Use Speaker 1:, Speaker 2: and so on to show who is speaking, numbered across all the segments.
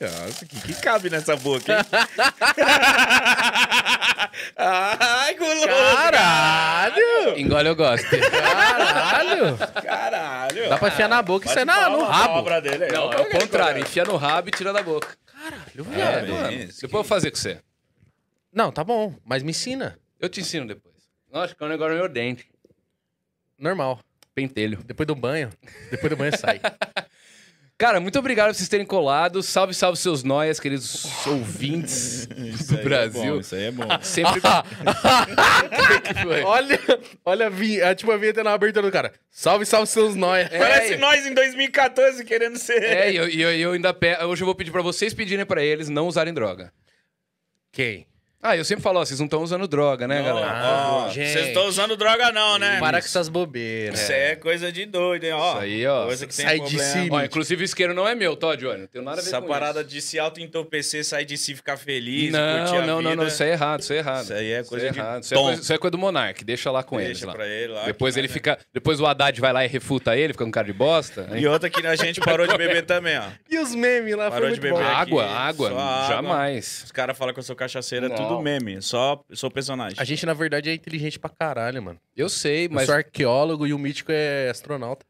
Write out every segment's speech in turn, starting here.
Speaker 1: Nossa, o que, que cabe nessa boca, hein? Ai, guloso!
Speaker 2: Caralho!
Speaker 3: Engole eu gosto.
Speaker 2: Caralho!
Speaker 1: Caralho!
Speaker 2: Dá pra enfiar na boca e sair na- no rabo.
Speaker 1: obra dele aí.
Speaker 3: Não, é o contrário. Enfia no rabo e tira da boca.
Speaker 2: Caralho,
Speaker 3: É,
Speaker 2: viado.
Speaker 3: mano.
Speaker 1: isso,
Speaker 3: Depois
Speaker 1: que
Speaker 3: eu vou fazer com você.
Speaker 2: Não, tá bom, mas me ensina.
Speaker 3: Eu te ensino depois. Nossa, que é um negócio no meu dente.
Speaker 2: Normal.
Speaker 3: Pentelho.
Speaker 2: Depois do banho. Depois do banho sai.
Speaker 3: Cara, muito obrigado por vocês terem colado. Salve, salve seus noias, queridos ouvintes
Speaker 1: Isso aí
Speaker 3: do
Speaker 1: é bom,
Speaker 3: Brasil.
Speaker 1: isso aí é bom.
Speaker 3: Sempre. que foi?
Speaker 2: olha, olha a vi- a, tipo, a vinheta na abertura do cara. Salve, salve seus nóia.
Speaker 3: É.
Speaker 1: Parece nós em 2014 querendo ser.
Speaker 3: É, e eu, e eu, e eu ainda pe... Hoje eu vou pedir pra vocês pedirem pra eles não usarem droga.
Speaker 2: Quem?
Speaker 3: Ah, eu sempre falo, ó, vocês não estão usando droga, né, galera?
Speaker 1: Ó,
Speaker 2: Ah, gente.
Speaker 1: Vocês não estão usando droga, não, né?
Speaker 2: Para com essas bobeiras.
Speaker 1: Isso é coisa de doido, hein? Ó,
Speaker 3: Isso aí, ó.
Speaker 1: Coisa que tem
Speaker 2: Sai de
Speaker 1: problema.
Speaker 2: si,
Speaker 3: Ó, inclusive o isqueiro não é meu, Todd, olha. Não tenho nada a ver
Speaker 1: Essa
Speaker 3: com
Speaker 1: parada
Speaker 3: isso.
Speaker 1: de se auto-entorpecer, sair de si, ficar feliz, curtir a
Speaker 3: Não, não,
Speaker 1: vida.
Speaker 3: não, não, isso é errado, isso é errado.
Speaker 1: Isso aí é coisa de
Speaker 3: errado. Isso é
Speaker 1: tom.
Speaker 3: coisa, isso é coisa do Monark, deixa lá com eles
Speaker 1: Deixa
Speaker 3: lá.
Speaker 1: pra ele lá.
Speaker 3: Depois
Speaker 1: que né?
Speaker 3: ele
Speaker 1: nós-
Speaker 3: fica. Depois o Haddad vai lá e refuta ele, fica um cara de bosta. né?
Speaker 1: E outra que a gente parou de beber também, ó.
Speaker 2: E os memes lá
Speaker 1: Parou
Speaker 2: foi
Speaker 1: de
Speaker 2: muito
Speaker 1: beber.
Speaker 2: bom.
Speaker 3: Água,
Speaker 1: aqui,
Speaker 3: água,
Speaker 1: só água.
Speaker 3: jamais.
Speaker 1: Os caras falam que eu sou cachaceiro, é
Speaker 3: Não.
Speaker 1: tudo meme. Só sou personagem.
Speaker 2: A gente, na verdade, é inteligente pra caralho, mano.
Speaker 3: Eu sei, mas
Speaker 2: Eu sou arqueólogo e o mítico é astronauta.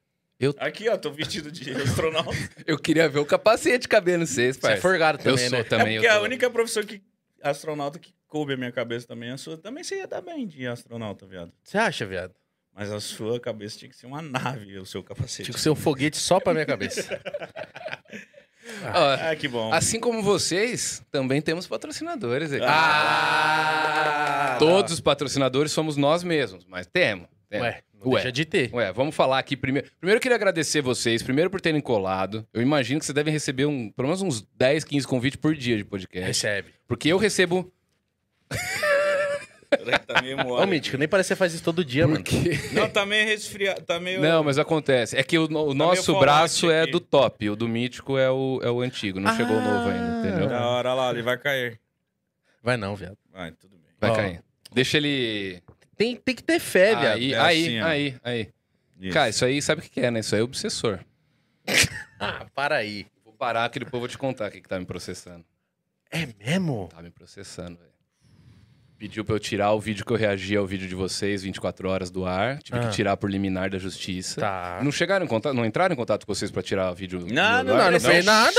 Speaker 1: Aqui, ó, tô vestido de astronauta. É
Speaker 3: eu queria ver o capacete cabendo vocês,
Speaker 2: Você é
Speaker 3: parceiro.
Speaker 2: forgado
Speaker 3: Eu
Speaker 2: também,
Speaker 3: sou
Speaker 2: né?
Speaker 3: também.
Speaker 1: é
Speaker 3: eu
Speaker 1: porque a
Speaker 3: tô-
Speaker 1: única profissão que astronauta que coube a minha cabeça também é a sua. Também você ia dar bem de astronauta, viado.
Speaker 2: Você acha, viado?
Speaker 1: Mas a sua cabeça tinha que ser uma nave, o seu capacete.
Speaker 2: Tinha que ser um foguete só pra minha cabeça.
Speaker 3: Ó,
Speaker 1: Ah, que bom.
Speaker 3: Assim como vocês, também temos patrocinadores aqui.
Speaker 1: Ah!
Speaker 3: Todos os patrocinadores somos nós mesmos, mas temos. temos.
Speaker 2: É. Ué, não
Speaker 3: Ué.
Speaker 2: deixa de ter.
Speaker 3: Ué, vamos falar aqui primeiro. Primeiro eu queria agradecer vocês, primeiro por terem colado. Eu imagino que vocês devem receber um, pelo menos uns 10, 15 convites por dia de podcast.
Speaker 2: Recebe.
Speaker 3: Porque eu recebo.
Speaker 1: Peraí, tá meio
Speaker 2: Ô,
Speaker 1: mole.
Speaker 2: mítico, nem parece que você faz isso todo dia, mano.
Speaker 3: Porque...
Speaker 1: Não, tá meio resfriado, tá meio...
Speaker 3: Não, mas acontece. É que o, o nosso
Speaker 1: Tá forte
Speaker 3: braço é
Speaker 1: aqui. Ah.
Speaker 3: do top, o do mítico é o, é o antigo, não chegou o novo ainda, entendeu?
Speaker 1: Da hora lá, ele vai cair.
Speaker 2: Vai não, viado.
Speaker 1: Vai, tudo bem.
Speaker 3: Vai
Speaker 2: Ó.
Speaker 3: cair. Deixa ele.
Speaker 2: Tem, tem que ter fé, viado.
Speaker 3: aí,
Speaker 1: é
Speaker 3: aí,
Speaker 1: assim, ó.
Speaker 3: aí, aí.
Speaker 1: Isso.
Speaker 3: Cara, isso aí sabe o que que é, né? Isso aí é obsessor.
Speaker 2: Ah, para aí.
Speaker 3: Vou parar aquele povo vou te contar o que, que tá me processando.
Speaker 2: É mesmo?
Speaker 3: Tá me processando, velho. Pediu pra eu tirar o vídeo que eu reagi ao vídeo de vocês, 24 horas do ar. Tive
Speaker 2: Ah.
Speaker 3: que tirar por liminar da justiça.
Speaker 2: Tá.
Speaker 3: Não chegaram em contato, não entraram em contato com vocês pra tirar o vídeo. do
Speaker 1: Não,
Speaker 3: ar?
Speaker 1: não,
Speaker 2: não
Speaker 1: não,
Speaker 2: fez nada.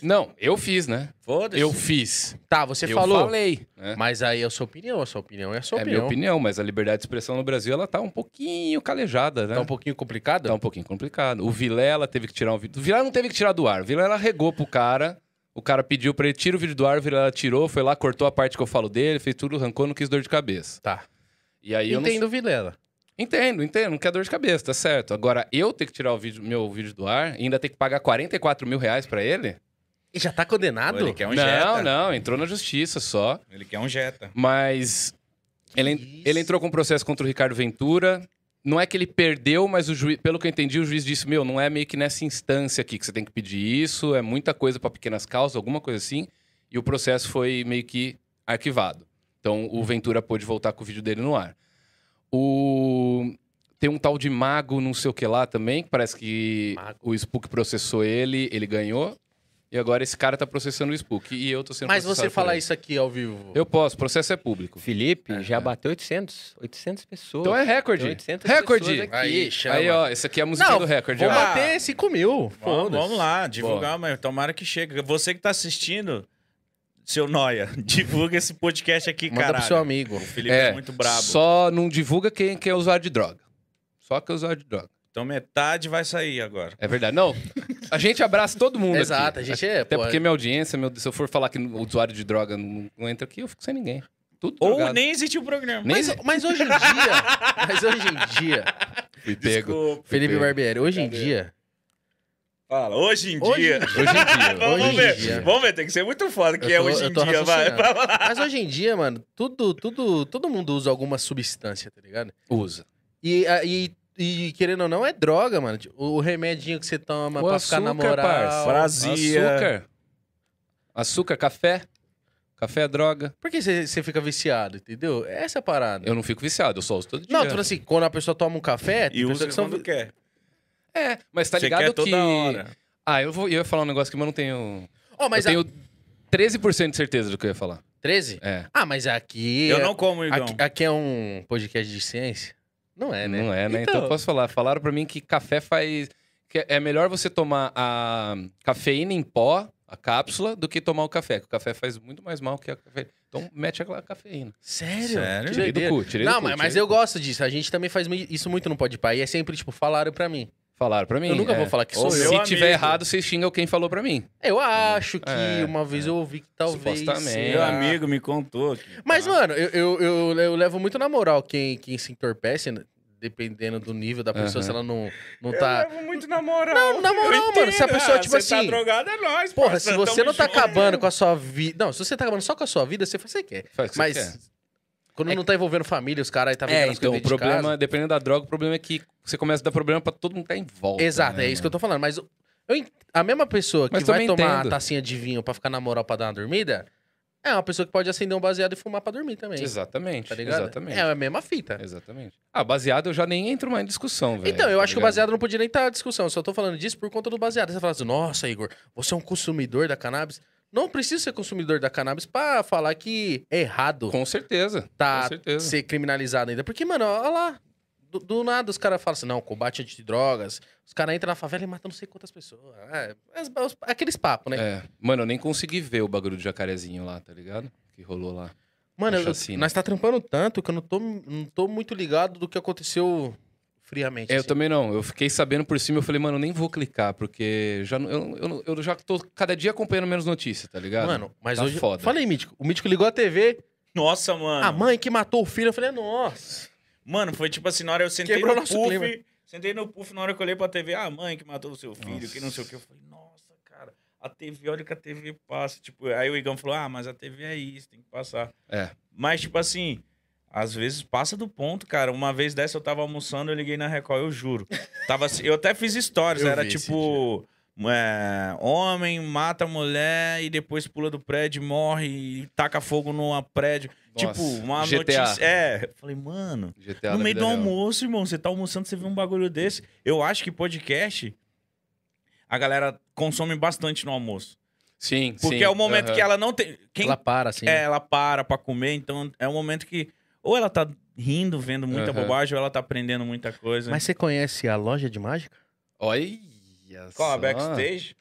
Speaker 3: Não, eu fiz, né?
Speaker 1: Foda-se.
Speaker 3: Eu fiz.
Speaker 2: Tá, você
Speaker 3: eu
Speaker 2: falou.
Speaker 3: falei. né?
Speaker 2: Mas aí é a sua opinião, a sua opinião é a sua
Speaker 3: É minha
Speaker 2: opinião.
Speaker 3: opinião, mas a liberdade de expressão no Brasil, ela tá um pouquinho calejada, né?
Speaker 2: Tá um pouquinho complicado?
Speaker 3: Tá um pouquinho complicado. O Vilela teve que tirar um vídeo. O Vilela não teve que tirar do ar. O Vilela regou pro cara. O cara pediu pra ele tira o vídeo do ar, o Vilela tirou, foi lá, cortou a parte que eu falo dele, fez tudo, arrancou, não quis dor de cabeça.
Speaker 2: Tá.
Speaker 3: E aí eu
Speaker 2: Entendo
Speaker 3: não...
Speaker 2: o Vilela.
Speaker 3: Entendo, entendo, não quer dor de cabeça, tá certo. Agora, eu ter que tirar o vídeo, meu vídeo do ar e ainda ter que pagar 44 mil reais pra ele?
Speaker 2: E já tá condenado?
Speaker 1: Ele quer um
Speaker 3: não,
Speaker 1: Jetta.
Speaker 3: não, entrou na justiça só.
Speaker 1: Ele quer um Jetta.
Speaker 3: Mas ele,
Speaker 2: Isso.
Speaker 3: ele entrou com um processo contra o Ricardo Ventura. Não é que ele perdeu, mas o juiz, pelo que eu entendi, o juiz disse: meu, não é meio que nessa instância aqui que você tem que pedir isso, é muita coisa para pequenas causas, alguma coisa assim. E o processo foi meio que arquivado. Então o Ventura pôde voltar com o vídeo dele no ar. O. Tem um tal de mago, não sei o que lá também, que parece que
Speaker 2: Mago.
Speaker 3: o Spook processou ele, ele ganhou. E agora esse cara tá processando o Spook. E eu tô sendo
Speaker 2: Mas você
Speaker 3: processado por
Speaker 2: falar
Speaker 3: ele.
Speaker 2: isso aqui ao vivo.
Speaker 3: Eu posso, o processo é público.
Speaker 4: Felipe
Speaker 3: É,
Speaker 4: já
Speaker 3: é.
Speaker 4: bateu 800. 800 pessoas.
Speaker 3: Então é recorde.
Speaker 4: Tem 800
Speaker 3: recorde.
Speaker 4: pessoas aqui.
Speaker 2: Aí, chama.
Speaker 3: Aí, ó, esse aqui é a música
Speaker 2: Não,
Speaker 3: do recorde.
Speaker 2: Vou
Speaker 3: ó.
Speaker 1: Ah,
Speaker 2: bater 5 mil.
Speaker 1: Vamos,
Speaker 2: Foda-se.
Speaker 1: vamos lá, divulgar, mas tomara que chegue. Você que tá assistindo, seu Noia, divulga esse podcast aqui,
Speaker 2: Manda
Speaker 1: caralho.
Speaker 2: pro seu amigo.
Speaker 1: O Felipe é, muito brabo.
Speaker 3: Só não divulga quem quer usar de droga. Só quem é usar de droga.
Speaker 1: Então metade vai sair agora.
Speaker 3: É verdade. Não, a gente abraça todo mundo aqui.
Speaker 2: Exato, a gente é.
Speaker 3: Até
Speaker 2: pô,
Speaker 3: porque minha audiência, meu, se eu for falar que o usuário de droga não, não entra aqui, eu fico sem ninguém. Tudo
Speaker 1: Ou
Speaker 3: drogado.
Speaker 1: nem existe o programa.
Speaker 3: Nem
Speaker 2: Mas, mas hoje em dia. mas hoje em dia.
Speaker 3: fui pego.
Speaker 1: Desculpa.
Speaker 2: Felipe
Speaker 3: Felipe.
Speaker 2: Barbieri, hoje em dia.
Speaker 1: Fala, hoje em
Speaker 2: Hoje
Speaker 1: dia.
Speaker 2: em dia.
Speaker 3: Hoje em dia.
Speaker 1: Vamos,
Speaker 2: hoje em
Speaker 1: ver.
Speaker 2: dia.
Speaker 1: Vamos ver, tem que ser muito foda que
Speaker 2: Eu
Speaker 1: é
Speaker 2: tô-
Speaker 1: hoje
Speaker 2: eu
Speaker 1: em
Speaker 2: tô
Speaker 1: dia, vai.
Speaker 2: raciocinando.
Speaker 1: Vai lá.
Speaker 2: Mas hoje em dia, mano, tudo, tudo, todo mundo usa alguma substância, tá ligado?
Speaker 3: Usa.
Speaker 2: E, a- e, e querendo ou não, é droga, mano. Tipo, O remedinho que você toma
Speaker 3: O
Speaker 2: pra ficar
Speaker 3: açúcar,
Speaker 2: namorado.
Speaker 3: parça.
Speaker 1: Brasia.
Speaker 3: Açúcar. Açúcar, café. Café é droga.
Speaker 2: Por que você você fica viciado, entendeu? É Essa a parada.
Speaker 3: Eu não fico viciado, eu só uso todo dia.
Speaker 2: Não, tipo assim, quando a pessoa toma um café, tem
Speaker 1: E
Speaker 2: pessoa
Speaker 1: usa
Speaker 2: que são.
Speaker 1: quando quer.
Speaker 3: É, mas tá
Speaker 1: assim, Você
Speaker 3: ligado
Speaker 1: quer toda
Speaker 3: que...
Speaker 1: hora.
Speaker 3: Ah, eu, vou, eu ia falar um negócio que eu não tenho.
Speaker 2: Ô, Ó, mas
Speaker 3: eu
Speaker 2: a...
Speaker 3: tenho 13% de certeza do que eu ia falar.
Speaker 2: 13?
Speaker 3: É.
Speaker 2: Ah, mas aqui.
Speaker 1: Eu não como, Igão.
Speaker 2: aqui, aqui é um podcast de ciência? Não é, né?
Speaker 3: então. Não é, né? Então, eu posso falar. Falaram pra mim que café faz. que é melhor você tomar a cafeína em pó, a cápsula, do que tomar o café. Que o café faz muito mais mal que a cafeína. Então, mete a cafeína.
Speaker 2: Sério?
Speaker 1: Sério?
Speaker 2: Que
Speaker 1: Tirei
Speaker 3: Tirei do cu,
Speaker 2: doideira.
Speaker 3: tirei do
Speaker 2: Não,
Speaker 3: cu,
Speaker 2: mas, mas
Speaker 3: tirei
Speaker 2: eu
Speaker 3: do cu.
Speaker 2: gosto disso. A gente também faz mu- isso muito no Pode Pai. E é sempre, tipo, falaram pra mim.
Speaker 3: Falaram pra mim.
Speaker 2: eu nunca
Speaker 3: é.
Speaker 2: vou falar que sou
Speaker 1: Ô,
Speaker 2: eu.
Speaker 1: meu
Speaker 3: Se
Speaker 1: amigo.
Speaker 3: tiver errado, vocês xingam quem falou pra mim.
Speaker 2: Eu acho que
Speaker 3: É,
Speaker 2: uma vez eu ouvi que talvez.
Speaker 3: Supostamente. é. tá.
Speaker 2: seja.
Speaker 1: Meu amigo me contou. que-
Speaker 2: É.
Speaker 1: tá.
Speaker 2: Mas, mano, eu, eu, eu, eu levo muito na moral quem, quem se entorpece, né? dependendo do nível da pessoa,
Speaker 3: Aham.
Speaker 2: se ela não, não tá.
Speaker 1: levo muito na moral. Não,
Speaker 2: na moral, mano, se a pessoa, tipo
Speaker 1: tá
Speaker 2: assim,
Speaker 1: drogada, é nóis,
Speaker 2: Porra,
Speaker 1: parça,
Speaker 2: se você
Speaker 1: tamo
Speaker 2: não tá
Speaker 1: junto.
Speaker 2: acabando com a sua vida. Não, se você tá acabando só com a sua vida, você faz o que você quer.
Speaker 3: Faz o que
Speaker 2: Mas
Speaker 3: você quer.
Speaker 2: quando não tá envolvendo família, os caras aí tá vendo
Speaker 3: É,
Speaker 2: as
Speaker 3: então
Speaker 2: coisas
Speaker 3: o
Speaker 2: dentro de
Speaker 3: problema,
Speaker 2: casa.
Speaker 3: dependendo da droga, o problema é que você começa a dar problema pra todo mundo que tá em volta.
Speaker 2: Exato, é isso que eu tô falando. Mas eu- eu en- a mesma pessoa que
Speaker 3: Mas
Speaker 2: vai
Speaker 3: também
Speaker 2: tomar
Speaker 3: entendo.
Speaker 2: uma tacinha de vinho pra ficar na moral pra dar uma dormida, é uma pessoa que pode acender um baseado e fumar pra dormir também.
Speaker 3: Exatamente.
Speaker 2: Tá ligado?
Speaker 3: Exatamente.
Speaker 2: É a mesma fita.
Speaker 3: Exatamente. Ah, baseado eu já nem entro mais em discussão, velho.
Speaker 2: Então, eu
Speaker 3: tá
Speaker 2: acho que o
Speaker 3: ligado?
Speaker 2: baseado não podia nem estar em discussão. Eu só tô falando disso por conta do baseado. Você fala assim, nossa, Igor, você é um consumidor da cannabis. Não precisa ser consumidor da cannabis pra falar que é errado
Speaker 3: Com certeza.
Speaker 2: tá
Speaker 3: Com certeza.
Speaker 2: ser criminalizado ainda. Porque, mano, olha lá. Do, do nada os caras falam assim, não, combate de drogas. Os caras entram na favela e matam não sei quantas pessoas. É, as- os- aqueles papos, né?
Speaker 3: É. Mano, eu nem consegui ver o bagulho do jacarezinho lá, tá ligado? Que rolou lá.
Speaker 2: mano, eu-
Speaker 3: chacina.
Speaker 2: nós tá trampando tanto que eu não tô, não tô muito ligado do que aconteceu friamente.
Speaker 3: É, eu
Speaker 2: assim.
Speaker 3: também não. Eu fiquei sabendo por cima, eu falei, mano, eu nem vou clicar, porque já, não- eu, eu, eu já tô cada dia acompanhando menos notícia, tá ligado?
Speaker 2: Mano, mas
Speaker 3: tá
Speaker 2: hoje...
Speaker 3: foda.
Speaker 2: Fala aí, Mítico. O Mítico ligou a TV,
Speaker 1: Nossa, mano.
Speaker 2: a mãe que matou o filho. Eu falei, nossa.
Speaker 1: Mano, foi tipo assim, na hora eu sentei
Speaker 2: Quebrou
Speaker 1: no
Speaker 2: nosso
Speaker 1: puff,
Speaker 2: clima.
Speaker 1: sentei no puff, na hora que eu olhei pra TV, ah, mãe que matou o seu filho, que não sei o que. Eu falei, nossa, cara, a TV, olha o que a TV passa. Tipo, aí o Igão falou, ah, mas a TV é isso, tem que passar.
Speaker 3: É.
Speaker 1: Mas, tipo assim, às vezes passa do ponto, cara. Uma vez dessa eu tava almoçando, eu liguei na Record, eu juro. Tava, assim- eu até fiz stories,
Speaker 2: Eu
Speaker 1: era
Speaker 2: vi esse
Speaker 1: tipo. é, homem mata mulher e depois pula do prédio, morre e taca fogo numa prédio.
Speaker 3: Nossa,
Speaker 1: tipo, uma
Speaker 3: GTA.
Speaker 1: notícia. É, eu falei, mano,
Speaker 3: GTA
Speaker 1: no
Speaker 3: da
Speaker 1: meio
Speaker 3: vida
Speaker 1: do
Speaker 3: real.
Speaker 1: almoço, irmão. Você tá almoçando, você vê um bagulho desse. Eu acho que podcast. A galera consome bastante no almoço.
Speaker 3: Sim,
Speaker 1: Porque
Speaker 3: sim.
Speaker 1: é o momento
Speaker 3: aham.
Speaker 1: que ela não tem. Quem
Speaker 2: Ela para, assim.
Speaker 1: é, ela para pra comer, então é um momento que. Ou ela tá rindo, vendo muita
Speaker 3: Aham.
Speaker 1: bobagem, ou ela tá aprendendo muita coisa.
Speaker 2: Mas você conhece a loja de mágica?
Speaker 3: Olha
Speaker 1: Qual a
Speaker 3: só.
Speaker 1: backstage?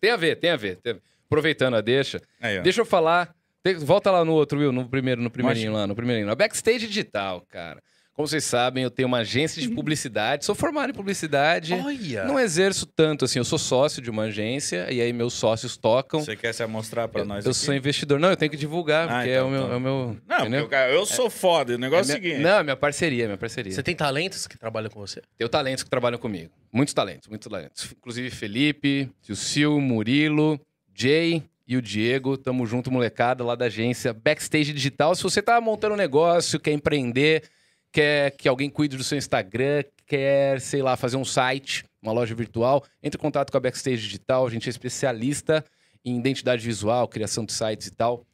Speaker 3: Tem a ver, tem a ver. tem a ver. Aproveitando a deixa,
Speaker 1: Aí, ó.
Speaker 3: Deixa eu falar. Tem- Volta lá no outro, Will, no primeiro, no primeirinho lá, no primeirinho. A Backstage Digital, cara. Como vocês sabem, eu tenho uma agência de publicidade. Sou formado em publicidade.
Speaker 2: Olha!
Speaker 3: Não exerço tanto assim. Eu sou sócio de uma agência e aí meus sócios tocam.
Speaker 1: Você quer se mostrar pra
Speaker 3: eu
Speaker 1: nós?
Speaker 3: eu
Speaker 1: aqui?
Speaker 3: sou investidor. Não, eu tenho que divulgar,
Speaker 1: Ah,
Speaker 3: porque é
Speaker 1: então,
Speaker 3: o meu.
Speaker 1: então.
Speaker 3: é o meu
Speaker 1: Não, porque
Speaker 3: entendeu?
Speaker 1: o cara- eu sou foda. O negócio é
Speaker 3: É
Speaker 1: o
Speaker 3: minha-
Speaker 1: seguinte.
Speaker 3: Não, é minha parceria, é minha parceria.
Speaker 2: Você tem talentos que trabalham com você?
Speaker 3: Tenho talentos que trabalham comigo. Muitos talentos, muitos talentos. Inclusive Felipe, tio Sil, Murilo, Jay e o Diego. Tamo junto, molecada, lá da agência Backstage Digital. Se você tá montando um negócio, quer empreender, quer que alguém cuide do seu Instagram, quer, sei lá, fazer um site, uma loja virtual, entre em contato com a Backstage Digital. A gente é especialista em identidade visual, criação de sites e tal.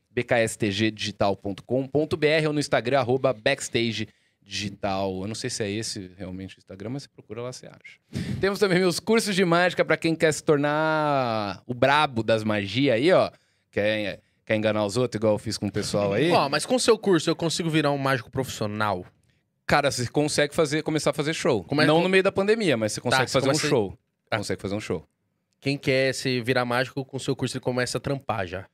Speaker 3: bkstgdigital.com.br ou no Instagram, arroba backstage digital. Eu não sei se é esse realmente o Instagram, mas você procura lá, você acha. Temos também meus cursos de mágica para quem quer se tornar o brabo das magias aí, ó. Quer, quer enganar os outros, igual eu fiz com o pessoal aí.
Speaker 2: Ó, mas com o seu curso eu consigo virar um mágico profissional.
Speaker 3: Cara, você consegue fazer, começar a fazer show.
Speaker 2: Como é-
Speaker 3: não
Speaker 2: com-
Speaker 3: no meio da pandemia, mas você consegue
Speaker 2: você
Speaker 3: fazer um
Speaker 2: começa-
Speaker 3: show.
Speaker 2: Tá.
Speaker 3: Consegue fazer um show.
Speaker 2: Quem quer se virar mágico com o seu curso, ele começa a trampar já.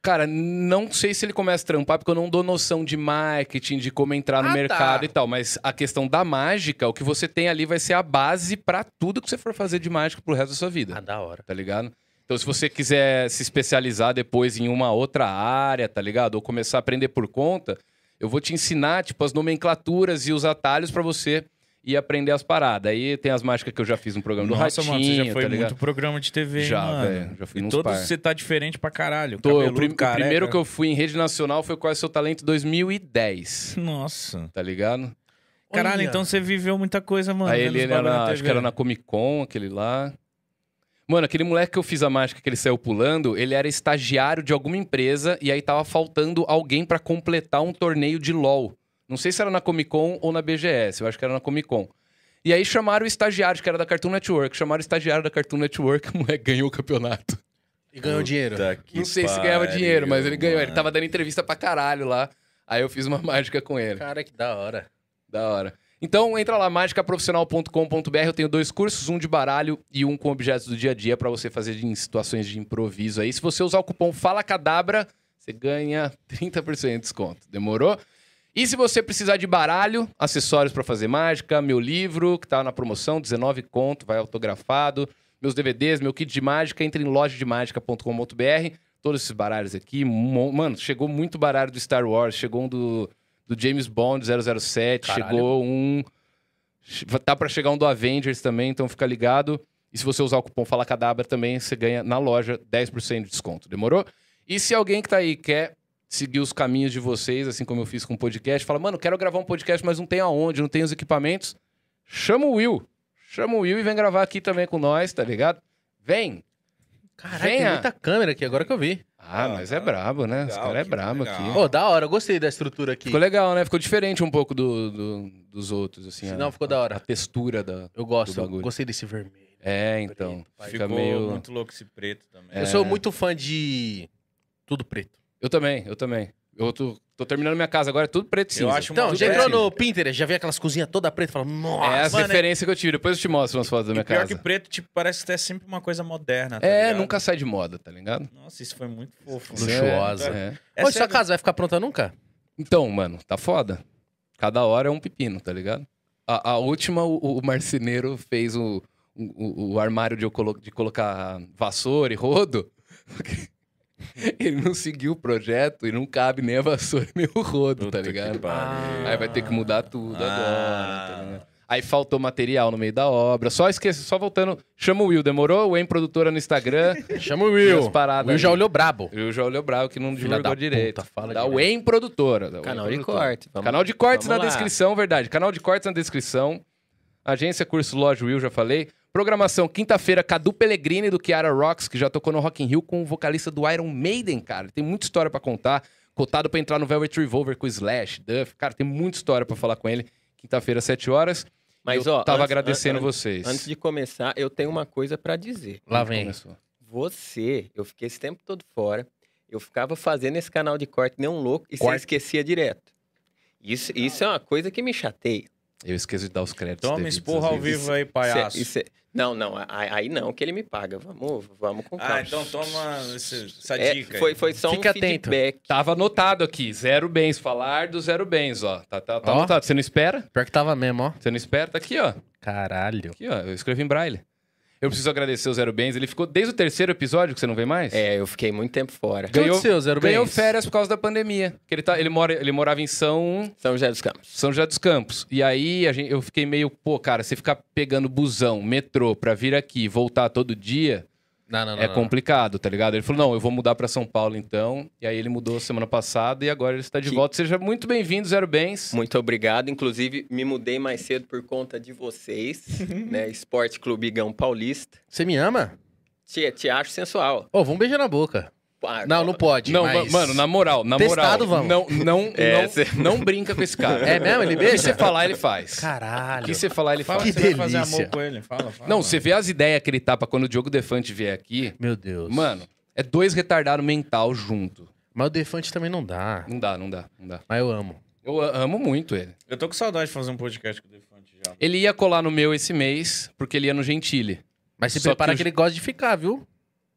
Speaker 3: Cara, não sei se ele começa a trampar, porque eu não dou noção de marketing, de como entrar no
Speaker 2: Ah, tá.
Speaker 3: mercado e tal. Mas a questão da mágica, o que você tem ali vai ser a base pra tudo que você for fazer de mágica pro resto da sua vida.
Speaker 2: Ah, da hora.
Speaker 3: tá ligado? Então, se você quiser se especializar depois em uma outra área, tá ligado? Ou começar a aprender por conta, eu vou te ensinar, tipo, as nomenclaturas e os atalhos pra você ir aprender as paradas. Aí tem as mágicas que eu já fiz no programa
Speaker 1: Nossa,
Speaker 3: do Ratinho,
Speaker 1: mano, você já foi
Speaker 3: tá ligado?
Speaker 1: muito programa de TV, hein,
Speaker 3: já,
Speaker 1: mano.
Speaker 3: velho. Já fui
Speaker 1: E
Speaker 3: nos
Speaker 1: todos
Speaker 3: par.
Speaker 1: você tá diferente pra caralho.
Speaker 3: Tô, o,
Speaker 1: cabeludo,
Speaker 3: prim- o
Speaker 1: careca.
Speaker 3: primeiro que eu fui em rede nacional foi Qual é o Seu Talento 2010,
Speaker 1: Nossa.
Speaker 3: tá ligado?
Speaker 1: Caralho,
Speaker 2: Olha.
Speaker 1: então você viveu muita coisa, mano.
Speaker 3: Aí
Speaker 1: vendo
Speaker 3: ele
Speaker 1: os
Speaker 3: era,
Speaker 1: bagulho
Speaker 3: na-
Speaker 1: na
Speaker 3: acho
Speaker 1: TV.
Speaker 3: que era na Comic Con, aquele lá. Mano, aquele moleque que eu fiz a mágica que ele saiu pulando, ele era estagiário de alguma empresa e aí tava faltando alguém pra completar um torneio de LoL. Não sei se era na Comic Con ou na BGS, eu acho que era na Comic Con. E aí chamaram o estagiário, que era da Cartoon Network. Chamaram o estagiário da Cartoon Network, o moleque ganhou o campeonato.
Speaker 2: E ganhou dinheiro.
Speaker 1: Puta que
Speaker 3: Não sei se ganhava dinheiro, mas ele
Speaker 1: pariu,
Speaker 3: ganhou. Ele
Speaker 1: mano.
Speaker 3: tava dando entrevista pra caralho lá. Aí eu fiz uma mágica com ele.
Speaker 2: Cara, que da hora.
Speaker 3: Da hora. Então entra lá, magicaprofissional.com.br. Eu tenho dois cursos, um de baralho e um com objetos do dia a dia pra você fazer em situações de improviso aí. Se você usar o cupom Fala Cadabra, você ganha 30% de desconto. Demorou? E se você precisar de baralho, acessórios pra fazer mágica, meu livro que tá na promoção, 19 conto, vai autografado, meus DVDs, meu kit de mágica, entre em lojademagica.com.br. Todos esses baralhos aqui, mo- mano, chegou muito baralho do Star Wars, chegou um do do James Bond 007,
Speaker 2: Caralho.
Speaker 3: chegou um. Tá pra chegar um do Avengers também, então fica ligado. E se você usar o cupom Fala Cadabra também, você ganha na loja 10% de desconto. Demorou? E se alguém que tá aí quer seguir os caminhos de vocês, assim como eu fiz com o podcast, fala, mano, quero gravar um podcast, mas não tem aonde, não tem os equipamentos, chama o Will. Chama o Will e vem gravar aqui também com nós, tá ligado? Vem!
Speaker 2: Caralho, tem
Speaker 3: Venha.
Speaker 2: muita câmera aqui, agora que eu vi.
Speaker 3: Ah,
Speaker 1: Ah,
Speaker 3: mas é
Speaker 1: tá.
Speaker 3: brabo, né? Os
Speaker 1: Legal,
Speaker 3: caras é
Speaker 1: que
Speaker 3: brabo
Speaker 1: legal.
Speaker 3: aqui.
Speaker 2: Ô, da hora, eu gostei da estrutura aqui.
Speaker 3: Ficou legal, né? Ficou diferente um pouco do, do- dos outros, assim.
Speaker 2: Não,
Speaker 3: a-
Speaker 2: ficou da hora.
Speaker 3: A textura da...
Speaker 2: Eu
Speaker 3: do
Speaker 2: gosto, eu
Speaker 3: bagulho.
Speaker 2: gostei desse vermelho.
Speaker 3: É, então.
Speaker 2: Preto,
Speaker 3: fica
Speaker 1: Ficou
Speaker 3: meio... É,
Speaker 1: muito louco esse preto também. É,
Speaker 2: Eu sou muito fã de tudo preto.
Speaker 3: Eu também, eu também. Eu tô, tô terminando minha casa agora, é tudo preto e cinza.
Speaker 1: Eu acho
Speaker 2: Então,
Speaker 1: Tudo
Speaker 2: já
Speaker 1: preto.
Speaker 2: entrou no Pinterest, já vem aquelas cozinhas toda preta, fala, nossa,
Speaker 3: É as
Speaker 2: mano,
Speaker 3: referências que eu tive. Depois eu te mostro umas fotos da
Speaker 1: E
Speaker 3: minha
Speaker 1: pior
Speaker 3: casa.
Speaker 1: que preto, tipo, parece até sempre uma coisa moderna. tá
Speaker 3: é,
Speaker 1: ligado?
Speaker 3: nunca sai de moda, tá ligado?
Speaker 1: Nossa, isso foi muito fofo.
Speaker 3: Isso é-
Speaker 2: Luxuosa.
Speaker 3: é.
Speaker 2: Ô, sua casa vai ficar pronta nunca?
Speaker 3: Então, mano, tá foda. Cada hora é um pepino, tá ligado? A, a última, o, o marceneiro fez o, o, o armário de, eu colo- de colocar vassoura e rodo. porque Ele não seguiu o projeto e não cabe nem a vassoura nem o rodo, tá ligado? Aí vai ter que mudar tudo
Speaker 1: Ah.
Speaker 3: agora. tá ligado? Aí faltou material no meio da obra. Só esquece, só voltando. Chama o Will, demorou? O em produtora no Instagram.
Speaker 2: Chama o Will.
Speaker 3: Minhas paradas
Speaker 2: Will já
Speaker 3: aí.
Speaker 2: olhou brabo.
Speaker 3: E o João Leo Bravo, que não
Speaker 2: Filha da
Speaker 3: divulgou
Speaker 2: puta,
Speaker 3: direito.
Speaker 2: fala
Speaker 3: da
Speaker 2: direito.
Speaker 3: Wayne Produtora. da
Speaker 4: Canal
Speaker 3: Wayne
Speaker 4: de
Speaker 3: Produtora.
Speaker 4: corte. vamos-
Speaker 3: Canal de cortes
Speaker 4: vamos
Speaker 3: na
Speaker 4: lá.
Speaker 3: descrição, verdade. Canal de cortes na descrição. Agência, curso, loja, Will, já falei. Programação, quinta-feira, Cadu Pellegrini do Kiara Rocks, que já tocou no Rock in Rio com o vocalista do Iron Maiden, cara. Tem muita história pra contar. Cotado pra entrar no Velvet Revolver com o Slash, Duff. Cara, tem muita história pra falar com ele. Quinta-feira, sete horas.
Speaker 4: Mas,
Speaker 3: Eu
Speaker 4: ó,
Speaker 3: tava
Speaker 4: antes-
Speaker 3: agradecendo
Speaker 4: an-
Speaker 3: vocês.
Speaker 4: Antes de Então começar, eu tenho uma coisa pra dizer.
Speaker 2: Lá vem.
Speaker 3: Começou.
Speaker 4: Você, eu fiquei esse tempo todo fora. Eu ficava fazendo esse canal de corte nem um louco e você
Speaker 2: Corte.
Speaker 4: esquecia direto. Isso, isso é uma coisa que me chateia.
Speaker 3: Eu esqueço de dar os créditos.
Speaker 1: Toma,
Speaker 3: devidos
Speaker 1: esporra
Speaker 3: às
Speaker 1: ao
Speaker 3: vezes.
Speaker 1: vivo aí,
Speaker 4: Isso é-
Speaker 1: palhaço.
Speaker 4: isso é- não, não, a- a- aí não que ele me paga. Vamos, vamos com calma.
Speaker 1: Ah, então toma esse- essa
Speaker 4: um É,
Speaker 1: dica. aí.
Speaker 4: foi, foi só
Speaker 2: Fica
Speaker 4: um
Speaker 2: atento.
Speaker 4: feedback.
Speaker 3: Tava anotado aqui, zero bens. Falar do zero bens, ó. Tá, tá, tá
Speaker 2: Ó.
Speaker 3: anotado. Você não espera?
Speaker 2: Pior que tava mesmo, ó.
Speaker 3: Você não espera? Tá aqui, ó.
Speaker 2: Caralho.
Speaker 3: Aqui, ó. Eu escrevi em braille. Eu preciso agradecer o Zero Bens. Ele ficou desde o terceiro episódio que você não vem mais?
Speaker 4: É, eu fiquei muito tempo
Speaker 2: O
Speaker 4: fora.
Speaker 2: que
Speaker 3: Ganhou-
Speaker 2: aconteceu, Zero
Speaker 3: Ganhou
Speaker 2: Bens?
Speaker 3: férias por causa da pandemia. Que ele, tá, ele, mora, ele morava em São,
Speaker 4: São José dos Campos.
Speaker 3: São José dos Campos. E aí a gente, eu fiquei meio, pô, cara, você ficar pegando busão, metrô pra vir aqui e voltar todo dia
Speaker 2: Não, não, não.
Speaker 3: é
Speaker 2: não.
Speaker 3: complicado, tá ligado? Ele falou, não, eu vou mudar pra São Paulo então. E aí ele mudou semana passada e agora ele está de
Speaker 4: Que-
Speaker 3: volta. Seja muito bem-vindo, Zero Bens.
Speaker 4: Muito obrigado. Inclusive, me mudei mais cedo por conta de vocês, né? Esporte Clube Igão Paulista.
Speaker 2: Você me ama?
Speaker 4: Te, te acho sensual.
Speaker 2: Ô, vamos beijar na boca.
Speaker 4: Ah,
Speaker 2: Não, não pode.
Speaker 3: Não,
Speaker 2: mas-
Speaker 3: ma- mano, na moral, na
Speaker 2: Testado,
Speaker 3: moral.
Speaker 2: vamos.
Speaker 3: Não, não,
Speaker 4: É,
Speaker 3: não,
Speaker 4: cê-
Speaker 3: não brinca com esse cara.
Speaker 2: É mesmo? Ele
Speaker 3: O que você
Speaker 2: beija?
Speaker 3: falar, ele faz. O
Speaker 2: Caralho.
Speaker 3: que você falar, ele
Speaker 1: Fala
Speaker 3: faz.
Speaker 2: Que
Speaker 1: que você vai fazer
Speaker 2: delícia.
Speaker 1: amor com ele. Fala, fala.
Speaker 3: Não, você vê as ideias que ele tá pra quando o Diogo Defante vier aqui.
Speaker 2: Meu Deus.
Speaker 3: Mano, é dois retardados mental junto.
Speaker 2: Mas o Defante também não dá.
Speaker 3: Não dá, não dá, não dá.
Speaker 2: Mas eu amo.
Speaker 3: Eu a- amo muito ele.
Speaker 1: Eu tô com saudade de fazer um podcast com o Defante já.
Speaker 3: Ele ia colar no meu esse mês, porque ele ia no Gentile.
Speaker 2: Mas se
Speaker 3: Só
Speaker 2: prepara
Speaker 3: que o-
Speaker 2: que ele gosta de ficar, viu?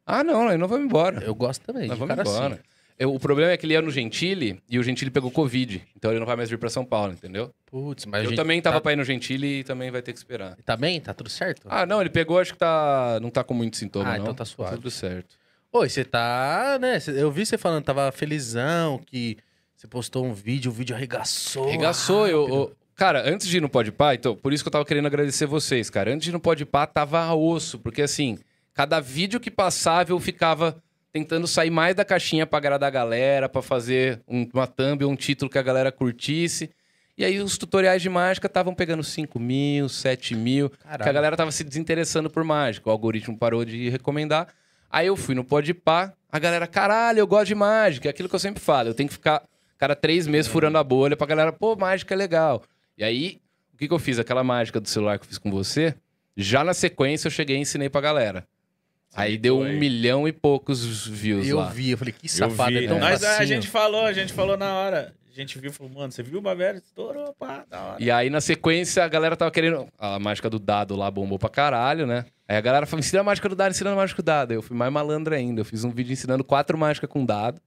Speaker 3: Ah, não, ele não vai embora.
Speaker 2: Eu gosto também.
Speaker 3: Nós
Speaker 2: de
Speaker 3: vamos
Speaker 2: cara
Speaker 3: embora.
Speaker 2: assim.
Speaker 3: Eu- o problema é que ele ia no Gentile e o Gentile pegou Covid. Então ele não vai mais vir pra São Paulo, entendeu?
Speaker 2: Putz, mas a
Speaker 3: Eu
Speaker 2: gente
Speaker 3: também tava
Speaker 2: Tá...
Speaker 3: pra ir no Gentile e também vai ter que esperar.
Speaker 2: tá bem? Tá tudo certo?
Speaker 3: Ah, não, ele pegou, acho que tá. Não tá com muito sintoma,
Speaker 2: Ah,
Speaker 3: não.
Speaker 2: então tá suave.
Speaker 3: Tudo certo.
Speaker 2: Oi, você tá, né? cê- Eu vi você falando, tava felizão, que você postou um vídeo, o vídeo arregaçou.
Speaker 3: Regaçou, eu,
Speaker 2: rápido.
Speaker 3: eu- Cara, antes de ir no Podpah, então, por isso que eu tava querendo agradecer vocês, cara. Antes de ir no Podpah, tava a osso, porque assim, cada vídeo que passava eu ficava tentando sair mais da caixinha pra agradar a galera, pra fazer um- uma thumb ou um título que a galera curtisse. E aí os tutoriais de mágica estavam pegando 5 mil, 7 mil.
Speaker 2: Caralho.
Speaker 3: Que a galera tava se desinteressando por mágica. O algoritmo parou de recomendar. Aí eu fui no Podpah, a galera, caralho, eu gosto de mágica. É aquilo que eu sempre falo, eu tenho que ficar, cada três meses furando a bolha pra galera, pô, mágica é legal. E aí, o que, que eu fiz? Aquela mágica do celular que eu fiz com você, já na sequência eu cheguei e ensinei pra galera. aí deu um
Speaker 1: foi.
Speaker 3: milhão e poucos views
Speaker 2: Eu
Speaker 3: lá.
Speaker 2: vi, eu falei, que safado,
Speaker 3: né?"
Speaker 1: vi.
Speaker 2: é tão
Speaker 1: Nós- a
Speaker 2: facinho.
Speaker 1: gente falou, a gente falou na hora. A gente viu e falou, mano, você viu o Bavério? Estourou, pá, da hora.
Speaker 3: E aí, na sequência, a galera tava querendo. "Ah, A mágica do dado lá bombou pra caralho, né? Aí a galera falou: ensina a mágica do dado, ensina a mágica do dado. Aí Eu fui mais malandro ainda. Eu fiz um vídeo ensinando quatro mágicas com dado.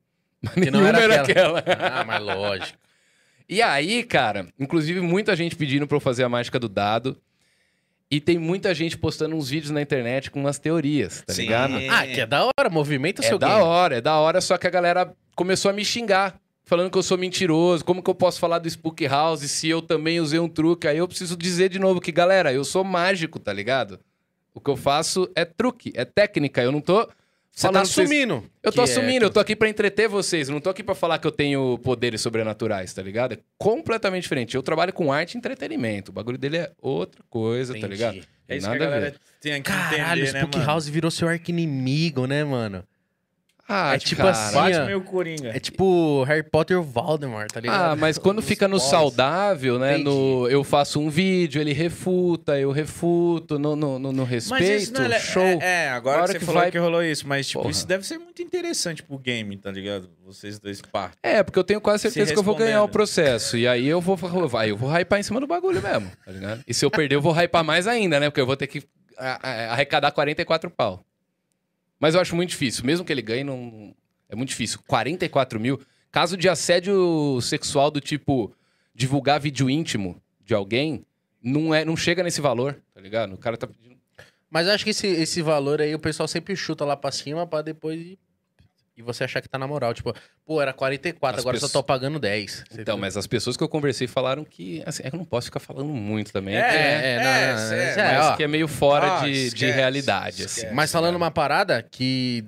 Speaker 3: Mas
Speaker 2: Que não
Speaker 3: nenhuma
Speaker 2: era
Speaker 3: era
Speaker 2: aquela.
Speaker 3: aquela.
Speaker 2: Ah, mas lógico.
Speaker 3: E aí, cara, inclusive muita gente pedindo pra eu fazer a mágica do dado. E tem muita gente postando uns vídeos na internet com umas teorias, tá ligado?
Speaker 2: Ah, que é da hora, movimenta o
Speaker 3: É
Speaker 2: seu
Speaker 3: da
Speaker 2: game.
Speaker 3: hora, é da hora, só que a galera começou a me xingar, falando que eu sou mentiroso, como que eu posso falar do Spook House se eu também usei um truque? Aí eu preciso dizer de novo que, galera, eu sou mágico, tá ligado? O que eu faço é truque, é técnica, eu não tô...
Speaker 2: Você tá
Speaker 3: falando pra vocês-
Speaker 2: assumindo.
Speaker 3: Eu tô
Speaker 2: que é-
Speaker 3: assumindo, eu tô aqui pra entreter vocês, eu não tô aqui pra falar que eu tenho poderes sobrenaturais, tá ligado? É completamente diferente. Eu trabalho com arte e entretenimento, o bagulho dele é outra coisa, tá
Speaker 2: Entendi.
Speaker 3: ligado?
Speaker 1: É isso
Speaker 3: Nada
Speaker 1: que a
Speaker 3: a ver.
Speaker 1: galera tem que
Speaker 2: Caralho, o
Speaker 1: entender, né,
Speaker 2: Spook
Speaker 1: mano?
Speaker 2: House virou seu arqui-inimigo, né, mano?
Speaker 3: Ah,
Speaker 2: É tipo
Speaker 3: cara.
Speaker 2: assim, ó.
Speaker 1: Batman e o Coringa.
Speaker 2: É tipo Harry Potter ou Voldemort, tá ligado?
Speaker 3: Ah, mas quando
Speaker 2: Os
Speaker 3: fica no
Speaker 2: boys.
Speaker 3: saudável, né?
Speaker 2: Entendi.
Speaker 3: No, eu faço um vídeo, ele refuta, eu refuto, no, no, no, no respeito,
Speaker 1: é-
Speaker 3: show.
Speaker 1: É, é, agora
Speaker 3: Hora
Speaker 1: que você
Speaker 3: que
Speaker 1: falou
Speaker 3: vai-
Speaker 1: que rolou isso, mas tipo,
Speaker 3: Porra.
Speaker 1: isso deve ser muito interessante pro game, tá ligado? Vocês dois partem.
Speaker 3: É, porque eu tenho quase certeza
Speaker 1: Se
Speaker 3: que eu vou ganhar o
Speaker 1: respondendo.
Speaker 3: processo. E aí eu vou vai, eu vou hypar em cima do bagulho mesmo, tá ligado? E se eu perder, eu vou hypar mais ainda, né? Porque eu vou ter que a- a- arrecadar 44 pau. Mas eu acho muito difícil. Mesmo que ele ganhe, não... é muito difícil. 44 mil. Caso de assédio sexual do tipo divulgar vídeo íntimo de alguém, não, é, não chega nesse valor, tá ligado? O cara tá pedindo.
Speaker 2: Mas acho que esse, esse valor aí o pessoal sempre chuta lá pra cima pra depois. ir- E você achar que tá na moral. Tipo, pô, era 44,
Speaker 3: As
Speaker 2: agora
Speaker 3: pessoas-
Speaker 2: só tô pagando 10. Você
Speaker 3: Então,
Speaker 2: viu?
Speaker 3: mas as pessoas que eu conversei falaram que. Assim, é que eu não posso ficar falando muito também. né?
Speaker 1: É,
Speaker 2: É, é, não,
Speaker 1: é,
Speaker 2: não, não,
Speaker 1: é,
Speaker 2: isso é,
Speaker 3: mas
Speaker 2: ó.
Speaker 3: que é meio fora
Speaker 1: Ah,
Speaker 3: de, de
Speaker 1: esquece,
Speaker 3: realidade,
Speaker 1: esquece.
Speaker 3: assim.
Speaker 2: Mas falando uma parada que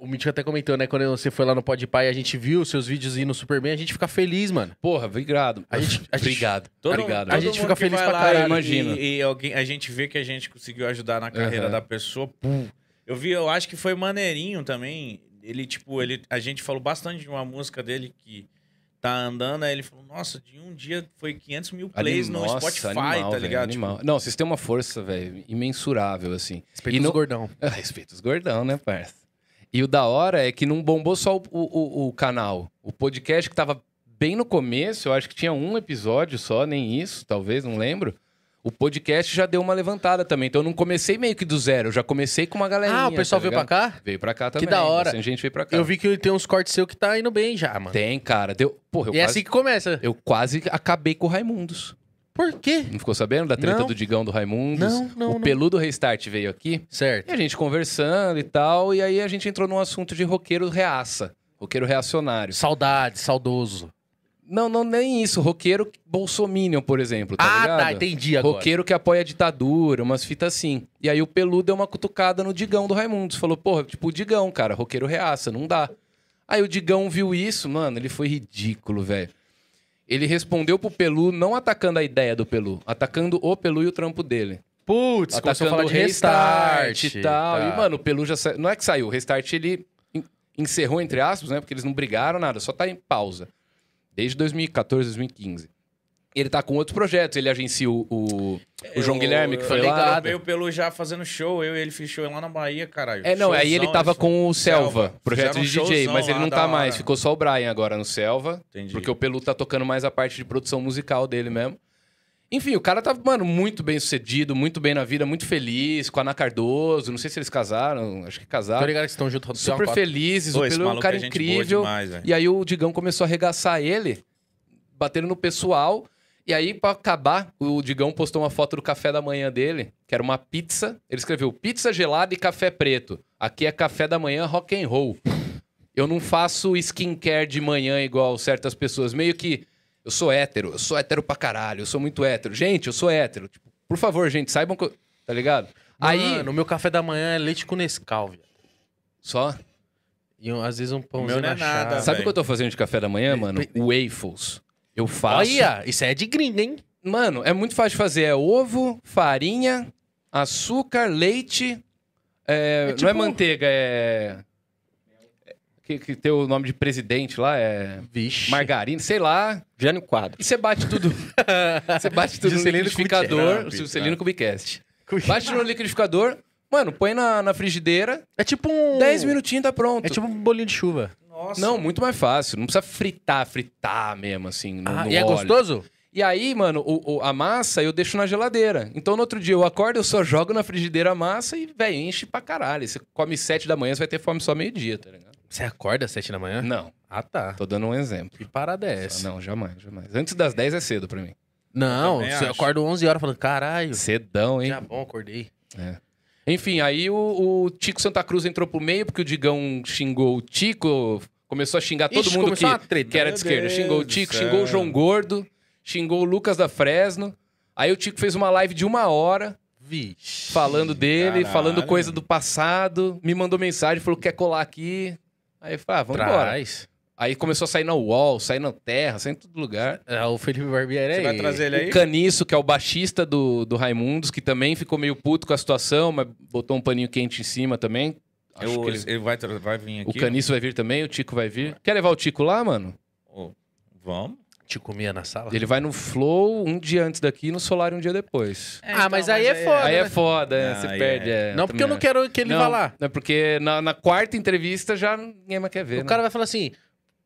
Speaker 2: o Mítico até comentou, né? Quando você foi lá no Podpah e a gente viu os seus vídeos indo super bem, a gente fica feliz, mano.
Speaker 3: Porra, obrigado.
Speaker 2: A gente- a gente-
Speaker 3: obrigado.
Speaker 1: Todo-
Speaker 3: obrigado.
Speaker 1: todo
Speaker 2: A gente
Speaker 1: mundo
Speaker 2: fica
Speaker 1: que
Speaker 2: feliz
Speaker 1: vai
Speaker 2: pra
Speaker 1: lá
Speaker 2: caralho,
Speaker 1: e-
Speaker 3: imagino.
Speaker 1: E, alguém, a gente vê que a gente conseguiu ajudar na carreira
Speaker 3: Aham.
Speaker 1: da pessoa. pum. Eu vi, eu acho que foi maneirinho também. Ele, tipo, ele, a gente falou bastante de uma música dele que tá andando, aí ele falou, nossa, de um dia foi 500 mil plays
Speaker 3: Anim-
Speaker 1: no
Speaker 3: Nossa,
Speaker 1: Spotify,
Speaker 3: animal,
Speaker 1: tá
Speaker 3: velho,
Speaker 1: ligado? Tipo,
Speaker 3: animal. Não, vocês têm uma força, velho, imensurável, assim.
Speaker 2: Respeito
Speaker 3: E
Speaker 2: os
Speaker 3: não-
Speaker 2: gordão.
Speaker 3: Ah, Respeito os gordão, né, parça? E o da hora é que não bombou só o, o- o- o canal. O podcast que tava bem no começo, eu acho que tinha um episódio só, nem isso, talvez, não lembro. O podcast já deu uma levantada também. Então eu não comecei meio que do zero, eu já comecei com uma galerinha.
Speaker 2: Ah, o pessoal
Speaker 3: tá
Speaker 2: veio pra
Speaker 3: ligado?
Speaker 2: cá?
Speaker 3: Veio pra cá também.
Speaker 2: da hora.
Speaker 3: Bastante gente veio pra cá.
Speaker 2: Eu vi que tem uns cortes seu que tá indo bem já, mano.
Speaker 3: Tem, cara. Deu... Porra, eu,
Speaker 2: e é
Speaker 3: quase...
Speaker 2: assim que começa.
Speaker 3: eu quase acabei com o Raimundos.
Speaker 2: Por quê?
Speaker 3: Não ficou sabendo da treta
Speaker 2: Não.
Speaker 3: do Digão do Raimundos?
Speaker 2: Não, não,
Speaker 3: O
Speaker 2: não.
Speaker 3: Peludo Restart veio aqui.
Speaker 2: Certo.
Speaker 3: E a gente conversando e tal. E aí a gente entrou num assunto de roqueiro reaça. Roqueiro reacionário.
Speaker 2: Saudade, saudoso.
Speaker 3: Não, não, nem isso. Roqueiro bolsominion, por exemplo, tá
Speaker 2: ah,
Speaker 3: ligado?
Speaker 2: tá, entendi agora.
Speaker 3: Roqueiro que apoia a ditadura, umas fitas assim. E aí o Peludo deu uma cutucada no Digão do Raimundos. Falou, porra, tipo, o Digão, cara, roqueiro reaça, não dá. Aí o Digão viu isso, mano, ele foi ridículo, velho. Ele respondeu pro Pelu, não atacando a ideia do Pelu, atacando o Pelu e o trampo dele.
Speaker 2: Putz, começou a
Speaker 3: atacando
Speaker 2: falar tá de restart
Speaker 3: e tal.
Speaker 2: tá.
Speaker 3: E, mano, o Pelu já sa... Não é que saiu, o restart ele en- encerrou, entre aspas, né? Porque eles não brigaram, nada, só tá em pausa. Desde 2014, 2015. Ele tá com outros projetos, ele agencia o- o o
Speaker 1: É,
Speaker 3: João Guilherme que
Speaker 1: eu-
Speaker 3: foi
Speaker 1: eu
Speaker 3: lá.
Speaker 1: Eu veio pelo já fazendo show, eu e ele fiz show lá na Bahia, caralho.
Speaker 3: É, não, aí
Speaker 1: Showzão,
Speaker 3: ele tava
Speaker 1: isso.
Speaker 3: com o Selva,
Speaker 1: Selva.
Speaker 3: projeto de
Speaker 1: Fizeram um
Speaker 3: DJ, mas
Speaker 1: showzão
Speaker 3: ele não
Speaker 1: lá,
Speaker 3: tá
Speaker 1: da
Speaker 3: mais.
Speaker 1: hora.
Speaker 3: Ficou só o Brian agora no Selva,
Speaker 1: Entendi.
Speaker 3: porque o Pelu tá tocando mais a parte de produção musical dele mesmo. Enfim, o cara tá, mano, muito bem sucedido, muito bem na vida, muito feliz, com a Ana Cardoso, não sei se eles casaram, acho que
Speaker 2: Tô
Speaker 3: casaram.
Speaker 2: ligado que estão junto.
Speaker 3: Super felizes,
Speaker 1: Pô,
Speaker 3: o
Speaker 1: esse
Speaker 3: Pelu é um
Speaker 1: maluco
Speaker 3: cara
Speaker 1: é gente boa
Speaker 3: incrível.
Speaker 1: demais, velho.
Speaker 3: E aí o Digão começou a arregaçar ele, batendo no pessoal. E aí, pra acabar, o Digão postou uma foto do café da manhã dele, que era uma pizza. Ele escreveu pizza gelada e café preto. Aqui é café da manhã rock and roll. Eu não faço skincare de manhã igual certas pessoas. Meio que eu sou hétero, eu sou hétero pra caralho, eu sou muito hétero. Gente, eu sou hétero. Tipo, por favor, gente, saibam que eu... Tá ligado?
Speaker 2: Aí,
Speaker 3: aí,
Speaker 2: no meu café da manhã é leite com Nescau, velho.
Speaker 3: só...
Speaker 2: E um- às vezes um pãozinho
Speaker 1: meu não é
Speaker 2: na chave.
Speaker 1: nada,
Speaker 3: Sabe o
Speaker 1: velho.
Speaker 3: que eu tô fazendo de café da manhã, mano? Waffles. Eu faço...
Speaker 2: Olha, isso é de gringa, hein?
Speaker 3: Mano, é muito fácil de fazer. É ovo, farinha, açúcar, leite. é,
Speaker 2: É
Speaker 3: Não é
Speaker 2: tipo-
Speaker 3: manteiga, é. que, que tem o nome de presidente lá, é
Speaker 2: Vixe.
Speaker 3: Margarina, sei lá.
Speaker 4: Jânio Quadro.
Speaker 3: E você bate tudo. você bate tudo no
Speaker 2: Juscelino
Speaker 3: liquidificador,
Speaker 1: Kubitschek.
Speaker 3: Juscelino Kubicast. Bate no liquidificador, mano, põe na, na frigideira,
Speaker 2: É tipo um.
Speaker 3: 10 minutinhos tá pronto.
Speaker 2: É tipo um bolinho de chuva.
Speaker 1: Nossa.
Speaker 3: Não, muito mais fácil. Não precisa fritar, fritar mesmo, assim, no,
Speaker 2: Ah,
Speaker 3: no
Speaker 2: e é
Speaker 3: óleo.
Speaker 2: gostoso?
Speaker 3: E aí, mano, o- o- a massa eu deixo na geladeira. Então, no outro dia eu acordo, eu só jogo na frigideira a massa e, velho, enche pra caralho. Você come sete da manhã, você vai ter fome só meio-dia, tá ligado?
Speaker 2: Você acorda às 7 da manhã?
Speaker 3: Não,
Speaker 2: Ah, tá.
Speaker 3: tô dando um exemplo.
Speaker 2: Que parada é
Speaker 3: Ah,
Speaker 2: essa?
Speaker 3: Não, jamais, jamais. Antes das 10 é cedo pra mim.
Speaker 2: Não,
Speaker 1: também
Speaker 2: você
Speaker 1: acho.
Speaker 2: acorda 11 horas falando, caralho.
Speaker 3: Cedão, hein?
Speaker 2: Já bom, acordei.
Speaker 3: Enfim, aí o, o Tico Santa Cruz entrou pro meio porque o Digão xingou o Tico, começou a xingar todo
Speaker 2: Ixi,
Speaker 3: mundo que,
Speaker 2: começou uma treta.
Speaker 3: que era
Speaker 1: Meu
Speaker 3: de esquerda.
Speaker 1: Deus
Speaker 3: xingou
Speaker 1: do
Speaker 3: o Tico,
Speaker 1: céu.
Speaker 3: xingou o João Gordo, xingou o Lucas da Fresno. Aí o Tico fez uma live de uma hora
Speaker 2: Vixe.
Speaker 3: falando dele,
Speaker 1: caralho.
Speaker 3: falando coisa do passado, me mandou mensagem, falou que quer colar aqui. Aí eu falei, ah, vamos embora.
Speaker 2: Traz.
Speaker 3: Aí começou a sair na UOL, sair na Terra, sair em todo lugar.
Speaker 2: É, o Felipe Barbieri
Speaker 1: Você
Speaker 2: aí.
Speaker 1: vai trazer ele aí?
Speaker 3: O Caniço, que é o baixista do, do Raimundos, que também ficou meio puto com a situação, mas botou um paninho quente em cima também. Acho
Speaker 1: Eu-
Speaker 3: que ele-
Speaker 1: Ele vai, tra- vai vir
Speaker 3: O
Speaker 1: aqui.
Speaker 3: Caniço vai vir também, o Tico vai vir. Quer levar o Tico lá, mano?
Speaker 1: Ô, vamos.
Speaker 2: Te comia na sala?
Speaker 3: Ele vai no Flow um dia antes daqui e no Solar um dia depois.
Speaker 2: Ah, mas aí é foda.
Speaker 3: Aí é
Speaker 2: né?
Speaker 3: foda, é,
Speaker 1: Não,
Speaker 3: você
Speaker 1: Ah, aí
Speaker 3: perde. é,
Speaker 2: Não, porque eu
Speaker 3: também
Speaker 2: não quero que ele
Speaker 3: Não,
Speaker 2: vá lá.
Speaker 3: É porque na, na quarta entrevista já ninguém mais quer ver.
Speaker 2: O
Speaker 3: né?
Speaker 2: cara vai falar assim,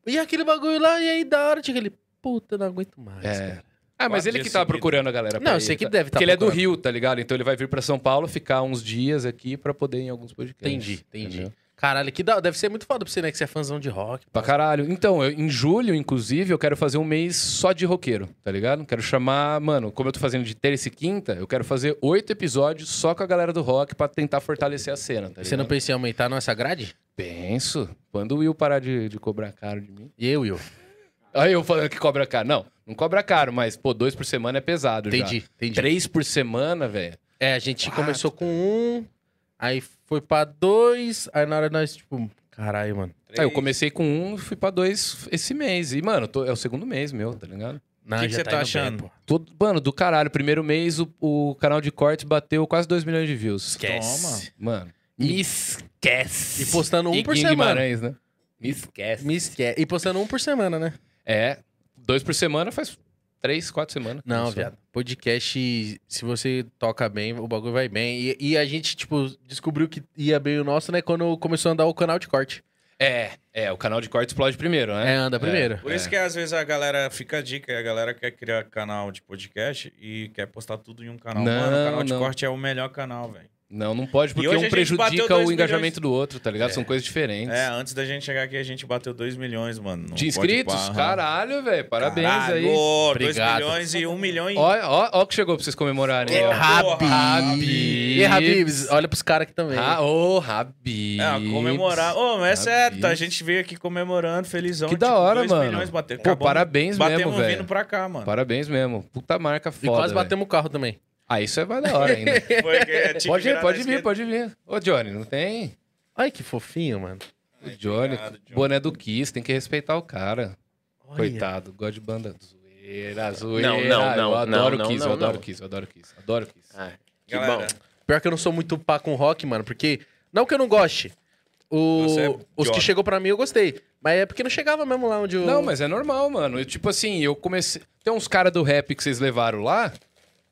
Speaker 2: e aquele bagulho lá, e aí da hora tinha aquele... Puta, não aguento mais,
Speaker 3: É.
Speaker 2: cara.
Speaker 3: Ah, mas
Speaker 1: Quatro
Speaker 3: ele que
Speaker 1: dias
Speaker 3: tá
Speaker 1: seguidos.
Speaker 3: procurando a galera. pra
Speaker 2: Não, eu
Speaker 3: ir,
Speaker 2: sei que
Speaker 3: tá?
Speaker 2: deve estar
Speaker 3: Porque ele é do Rio, tá ligado? Então ele vai vir pra São Paulo ficar uns dias aqui pra poder ir em alguns podcasts.
Speaker 2: Entendi, entendi.
Speaker 3: entendeu?
Speaker 2: Caralho, que da... deve ser muito foda pra você, né? Que você é fãzão de rock.
Speaker 3: Pra caralho. Então, eu- em julho, inclusive, eu quero fazer um mês só de roqueiro, tá ligado? Quero chamar, mano, como eu tô fazendo de terça e quinta, eu quero fazer oito episódios só com a galera do rock pra tentar fortalecer a cena, tá ligado?
Speaker 2: Você não pensa em aumentar a nossa grade?
Speaker 3: Penso. Quando o Will parar de, de cobrar caro de mim.
Speaker 2: E eu, eu.
Speaker 3: Aí eu falando que cobra caro. Não, não cobra caro, mas, pô, dois por semana é pesado já.
Speaker 2: Entendi, entendi.
Speaker 3: Três por semana, velho.
Speaker 2: É, a gente
Speaker 3: Quatro,
Speaker 2: começou com um, aí foi pra dois, aí na hora nós, tipo, caralho, mano.
Speaker 3: Aí eu comecei com um, fui pra dois esse mês. E, mano, tô- é o segundo mês meu, tá ligado?
Speaker 2: Não,
Speaker 1: que
Speaker 2: já
Speaker 1: você tá
Speaker 2: indo bem,
Speaker 1: achando?
Speaker 2: pô.
Speaker 3: Tô- mano, do caralho. Primeiro mês, o, o canal de corte bateu quase 2 milhões de views.
Speaker 2: Esquece.
Speaker 3: Mano, me esquece.
Speaker 2: E postando um
Speaker 3: E
Speaker 2: por
Speaker 3: Guim
Speaker 2: semana.
Speaker 3: Guimarães, né? Me esquece.
Speaker 2: Me esquece. E postando um por semana, né?
Speaker 3: É, dois por semana faz três, quatro semanas.
Speaker 2: Não,
Speaker 3: Começou.
Speaker 2: viado. Podcast, se você toca bem, o bagulho vai bem. E, e a gente, tipo, descobriu que ia bem o nosso, né? Quando começou a andar o canal de corte.
Speaker 3: É, é, o canal de corte explode primeiro,
Speaker 2: É,
Speaker 3: né?
Speaker 2: anda primeiro.
Speaker 1: Por isso que às vezes a galera fica a dica, a galera quer criar canal de podcast e quer postar tudo em um canal.
Speaker 3: Não,
Speaker 1: Mano, o canal de
Speaker 3: não.
Speaker 1: corte é o melhor canal, velho.
Speaker 3: Não, não pode, porque
Speaker 1: hoje a
Speaker 3: um
Speaker 1: gente bateu
Speaker 3: prejudica
Speaker 1: dois
Speaker 3: o
Speaker 1: milhões.
Speaker 3: engajamento do outro, tá ligado? São coisas diferentes.
Speaker 1: É, antes da gente chegar aqui, a gente bateu 2 milhões, mano. no
Speaker 3: De inscritos?
Speaker 1: Podpah.
Speaker 3: Caralho, velho. Parabéns aí.
Speaker 1: 2
Speaker 2: Obrigado.
Speaker 1: milhões e 1 um milhão e...
Speaker 3: Ó, ó, ó que chegou pra vocês comemorarem.
Speaker 1: É,
Speaker 3: ó.
Speaker 2: Rabi.
Speaker 3: Rabi.
Speaker 2: E Rabibs, olha pros caras aqui também.
Speaker 3: Ra ô, Rabi.
Speaker 1: É, comemorar. Ô, mas é sério, tá? A
Speaker 3: Rabibs.
Speaker 1: gente veio aqui comemorando, felizão.
Speaker 3: Que da hora,
Speaker 1: 2
Speaker 3: mano.
Speaker 1: milhões bateu.
Speaker 3: Pô, parabéns
Speaker 1: Batemos
Speaker 3: mesmo, velho.
Speaker 1: vindo pra cá, mano.
Speaker 3: Parabéns mesmo. Puta marca
Speaker 2: e
Speaker 3: foda.
Speaker 2: quase
Speaker 3: velho.
Speaker 2: batemos o carro também.
Speaker 3: Ah, isso é mais da hora ainda.
Speaker 1: Foi que é, tinha
Speaker 3: pode
Speaker 1: que virar
Speaker 3: ir,
Speaker 1: na
Speaker 3: pode vir,
Speaker 1: esquerda.
Speaker 3: pode vir. Ô, Johnny, não tem?
Speaker 2: Ai, que fofinho, mano.
Speaker 3: O Johnny,
Speaker 1: obrigado, Johnny.
Speaker 3: boné do Kiss, tem que respeitar o cara.
Speaker 2: Olha.
Speaker 3: Coitado, gosta de banda. Zoeira, zoeira.
Speaker 4: Não, não, não,
Speaker 3: Eu adoro
Speaker 4: não,
Speaker 3: Kiss,
Speaker 4: não,
Speaker 3: eu
Speaker 4: não,
Speaker 3: adoro
Speaker 4: não.
Speaker 3: Kiss, eu adoro Kiss, adoro Kiss.
Speaker 4: Ah, que
Speaker 1: Galera,
Speaker 4: bom.
Speaker 2: Pior que eu não sou muito pá com rock, mano, porque. Não que eu não goste. O-
Speaker 1: Você é
Speaker 2: os
Speaker 1: idiota.
Speaker 2: que chegou pra mim eu gostei. Mas é porque não chegava mesmo lá onde eu.
Speaker 3: Não, mas é normal, mano. Eu, tipo assim, eu comecei. Tem uns caras do rap que vocês levaram lá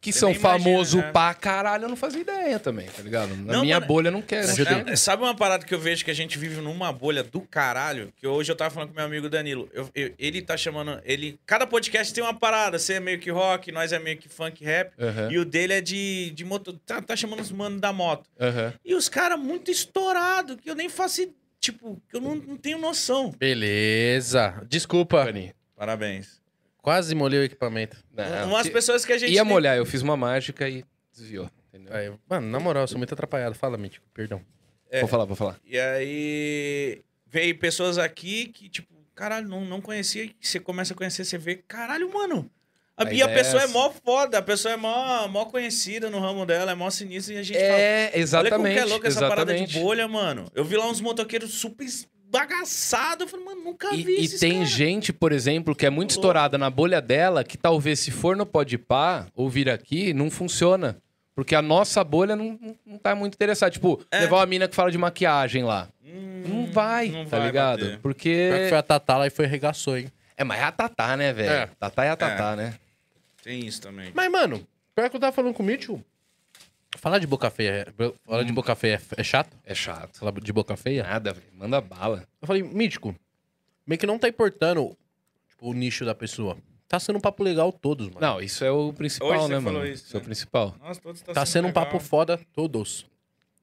Speaker 3: que
Speaker 1: Você
Speaker 3: são
Speaker 1: nem imagina,
Speaker 3: famosos
Speaker 1: né?
Speaker 3: pra caralho, eu não fazia ideia também, tá ligado? Na
Speaker 1: Não, mano,
Speaker 3: minha
Speaker 1: é
Speaker 3: bolha não quer. não
Speaker 1: Sabe-
Speaker 3: chega.
Speaker 1: Sabe uma parada que eu vejo que a gente vive numa bolha do caralho? Que hoje eu tava falando com meu amigo Danilo. Eu- eu- ele tá chamando. Ele. Cada podcast tem uma parada. Você é meio que rock, nós é meio que funk rap.
Speaker 3: Aham,
Speaker 1: E o dele é de, de moto. Tá, tá chamando os manos da moto.
Speaker 3: aham.
Speaker 1: E os caras muito estourado que eu nem faço. i- Tipo, que eu não, não tenho noção.
Speaker 2: Beleza. Desculpa.
Speaker 3: Pani.
Speaker 1: Parabéns.
Speaker 2: Quase molhei o equipamento.
Speaker 3: Não,
Speaker 1: Umas
Speaker 3: se-
Speaker 1: pessoas que a gente.
Speaker 3: Ia
Speaker 1: nem-
Speaker 3: molhar, eu fiz uma mágica e desviou. entendeu?
Speaker 2: Aí, mano, na moral, eu sou muito atrapalhado. Fala, Mítico, perdão.
Speaker 1: É.
Speaker 3: Vou falar, vou falar.
Speaker 1: E aí veio pessoas aqui que, tipo, caralho, não, não conhecia. E Você começa a conhecer, você vê, caralho, mano. A,
Speaker 3: A
Speaker 1: e a
Speaker 3: ideia é
Speaker 1: pessoa é
Speaker 3: essa.
Speaker 1: mó foda, a pessoa é mó, mó conhecida no ramo dela, é mó sinistra e a gente fala.
Speaker 3: É,
Speaker 1: Olha como
Speaker 3: exatamente.
Speaker 1: que é louco essa parada de
Speaker 3: exatamente.
Speaker 1: bolha, mano. Eu vi lá uns motoqueiros super bagaçados. Eu falei, mano, nunca vi
Speaker 3: E, e
Speaker 1: esses
Speaker 3: tem
Speaker 1: caras.
Speaker 3: gente, por exemplo, que é muito
Speaker 1: Louco.
Speaker 3: estourada na bolha dela, que talvez se for no Podpah ou vir aqui, não funciona. Porque a nossa bolha não, não- não tá muito interessada. Tipo, levar uma mina que fala de maquiagem lá.
Speaker 1: É. Hum,
Speaker 3: Não vai,
Speaker 1: Não
Speaker 3: tá
Speaker 1: vai
Speaker 3: ligado?
Speaker 1: bater.
Speaker 3: Porque.
Speaker 2: Pior é que foi a Tatá lá e foi arregaçou, hein?
Speaker 3: É, mas é a Tatá, né, velho?
Speaker 2: É.
Speaker 3: Tatá é a Tatá, né?
Speaker 1: Tem isso também.
Speaker 2: Mas, mano, pior que eu tava falando com o Mitchell. Falar de boca feia, é- falar de boca feia é- é chato?
Speaker 3: É chato.
Speaker 2: Falar de boca feia?
Speaker 3: Nada, velho. Manda bala.
Speaker 2: Eu falei, Mítico, meio que não tá importando tipo, o nicho da pessoa. Tá sendo um papo legal todos, mano.
Speaker 3: Não, isso é o principal,
Speaker 1: Hoje você
Speaker 3: né,
Speaker 1: falou
Speaker 3: mano?
Speaker 1: isso,
Speaker 3: Isso é o
Speaker 1: né?
Speaker 3: principal.
Speaker 1: Nossa, todos tá,
Speaker 2: tá sendo um
Speaker 1: legal.
Speaker 2: papo foda todos.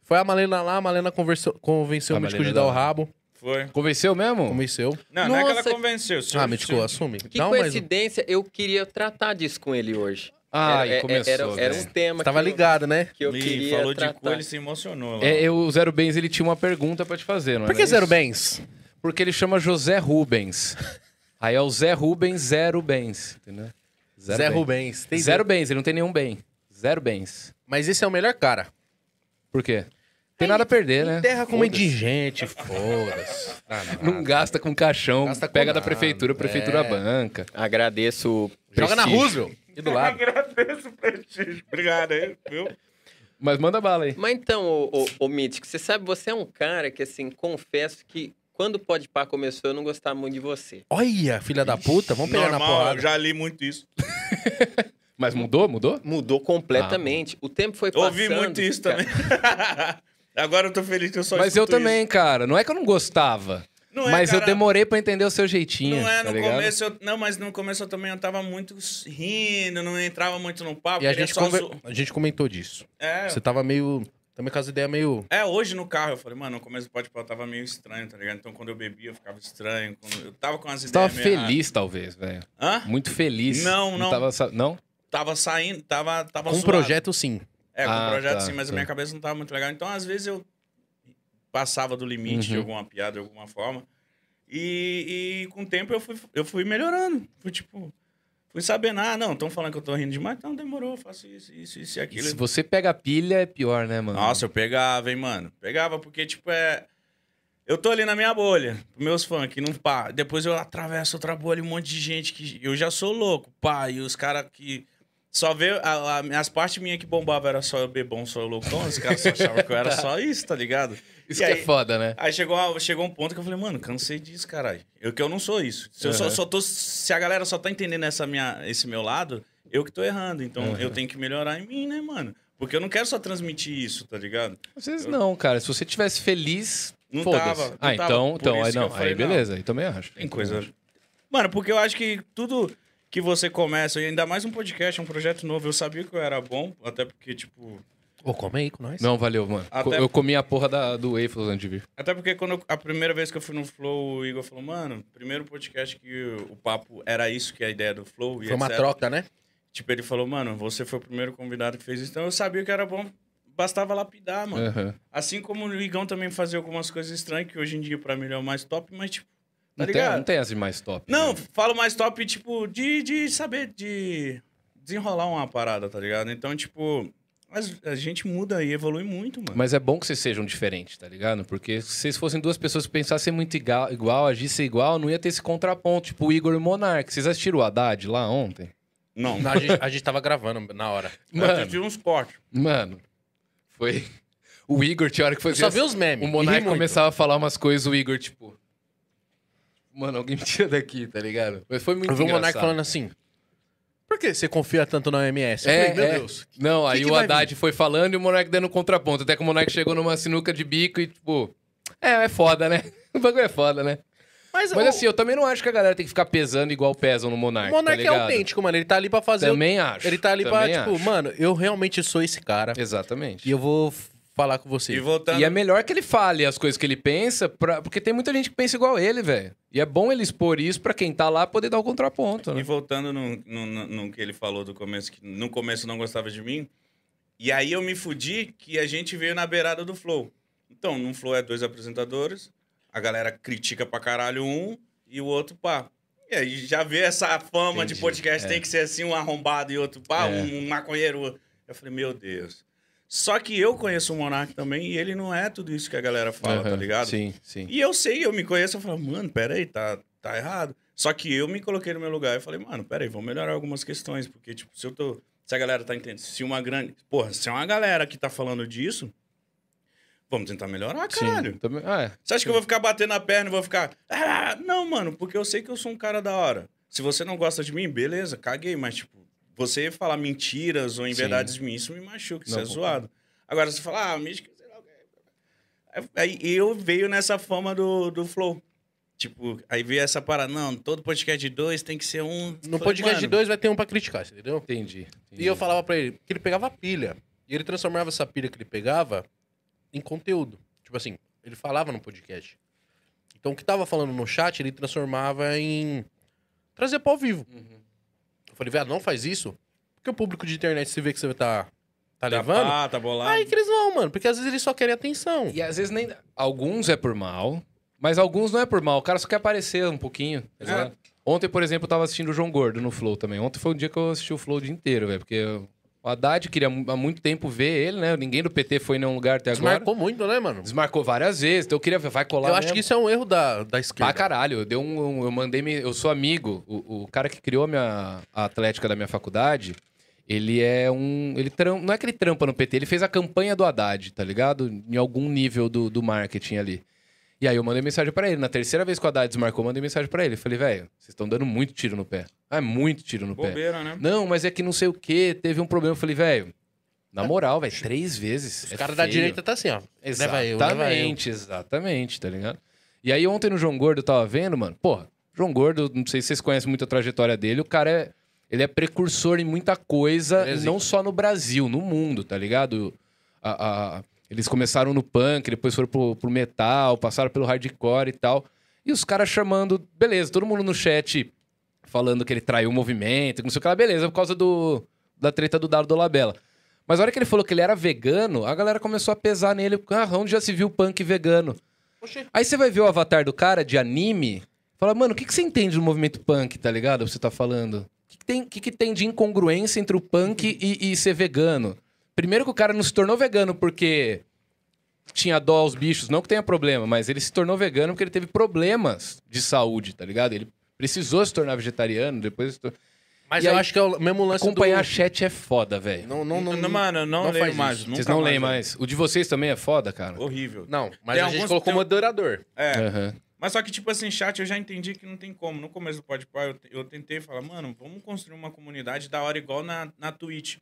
Speaker 2: Foi a Malena lá, a Malena conversou- convenceu
Speaker 3: A
Speaker 2: o Mítico
Speaker 3: Malena
Speaker 2: de
Speaker 3: da
Speaker 2: dar o
Speaker 3: hora.
Speaker 2: rabo,
Speaker 1: Foi.
Speaker 3: Convenceu mesmo?
Speaker 2: convenceu.
Speaker 1: Não, não é que
Speaker 4: Nossa,
Speaker 1: ela convenceu. Seu,
Speaker 2: ah, Mítico, assume.
Speaker 4: Que
Speaker 2: Dá um mais um.
Speaker 4: coincidência, eu queria tratar disso com ele hoje.
Speaker 3: Ai,
Speaker 4: era, é-
Speaker 3: Ah, começou.
Speaker 4: Era, era um
Speaker 3: velho.
Speaker 4: tema
Speaker 2: Você tava
Speaker 4: que eu-
Speaker 2: ligado, né?
Speaker 4: que eu
Speaker 1: Ih,
Speaker 4: queria
Speaker 1: falou
Speaker 4: tratar.
Speaker 1: de cu, ele se emocionou lá.
Speaker 3: É, eu- o Zero Bens, ele tinha uma pergunta pra te fazer, não é?
Speaker 2: Por que zero bens?
Speaker 3: Porque ele chama José Rubens. Aí é o Zé Rubens, Zero Bens, entendeu?
Speaker 2: Zé
Speaker 3: bem.
Speaker 2: Rubens. Tem
Speaker 3: Zero Bens, ele não tem nenhum bem. Zero Bens.
Speaker 2: Mas esse é o melhor cara.
Speaker 3: Por quê? Tem nada a perder, né?
Speaker 2: Terra como indigente, foda-se. Ah,
Speaker 3: Não gasta com caixão,
Speaker 2: Gasta com
Speaker 3: pega da
Speaker 2: nada,
Speaker 3: prefeitura, a prefeitura
Speaker 2: é.
Speaker 3: banca.
Speaker 4: Agradeço o
Speaker 2: Joga na
Speaker 4: prestígio.
Speaker 2: Roosevelt. E do lado.
Speaker 1: agradeço o prestígio. Obrigado aí, viu?
Speaker 3: Mas manda bala aí.
Speaker 4: Mas então, ô, ô, ô Mítico, você sabe, você é um cara que, assim, confesso que quando o Podpah começou, eu não gostava muito de você.
Speaker 2: Olha, filha da puta, vamos pegar na
Speaker 1: Normal,
Speaker 2: porrada.
Speaker 1: eu já li muito isso.
Speaker 3: Mas mudou, mudou?
Speaker 4: Mudou completamente. o tempo foi passando.
Speaker 1: Ouvi muito isso
Speaker 4: cara.
Speaker 1: também. Agora eu tô feliz que eu só
Speaker 3: Mas eu
Speaker 1: escuto isso.
Speaker 3: também, cara. Não é que eu não gostava.
Speaker 1: Não é,
Speaker 3: mas eu
Speaker 1: cara,
Speaker 3: demorei pra entender o seu jeitinho.
Speaker 1: Não é, no
Speaker 3: tá ligado?
Speaker 1: começo eu, Não, mas no começo eu também eu tava muito rindo, não entrava muito no papo.
Speaker 2: E a
Speaker 1: queria
Speaker 2: gente,
Speaker 1: só
Speaker 2: conver-
Speaker 1: zo-
Speaker 2: a gente comentou disso.
Speaker 1: é,
Speaker 2: Você tava meio. Também com um as ideias meio.
Speaker 1: é, hoje no carro eu falei, mano, no começo do podcast eu tava meio estranho, tá ligado? Então quando eu bebia eu ficava estranho. quando- Eu tava com as
Speaker 3: Você tava
Speaker 1: ideias. meio
Speaker 3: feliz, talvez, velho.
Speaker 1: erradas. Hã?
Speaker 3: Muito feliz.
Speaker 1: é, Não, não.
Speaker 3: Tava, sa- não?
Speaker 1: Tava saindo, tava. tava
Speaker 2: Com um
Speaker 1: zoado.
Speaker 2: projeto, sim.
Speaker 1: É, com
Speaker 3: Ah,
Speaker 1: o projeto
Speaker 3: tá,
Speaker 1: sim, mas a
Speaker 3: tá.
Speaker 1: minha cabeça não tava muito legal. Então, às vezes, eu passava do limite de
Speaker 3: Uhum.
Speaker 1: alguma piada, de alguma forma. E, e com o tempo eu fui, eu fui melhorando. Fui tipo. Fui sabendo, ah, não, estão falando que eu tô rindo demais, então demorou, eu faço isso, isso, isso e
Speaker 3: E
Speaker 1: aquilo.
Speaker 3: se você pega a pilha, é pior, né, mano?
Speaker 1: Nossa, eu pegava, hein, mano. Pegava, porque, tipo, é. Eu tô ali na minha bolha, pros meus fãs, que não pá. Depois eu atravesso outra bolha, um monte de gente que. Eu já sou louco, pá. E os caras que. Só vê. a- a- as partes minhas que bombavam era só eu bebom, só eu loucão. Os caras só achavam que eu era só isso, tá ligado?
Speaker 3: Isso
Speaker 1: e
Speaker 3: que é
Speaker 1: aí-
Speaker 3: foda, né?
Speaker 1: Aí chegou, a- chegou um ponto que eu falei, mano, cansei disso, caralho. Eu que eu não sou isso. Se, eu só,
Speaker 3: Aham.
Speaker 1: só tô, se a galera só tá entendendo essa minha, esse meu lado, eu que tô errando. Então
Speaker 3: Aham.
Speaker 1: eu tenho que melhorar em mim, né, mano? Porque eu não quero só transmitir isso, tá ligado?
Speaker 3: Às vezes não, cara. Se você tivesse feliz,
Speaker 1: Não
Speaker 3: foda-se.
Speaker 1: tava, não
Speaker 3: ah,
Speaker 1: tava.
Speaker 3: então,
Speaker 1: Por
Speaker 3: então,
Speaker 1: isso
Speaker 3: aí
Speaker 1: que eu
Speaker 3: não.
Speaker 1: falei,
Speaker 3: aí
Speaker 1: não.
Speaker 3: beleza, aí também acho.
Speaker 1: Tem coisa. Mano, porque eu acho que tudo que você começa, e ainda mais um podcast, um projeto novo, eu sabia que eu era bom, até porque, tipo.
Speaker 2: Ô, come aí com nós.
Speaker 3: Não, valeu, mano.
Speaker 1: assim. Até-
Speaker 3: Co- Eu comi a porra da, do Waffles antes de vir.
Speaker 1: Até porque quando eu- a primeira vez que eu fui no Flow, o Igor falou, mano, primeiro podcast que o papo era isso que é a ideia do Flow. E
Speaker 2: Foi uma
Speaker 1: etc.
Speaker 2: troca, né?
Speaker 1: Tipo, ele falou, mano, você foi o primeiro convidado que fez isso. Então eu sabia que era bom, bastava lapidar, mano.
Speaker 3: Aham.
Speaker 1: Assim como o Igão também fazia algumas coisas estranhas, que hoje em dia pra mim ele é o mais top, mas tipo, tá
Speaker 3: Não, tem,
Speaker 1: ligado?
Speaker 3: não tem essa de mais top.
Speaker 1: Não,
Speaker 3: né?
Speaker 1: falo mais top, tipo, de, de saber, de desenrolar uma parada, tá ligado? Então, tipo, mas a gente muda e evolui muito, mano.
Speaker 3: Mas é bom que vocês sejam diferentes, tá ligado? Porque se vocês fossem duas pessoas que pensassem muito igual, igual agissem igual, não ia ter esse contraponto. Tipo o Igor e o Monark. Vocês assistiram o Haddad lá ontem?
Speaker 1: Não,
Speaker 2: Não, a, gente, a gente tava gravando na hora.
Speaker 1: mas eu
Speaker 3: Mano,
Speaker 1: tive uns cortes.
Speaker 3: mano. Foi. O Igor tinha hora que foi.
Speaker 2: Eu só vi os memes.
Speaker 3: é. O Monark
Speaker 2: e ri muito.
Speaker 3: começava a falar umas coisas, o Igor, tipo. Mano, alguém me tira daqui, tá ligado? Mas foi muito
Speaker 2: Eu vi o
Speaker 3: engraçado.
Speaker 2: Monark falando assim. Por que você confia tanto na OMS? Eu
Speaker 3: É,
Speaker 2: falei, meu
Speaker 3: é.
Speaker 2: Deus.
Speaker 3: Não, aí
Speaker 2: que
Speaker 3: o
Speaker 2: vai
Speaker 3: Haddad foi falando e o Monark dando contraponto. Até que o Monark chegou numa sinuca de bico e, tipo. É, é foda, né? O bagulho é foda, né?
Speaker 2: Mas,
Speaker 3: Mas
Speaker 2: o,
Speaker 3: assim, eu também não acho que a galera tem que ficar pesando igual pesam no
Speaker 2: o
Speaker 3: Monark.
Speaker 2: Monark
Speaker 3: tá
Speaker 2: é
Speaker 3: ligado?
Speaker 2: autêntico, mano. Ele tá ali pra fazer. o-
Speaker 3: Também acho.
Speaker 2: Ele tá ali pra,
Speaker 3: também
Speaker 2: tipo,
Speaker 3: acho.
Speaker 2: mano, eu realmente sou esse cara.
Speaker 3: Exatamente.
Speaker 2: E tá eu vou f- falar com você.
Speaker 1: E voltando.
Speaker 3: E é melhor que ele fale as coisas que ele pensa, pra- porque tem muita gente que pensa igual ele, velho. E é bom ele expor isso pra quem tá lá poder dar o contraponto,
Speaker 1: E
Speaker 3: né?
Speaker 1: voltando no, no- no- no que ele falou do começo, que no começo não gostava de mim. E aí eu me fudi que a gente veio na beirada do Flow. Então, no Flow é dois apresentadores, a galera critica pra caralho um e o outro pá. E aí já vê essa fama
Speaker 3: Entendi,
Speaker 1: de podcast,
Speaker 3: é.
Speaker 1: tem que ser assim, um arrombado e outro pá,
Speaker 3: É.
Speaker 1: um maconheiro. Eu falei, meu Deus. Só que eu conheço o Monark também e ele não é tudo isso que a galera fala, tá
Speaker 3: Aham,
Speaker 1: ligado?
Speaker 3: Sim, sim.
Speaker 1: E eu sei, eu me conheço, eu falo, mano, peraí, tá, tá errado. Só que eu me coloquei no meu lugar e falei, mano, peraí, vamos melhorar algumas questões, porque, tipo, se eu tô. Se a galera tá entendendo, se uma grande. Porra, se é uma galera que tá falando disso, Vamos tentar melhorar, caralho.
Speaker 3: Sim. Também- ah, é.
Speaker 1: Você acha que eu vou ficar batendo a perna e vou ficar. "Ah, não, mano, porque eu sei que eu sou um cara da hora. Se você não gosta de mim, beleza, caguei, mas, tipo, você falar mentiras ou inverdades de mim, isso me machuca, isso
Speaker 3: Não,
Speaker 1: é
Speaker 3: concordo.
Speaker 1: zoado. Agora, você fala, ah, mística, sei lá o quê. Aí eu veio nessa fama do, do Flow. Tipo, aí veio essa parada, não, todo podcast de dois tem que ser um.
Speaker 2: No
Speaker 1: Falei,
Speaker 2: podcast de
Speaker 1: "Mano,
Speaker 2: dois vai ter um pra criticar, entendeu?
Speaker 3: Entendi. entendi.
Speaker 2: E eu falava pra ele que ele pegava pilha. E ele transformava essa pilha que ele pegava em conteúdo. Tipo assim, ele falava no podcast. Então o que tava falando no chat, ele transformava em trazer pra ao vivo.
Speaker 3: Uhum.
Speaker 2: Eu falei, velho, não faz isso. Porque o público de internet se vê que você tá, tá
Speaker 1: Tá
Speaker 2: levando.
Speaker 1: pá, tá bolado.
Speaker 2: Aí que eles vão, mano. Porque às vezes eles só querem atenção.
Speaker 3: E às vezes nem. Alguns é por mal, mas alguns não é por mal. O cara só quer aparecer um pouquinho. tá
Speaker 2: É.
Speaker 3: ligado? Ontem, por exemplo, eu tava assistindo o João Gordo no Flow também. Ontem foi um dia que eu assisti o Flow o dia inteiro, velho. Porque o Haddad queria mu- há muito tempo ver ele, né? Ninguém do PT foi em nenhum lugar até agora.
Speaker 2: Desmarcou muito, né, mano?
Speaker 3: Desmarcou várias vezes. Então eu queria ver, vai colar.
Speaker 2: Eu acho
Speaker 3: mesmo.
Speaker 2: que isso é um erro da, da
Speaker 3: Pra
Speaker 2: esquerda.
Speaker 3: caralho, eu, dei um, um- eu mandei. me- Eu sou amigo. O, o cara que criou a minha a atlética da minha faculdade, ele é um. Ele tram, não é que ele trampa no PT, ele fez a campanha do Haddad, tá ligado? Em algum nível do, do marketing ali. E aí eu mandei mensagem pra ele. Na terceira vez que o Haddad desmarcou, eu mandei mensagem pra ele. Eu Falei, velho, vocês estão dando muito tiro no pé. Ah, é muito tiro no pé.
Speaker 1: Bobeira, né?
Speaker 3: Não, mas é que não sei o quê, teve um problema. Eu falei, velho, na moral, velho, três vezes.
Speaker 2: Os
Speaker 3: é
Speaker 2: caras da
Speaker 3: feio.
Speaker 2: direita tá assim, ó. Leva eu, leva eu.
Speaker 3: Exatamente, exatamente, tá ligado? E aí ontem no João Gordo eu tava vendo, mano, porra, João Gordo, não sei se vocês conhecem muito a trajetória dele, o cara é, ele é precursor em muita coisa,
Speaker 2: Ele é zica.
Speaker 3: não só no Brasil, no mundo, tá ligado? A- a- eles começaram no punk, depois foram pro, pro metal, passaram pelo hardcore e tal. E os caras chamando, beleza, todo mundo no chat falando que ele traiu o movimento, que não sei o que lá, beleza, por causa do, da treta do Dado Dolabella. Mas a hora que ele falou que ele era vegano, a galera começou a pesar nele. Ah, onde já se viu punk vegano?
Speaker 2: Oxê.
Speaker 3: Aí você vai ver o avatar do cara de anime, fala, mano, o que, que você entende do movimento punk, tá ligado? Você tá falando. O que, que tem, o que, que tem de incongruência entre o punk e, e ser vegano? Primeiro que o cara não se tornou vegano porque tinha dó aos bichos, não que tenha problema, mas ele se tornou vegano porque ele teve problemas de saúde, tá ligado? Ele precisou se tornar vegetariano, depois... se tor-
Speaker 2: Mas
Speaker 3: E
Speaker 2: eu
Speaker 3: aí-
Speaker 2: acho que é o mesmo lance
Speaker 3: Acompanhar
Speaker 2: do...
Speaker 3: chat é foda, velho.
Speaker 2: Não, não, não,
Speaker 1: Não, mano, eu não,
Speaker 2: não
Speaker 1: leio
Speaker 2: faz
Speaker 1: mais.
Speaker 2: isso.
Speaker 1: nunca
Speaker 3: Vocês não leem
Speaker 1: né?
Speaker 3: mais. O de vocês também é foda, cara?
Speaker 1: Horrível.
Speaker 2: Não, mas
Speaker 1: Tem
Speaker 2: a gente
Speaker 1: alguns
Speaker 2: colocou
Speaker 1: tem-
Speaker 2: moderador.
Speaker 1: É.
Speaker 3: Aham.
Speaker 1: Mas só que, tipo assim, chat, eu já entendi que não tem como. No começo do podcast, eu, te- eu tentei falar, mano, vamos construir uma comunidade da hora igual na, na Twitch.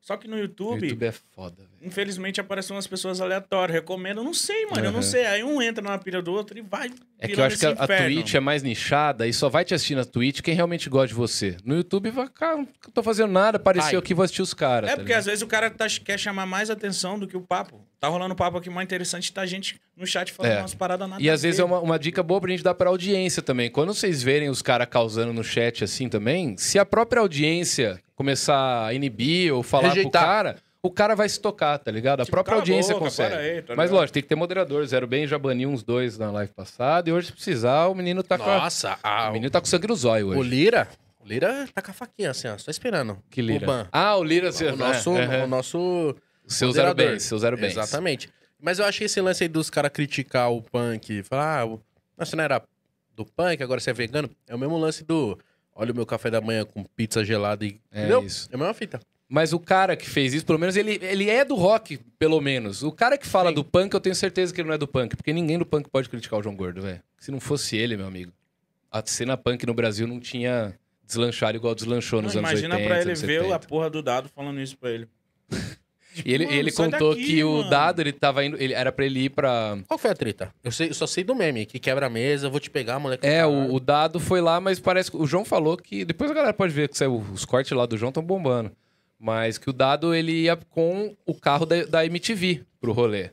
Speaker 1: Só que no
Speaker 3: O
Speaker 1: YouTube,
Speaker 3: YouTube é foda, velho.
Speaker 1: infelizmente, aparecem umas pessoas aleatórias. Recomendo, eu não sei, mano, eu
Speaker 3: Aham.
Speaker 1: não sei. Aí um entra na pilha do outro e vai.
Speaker 3: É que eu
Speaker 1: virando
Speaker 3: acho que a,
Speaker 1: esse
Speaker 3: a
Speaker 1: inferno.
Speaker 3: Twitch é mais nichada e só vai te assistir na Twitch quem realmente gosta de você. No YouTube, vai, cara, não tô fazendo nada, apareceu
Speaker 2: Ai.
Speaker 3: aqui, vou assistir os caras.
Speaker 1: É
Speaker 3: tá
Speaker 1: porque
Speaker 3: ligado?
Speaker 1: às vezes o cara tá- quer chamar mais atenção do que o papo. Tá rolando um papo aqui mais interessante, tá gente no chat falando
Speaker 3: É.
Speaker 1: umas paradas nada
Speaker 3: E
Speaker 1: a
Speaker 3: às vezes
Speaker 1: ver.
Speaker 3: é uma, uma dica boa pra gente dar pra audiência também. Quando vocês verem os caras causando no chat assim também, se a própria audiência começar a inibir ou falar
Speaker 2: Rejeitar.
Speaker 3: pro cara, o cara vai se tocar, tá ligado? A
Speaker 1: Tipo,
Speaker 3: própria
Speaker 1: cala a
Speaker 3: audiência
Speaker 1: boca,
Speaker 3: consegue.
Speaker 1: para aí, tá
Speaker 3: Mas
Speaker 1: ligado?
Speaker 3: lógico, tem que ter moderador. Zero Bem já baniu uns dois na live passada e hoje, se precisar, o menino tá com a-
Speaker 2: Nossa, a-
Speaker 3: O menino tá com sangue no zóio hoje.
Speaker 2: o Lira... O Lira tá com a faquinha assim, ó. Só esperando.
Speaker 3: Que
Speaker 2: O
Speaker 3: lira.
Speaker 2: ban.
Speaker 3: Ah, o lira. É,
Speaker 2: O nosso... O nosso...
Speaker 3: Seu zero
Speaker 2: moderador.
Speaker 3: bens, seu zero bens.
Speaker 2: Exatamente. Mas eu achei esse lance aí dos caras criticar o punk, falar, ah, o- nossa, não era do punk, agora você é vegano. É o mesmo lance do, olha o meu café da manhã com pizza gelada e...
Speaker 3: É isso.
Speaker 2: É a mesma fita.
Speaker 3: Mas o cara que fez isso, pelo menos, ele, ele é do rock, pelo menos. O cara que fala do punk, eu tenho certeza que ele não é do punk, porque ninguém do punk pode criticar o João Gordo, velho. Se não fosse ele, meu amigo, a cena punk no Brasil não tinha deslanchado igual deslanchou nos
Speaker 1: Não,
Speaker 3: anos
Speaker 1: imagina
Speaker 3: 80,
Speaker 1: pra ele
Speaker 3: anos
Speaker 1: ver
Speaker 3: 70.
Speaker 1: a porra do dado falando isso pra ele.
Speaker 3: E ele,
Speaker 1: Mano,
Speaker 3: ele
Speaker 1: sai
Speaker 3: contou
Speaker 1: daqui,
Speaker 3: que o
Speaker 1: mano.
Speaker 3: Dado, ele tava indo, ele, era pra ele ir pra...
Speaker 2: Qual foi a treta? Eu, sei- eu só sei do meme, que quebra a mesa, eu vou te pegar, moleque.
Speaker 3: É, o, o Dado foi lá, mas parece que o João falou que... Depois a galera pode ver que saiu- os cortes lá do João estão bombando. Mas que o Dado, ele ia com o carro da, da MTV pro rolê.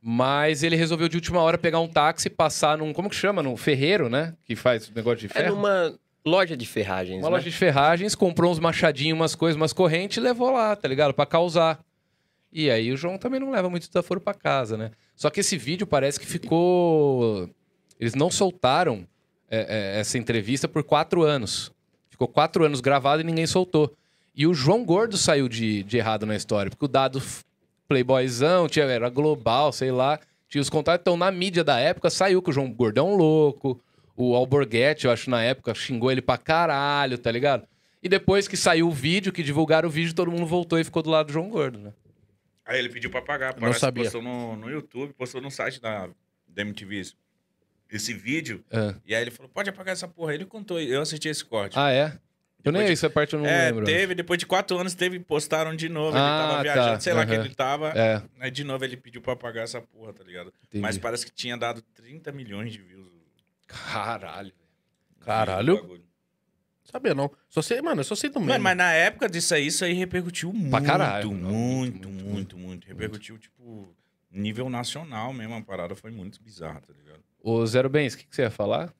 Speaker 3: Mas ele resolveu de última hora pegar um táxi e passar num... Como que chama? Num ferreiro, né? Que faz negócio de
Speaker 4: É
Speaker 3: ferro.
Speaker 4: numa loja de ferragens,
Speaker 3: Uma
Speaker 4: né?
Speaker 3: loja de ferragens, comprou uns machadinhos, umas coisas, umas correntes e levou lá, tá ligado? Pra causar. E aí o João também não leva muito desaforo pra casa, né? Só que esse vídeo parece que ficou. Eles não soltaram é, é, essa entrevista por quatro anos. Ficou quatro anos gravado e ninguém soltou. E o João Gordo saiu de, de errado na história, porque o dado f- playboyzão, tinha, era global, sei lá. Tinha os contatos, então na mídia da época saiu que o João Gordo é um louco. O Alborguete, eu acho, na época, xingou ele pra caralho, tá ligado? E depois que saiu o vídeo, que divulgaram o vídeo, todo mundo voltou e ficou do lado do João Gordo, né?
Speaker 1: Aí ele pediu pra pagar.
Speaker 2: não sabia.
Speaker 1: Postou no, no YouTube, postou no site da, da MTV isso. esse vídeo.
Speaker 3: Ah,
Speaker 1: E aí ele falou, pode apagar essa porra. Ele contou, eu assisti esse corte.
Speaker 3: Ah, é? Eu nem
Speaker 1: Depois de-
Speaker 3: isso, é parte eu não
Speaker 1: é,
Speaker 3: lembro.
Speaker 1: teve, depois de quatro anos, teve, postaram de novo. ele
Speaker 3: Ah,
Speaker 1: tava
Speaker 3: tá.
Speaker 1: viajando, sei lá que
Speaker 3: Aham.
Speaker 1: ele tava.
Speaker 3: É,
Speaker 1: Aí de novo ele pediu pra apagar essa porra, tá ligado?
Speaker 3: entendi.
Speaker 1: Mas parece que tinha dado 30 milhões de views.
Speaker 3: Caralho.
Speaker 2: Caralho.
Speaker 1: O bagulho.
Speaker 2: Sabia não. Só sei, mano, eu só sei do meme.
Speaker 1: Mano, mas na época disso aí, isso aí repercutiu muito,
Speaker 3: caralho,
Speaker 1: muito,
Speaker 3: não,
Speaker 1: muito,
Speaker 3: muito, muito,
Speaker 1: muito, Repercutiu, tipo, nível nacional mesmo. A parada foi muito bizarra, tá ligado?
Speaker 3: Ô, Zero Bens, o que, que você ia falar?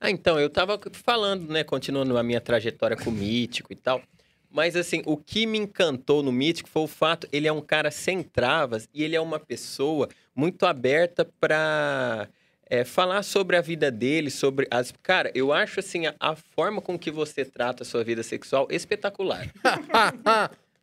Speaker 4: Ah, então, eu tava falando, né, continuando a minha trajetória com o Mítico e tal. Mas, assim, o que me encantou no Mítico foi o fato, ele é um cara sem travas e ele é uma pessoa muito aberta pra é, falar sobre a vida dele, sobre as... Cara, eu acho, assim, a, a forma com que você trata a sua vida sexual espetacular.
Speaker 2: Ah,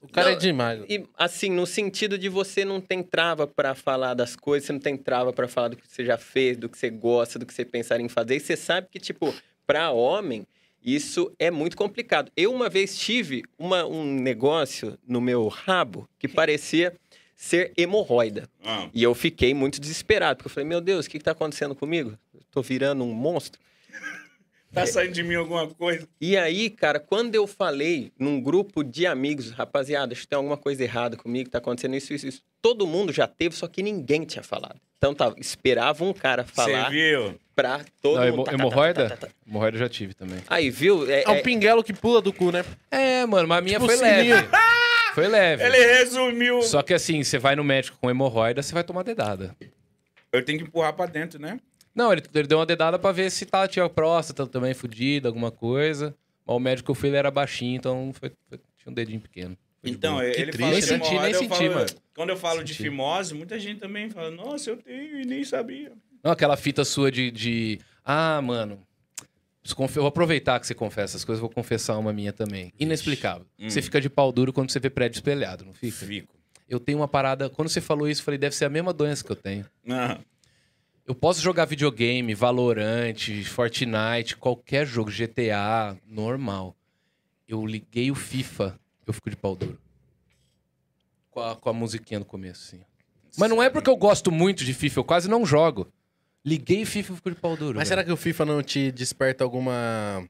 Speaker 2: o cara
Speaker 4: Não,
Speaker 2: é demais.
Speaker 4: E, assim, no sentido de você não tem trava pra falar das coisas, você não tem trava pra falar do que você já fez, do que você gosta, do que você pensaria em fazer. E você sabe que, tipo, pra homem, isso é muito complicado. Eu uma vez tive uma- um negócio no meu rabo que parecia ser hemorroida.
Speaker 1: Ah,
Speaker 4: E eu fiquei muito desesperado, porque eu falei, meu Deus, o que, que tá acontecendo comigo? Eu tô virando um monstro.
Speaker 1: tá saindo de mim alguma coisa?
Speaker 4: E aí, cara, quando eu falei num grupo de amigos, rapaziada, acho que tem alguma coisa errada comigo, tá acontecendo isso, isso, isso. Todo mundo já teve, só que ninguém tinha falado. Então tava, esperava um cara
Speaker 1: Você
Speaker 4: falar
Speaker 1: viu?
Speaker 4: pra todo
Speaker 3: Não,
Speaker 4: mundo.
Speaker 3: hemo-
Speaker 4: Tá, tá, tá,
Speaker 3: hemorroida?
Speaker 4: tá, tá, tá.
Speaker 3: Hemorroida eu já tive também.
Speaker 4: Aí, viu? É,
Speaker 2: É um
Speaker 4: é-
Speaker 2: pinguelo que pula do cu, né?
Speaker 3: É, mano, mas a minha
Speaker 2: Tipo
Speaker 3: foi
Speaker 2: um sininho.
Speaker 3: leve. Foi leve.
Speaker 1: Ele é um- resumiu.
Speaker 3: É. Só que assim, você vai no médico com hemorroida, você vai tomar dedada.
Speaker 1: Eu tenho que empurrar pra dentro, né?
Speaker 3: Não, ele, ele deu uma dedada pra ver se tá, tinha próstata também fudida, alguma coisa. Mas o médico que eu fui, ele era baixinho, então foi- foi- tinha um dedinho pequeno. Foi de
Speaker 1: Então,
Speaker 3: boa.
Speaker 1: ele
Speaker 3: triste,
Speaker 1: fala
Speaker 3: né?
Speaker 1: de
Speaker 3: Nem senti,
Speaker 1: hemorroida,
Speaker 3: nem
Speaker 1: eu
Speaker 3: senti,
Speaker 1: falo-
Speaker 3: mano.
Speaker 1: Quando eu falo de
Speaker 3: Senti.
Speaker 1: fimose, muita gente também fala, nossa, eu tenho e nem sabia.
Speaker 3: Não, aquela fita sua de... de, ah, mano... preciso confe- Eu vou aproveitar que você confessa as coisas, vou confessar uma minha também. Inexplicável.
Speaker 1: Hum.
Speaker 3: Você fica de pau duro quando você vê prédio espelhado, não fica?
Speaker 1: Fico.
Speaker 3: Eu tenho uma parada... Quando você falou isso, eu falei, deve ser a mesma doença que eu tenho.
Speaker 1: Ah,
Speaker 3: Eu posso jogar videogame, Valorant, Fortnite, qualquer jogo, GTA, normal. Eu liguei o FIFA, eu fico de pau duro. Com a, com a musiquinha no começo, sim. Mas não é porque eu gosto muito de FIFA, eu quase não jogo. Liguei FIFA, eu fico de pau duro.
Speaker 2: Mas será que o FIFA não te desperta alguma.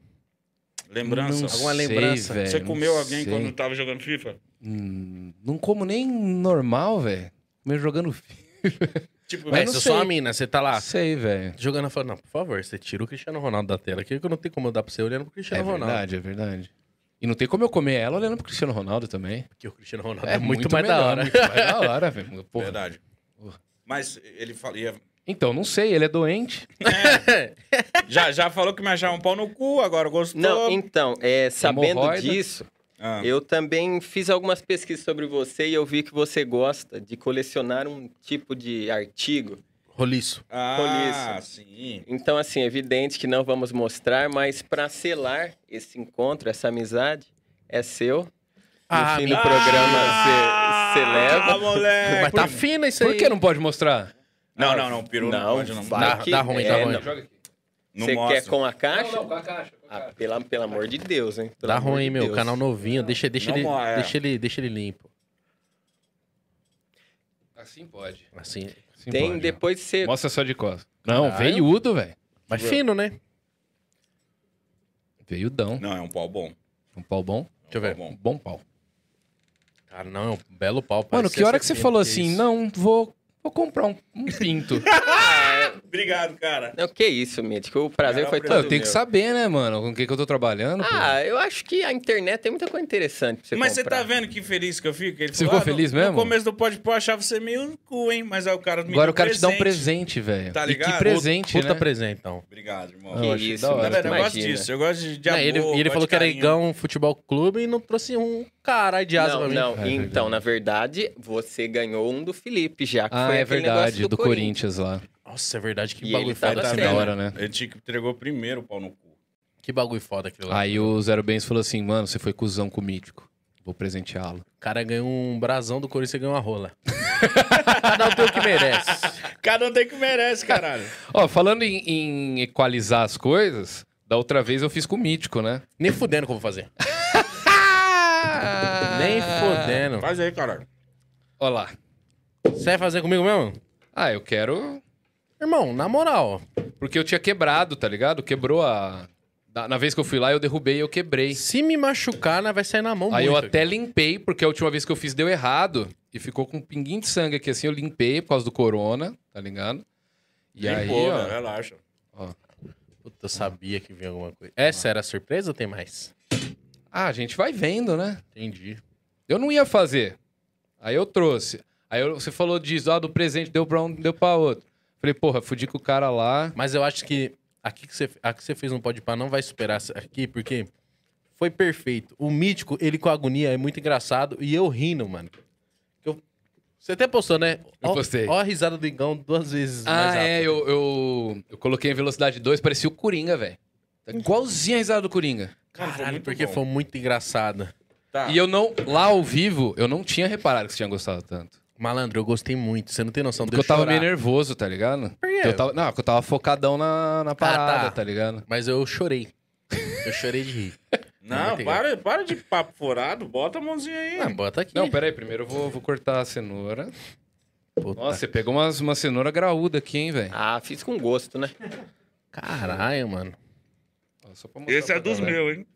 Speaker 1: Lembrança.
Speaker 3: Não
Speaker 2: Alguma
Speaker 3: sei,
Speaker 2: é lembrança?
Speaker 3: velho,
Speaker 1: Você
Speaker 3: não
Speaker 1: comeu alguém
Speaker 3: sei.
Speaker 1: quando tava jogando FIFA?
Speaker 3: Hum, não como nem normal, velho. Comer jogando FIFA.
Speaker 1: Tipo,
Speaker 3: Mas
Speaker 2: Mas
Speaker 3: não
Speaker 2: você é
Speaker 3: sei.
Speaker 2: só a mina, você tá lá
Speaker 3: Sei, velho.
Speaker 2: jogando e fala, não, por favor, você tira o Cristiano Ronaldo da tela aqui, que eu não tenho como eu dar pra você olhando pro
Speaker 3: É
Speaker 2: Cristiano Ronaldo.
Speaker 3: verdade, é verdade. E não tem como eu comer ela olhando pro Cristiano Ronaldo também.
Speaker 2: Porque o Cristiano Ronaldo é, muito, mais da hora.
Speaker 3: Muito né? mais da hora, velho. Porra.
Speaker 1: verdade.
Speaker 3: Porra.
Speaker 1: Mas ele fala, ia-
Speaker 3: Então, não sei, ele é doente.
Speaker 1: já, já falou que me achava um pau no cu, agora gostou.
Speaker 4: Não, então, é, sabendo
Speaker 3: Hemorroida.
Speaker 4: disso,
Speaker 1: Ah,
Speaker 4: eu também fiz algumas pesquisas sobre você e eu vi que você gosta de colecionar um tipo de artigo.
Speaker 2: Roliço.
Speaker 1: ah sim.
Speaker 4: Então, assim, é evidente que não vamos mostrar, mas para selar esse encontro, essa amizade, é seu. No
Speaker 2: Ah,
Speaker 4: fim do
Speaker 2: minha-
Speaker 4: programa, você
Speaker 1: Ah,
Speaker 4: leva.
Speaker 1: moleque.
Speaker 2: Mas tá fina isso aí.
Speaker 3: Por que não pode mostrar?
Speaker 1: Não, não, não, peru não, pode não.
Speaker 4: vai
Speaker 2: Dá- dá ruim, dá ruim.
Speaker 4: não.
Speaker 3: Joga aqui.
Speaker 1: Não
Speaker 4: Você
Speaker 1: mostra.
Speaker 4: quer com a caixa?
Speaker 3: com a caixa.
Speaker 4: Ah, pela- pelo amor de Deus, hein? Pelo
Speaker 2: Tá
Speaker 4: amor
Speaker 2: ruim,
Speaker 4: de
Speaker 2: meu.
Speaker 4: Deus.
Speaker 2: Canal novinho. Deixa, deixa,
Speaker 1: Não
Speaker 2: ele,
Speaker 1: mora, é.
Speaker 2: deixa, ele, deixa ele limpo.
Speaker 3: Assim pode.
Speaker 2: Assim.
Speaker 3: Assim
Speaker 4: Tem,
Speaker 3: pode.
Speaker 4: depois você...
Speaker 3: Mostra só de costas. Não,
Speaker 2: Caralho.
Speaker 3: veiudo, velho.
Speaker 2: Mas fino, né?
Speaker 3: Veiudão.
Speaker 1: Não, é um pau bom.
Speaker 3: Um pau bom.
Speaker 2: Deixa eu ver.
Speaker 1: Bom.
Speaker 3: Um bom pau.
Speaker 2: Cara, não, é um belo pau.
Speaker 3: Mano,
Speaker 2: parece
Speaker 3: que hora
Speaker 2: essa
Speaker 3: que você
Speaker 2: fina,
Speaker 3: falou
Speaker 2: que
Speaker 3: assim,
Speaker 2: isso.
Speaker 3: não, vou, vou comprar um, um pinto.
Speaker 1: Obrigado, cara.
Speaker 4: Não, que isso, Mítico. O prazer
Speaker 1: Cara,
Speaker 4: foi
Speaker 1: o
Speaker 3: Pô,
Speaker 4: todo
Speaker 3: eu tenho que
Speaker 4: meu.
Speaker 3: saber, né, mano, com o que, que eu tô trabalhando. pô.
Speaker 4: Ah, eu acho que a internet tem muita coisa interessante pra você
Speaker 1: Mas você
Speaker 4: comprar.
Speaker 1: tá vendo que feliz que eu fico? Ele
Speaker 3: Você
Speaker 1: falou,
Speaker 3: ficou
Speaker 1: ah, no-
Speaker 3: feliz
Speaker 1: No
Speaker 3: mesmo?
Speaker 1: começo do pode pôr, achava você meio no cu, hein? Mas aí o cara me
Speaker 3: Agora
Speaker 1: deu
Speaker 3: o cara te dá um presente, velho.
Speaker 1: Tá
Speaker 3: e que
Speaker 1: ligado?
Speaker 3: presente,
Speaker 2: Puta
Speaker 3: né?
Speaker 2: presente, então.
Speaker 1: Obrigado, irmão.
Speaker 3: Ah, eu
Speaker 4: Que
Speaker 3: achei
Speaker 4: isso,
Speaker 3: da
Speaker 1: Tá
Speaker 3: hora.
Speaker 1: vendo? Eu
Speaker 4: Imagina.
Speaker 1: gosto disso. Eu gosto de, de
Speaker 2: Não,
Speaker 1: amor,
Speaker 2: ele,
Speaker 1: gosto
Speaker 2: ele
Speaker 1: de
Speaker 2: falou que era
Speaker 1: carinho.
Speaker 2: Igão Futebol Clube e não trouxe um caralho de asa pra
Speaker 4: Não,
Speaker 2: mim.
Speaker 3: É
Speaker 4: não. então, na verdade, você ganhou um do Felipe, já que
Speaker 3: Ah,
Speaker 4: foi
Speaker 3: é
Speaker 4: aquele
Speaker 3: verdade,
Speaker 4: negócio
Speaker 3: do, Corinthians lá.
Speaker 2: Nossa, é verdade, que
Speaker 4: E
Speaker 2: bagulho
Speaker 4: ele tava
Speaker 2: foda.
Speaker 1: Tá
Speaker 3: Que
Speaker 4: Sim.
Speaker 2: aquilo
Speaker 3: da
Speaker 1: vendo?
Speaker 3: hora, né?
Speaker 1: Ele te entregou primeiro o pau no cu.
Speaker 2: Que bagulho foda aquilo lá.
Speaker 3: Aí o Zero Bens falou assim, mano, você foi cuzão com o Mítico. Vou presenteá-lo.
Speaker 2: O cara ganhou um brasão do Corinthians e ganhou uma rola. Cada um tem o que merece.
Speaker 1: Cada um tem que merece, caralho.
Speaker 3: Ó, falando em, em equalizar as coisas, da outra vez eu fiz com o Mítico, né?
Speaker 2: Nem
Speaker 1: Ah!
Speaker 3: Ah.
Speaker 2: fudendo que eu vou fazer. Nem fudendo.
Speaker 1: Faz aí, caralho.
Speaker 3: Olha lá.
Speaker 2: Você vai fazer comigo mesmo?
Speaker 3: Ah, eu quero.
Speaker 2: Irmão, na moral.
Speaker 3: Porque eu tinha quebrado, tá ligado? Quebrou a. Na na vez que eu fui lá, eu derrubei, eu quebrei.
Speaker 2: Se me machucar, né, vai sair na mão
Speaker 3: Aí eu
Speaker 2: muito.
Speaker 3: até limpei, porque a última vez que eu fiz deu errado. E ficou com um pinguinho de sangue aqui, assim. Eu limpei por causa do corona, tá ligado? E aí,
Speaker 1: Limpou,
Speaker 3: ó,
Speaker 1: né? Relaxa.
Speaker 2: Puta, eu sabia que vinha alguma coisa. Essa era a surpresa ou tem mais?
Speaker 3: Ah, a gente vai vendo, né?
Speaker 2: Entendi.
Speaker 3: Eu não ia fazer. Aí eu trouxe. Aí eu- você falou disso, ah, do presente deu pra um, deu pra outro. Falei, porra, fudi com o cara lá.
Speaker 2: Mas eu acho que aqui que você, a que você fez no Pode Pá não vai superar essa aqui, porque foi perfeito. O mítico, ele com a agonia é muito engraçado e eu rindo, mano. Eu- você até postou, né?
Speaker 3: Eu
Speaker 2: Ó-
Speaker 3: postei.
Speaker 2: Ó a risada do Igão duas vezes mais
Speaker 3: Ah,
Speaker 2: rápido.
Speaker 3: é, eu, eu, eu coloquei em velocidade 2, parecia o Coringa, velho. Tá Igualzinho a risada do Coringa.
Speaker 1: Mano, foi
Speaker 2: Caralho,
Speaker 1: muito
Speaker 2: porque
Speaker 1: bom.
Speaker 2: foi um- muito engraçado.
Speaker 1: Tá.
Speaker 3: E eu não, lá ao vivo, eu não tinha reparado que você tinha gostado tanto.
Speaker 2: Malandro, eu gostei muito. Você não tem noção.
Speaker 3: Porque
Speaker 2: deu
Speaker 3: eu tava
Speaker 2: chorar.
Speaker 3: meio nervoso, tá ligado?
Speaker 2: Por quê?
Speaker 3: Eu tava, não, porque eu tava focadão na, na parada,
Speaker 2: tá.
Speaker 3: tá ligado?
Speaker 2: Mas eu chorei. Eu chorei de rir.
Speaker 1: Não, para, para de papo furado, bota a mãozinha aí.
Speaker 2: Ah, bota aqui.
Speaker 3: Não, peraí, primeiro eu vou, vou cortar a cenoura.
Speaker 2: Puta.
Speaker 3: Nossa, você pegou umas, uma cenoura graúda aqui, hein, velho?
Speaker 4: Ah, fiz com gosto, né?
Speaker 2: Caralho, mano.
Speaker 3: Ó, só pra mostrar
Speaker 1: Esse é
Speaker 3: pra
Speaker 1: dos
Speaker 3: galera.
Speaker 1: meus, hein?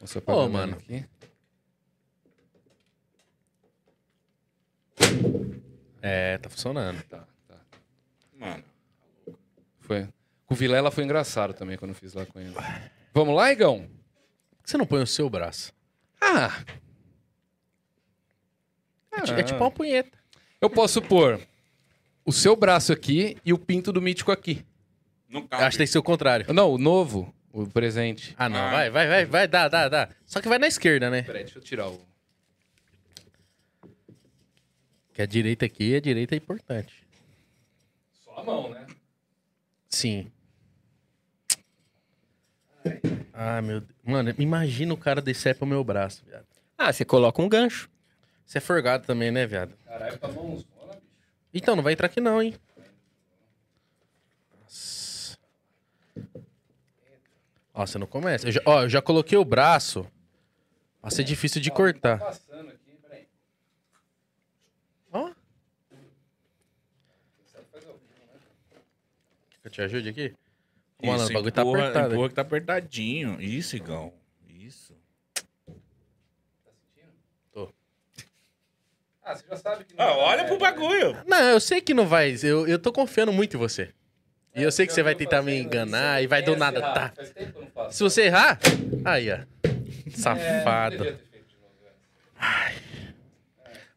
Speaker 3: Nossa,
Speaker 2: Ô,
Speaker 3: Ô,
Speaker 2: mano.
Speaker 3: mano. Aqui.
Speaker 2: É, tá funcionando.
Speaker 3: Tá, tá.
Speaker 1: Mano.
Speaker 3: Foi. Com o Vilela foi engraçado também quando eu fiz lá com ele. Vamos lá, Igão?
Speaker 2: Por que você não põe o seu braço?
Speaker 3: Ah!
Speaker 2: É, ti-
Speaker 3: Ah.
Speaker 2: é tipo uma punheta.
Speaker 3: Eu posso pôr o seu braço aqui e o pinto do mítico aqui.
Speaker 1: Não
Speaker 2: Eu
Speaker 1: cabe.
Speaker 2: acho que tem que ser o contrário.
Speaker 3: Não, o novo, o presente.
Speaker 2: Ah, não.
Speaker 1: Ah.
Speaker 2: Vai, vai, vai, vai. Dá, dá, dá. Só que vai na esquerda, né?
Speaker 3: Peraí, deixa eu tirar o.
Speaker 2: Que a direita aqui, a direita é importante.
Speaker 3: Só a mão, né?
Speaker 2: Sim. Ah, meu Deus. Mano, imagina o cara descer pro meu braço, viado.
Speaker 4: Ah, você coloca um gancho.
Speaker 2: Você é forgado também, né, viado?
Speaker 3: Caralho, tá mão zona, bicho.
Speaker 2: Então, não vai entrar aqui não, hein? Nossa. Ó, você não começa. Eu já, ó, eu já coloquei o braço. Vai ser difícil de cortar.
Speaker 3: passando aqui, peraí.
Speaker 2: Ó. Quer que eu te ajude aqui? Ô, Mano,
Speaker 1: Isso,
Speaker 2: o bagulho tá
Speaker 1: empurra-
Speaker 2: apertado.
Speaker 1: empurra que tá apertadinho. Isso, Igão. Isso.
Speaker 3: Ah, você já sabe que
Speaker 1: Ah, olha pro bagulho.
Speaker 2: Não, eu sei que não vai. Eu, eu tô confiando muito em você. E eu sei que você vai tentar me enganar e vai do nada, tá? Se você errar. Aí, ó. Safado.
Speaker 3: É.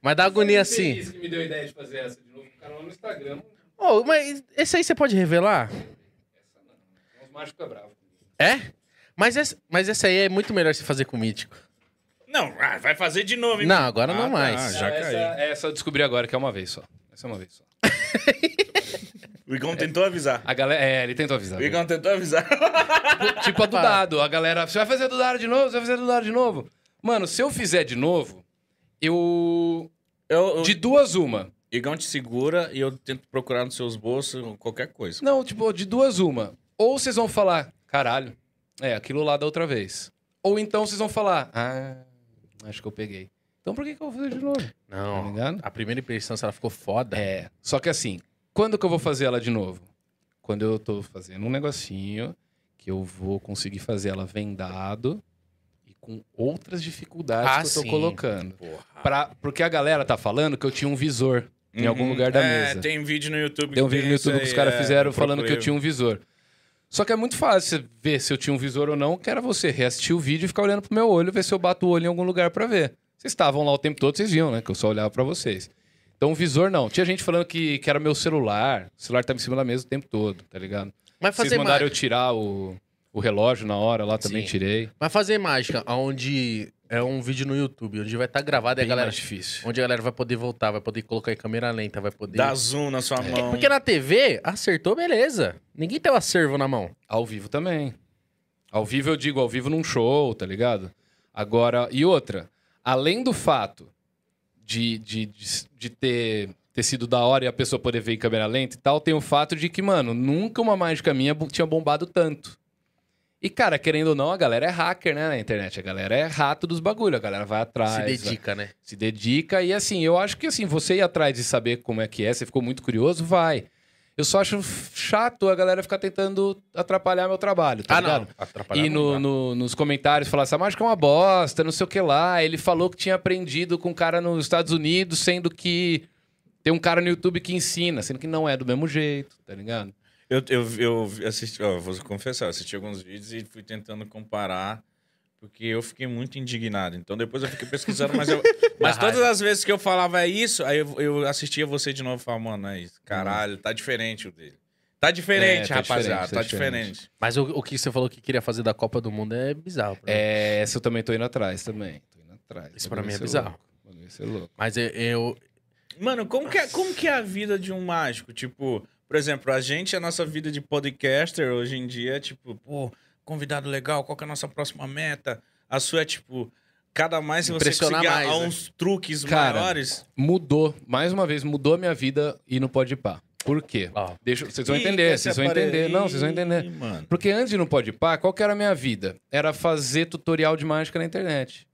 Speaker 2: Mas dá agonia assim.
Speaker 3: que me deu a ideia de fazer essa de novo. O canal no Instagram,
Speaker 2: Ô, mas esse aí você pode revelar?
Speaker 3: os mágicos é bravo.
Speaker 2: É? Mas essa, mas essa aí é muito melhor se fazer com o mítico.
Speaker 1: Não, ah, vai fazer de novo, hein?
Speaker 2: Não, agora não
Speaker 1: Ah, tá,
Speaker 2: mais.
Speaker 1: já caiu.
Speaker 3: Essa, essa eu descobri agora que é uma vez só. Essa é uma vez só.
Speaker 1: O Igão tentou avisar.
Speaker 3: A galera. É, ele tentou avisar.
Speaker 1: O Igão tentou avisar.
Speaker 3: Tipo a
Speaker 2: Ah.
Speaker 3: do dado. A galera, você vai fazer do dado de novo? Você vai fazer do dado de novo? Mano, se eu fizer de novo, eu.
Speaker 1: Eu, eu-
Speaker 3: De duas, uma.
Speaker 1: Igão te segura e eu tento procurar nos seus bolsos qualquer coisa.
Speaker 3: Não, tipo, de duas, uma. Ou vocês vão falar, caralho, é aquilo lá da outra vez. Ou então vocês vão falar, ah, acho que eu peguei. Então por que, que eu vou fazer de novo? Tá
Speaker 2: Não.
Speaker 3: ligado?
Speaker 2: A primeira impressão, se ela ficou foda.
Speaker 3: É. Só que assim, quando que eu vou fazer ela de novo? Quando eu tô fazendo um negocinho que eu vou conseguir fazer ela vendado e com outras dificuldades
Speaker 2: Ah,
Speaker 3: que eu tô
Speaker 2: sim.
Speaker 3: colocando.
Speaker 1: Porra.
Speaker 3: Pra- porque a galera tá falando que eu tinha um visor em algum lugar da
Speaker 1: é,
Speaker 3: mesa. Tem,
Speaker 1: tem vídeo no YouTube.
Speaker 3: um vídeo no YouTube que os caras
Speaker 1: é,
Speaker 3: fizeram falando que eu tinha um visor. Só que é muito fácil você ver se eu tinha um visor ou não, que era você reassistir o vídeo e ficar olhando pro meu olho, ver se eu bato o olho em algum lugar pra ver. Vocês estavam lá o tempo todo, vocês viam, né? Que eu só olhava pra vocês. Então, o visor não. Tinha gente falando que, que era meu celular. O celular tava em cima da mesa o tempo todo, tá ligado?
Speaker 2: Mas
Speaker 3: Vocês
Speaker 2: fazer,
Speaker 3: mandaram
Speaker 2: ma-
Speaker 3: eu tirar o, o relógio na hora lá, também
Speaker 2: Sim.
Speaker 3: tirei.
Speaker 2: mas fazer mágica, onde é um vídeo no YouTube, onde vai estar gravado e a
Speaker 3: Bem
Speaker 2: galera.
Speaker 3: mais difícil.
Speaker 2: Onde a galera vai poder voltar, vai poder colocar em câmera lenta, vai
Speaker 3: um
Speaker 2: poder.
Speaker 1: Dá zoom na
Speaker 3: É.
Speaker 1: sua mão.
Speaker 2: Porque na TV, acertou, beleza. Ninguém tem o acervo na mão.
Speaker 3: Ao vivo também. Ao vivo eu digo, ao vivo num show, tá ligado? Agora, e outra, além do fato de, de, de, de ter, ter sido da hora e a pessoa poder ver em câmera lenta e tal, tem o fato de que, mano, nunca uma mágica minha bo- tinha bombado tanto. E, cara, querendo ou não, a galera é hacker, né, na internet. A galera é rato dos bagulho, a galera vai atrás.
Speaker 2: Se
Speaker 3: vai-
Speaker 2: dedica, né?
Speaker 3: se dedica. E assim, eu acho que assim, você ir atrás de saber como é que é, você ficou muito curioso, vai. Eu só acho chato a galera ficar tentando atrapalhar meu trabalho, tá
Speaker 2: Ah,
Speaker 3: ligado?
Speaker 2: Atrapalhar é
Speaker 3: E no-
Speaker 2: não dá.
Speaker 3: no- nos comentários falar essa mágica é uma bosta, não sei o que lá. Ele falou que tinha aprendido com um cara nos Estados Unidos, sendo que tem um cara no YouTube que ensina, sendo que não é do mesmo jeito, tá
Speaker 2: Hum.
Speaker 3: ligado?
Speaker 1: Eu, eu, eu assisti, ó, vou confessar, eu assisti alguns vídeos e fui tentando comparar, porque eu fiquei muito indignado. Então depois eu fiquei pesquisando, mas, eu- mas
Speaker 2: Dá
Speaker 1: todas
Speaker 2: raiva.
Speaker 1: as vezes que eu falava é isso, aí eu, eu assistia você de novo e falava, mano, é isso. Caralho, tá diferente o dele. Tá diferente,
Speaker 3: Uhum. É, tá
Speaker 1: rapaziada,
Speaker 3: diferente, tá
Speaker 1: tá
Speaker 3: diferente.
Speaker 1: diferente.
Speaker 2: Mas o, o que você falou que queria fazer da Copa do Mundo é bizarro. pra mim.
Speaker 3: É, essa eu também tô indo atrás também. Tô indo atrás.
Speaker 2: Isso pra mim é
Speaker 3: Bagulho
Speaker 2: bizarro.
Speaker 3: louco. Bagulho ser louco.
Speaker 2: Mas eu, eu-
Speaker 1: Mano, como que, é, como que é a vida de um mágico? Tipo, por exemplo, a gente, a nossa vida de podcaster hoje em dia é tipo, pô, convidado legal, qual que é a nossa próxima meta? A sua é tipo, cada mais se você
Speaker 2: Impressionar
Speaker 1: conseguir
Speaker 2: mais,
Speaker 1: a- a
Speaker 2: né?
Speaker 1: uns truques
Speaker 3: Cara,
Speaker 1: maiores.
Speaker 3: Mudou, mais uma vez, mudou a minha vida e não pode pá. Por quê?
Speaker 2: ó,
Speaker 3: Deixa, vocês vão
Speaker 1: Ih,
Speaker 3: entender,
Speaker 1: esse
Speaker 3: vocês vão
Speaker 1: aparelho-
Speaker 3: entender. Não, vocês vão entender.
Speaker 1: Ih, Mano.
Speaker 3: Porque antes de não pode pá, qual que era a minha vida? Era fazer tutorial de mágica na internet.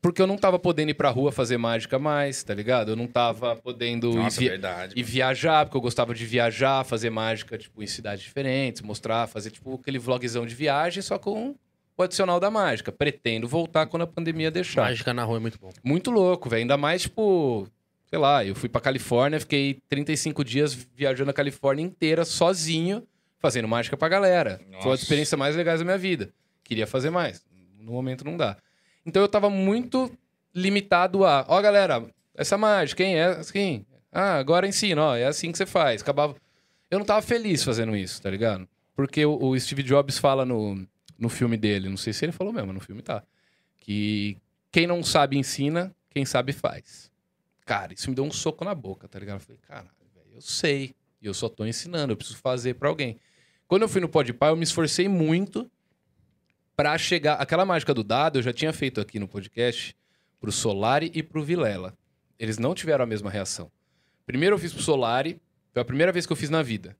Speaker 3: Porque eu não tava podendo ir pra rua fazer mágica mais, tá ligado? Eu não tava podendo ir,
Speaker 1: Nossa,
Speaker 3: via-
Speaker 1: verdade.
Speaker 3: ir viajar, porque eu gostava de viajar, fazer mágica, tipo, em cidades diferentes, mostrar, fazer, tipo, aquele vlogzão de viagem, só com o adicional da mágica. Pretendo voltar quando a pandemia deixar.
Speaker 2: mágica na rua é muito bom.
Speaker 3: Muito louco, velho. Ainda mais, tipo, sei lá, eu fui pra Califórnia, fiquei 35 dias viajando a Califórnia inteira sozinho, fazendo mágica pra galera. Foi
Speaker 1: Nossa.
Speaker 3: uma experiência mais legais da minha vida. Queria fazer mais. No momento não dá. Então eu tava muito limitado a, ó, galera, essa mágica, hein? É assim. Ah, agora ensina, ó, é assim que você faz. Acabava. Eu não tava feliz fazendo isso, tá ligado? Porque o, o Steve Jobs fala no, no filme dele, não sei se ele falou mesmo, no filme tá. Que quem não sabe ensina, quem sabe faz. Cara, isso me deu um soco na boca, tá ligado? Eu falei, caralho, velho, eu sei. E eu só tô ensinando, eu preciso fazer pra alguém. Quando eu fui no Podpah, eu me esforcei muito pra chegar. Aquela mágica do dado eu já tinha feito aqui no podcast pro Solari e pro Vilela. Eles não tiveram a mesma reação. Primeiro eu fiz pro Solari, foi a primeira vez que eu fiz na vida.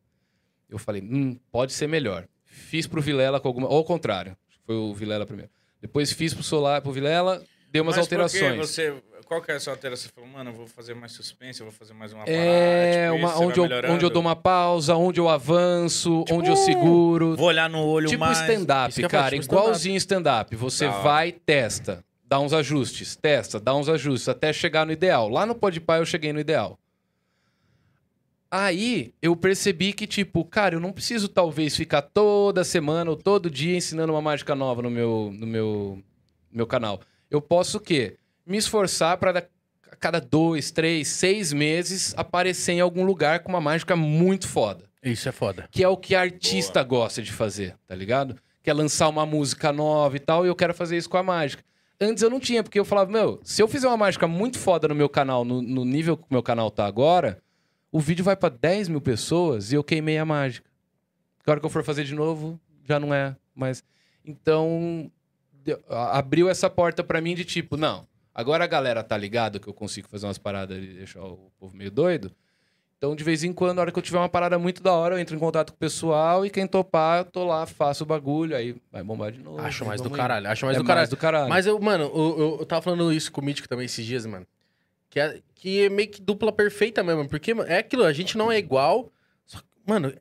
Speaker 3: Eu falei, hum, pode ser melhor. Fiz pro Vilela com alguma. Ou ao contrário, acho que foi o Vilela primeiro. Depois fiz pro Solari, pro Vilela, dei umas
Speaker 1: Mas por que
Speaker 3: alterações.
Speaker 1: Você, qual que é a sua alteração? Você falou, mano, eu vou fazer mais suspense, eu vou fazer mais uma parada.
Speaker 3: É,
Speaker 1: tipo,
Speaker 3: uma-
Speaker 1: isso, você
Speaker 3: onde,
Speaker 1: vai
Speaker 3: eu, onde eu
Speaker 1: melhorando.
Speaker 3: dou
Speaker 1: Tipo,
Speaker 3: uma pausa, onde eu avanço, onde eu seguro.
Speaker 1: Vou olhar no olho
Speaker 3: Tipo
Speaker 1: mais.
Speaker 2: Isso que
Speaker 3: stand-up,
Speaker 2: eu falo,
Speaker 3: cara.
Speaker 2: tipo stand-up.
Speaker 3: igualzinho stand-up. Você
Speaker 1: Da hora.
Speaker 3: vai, testa, dá uns ajustes, testa, dá uns ajustes, até chegar no ideal. Lá no Podpah eu cheguei no ideal. Aí eu percebi que, tipo, cara, eu não preciso talvez ficar toda semana ou todo dia ensinando uma mágica nova no meu, no meu, meu canal. Eu posso o quê? Me esforçar para a cada dois, três, seis meses aparecer em algum lugar com uma mágica muito foda
Speaker 2: Isso é foda.
Speaker 3: que é o que artista gosta de fazer, tá ligado? Que é lançar uma música nova e tal, e eu quero fazer isso com a mágica. Antes eu não tinha, porque eu falava, meu, se eu fizer uma mágica muito foda no meu canal, no, no nível que o meu canal tá agora, o vídeo vai pra 10 mil pessoas e eu queimei a mágica. Na hora que eu for fazer de novo, já não é mais. Então, deu- a- abriu essa porta pra mim de tipo, não, agora a galera tá ligada que eu consigo fazer umas paradas e deixar o povo meio doido. Então, de vez em quando, na hora que eu tiver uma parada muito da hora, eu entro em contato com o pessoal e quem topar, eu tô lá, faço o bagulho, aí vai bombar de novo.
Speaker 2: Acho mais do
Speaker 3: vamos
Speaker 2: caralho. Acho
Speaker 3: indo.
Speaker 2: mais
Speaker 3: É
Speaker 2: do caralho.
Speaker 3: mais do caralho.
Speaker 2: Mas eu, mano, eu, eu- eu tava falando isso com o Mítico também esses dias, mano. Que é, que é meio que dupla perfeita mesmo. Porque mano, é aquilo, a gente não é igual. Só que, mano,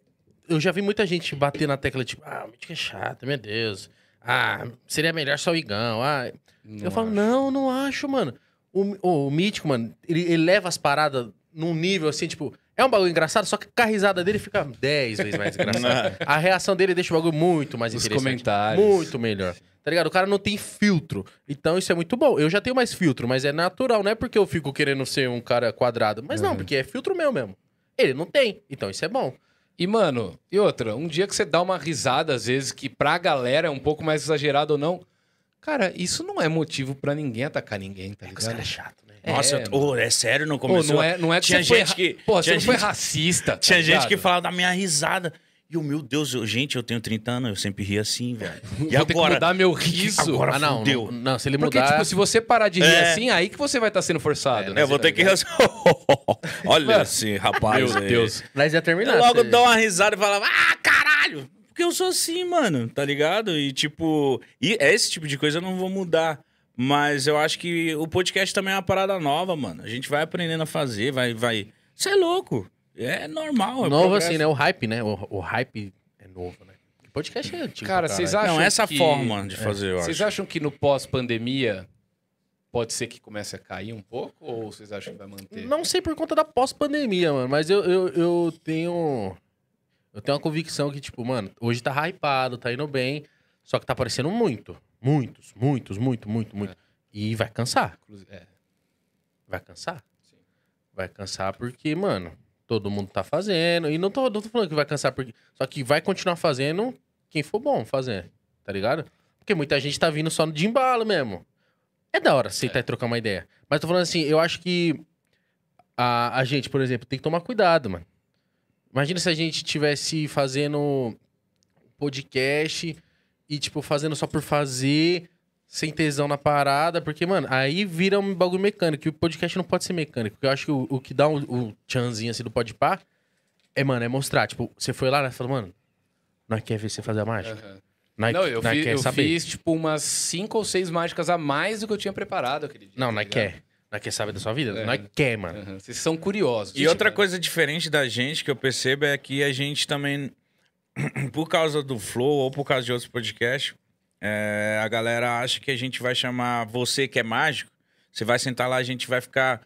Speaker 2: eu já vi muita gente bater na tecla, tipo, ah, o Mítico é chato, meu Deus. Ah, seria melhor só o Igão. Ah,
Speaker 3: Não
Speaker 2: eu falo,
Speaker 3: acho.
Speaker 2: não, não acho, mano. O, o, o Mítico, mano, ele, ele leva as paradas num nível assim, tipo, é um bagulho engraçado, só que a risada dele fica 10 vezes mais engraçada. a reação dele deixa o bagulho muito mais
Speaker 3: Os
Speaker 2: interessante.
Speaker 3: comentários.
Speaker 2: assim, Muito melhor. Tá ligado? O cara não tem filtro. Então isso é muito bom. Eu já tenho mais filtro, mas é natural. Não é porque eu fico querendo ser um cara quadrado. Mas não,
Speaker 3: Uhum.
Speaker 2: porque é filtro meu mesmo. Ele não tem. Então isso é bom.
Speaker 3: E, mano, e outra, um dia que você dá uma risada, às vezes, que pra galera é um pouco mais exagerado ou não, cara, isso não é motivo pra ninguém atacar ninguém, tá
Speaker 2: Os caras
Speaker 3: ligado?
Speaker 2: é chato, né?
Speaker 1: Nossa,
Speaker 3: É,
Speaker 1: eu tô- oh, é sério, não
Speaker 3: Pô,
Speaker 1: começou?
Speaker 3: não é, não é que
Speaker 1: Tinha
Speaker 3: você
Speaker 1: gente
Speaker 3: foi...
Speaker 1: que-
Speaker 3: ra- Pô,
Speaker 1: tinha
Speaker 3: você não foi
Speaker 1: gente-
Speaker 3: racista, tá
Speaker 1: Tinha gente
Speaker 3: ligado?
Speaker 1: que falava da minha risada. E eu, meu Deus, eu- gente, eu tenho 30 anos, eu sempre ri assim, velho. E
Speaker 3: Vou ter que
Speaker 1: agora?
Speaker 3: mudar meu riso.
Speaker 1: Agora
Speaker 2: ah, não,
Speaker 1: fudeu.
Speaker 2: não. Não, se ele
Speaker 3: Porque,
Speaker 2: mudar...
Speaker 3: tipo, se você parar de rir
Speaker 1: É.
Speaker 3: assim, aí que você vai estar sendo forçado. né?
Speaker 1: Eu É, vou ter que. Olha esse rapaz
Speaker 3: Meu
Speaker 1: aí.
Speaker 3: Deus.
Speaker 2: Nós ia terminar.
Speaker 1: Eu logo
Speaker 2: se-
Speaker 1: dou uma risada e falava, ah, caralho! porque eu sou assim, mano, tá ligado? E tipo, e esse tipo de coisa eu não vou mudar. Mas eu acho que o podcast também é uma parada nova, mano. A gente vai aprendendo a fazer, vai. vai... Você é louco. É normal. É
Speaker 2: novo
Speaker 1: progresso.
Speaker 2: assim, né? O hype, né? O, o hype é novo, né? Porque Podcast é antigo.
Speaker 3: Cara,
Speaker 2: pra
Speaker 3: vocês
Speaker 2: caralho.
Speaker 3: acham
Speaker 1: Não, essa
Speaker 3: que- é.
Speaker 1: forma de fazer, eu
Speaker 3: Vocês
Speaker 1: acho.
Speaker 3: acham que no pós-pandemia pode ser que comece a cair um pouco? Ou vocês acham que vai manter?
Speaker 2: Não sei por conta da pós-pandemia, mano, mas eu, eu, eu tenho. Eu tenho uma convicção que, tipo, mano, hoje tá hypado, tá indo bem. Só que tá aparecendo muito. Muitos, muitos, muito, muito, muito. E vai cansar.
Speaker 3: Inclusive, é.
Speaker 2: Vai cansar.
Speaker 3: Sim.
Speaker 2: Vai cansar porque, mano, todo mundo tá fazendo. E não tô, não tô falando que vai cansar porque. Só que vai continuar fazendo quem for bom fazer. Tá ligado? Porque muita gente tá vindo só de embalo mesmo. É da hora sentar e trocar uma ideia. Mas tô falando assim, eu acho que a, a gente, por exemplo, tem que tomar cuidado, mano. Imagina se a gente tivesse fazendo podcast e, tipo, fazendo só por fazer, sem tesão na parada, porque, mano, aí vira um bagulho mecânico. E o podcast não pode ser mecânico. Porque eu acho que o, o que dá o um, tchanzinho assim do podpar é, mano, é mostrar. Tipo, você foi lá, né? Falou, mano, nós quer ver você fazer a mágica.
Speaker 3: Aham.
Speaker 2: Nós,
Speaker 3: Não, eu,
Speaker 2: nós
Speaker 3: fi-
Speaker 1: é
Speaker 2: quer
Speaker 3: eu
Speaker 2: saber.
Speaker 3: fiz tipo umas cinco ou seis mágicas a mais do que eu tinha preparado aquele dia.
Speaker 2: Não,
Speaker 3: tá
Speaker 1: é
Speaker 2: nós
Speaker 3: ligado?
Speaker 2: quer. Nós quer saber da sua vida?
Speaker 3: É.
Speaker 2: Nós quer, mano.
Speaker 3: Aham. Vocês são curiosos. tipo,
Speaker 1: E outra coisa diferente da gente que eu percebo é que a gente também, por causa do Flow ou por causa de outros podcasts, é, a galera acha que a gente vai chamar você que é mágico. Você vai sentar lá, a gente vai ficar.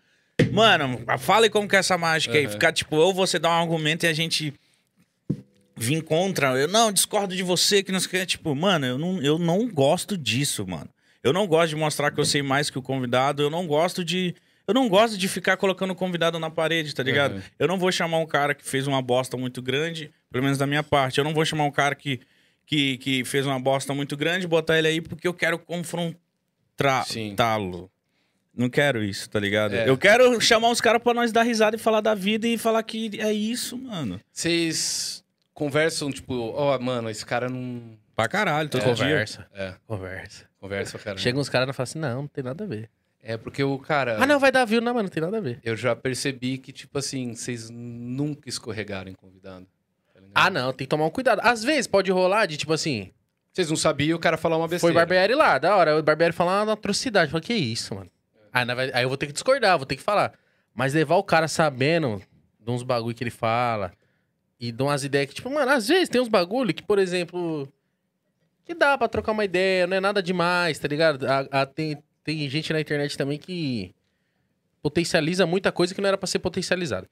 Speaker 1: Mano, fale como que é essa mágica aí.
Speaker 3: Aham.
Speaker 1: Ficar tipo, ou você dá um argumento e a gente vir contra. Eu não discordo de você, que não sei o que. Tipo, mano, eu não, eu não gosto disso, mano. Eu não gosto de mostrar que eu sei mais que o convidado. Eu não gosto de. Eu não gosto de ficar colocando o convidado na parede, tá ligado?
Speaker 3: Aham.
Speaker 1: Eu não vou chamar um cara que fez uma bosta muito grande, pelo menos da minha parte. Eu não vou chamar um cara que, que, que fez uma bosta muito grande, botar ele aí porque eu quero
Speaker 3: Sim.
Speaker 1: confrontá-lo. Não quero isso, tá ligado?
Speaker 3: É.
Speaker 1: Eu quero chamar os caras pra nós dar risada e falar da vida e falar que é isso, mano.
Speaker 3: Vocês conversam, tipo, ó, mano, esse cara não.
Speaker 1: Pra caralho, todo dia.
Speaker 2: conversa.
Speaker 3: É,
Speaker 2: Conversa.
Speaker 3: conversa, cara.
Speaker 2: Chega uns caras e falam assim, não, não tem nada a ver.
Speaker 3: É porque o cara.
Speaker 2: Ah, não, vai dar view, não, mano, não tem nada a ver.
Speaker 3: Eu já percebi que, tipo assim, vocês nunca escorregaram em convidado. tá ligado?
Speaker 2: Ah, não, tem que tomar um cuidado. Às vezes pode rolar de, tipo assim,
Speaker 3: Vocês não sabiam o cara falar uma
Speaker 2: foi
Speaker 3: besteira.
Speaker 2: Barbieri lá, da hora. O Barbieri falar uma atrocidade. Fala, que isso, mano? Ah, não vai- Aí eu vou ter que discordar, vou ter que falar. Mas levar o cara sabendo de uns bagulho que ele fala e de umas ideias que, tipo, mano, às vezes tem uns bagulho que, por exemplo, que dá pra trocar uma ideia, não é nada demais, tá ligado? A- a- tem, tem gente na internet também que potencializa muita coisa que não era pra ser potencializada.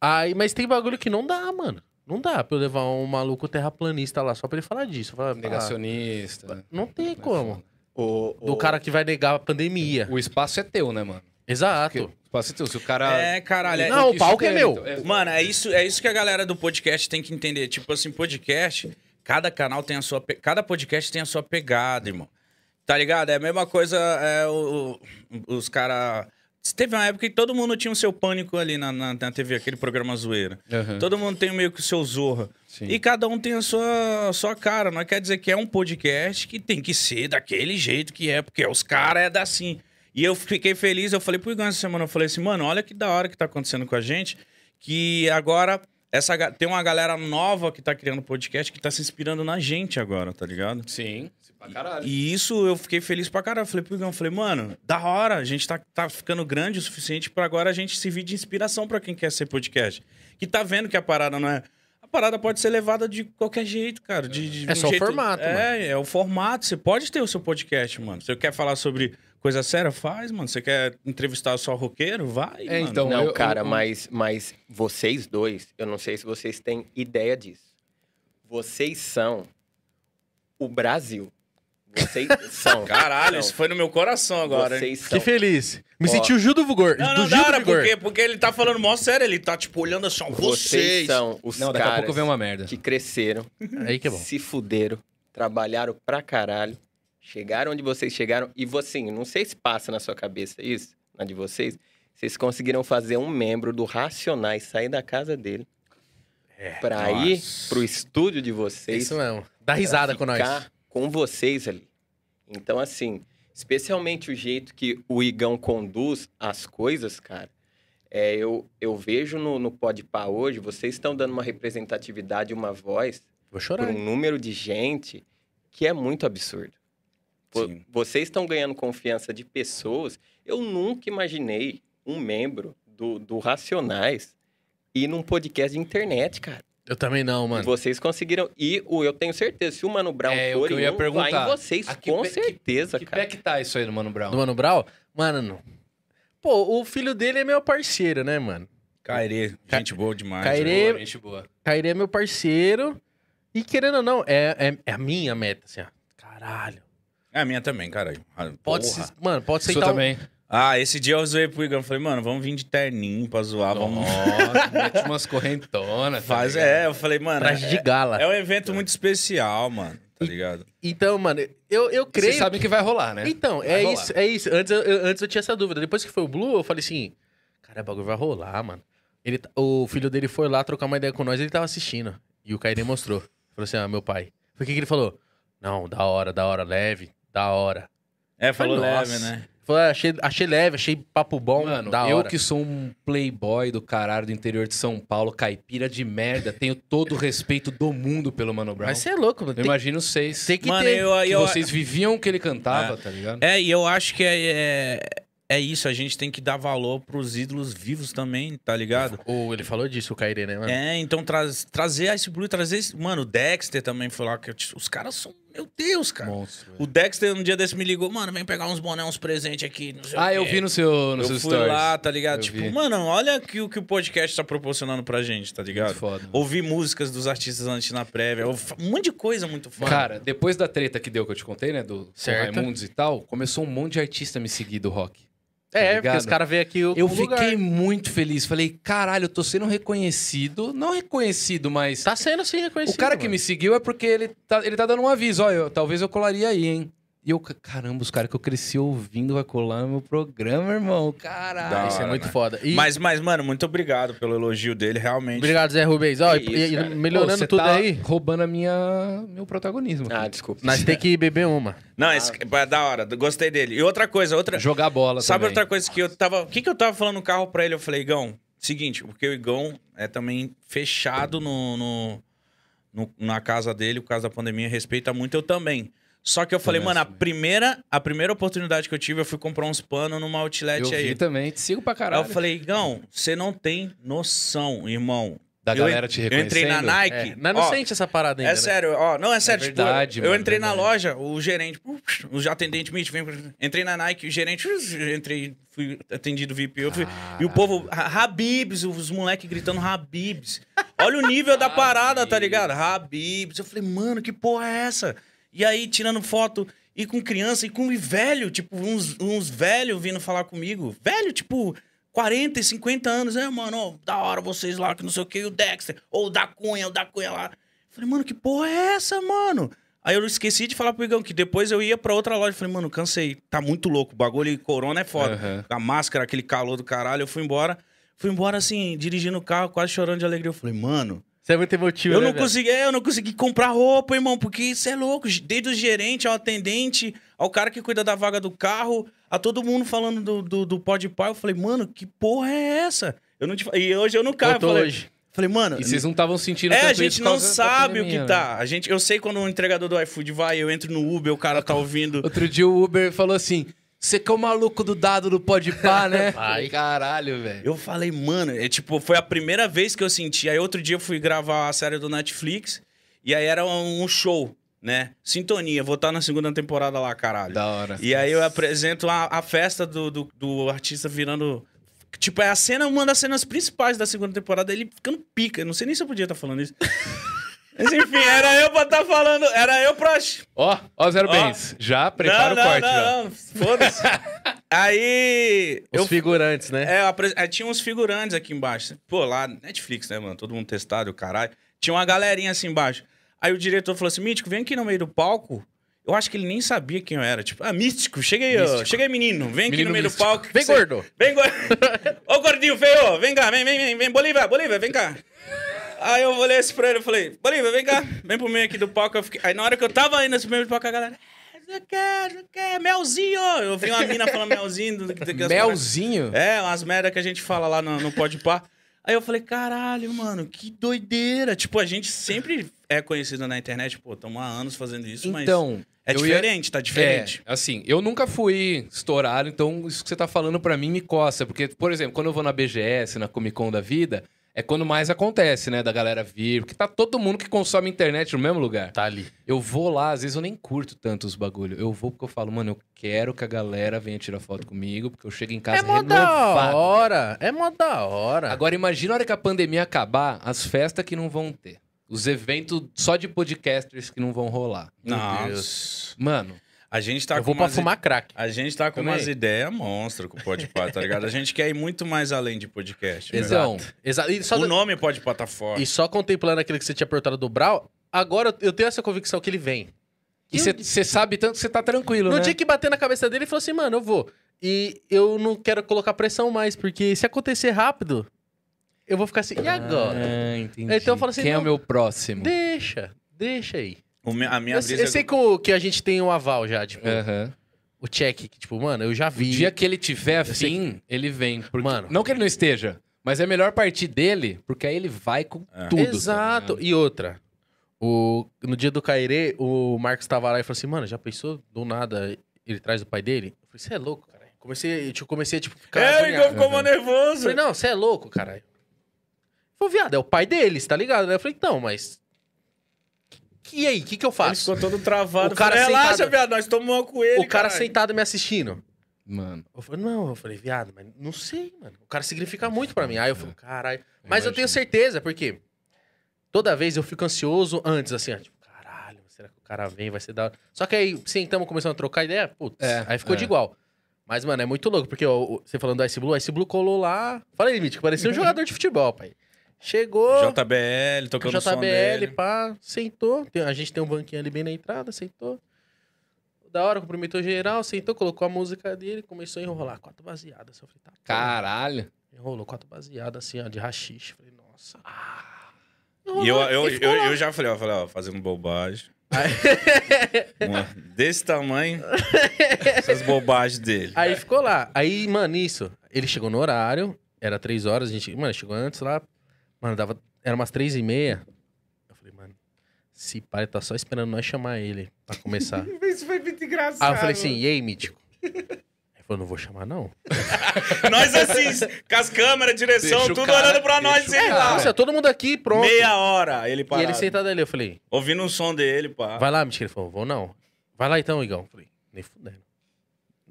Speaker 2: Aí, mas tem bagulho que não dá, mano. Não dá pra eu levar um maluco terraplanista lá só pra ele falar disso. Falar, ah,
Speaker 3: Negacionista. né?
Speaker 2: não tem como.
Speaker 4: O, o-
Speaker 2: Do cara que vai negar a pandemia.
Speaker 3: O espaço é teu, né, mano? Porque
Speaker 4: Então,
Speaker 2: Exato.
Speaker 3: o espaço é teu. Se o cara.
Speaker 1: É, caralho. é-
Speaker 2: Não, o
Speaker 3: Isso
Speaker 2: palco é
Speaker 3: tem,
Speaker 2: meu.
Speaker 3: então. É,
Speaker 1: Mano, é isso, é isso que a galera do podcast tem que entender. Tipo assim, podcast, cada canal tem a sua. pe- Cada podcast tem a sua pegada, irmão. Tá ligado? É a mesma coisa. é, o- o- os caras. Teve uma época que todo mundo tinha o seu pânico ali na, na, na TV, aquele programa zoeira.
Speaker 3: Aham,
Speaker 1: Todo mundo tem meio que o seu zorra.
Speaker 3: sim.
Speaker 1: E cada um tem a sua, a sua cara. Não quer dizer que é um podcast que tem que ser daquele jeito que é, porque os caras é da assim. E eu fiquei feliz, eu falei pro Igor essa semana, eu falei assim, mano, olha que da hora que tá acontecendo com a gente, que agora essa, ga- tem uma galera nova que tá criando podcast que tá se inspirando na gente agora, tá ligado?
Speaker 3: Sim. Sim, pra caralho.
Speaker 1: E isso eu fiquei feliz pra caralho. Eu Falei pro Igão, eu falei, mano, da hora, a gente tá, tá ficando grande o suficiente pra agora a gente servir de inspiração pra quem quer ser podcast. Que tá vendo que a parada não é. A parada pode ser levada de qualquer jeito, cara. de- de- de
Speaker 2: É
Speaker 1: um
Speaker 2: só o
Speaker 1: jeito-
Speaker 2: formato,
Speaker 1: É,
Speaker 2: mano.
Speaker 1: é o formato. Você pode ter o seu podcast, mano. Você quer falar sobre coisa séria? Faz, mano. Você quer entrevistar só roqueiro? Vai.
Speaker 3: É,
Speaker 1: mano.
Speaker 3: então,
Speaker 4: Não,
Speaker 3: eu-
Speaker 4: cara,
Speaker 3: eu-
Speaker 4: mas, mas vocês dois, eu não sei se vocês têm ideia disso. Vocês são o Brasil. Vocês são.
Speaker 1: Caralho,
Speaker 4: Não,
Speaker 1: isso foi no meu coração agora, hein?
Speaker 4: vocês são.
Speaker 2: que feliz. Me
Speaker 4: Ó.
Speaker 2: senti o Gil do Vigor.
Speaker 1: Não,
Speaker 2: do
Speaker 1: não, né?
Speaker 2: Gil
Speaker 1: da
Speaker 2: do
Speaker 1: hora,
Speaker 2: Vigor.
Speaker 1: porque, porque ele tá falando mó sério, ele tá tipo olhando assim, ó,
Speaker 4: Vocês
Speaker 1: vocês.
Speaker 4: são os
Speaker 3: Não, daqui a
Speaker 4: caras
Speaker 3: pouco vem uma merda.
Speaker 4: que cresceram,
Speaker 2: Aí que é bom.
Speaker 4: se fuderam, trabalharam pra caralho, chegaram onde vocês chegaram. E você, assim, não sei se passa na sua cabeça isso, na de vocês. Vocês conseguiram fazer um membro do Racionais sair da casa dele pra
Speaker 1: nossa.
Speaker 4: ir pro estúdio de vocês.
Speaker 2: É, Isso mesmo. Dá risada com nós.
Speaker 4: ficar com vocês ali. Então, assim, especialmente o jeito que o Igão conduz as coisas, cara, é, eu, eu vejo no, no Podpah hoje, vocês estão dando uma representatividade, uma voz
Speaker 2: Vou
Speaker 4: por
Speaker 2: chorar.
Speaker 4: um
Speaker 2: hein?
Speaker 4: número de gente que é muito absurdo. Vo-
Speaker 1: Sim.
Speaker 4: Vocês estão ganhando confiança de pessoas. Eu nunca imaginei um membro do, do Racionais ir num podcast de internet, cara.
Speaker 2: Eu também não,
Speaker 4: E
Speaker 2: mano.
Speaker 4: vocês conseguiram. E o, eu tenho certeza, se o Mano Brown
Speaker 3: É, o
Speaker 4: for,
Speaker 3: que eu
Speaker 4: ele
Speaker 3: ia
Speaker 4: não
Speaker 3: perguntar.
Speaker 4: vai em vocês,
Speaker 3: Ah, que
Speaker 4: com
Speaker 3: pé- que-
Speaker 4: certeza,
Speaker 3: Que
Speaker 4: cara.
Speaker 3: pé que tá isso aí do Mano Brown?
Speaker 2: Do Mano Brau? Mano, não. Pô, o filho dele é meu parceiro, né, mano?
Speaker 1: Cairê, gente boa demais.
Speaker 2: Cairê-
Speaker 3: Boa, gente boa.
Speaker 2: Cairê é meu parceiro. E querendo ou não, é, é, é a minha meta, assim, ó. Caralho.
Speaker 1: É a minha também, caralho. Ah,
Speaker 2: Pode
Speaker 1: porra.
Speaker 2: se, mano, pode
Speaker 3: Isso
Speaker 2: aceitar. um-
Speaker 3: também.
Speaker 1: Ah, esse dia eu zoei pro Igor. Falei, mano, vamos vir de terninho pra zoar. Vamos...
Speaker 3: Nossa, mete umas correntonas. tá
Speaker 1: Faz,
Speaker 3: ligado?
Speaker 1: é, eu falei, mano,
Speaker 2: Traje
Speaker 1: é,
Speaker 2: de gala.
Speaker 1: é um evento muito especial, mano. Tá ligado?
Speaker 2: Então, mano, eu, eu creio.
Speaker 3: Vocês sabem que vai rolar, né?
Speaker 2: Então,
Speaker 3: Vai
Speaker 2: é
Speaker 3: rolar.
Speaker 2: isso, é isso. Antes eu, eu- antes eu tinha essa dúvida. Depois que foi o Blue, eu falei assim: cara, o bagulho vai rolar, mano. Ele, tá- o filho dele foi lá trocar uma ideia com nós, ele tava assistindo. E o Cairê mostrou. Falou assim: ah, meu pai. Foi o que, que ele falou? Não, da hora, da hora, leve, da hora.
Speaker 1: É, falou
Speaker 2: Nossa.
Speaker 1: leve, né?
Speaker 2: Falou, ah, achei, achei leve, achei papo bom,
Speaker 3: Mano,
Speaker 2: Então, da
Speaker 3: eu
Speaker 2: hora.
Speaker 3: que sou um playboy do caralho do interior de São Paulo, caipira de merda, tenho todo o respeito do mundo pelo Mano Brown.
Speaker 2: Mas você é louco, mano.
Speaker 3: Eu
Speaker 2: Tem,
Speaker 3: imagino vocês.
Speaker 2: tem que
Speaker 1: Mano,
Speaker 2: ter.
Speaker 1: eu,
Speaker 3: que
Speaker 1: eu,
Speaker 3: vocês viviam o que ele cantava, tá ligado?
Speaker 1: É, e eu acho que é, é, é isso. A gente tem que dar valor pros ídolos vivos também, tá ligado?
Speaker 2: Ou ele falou disso, o Cairê, né, mano?
Speaker 1: É, então traz, trazer Ice Blue, trazer. esse- Mano, o Dexter também foi lá. Que eu te- os caras são. Meu Deus, cara.
Speaker 3: Monstro.
Speaker 1: O Dexter um dia desse me ligou, mano, vem pegar uns boné, uns presentes aqui. Não sei o
Speaker 3: Ah, eu
Speaker 2: é.
Speaker 1: quê.
Speaker 3: vi no seu, no
Speaker 1: eu
Speaker 3: seu
Speaker 1: fui
Speaker 3: stories.
Speaker 1: lá, tá ligado?
Speaker 3: Eu
Speaker 1: tipo,
Speaker 3: vi.
Speaker 1: mano, olha que, o que o podcast tá proporcionando pra gente, tá ligado?
Speaker 3: Muito foda.
Speaker 1: Ouvir músicas dos artistas antes na prévia, ouvi- um monte de coisa muito foda.
Speaker 3: Cara, depois da treta que deu que eu te contei, né? Do com
Speaker 2: Certo.
Speaker 3: Raimundos e tal, começou um monte de artista me seguir do rock.
Speaker 2: É,
Speaker 3: tá ligado?
Speaker 2: porque os caras veem aqui o
Speaker 3: Eu
Speaker 2: o lugar.
Speaker 3: fiquei muito feliz. Falei, caralho, eu tô sendo reconhecido. Não reconhecido, mas.
Speaker 2: Tá sendo assim reconhecido.
Speaker 3: o cara que
Speaker 2: mano.
Speaker 3: me seguiu é porque ele tá, ele tá dando um aviso. Olha, talvez eu colaria aí, hein? E eu, ca- caramba, os caras que eu cresci ouvindo vai colar no meu programa, irmão.
Speaker 1: Da
Speaker 3: Caralho.
Speaker 2: Isso é
Speaker 1: hora,
Speaker 2: muito
Speaker 1: né?
Speaker 2: foda. E-
Speaker 1: Mas, mas, mano, muito obrigado pelo elogio dele, realmente.
Speaker 2: Obrigado, Zé Rubens. Ó,
Speaker 4: Que
Speaker 2: e-
Speaker 4: isso,
Speaker 2: e
Speaker 4: cara.
Speaker 2: melhorando
Speaker 3: Pô, você
Speaker 2: tudo
Speaker 3: tá
Speaker 2: aí,
Speaker 3: roubando a minha, meu protagonismo.
Speaker 4: Ah,
Speaker 3: cara.
Speaker 4: desculpa.
Speaker 2: nós tem que beber uma.
Speaker 1: Não, esse,
Speaker 3: Ah.
Speaker 1: é da hora, gostei dele. E outra coisa, outra.
Speaker 3: Jogar bola
Speaker 1: Sabe
Speaker 3: também.
Speaker 1: outra coisa que eu tava. O que, que eu tava falando no carro pra ele? Eu falei, Igão, seguinte, porque o Igão é também fechado no, no- no- na casa dele, por causa da pandemia, respeita muito, eu também. Só que eu falei,
Speaker 3: Também,
Speaker 1: mano, a
Speaker 3: também.
Speaker 1: primeira, a primeira oportunidade que eu tive, eu fui comprar uns panos numa
Speaker 3: Eu
Speaker 1: outlet
Speaker 3: vi
Speaker 1: aí. É
Speaker 3: também. Te sigo pra
Speaker 1: Aí
Speaker 3: caralho.
Speaker 1: eu falei, Igão, você não tem noção, irmão.
Speaker 3: da
Speaker 1: eu
Speaker 3: galera te
Speaker 1: Eu
Speaker 3: reconhecendo.
Speaker 1: entrei na Nike.
Speaker 2: É, nós não
Speaker 1: ó,
Speaker 2: sente essa parada ainda. né?
Speaker 1: é sério, ó. Não, é sério. tipo,
Speaker 3: né? verdade,
Speaker 1: eu
Speaker 3: mano,
Speaker 1: entrei na
Speaker 3: verdade.
Speaker 1: loja, o gerente, o atendente me vem. Entrei na Nike, o gerente, entrei, fui atendido VIP. Eu fui, e o povo, "Ha- Habibs, os moleques gritando Habibs. Olha o nível da parada, tá ligado? Habibs. Eu falei, mano, que porra é essa? E aí, tirando foto, e com criança, e com e velho, tipo, uns, uns velhos vindo falar comigo. Velho, tipo, 40 e 50 anos. É, mano, ó, da hora vocês lá, que não sei o quê, e o Dexter. Ou o da Cunha, o da Cunha lá. Falei, mano, que porra é essa, mano? Aí eu esqueci de falar pro Igão que depois eu ia pra outra loja. Falei, mano, cansei. Tá muito louco. O bagulho e corona é foda.
Speaker 3: Aham.
Speaker 1: A máscara, aquele calor do caralho. Eu fui embora. Fui embora assim, dirigindo o carro, quase chorando de alegria. Eu falei, mano,
Speaker 2: Você é muito emotivo,
Speaker 1: eu
Speaker 2: né,
Speaker 1: não
Speaker 2: velho?
Speaker 1: consegui, é, eu não consegui comprar roupa, irmão, porque isso é louco. Desde o gerente ao atendente, ao cara que cuida da vaga do carro, a todo mundo falando do, do, do pó de pai. Eu falei, mano, que porra é essa? Eu não te... fa- E hoje eu no carro. Eu
Speaker 2: Voltou
Speaker 1: falei,
Speaker 2: hoje.
Speaker 1: falei, mano,
Speaker 3: E vocês não estavam sentindo
Speaker 1: é,
Speaker 3: tanto
Speaker 1: a
Speaker 3: isso
Speaker 1: gente
Speaker 3: por
Speaker 1: não
Speaker 3: causa da
Speaker 1: sabe o
Speaker 3: pandemia,
Speaker 1: que
Speaker 3: né?
Speaker 1: tá. A gente, eu sei quando o entregador do iFood vai, eu entro no Uber, o cara tá ouvindo.
Speaker 3: Outro dia o Uber falou assim: você que é o maluco do dado do Podpah, né?
Speaker 2: Vai.
Speaker 3: Caralho, velho.
Speaker 1: Eu falei, mano, é tipo, foi a primeira vez que eu senti. Aí outro dia eu fui gravar a série do Netflix e aí era um show, né? Sintonia, vou estar na segunda temporada lá, caralho.
Speaker 3: Da hora.
Speaker 1: E aí eu apresento a, a festa do, do, do artista virando. Tipo, é a cena, uma das cenas principais da segunda temporada, ele ficando pica. Não sei nem se eu podia estar falando isso. Mas enfim, era eu pra estar falando. Era eu pra.
Speaker 3: Ó, ó, Zero
Speaker 1: Ó.
Speaker 3: Bens. Já prepara
Speaker 1: não,
Speaker 3: o corte,
Speaker 1: não,
Speaker 3: já.
Speaker 1: não, não. Foda-se. aí.
Speaker 2: Os
Speaker 1: eu
Speaker 2: figurantes, né?
Speaker 1: é, eu apre- é, tinha uns figurantes aqui embaixo. Pô, lá, Netflix, né, mano? Todo mundo testado, o caralho. Tinha uma galerinha assim embaixo. Aí o diretor falou assim: Mítico, vem aqui no meio do palco. Eu acho que ele nem sabia quem eu era. Tipo, ah, místico, chega aí, ó.
Speaker 3: Místico.
Speaker 1: Chega aí, menino. Vem aqui
Speaker 3: Menino
Speaker 1: no meio
Speaker 3: místico.
Speaker 1: do palco.
Speaker 2: Vem,
Speaker 1: Cê-
Speaker 2: gordo.
Speaker 1: Vem, gordo. Ô, gordinho feio, vem cá, vem, vem, vem, vem. Bolívia, Bolívia, vem cá. Aí eu olhei assim pra ele e falei, Bolívia, vem cá, vem pro meio aqui do palco. Eu fiquei... Aí na hora que eu tava indo nesse meio do palco, a galera. "Ah, Não quer, não quer, melzinho. Eu vi uma mina falando melzinho. do- do- do-
Speaker 3: Melzinho?
Speaker 1: é, umas merda que a gente fala lá no, no Podpah. Aí eu falei, caralho, mano, que doideira. Tipo, a gente sempre é conhecido na internet, pô, estamos há anos fazendo isso, mas
Speaker 3: Então,
Speaker 1: é
Speaker 3: eu ia-
Speaker 1: diferente, tá diferente.
Speaker 3: É, assim, eu nunca fui estourado, então isso que você tá falando pra mim me coça. Porque, por exemplo, quando eu vou na BGS, na Comic Con da vida, é quando mais acontece, né? Da galera vir, porque tá todo mundo que consome internet no mesmo lugar.
Speaker 2: Tá ali.
Speaker 3: Eu vou lá, às vezes eu nem curto tanto os bagulho. Eu vou porque eu falo, mano, eu quero que a galera venha tirar foto comigo, porque eu chego em casa
Speaker 2: É mó da
Speaker 3: renovado.
Speaker 2: hora. É mó da hora.
Speaker 3: Agora imagina a hora que a pandemia acabar, as festas que não vão ter. Os eventos só de podcasters que não vão rolar.
Speaker 1: Nossa.
Speaker 3: Mano,
Speaker 1: A gente tá
Speaker 2: É. eu
Speaker 1: com
Speaker 2: vou pra
Speaker 1: umas
Speaker 2: fumar crack.
Speaker 1: A gente tá com
Speaker 3: Também.
Speaker 1: umas ideias monstras com o Podpah, tá ligado? A gente quer ir muito mais além de podcast. velho.
Speaker 3: Exato.
Speaker 2: Exato. E só,
Speaker 1: O nome pode tá fora.
Speaker 2: e só contemplando aquele que você tinha perguntado do Brau, agora eu tenho essa convicção que ele vem.
Speaker 3: E
Speaker 2: Eu-
Speaker 3: você sabe tanto que você tá tranquilo,
Speaker 2: No
Speaker 3: né?
Speaker 2: dia que bater na cabeça dele, ele falou assim, mano, eu vou. E eu não quero colocar pressão mais, porque se acontecer rápido, eu vou ficar assim, e agora?
Speaker 3: Ah, entendi.
Speaker 2: Então eu falo assim,
Speaker 3: Quem é
Speaker 2: não-
Speaker 3: o meu próximo?
Speaker 2: Deixa, deixa aí.
Speaker 1: O me- a minha
Speaker 2: Eu, se-
Speaker 1: brisa é
Speaker 2: eu sei que, o- que a gente tem um aval já, tipo,
Speaker 3: Aham.
Speaker 2: o check, que tipo, mano, eu já vi.
Speaker 3: O É. dia que ele tiver
Speaker 2: sei
Speaker 3: afim, ele vem. Porque...
Speaker 2: Mano.
Speaker 3: Não que ele não esteja, mas é melhor partir dele, porque aí ele vai com
Speaker 1: É.
Speaker 3: tudo. tá
Speaker 2: Exato.
Speaker 3: ligado?
Speaker 2: e outra, o, no dia do Cairê, o Marcos tava lá e falou assim, mano, já pensou do nada ele traz o pai dele? Eu falei, você é louco, cara. Comecei, eu comecei a, tipo, ficar...
Speaker 1: É, o
Speaker 2: agoniado.
Speaker 1: Igor ficou
Speaker 3: Uhum.
Speaker 1: mó
Speaker 2: Eu
Speaker 1: nervoso.
Speaker 2: falei, não, você é louco, caralho. Falei, viado, é o pai deles, tá ligado? Aí Eu falei, então, mas. que- E aí, o que, que eu
Speaker 1: Ele
Speaker 2: faço?
Speaker 1: ficou todo travado.
Speaker 2: O cara
Speaker 1: Falei, Relaxa,
Speaker 2: sentado.
Speaker 1: viado, nós tomamos uma coelha.
Speaker 2: o cara
Speaker 1: caralho."
Speaker 2: sentado me
Speaker 3: Ah,
Speaker 2: assistindo.
Speaker 3: Mano,
Speaker 2: Eu falei, não, eu falei, viado, mas não sei, mano. O cara significa muito pra mim. Aí eu falei, caralho. Mas eu
Speaker 3: É. imagino.
Speaker 2: tenho certeza, porque toda vez eu fico ansioso antes, assim, ó, tipo, caralho, será que o cara vem? Vai ser da hora. Só que aí, sentamos, começando a trocar ideia, putz,
Speaker 3: É,
Speaker 2: aí ficou
Speaker 3: é.
Speaker 2: de igual. Mas, mano, é muito louco, porque ó, o- você falando do Ice Blue, o Ice Blue colou lá. Fala aí, Mítico, parecia um jogador de futebol, pai. Chegou.
Speaker 1: JBL, tocando o som
Speaker 2: JBL,
Speaker 1: dele.
Speaker 2: pá, sentou. Tem- a gente tem um banquinho ali bem na entrada, sentou. Da hora, cumprimentou geral, sentou, colocou a música dele, começou a enrolar. Quatro baseadas. Eu falei, tá, cara.
Speaker 3: caralho.
Speaker 2: Enrolou quatro baseadas, assim, ó, de rachixe. Falei, nossa.
Speaker 1: E eu, eu,
Speaker 2: Ele
Speaker 1: eu,
Speaker 2: ficou lá.
Speaker 1: eu já falei, ó, falei, ó, fazendo bobagem. Uma- desse tamanho, essas bobagens dele.
Speaker 2: Aí ficou lá. Aí, mano, isso. Ele chegou no horário, era três horas, a gente. Mano, chegou antes lá. Mano, dava. Era umas três e meia. Eu falei, mano, se pare, tá só esperando nós chamar ele pra começar.
Speaker 1: Isso foi muito engraçado.
Speaker 2: Aí eu falei assim, e aí, Mítico? Ele falou, não vou chamar, não.
Speaker 1: Nós assim, com as câmeras, direção,
Speaker 3: Deixa o
Speaker 1: tudo
Speaker 3: cara- é
Speaker 1: olhando pra nós,
Speaker 3: deixa o
Speaker 1: sei lá.
Speaker 2: Nossa, todo mundo aqui, pronto.
Speaker 1: É, Meia hora, ele
Speaker 2: E
Speaker 1: parado.
Speaker 2: ele sentado ali, eu falei,
Speaker 1: Ouvindo um som dele, pá.
Speaker 2: vai lá, Mítico. Ele falou, vou não. Vai lá então, Igão. Eu falei, nem fudendo.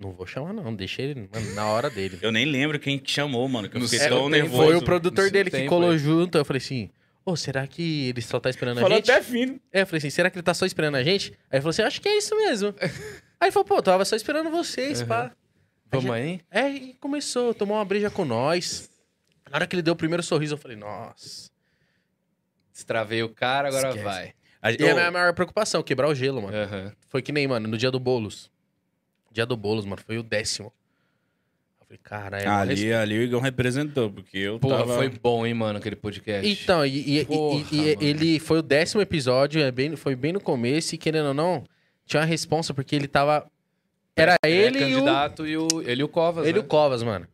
Speaker 2: Não vou chamar, não. Deixa ele, mano, na hora dele.
Speaker 1: Eu nem lembro quem que chamou, mano, que eu
Speaker 3: Não
Speaker 1: fiquei
Speaker 3: sei,
Speaker 1: tão
Speaker 3: eu tenho-
Speaker 1: nervoso.
Speaker 2: Foi o
Speaker 3: Isso
Speaker 2: produtor dele
Speaker 3: tem,
Speaker 2: que colou
Speaker 3: foi.
Speaker 2: junto. Eu falei assim, ô, será que ele só tá
Speaker 3: né?
Speaker 2: esperando a
Speaker 1: Falou
Speaker 2: gente?
Speaker 1: até fino.
Speaker 2: É, eu falei assim, será que ele tá só esperando a gente? Aí ele falou assim, acho que é isso mesmo. Aí ele falou, pô, tava só esperando vocês, pá.
Speaker 3: Vamos aí?
Speaker 2: É, e começou, tomou uma breja com nós. Na hora que ele deu o primeiro sorriso, eu falei, nossa.
Speaker 3: Destravei o cara, agora
Speaker 2: Esquece.
Speaker 3: vai.
Speaker 1: A-
Speaker 2: E é
Speaker 1: eu-
Speaker 2: a minha maior preocupação, quebrar o gelo, mano.
Speaker 3: Aham.
Speaker 2: Foi que nem, mano, no dia do Boulos. Dia do Boulos, mano, foi o décimo. Eu falei, caralho.
Speaker 1: ali, ali o Igão representou, porque eu
Speaker 3: Porra,
Speaker 1: tava...
Speaker 3: foi bom, hein, mano, aquele podcast.
Speaker 2: Então, e, e- e- e-
Speaker 3: Porra,
Speaker 2: e-
Speaker 3: mano.
Speaker 2: ele foi o décimo episódio, é bem- foi bem no começo, e querendo ou não, tinha uma responsa, porque ele tava. Era ele
Speaker 3: é
Speaker 2: e o.
Speaker 3: candidato e o... Ele e o Covas,
Speaker 2: Ele e
Speaker 3: né?
Speaker 2: o Covas, mano.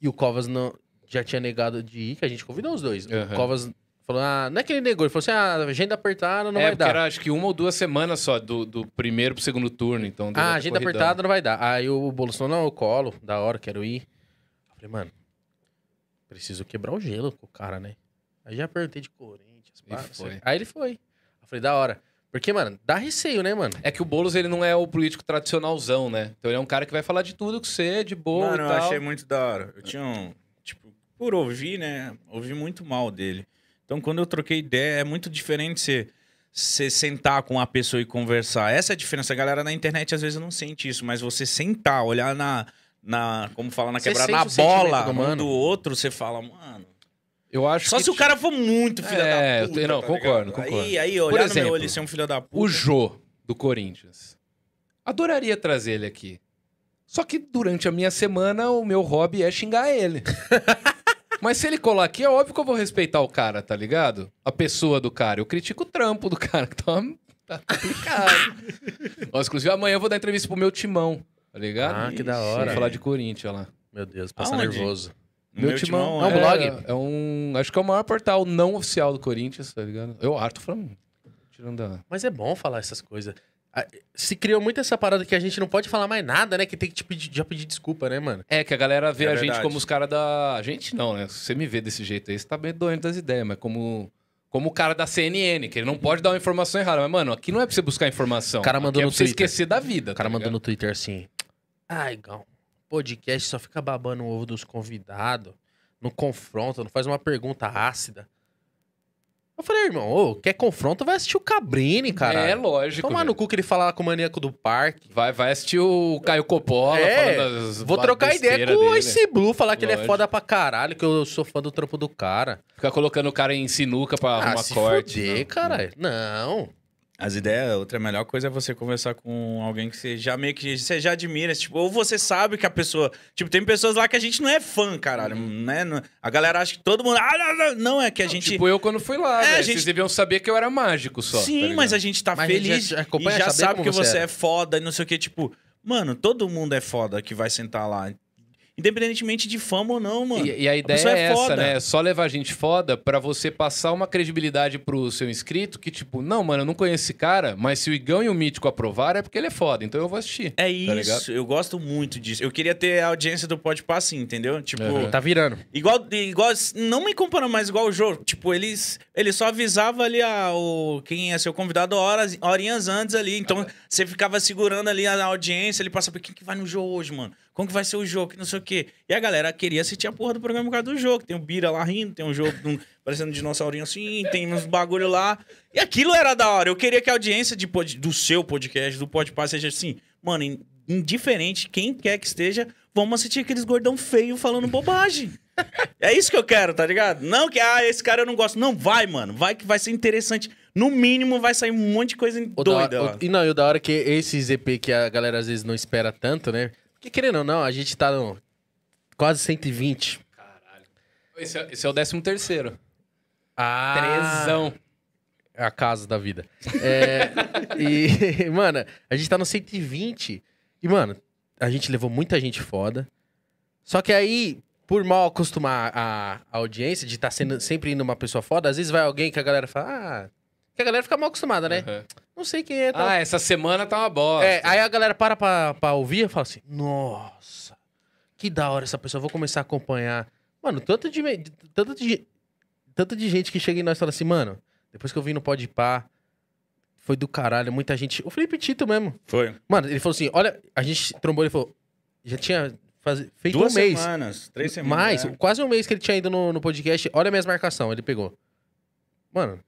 Speaker 2: E o Covas não, já tinha negado de ir, que a gente convidou os dois.
Speaker 3: Aham.
Speaker 2: O Covas falou, ah, não é que ele negou, ele falou assim, ah, agenda apertada não
Speaker 3: é,
Speaker 2: vai
Speaker 3: porque
Speaker 2: dar.
Speaker 3: era acho que uma ou duas semanas só, do, do primeiro pro segundo turno, então... deu
Speaker 2: Ah,
Speaker 3: outra
Speaker 2: agenda
Speaker 3: corridão.
Speaker 2: apertada não vai dar. Aí o Bolsonaro, não, eu colo, da hora, quero ir. Eu falei, mano, preciso quebrar o gelo com o cara, né? Aí já perguntei de Corinthians,
Speaker 3: E
Speaker 2: pá, não
Speaker 3: foi.
Speaker 2: sei. Aí ele foi. Eu falei, da hora. Porque, mano, dá receio, né, mano?
Speaker 3: É que o Boulos, ele não é o político tradicionalzão, né? Então ele é um cara que vai falar de tudo com você, de boa
Speaker 1: Mano,
Speaker 3: e
Speaker 1: eu
Speaker 3: tal.
Speaker 1: achei muito da hora. Eu tinha um... Tipo, por ouvir, né? Ouvi muito mal dele. Então, quando eu troquei ideia, é muito diferente você... Você sentar com uma pessoa e conversar. Essa é a diferença. A galera na internet às vezes não sente isso, mas você sentar, olhar na. na como fala na
Speaker 2: Você
Speaker 1: quebrada,
Speaker 2: sente
Speaker 1: na
Speaker 2: o sentimento
Speaker 1: bola
Speaker 2: do
Speaker 1: um
Speaker 2: mano.
Speaker 1: do outro, você fala, mano.
Speaker 3: Eu acho
Speaker 1: Só
Speaker 3: que
Speaker 1: se o cara for muito filho
Speaker 3: É,
Speaker 1: da
Speaker 3: eu
Speaker 1: puta.
Speaker 3: te- não,
Speaker 1: tá
Speaker 3: concordo,
Speaker 1: ligado?
Speaker 3: concordo.
Speaker 1: Aí, aí olhar no
Speaker 3: exemplo,
Speaker 1: meu olho e ser um filho da puta.
Speaker 3: O Jô, do Corinthians. Adoraria trazer ele aqui. Só que durante a minha semana, o meu hobby é xingar ele. Mas se ele colar aqui, é óbvio que eu vou respeitar o cara, tá ligado? A pessoa do cara. Eu critico o trampo do cara, que tá, uma- tá complicado. Nossa, inclusive, amanhã eu vou dar entrevista pro meu timão, tá ligado?
Speaker 2: Ah, que da
Speaker 1: Isso.
Speaker 2: hora.
Speaker 3: Vamos falar de Corinthians lá.
Speaker 2: Meu Deus, passa
Speaker 1: Aonde?
Speaker 2: nervoso.
Speaker 1: No meu, timão,
Speaker 2: é um
Speaker 1: é.
Speaker 2: blog.
Speaker 3: É um. Acho que é o maior portal não oficial do Corinthians, tá ligado? Eu acho, tô falando. Tirando a.
Speaker 2: Mas é bom falar essas coisas. Ah, Se criou muito essa parada que a gente não pode falar mais nada, né? Que tem que te pedir, já pedir desculpa, né, mano?
Speaker 3: É, que a galera vê
Speaker 1: É
Speaker 3: a gente
Speaker 1: verdade.
Speaker 3: como os caras da. A gente não, né? Se você me vê desse jeito aí, você tá bem doente das ideias, mas como. Como o cara da CNN, que ele não pode dar uma informação errada. Mas, mano, aqui não é pra você buscar informação.
Speaker 2: O cara
Speaker 3: Aqui
Speaker 2: mandou
Speaker 3: é
Speaker 2: no
Speaker 3: pra você
Speaker 2: Twitter.
Speaker 3: esquecer da vida. tá
Speaker 2: O cara mandou no Twitter assim: Ai, Gal, podcast só fica babando o ovo dos convidados, não confronta, não faz uma pergunta ácida. Eu falei, "Ah, irmão, ô, quer confronto, vai assistir o Cabrini, cara.
Speaker 3: É lógico.
Speaker 2: Tomar no
Speaker 3: velho.
Speaker 2: cu que ele fala lá com o maníaco do parque.
Speaker 3: Vai, vai assistir o Caio Coppola
Speaker 2: É,
Speaker 3: falando as
Speaker 2: Vou trocar ideia
Speaker 3: besteiras
Speaker 2: com o
Speaker 3: dele. né?
Speaker 2: Ice Blue, falar que ele é
Speaker 3: Lógico.
Speaker 2: foda pra caralho, que eu sou fã do trampo do cara.
Speaker 3: Ficar colocando o cara em sinuca pra
Speaker 2: Ah,
Speaker 3: arrumar
Speaker 2: se
Speaker 3: corte.
Speaker 2: fuder,
Speaker 3: não.
Speaker 2: caralho. Não.
Speaker 1: As ideias, outra melhor coisa é você conversar com alguém que você já meio que você já admira, tipo, ou você sabe que a pessoa, tipo, tem pessoas lá que a gente não é fã, caralho,
Speaker 2: Uhum.
Speaker 1: né? Não- A galera acha que todo mundo, ah, não, não, não, é que a gente
Speaker 3: Tipo, eu quando fui lá,
Speaker 1: É,
Speaker 3: né?
Speaker 1: a gente-
Speaker 3: Vocês deviam saber que eu era mágico só. tá
Speaker 1: Sim,
Speaker 3: ligado?
Speaker 1: mas a gente tá
Speaker 2: Mas a gente
Speaker 1: feliz
Speaker 2: já- já acompanha,
Speaker 1: e já
Speaker 2: sabe
Speaker 1: sabe
Speaker 2: como
Speaker 1: que
Speaker 2: você
Speaker 1: você
Speaker 2: é.
Speaker 1: é foda e não sei o que. Tipo, mano, todo mundo é foda que vai sentar lá. Independentemente de fama ou não, mano.
Speaker 3: E, e a ideia
Speaker 1: pessoa
Speaker 3: é,
Speaker 1: é
Speaker 3: essa,
Speaker 1: foda.
Speaker 3: né? É só levar gente foda pra você passar uma credibilidade pro seu inscrito que, tipo, não, mano, eu não conheço esse cara, mas se o Igão e o Mítico aprovaram é porque ele é foda, então eu vou assistir.
Speaker 1: É
Speaker 2: Tá
Speaker 3: ligado?
Speaker 1: isso, eu gosto muito disso. Eu queria ter a audiência do Pode assim, entendeu? Tipo,
Speaker 3: Uhum.
Speaker 2: Tá virando.
Speaker 1: igual, igual. Não me comparando mais igual o jogo. Tipo, eles, ele só avisava ali a, o, quem ia ser o convidado horas, horinhas antes ali. Então, você ficava segurando ali a audiência, ele passava, quem que vai no jogo hoje, mano? Como que vai ser o jogo? Que não sei o quê. E a galera queria assistir a porra do programa por causa do jogo. Tem o Bira lá rindo, tem um jogo de um- parecendo um dinossaurinho assim, tem uns bagulho lá. E aquilo era da hora. Eu queria que a audiência de pod- do seu podcast, do Podpah, seja assim, mano, in- indiferente, quem quer que esteja, vamos assistir aqueles gordão feio falando bobagem. É isso que eu quero, tá ligado? Não que, ah, esse cara eu não gosto. Não, vai, mano. Vai que vai ser interessante. No mínimo, vai sair um monte de coisa
Speaker 2: O da
Speaker 1: doida.
Speaker 2: hora-
Speaker 1: lá.
Speaker 2: o- e não, e o da hora que esses EP que a galera às vezes não espera tanto, né? Porque querendo ou não, a gente tá no quase 120.
Speaker 3: Esse é, esse é o décimo terceiro.
Speaker 2: Ah,
Speaker 3: Trezão.
Speaker 2: É a casa da vida. É, e, mano, a gente tá no 120. E, mano, a gente levou muita gente foda. Só que aí, por mal acostumar a, a audiência de estar sendo sempre indo uma pessoa foda, às vezes vai alguém que a galera fala, ah, que a galera fica
Speaker 1: Ah,
Speaker 2: mal acostumada, né?
Speaker 3: Uhum.
Speaker 2: Não sei quem é, tal.
Speaker 3: Ah, essa semana tá uma bosta.
Speaker 2: É, aí a galera para pra, pra ouvir e fala assim: Nossa, que da hora essa pessoa, vou começar a acompanhar. Mano, tanto de, me- tanto de, tanto de gente que chega em nós e fala assim: Mano, depois que eu vim no Pode Par, foi do caralho, muita gente. O Felipe Tito mesmo.
Speaker 1: Foi.
Speaker 2: Mano, ele falou assim: Olha, a gente trombou, ele falou: Já tinha faz- feito
Speaker 1: Duas
Speaker 2: um mês.
Speaker 1: semanas, três semanas.
Speaker 2: Mais,
Speaker 1: é.
Speaker 2: quase um mês que ele tinha ido no, no podcast. Olha minhas marcações, ele pegou. Mano,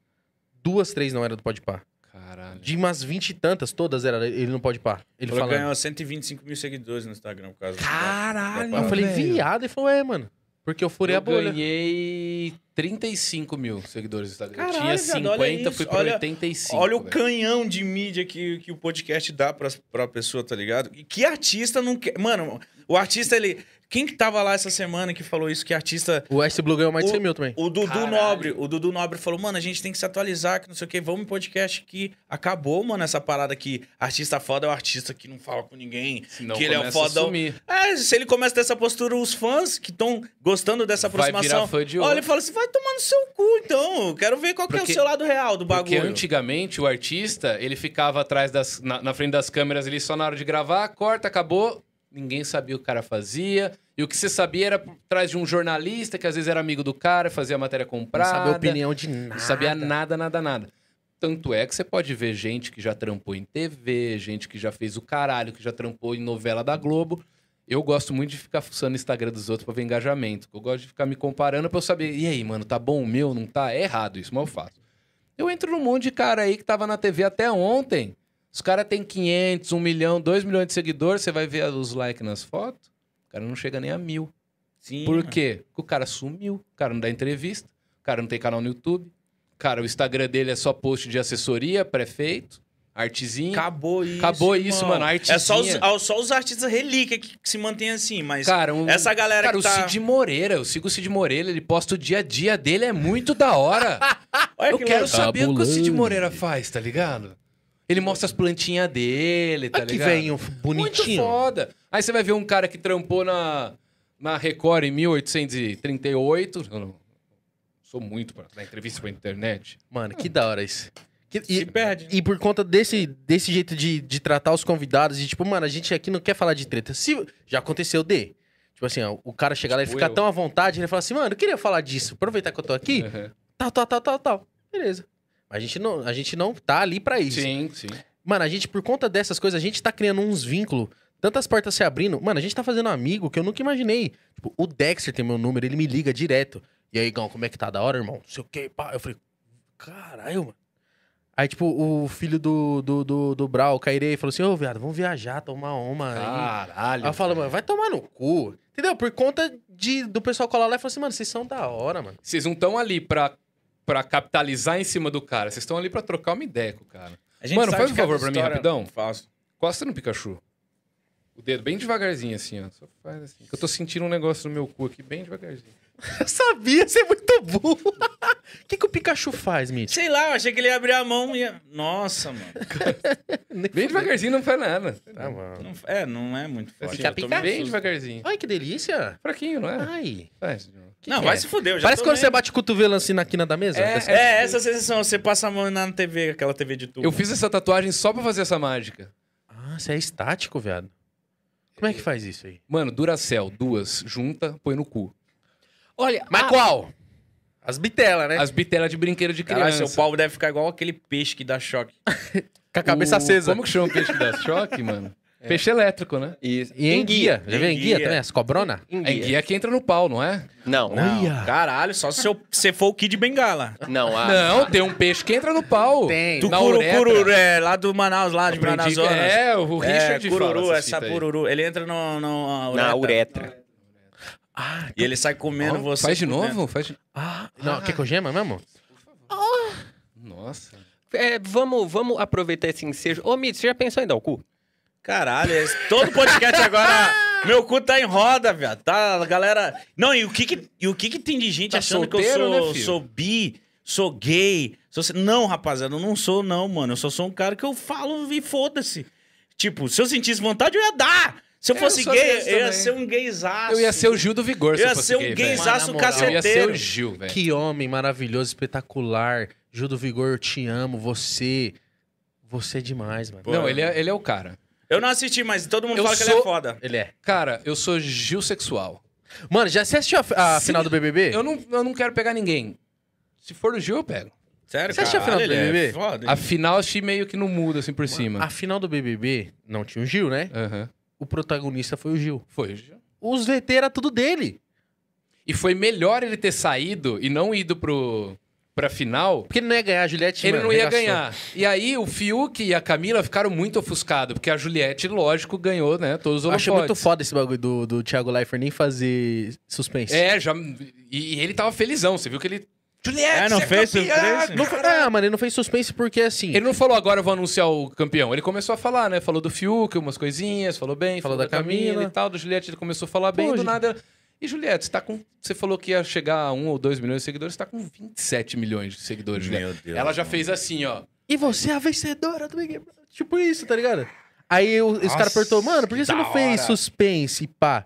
Speaker 2: duas, três não era do Pode Par.
Speaker 3: Caralho.
Speaker 2: De umas vinte e tantas, todas era ele no Pode Par. Ele
Speaker 1: Falou que
Speaker 2: falando.
Speaker 1: ganhou 125 mil seguidores no Instagram por causa
Speaker 3: Caralho,
Speaker 1: da-
Speaker 2: Aí
Speaker 1: da
Speaker 2: eu falei,
Speaker 3: velho.
Speaker 2: viado. Ele falou, é, mano. Porque eu furei
Speaker 3: eu
Speaker 2: a bolha.
Speaker 3: ganhei 35 mil seguidores do Instagram.
Speaker 1: Caralho,
Speaker 3: eu tinha
Speaker 1: viado, olha
Speaker 3: 50, fui
Speaker 1: isso,
Speaker 3: pra
Speaker 1: olha-
Speaker 3: 85.
Speaker 1: Olha o
Speaker 3: velho.
Speaker 1: canhão de mídia que, que o podcast dá pra, pra pessoa, tá ligado? E que artista não quer. Mano, o artista, ele. Quem que tava lá essa semana que falou isso? Que artista.
Speaker 2: né? O West Blue ganhou mais de
Speaker 1: O-
Speaker 2: 100 mil também.
Speaker 1: O Dudu
Speaker 3: Caralho.
Speaker 1: Nobre, o Dudu Nobre falou, mano, a gente tem que se atualizar, que não sei o quê, vamos em podcast que acabou, mano, essa parada que artista foda é o artista que não fala com ninguém.
Speaker 3: Senão
Speaker 1: que ele é um
Speaker 3: começa a
Speaker 1: fodão.
Speaker 3: sumir.
Speaker 1: É, se ele começa dessa postura, os fãs que estão gostando dessa
Speaker 3: Vai virar
Speaker 1: aproximação,
Speaker 3: fã de
Speaker 1: olha
Speaker 3: outro.
Speaker 1: e fala assim, vai tomar no seu cu, então, eu quero ver qual que é
Speaker 3: Porque-
Speaker 1: o seu lado real do
Speaker 3: Porque
Speaker 1: bagulho.
Speaker 3: antigamente o artista, ele ficava atrás das. Na, na frente das câmeras ali só na hora de gravar, corta, acabou. Ninguém sabia o que o cara fazia. E o que você sabia era por trás de um jornalista que às vezes era amigo do cara, fazia a matéria
Speaker 2: Não
Speaker 3: comprada.
Speaker 2: sabia a opinião de nada.
Speaker 3: Não sabia nada, nada, nada. Tanto é que você pode ver gente que já trampou em TV, gente que já fez o caralho, que já trampou em novela da Globo. Eu gosto muito de ficar fuçando o Instagram dos outros pra ver engajamento. Eu gosto de ficar me comparando pra eu saber, e aí, mano, tá bom o meu? Não tá? É errado isso, mas eu faço. Eu entro num monte de cara aí que tava na TV até ontem. Os caras têm 500, 1 milhão, 2 milhões de seguidores. Você vai ver os likes nas fotos, o cara não chega nem a mil.
Speaker 1: Sim,
Speaker 3: Por
Speaker 1: mano.
Speaker 3: quê? Porque o cara sumiu, o cara não dá entrevista, o cara não tem canal no YouTube, cara, o Instagram dele é só post de assessoria, prefeito, artezinho.
Speaker 1: Acabou isso.
Speaker 3: Acabou isso,
Speaker 1: irmão.
Speaker 3: mano, a
Speaker 1: É só os,
Speaker 3: artezinha.
Speaker 1: ah, só os artistas relíquia que, que se mantêm assim, mas
Speaker 3: Cara, um-
Speaker 1: essa galera
Speaker 3: cara,
Speaker 1: que
Speaker 3: o
Speaker 1: tá...
Speaker 3: Cid Moreira, eu sigo o Cid Moreira, ele posta o dia a dia dele, é muito da hora.
Speaker 1: Olha
Speaker 3: eu
Speaker 1: que
Speaker 3: quero
Speaker 1: louco.
Speaker 3: saber o que o Cid
Speaker 2: Cabulante.
Speaker 3: Moreira faz, tá ligado? Ele mostra as plantinhas dele, tá
Speaker 2: Aqui
Speaker 3: ligado?
Speaker 2: vem um
Speaker 3: Muito
Speaker 2: bonitinho.
Speaker 3: foda. Aí você vai ver um cara que trampou na, na Record em 1838. Eu não- sou muito para dar entrevista pra internet.
Speaker 2: Mano, que da hora isso. Que-
Speaker 1: Se
Speaker 2: e,
Speaker 3: né?
Speaker 1: perde.
Speaker 2: e por conta desse, desse jeito de, de tratar os convidados, e tipo, mano, a gente aqui não quer falar de treta. Se já aconteceu de. Tipo assim, ó, o cara chegar lá e
Speaker 3: Tipo
Speaker 2: ficar
Speaker 3: eu.
Speaker 2: tão à vontade, ele fala assim, mano, eu queria falar disso. Aproveitar que eu tô aqui,
Speaker 3: Uhum.
Speaker 2: tal, tal, tal, tal, tal. Beleza. Mas a gente não, a gente não tá ali pra isso.
Speaker 3: Sim, sim.
Speaker 2: Mano, a gente, por conta dessas coisas, a gente tá criando uns vínculos. Tantas portas se abrindo. Mano, a gente tá fazendo amigo que eu nunca imaginei. Tipo, o Dexter tem meu número, ele me liga direto. E aí, Gão, como é que tá da hora, irmão? Não sei o que, pá. Eu falei, caralho, mano. Aí, tipo, o filho do, do, do, do Brau, o Cairei, falou assim, ô, viado, vamos viajar, tomar uma aí.
Speaker 3: Caralho.
Speaker 2: aí eu falo,
Speaker 3: velho.
Speaker 2: mano, vai tomar no cu. Entendeu? Por conta de, do pessoal colar lá e falar assim, mano, vocês são da hora, mano.
Speaker 3: Vocês não estão ali pra, pra capitalizar em cima do cara. Vocês estão ali pra trocar uma ideia com o cara.
Speaker 1: A gente
Speaker 3: Mano,
Speaker 1: sabe
Speaker 3: faz um
Speaker 1: cada
Speaker 3: favor pra mim,
Speaker 1: história-
Speaker 3: rapidão.
Speaker 1: Faço.
Speaker 3: Costa no Pikachu. O dedo bem devagarzinho, assim, ó. Só faz assim. Eu tô sentindo um negócio no meu cu aqui, bem devagarzinho.
Speaker 2: Eu sabia, você é muito burro. O que, que o Pikachu faz, Mitch?
Speaker 1: Sei lá, eu achei que ele ia abrir a mão e ia... Nossa, mano.
Speaker 3: Bem devagarzinho não faz nada.
Speaker 2: Ah, mano.
Speaker 1: Não- é, não é muito forte.
Speaker 3: Assim,
Speaker 1: Eu
Speaker 3: eu
Speaker 1: tô
Speaker 3: tomei
Speaker 1: meio
Speaker 3: bem
Speaker 1: susto.
Speaker 3: devagarzinho.
Speaker 2: Ai, que delícia.
Speaker 3: Fraquinho, não é?
Speaker 2: Ai.
Speaker 3: Faz. de novo.
Speaker 2: que
Speaker 1: Não,
Speaker 2: que
Speaker 1: vai
Speaker 2: é?
Speaker 1: se fuder. Eu já
Speaker 2: Parece
Speaker 1: tô
Speaker 2: quando
Speaker 1: meio-
Speaker 2: você bate o cotovelo assim na quina da mesa.
Speaker 3: É,
Speaker 2: Assim.
Speaker 1: É, essa sensação. Você passa a mão na TV, aquela TV de tubo.
Speaker 3: Eu fiz essa tatuagem só pra fazer essa mágica.
Speaker 2: Ah, você é estático, viado. Como é que faz isso aí?
Speaker 3: Mano, Duracell, duas, junta, põe no cu.
Speaker 4: Olha,
Speaker 2: Mas
Speaker 4: a-
Speaker 2: qual? As bitelas, né?
Speaker 3: As bitelas de brinquedo de
Speaker 1: Caralho,
Speaker 3: criança.
Speaker 1: seu pau deve ficar igual aquele peixe que dá choque.
Speaker 2: Com a cabeça
Speaker 3: O-
Speaker 2: acesa.
Speaker 3: Como que chama o peixe que dá choque, mano? Peixe elétrico, né?
Speaker 4: Isso.
Speaker 2: E enguia. Já viu enguia
Speaker 1: Enguia.
Speaker 2: também? As cobrona?
Speaker 3: A
Speaker 4: Enguia.
Speaker 3: enguia que entra no pau, É não é?
Speaker 4: Não, não.
Speaker 1: Não,
Speaker 2: Olha.
Speaker 1: caralho, só se eu- se for o Kid Bengala.
Speaker 4: a-
Speaker 3: Não, tem um peixe que entra no pau.
Speaker 2: Tem.
Speaker 1: Do
Speaker 3: Na
Speaker 1: Cururu,
Speaker 3: uretra.
Speaker 1: é, lá do Manaus, lá de
Speaker 3: Aprendi-
Speaker 1: Manaus.
Speaker 3: É, o Richard
Speaker 1: cururu,
Speaker 3: fala
Speaker 1: essa
Speaker 3: fita aí.
Speaker 1: cururu. Ele entra no, no-
Speaker 3: é,
Speaker 4: na uretra.
Speaker 2: Ah,
Speaker 1: E ele sai comendo você.
Speaker 3: Faz de
Speaker 1: por dentro.
Speaker 3: novo? Faz de...
Speaker 2: ah. Não, quer que eu gema mesmo?
Speaker 3: Nossa.
Speaker 4: É, vamos, vamos aproveitar esse ensejo. Ô, Mito, você já pensou em dar o cu?
Speaker 1: Caralho, esse- todo podcast agora. Meu cu tá em roda, viado. Tá, galera. Não, e o que que, e o que, que tem de gente
Speaker 3: Tá
Speaker 1: achando que
Speaker 3: solteiro,
Speaker 1: eu
Speaker 3: né,
Speaker 1: sou,
Speaker 3: filho?
Speaker 1: sou bi, sou gay? Sou... se- Não, rapaziada, eu não sou, não, mano. Eu só sou um cara que eu falo e foda-se. Tipo, se eu sentisse vontade, eu ia dar. Se eu
Speaker 3: Eu
Speaker 1: fosse
Speaker 3: sou
Speaker 1: gay,
Speaker 3: desse
Speaker 1: eu ia
Speaker 3: também.
Speaker 1: ser um gayzaço.
Speaker 3: Eu ia ser o Gil do Vigor, se
Speaker 1: Eu ia
Speaker 3: eu fosse
Speaker 1: ser um
Speaker 3: gay, velho.
Speaker 2: gaysaço
Speaker 1: gayzaço
Speaker 2: Mano, na moral,
Speaker 3: Eu ia ser
Speaker 1: caceteiro.
Speaker 3: o Gil, velho.
Speaker 2: Que homem maravilhoso, espetacular. Gil do Vigor, eu te amo. Você. Você é demais, mano.
Speaker 1: Pô.
Speaker 3: Não, ele é, ele é o cara.
Speaker 1: Eu não assisti, mas todo mundo
Speaker 3: Eu
Speaker 1: fala que ele é
Speaker 3: sou-
Speaker 1: foda.
Speaker 2: Ele é.
Speaker 3: Cara, eu sou Gil sexual.
Speaker 2: Mano, já você assistiu a, a
Speaker 3: Se-
Speaker 2: final do BBB?
Speaker 3: Eu não, eu não quero pegar ninguém. Se for o Gil, eu pego.
Speaker 1: Sério,
Speaker 2: Você assistiu a
Speaker 1: caralho,
Speaker 2: final do
Speaker 1: ele é
Speaker 2: BBB?
Speaker 1: foda.
Speaker 3: Afinal, achei meio que não muda, assim, por
Speaker 2: A
Speaker 3: cima.
Speaker 2: final do BBB não tinha o Gil, né?
Speaker 3: Aham.
Speaker 2: O protagonista foi o Gil.
Speaker 3: Foi o Gil.
Speaker 2: Os VT era tudo dele.
Speaker 3: E foi melhor ele ter saído e não ido pro, pra final.
Speaker 2: Porque ele não ia ganhar, a Juliette.
Speaker 3: Ele
Speaker 2: mano,
Speaker 3: não ia
Speaker 2: arregaçou.
Speaker 3: ganhar. E aí, o Fiuk e a Camila ficaram muito ofuscados, porque a Juliette, lógico, ganhou, né? Todos os
Speaker 2: Eu
Speaker 3: holofotes.
Speaker 2: achei muito foda esse bagulho do, do Thiago Leifert nem fazer suspense.
Speaker 3: É, já. E, e ele tava felizão, você viu que ele. Juliette,
Speaker 1: É, não
Speaker 3: você é
Speaker 1: fez
Speaker 3: campeã!
Speaker 1: surpresa?
Speaker 2: Não foi- ah, mano, ele não fez suspense porque assim.
Speaker 3: Ele não falou agora eu vou anunciar o campeão. Ele começou a falar, né? Falou do Fiuk, umas coisinhas, falou bem,
Speaker 2: Falou da Camila.
Speaker 3: e tal. Do Juliette ele começou a falar bem,
Speaker 2: Pô,
Speaker 3: do
Speaker 2: gente.
Speaker 3: nada. E Juliette, você, tá com... você falou que ia chegar a um ou dois milhões de seguidores, você tá com 27 milhões de seguidores, Juliette.
Speaker 1: Meu Deus.
Speaker 3: Ela já fez assim, ó.
Speaker 2: E você é a vencedora do Big Brother. Tipo isso, tá ligado? Aí o, esse cara
Speaker 1: Nossa,
Speaker 2: perguntou, mano, por que
Speaker 1: que
Speaker 2: você
Speaker 1: da
Speaker 2: não
Speaker 1: hora.
Speaker 2: fez suspense, pá?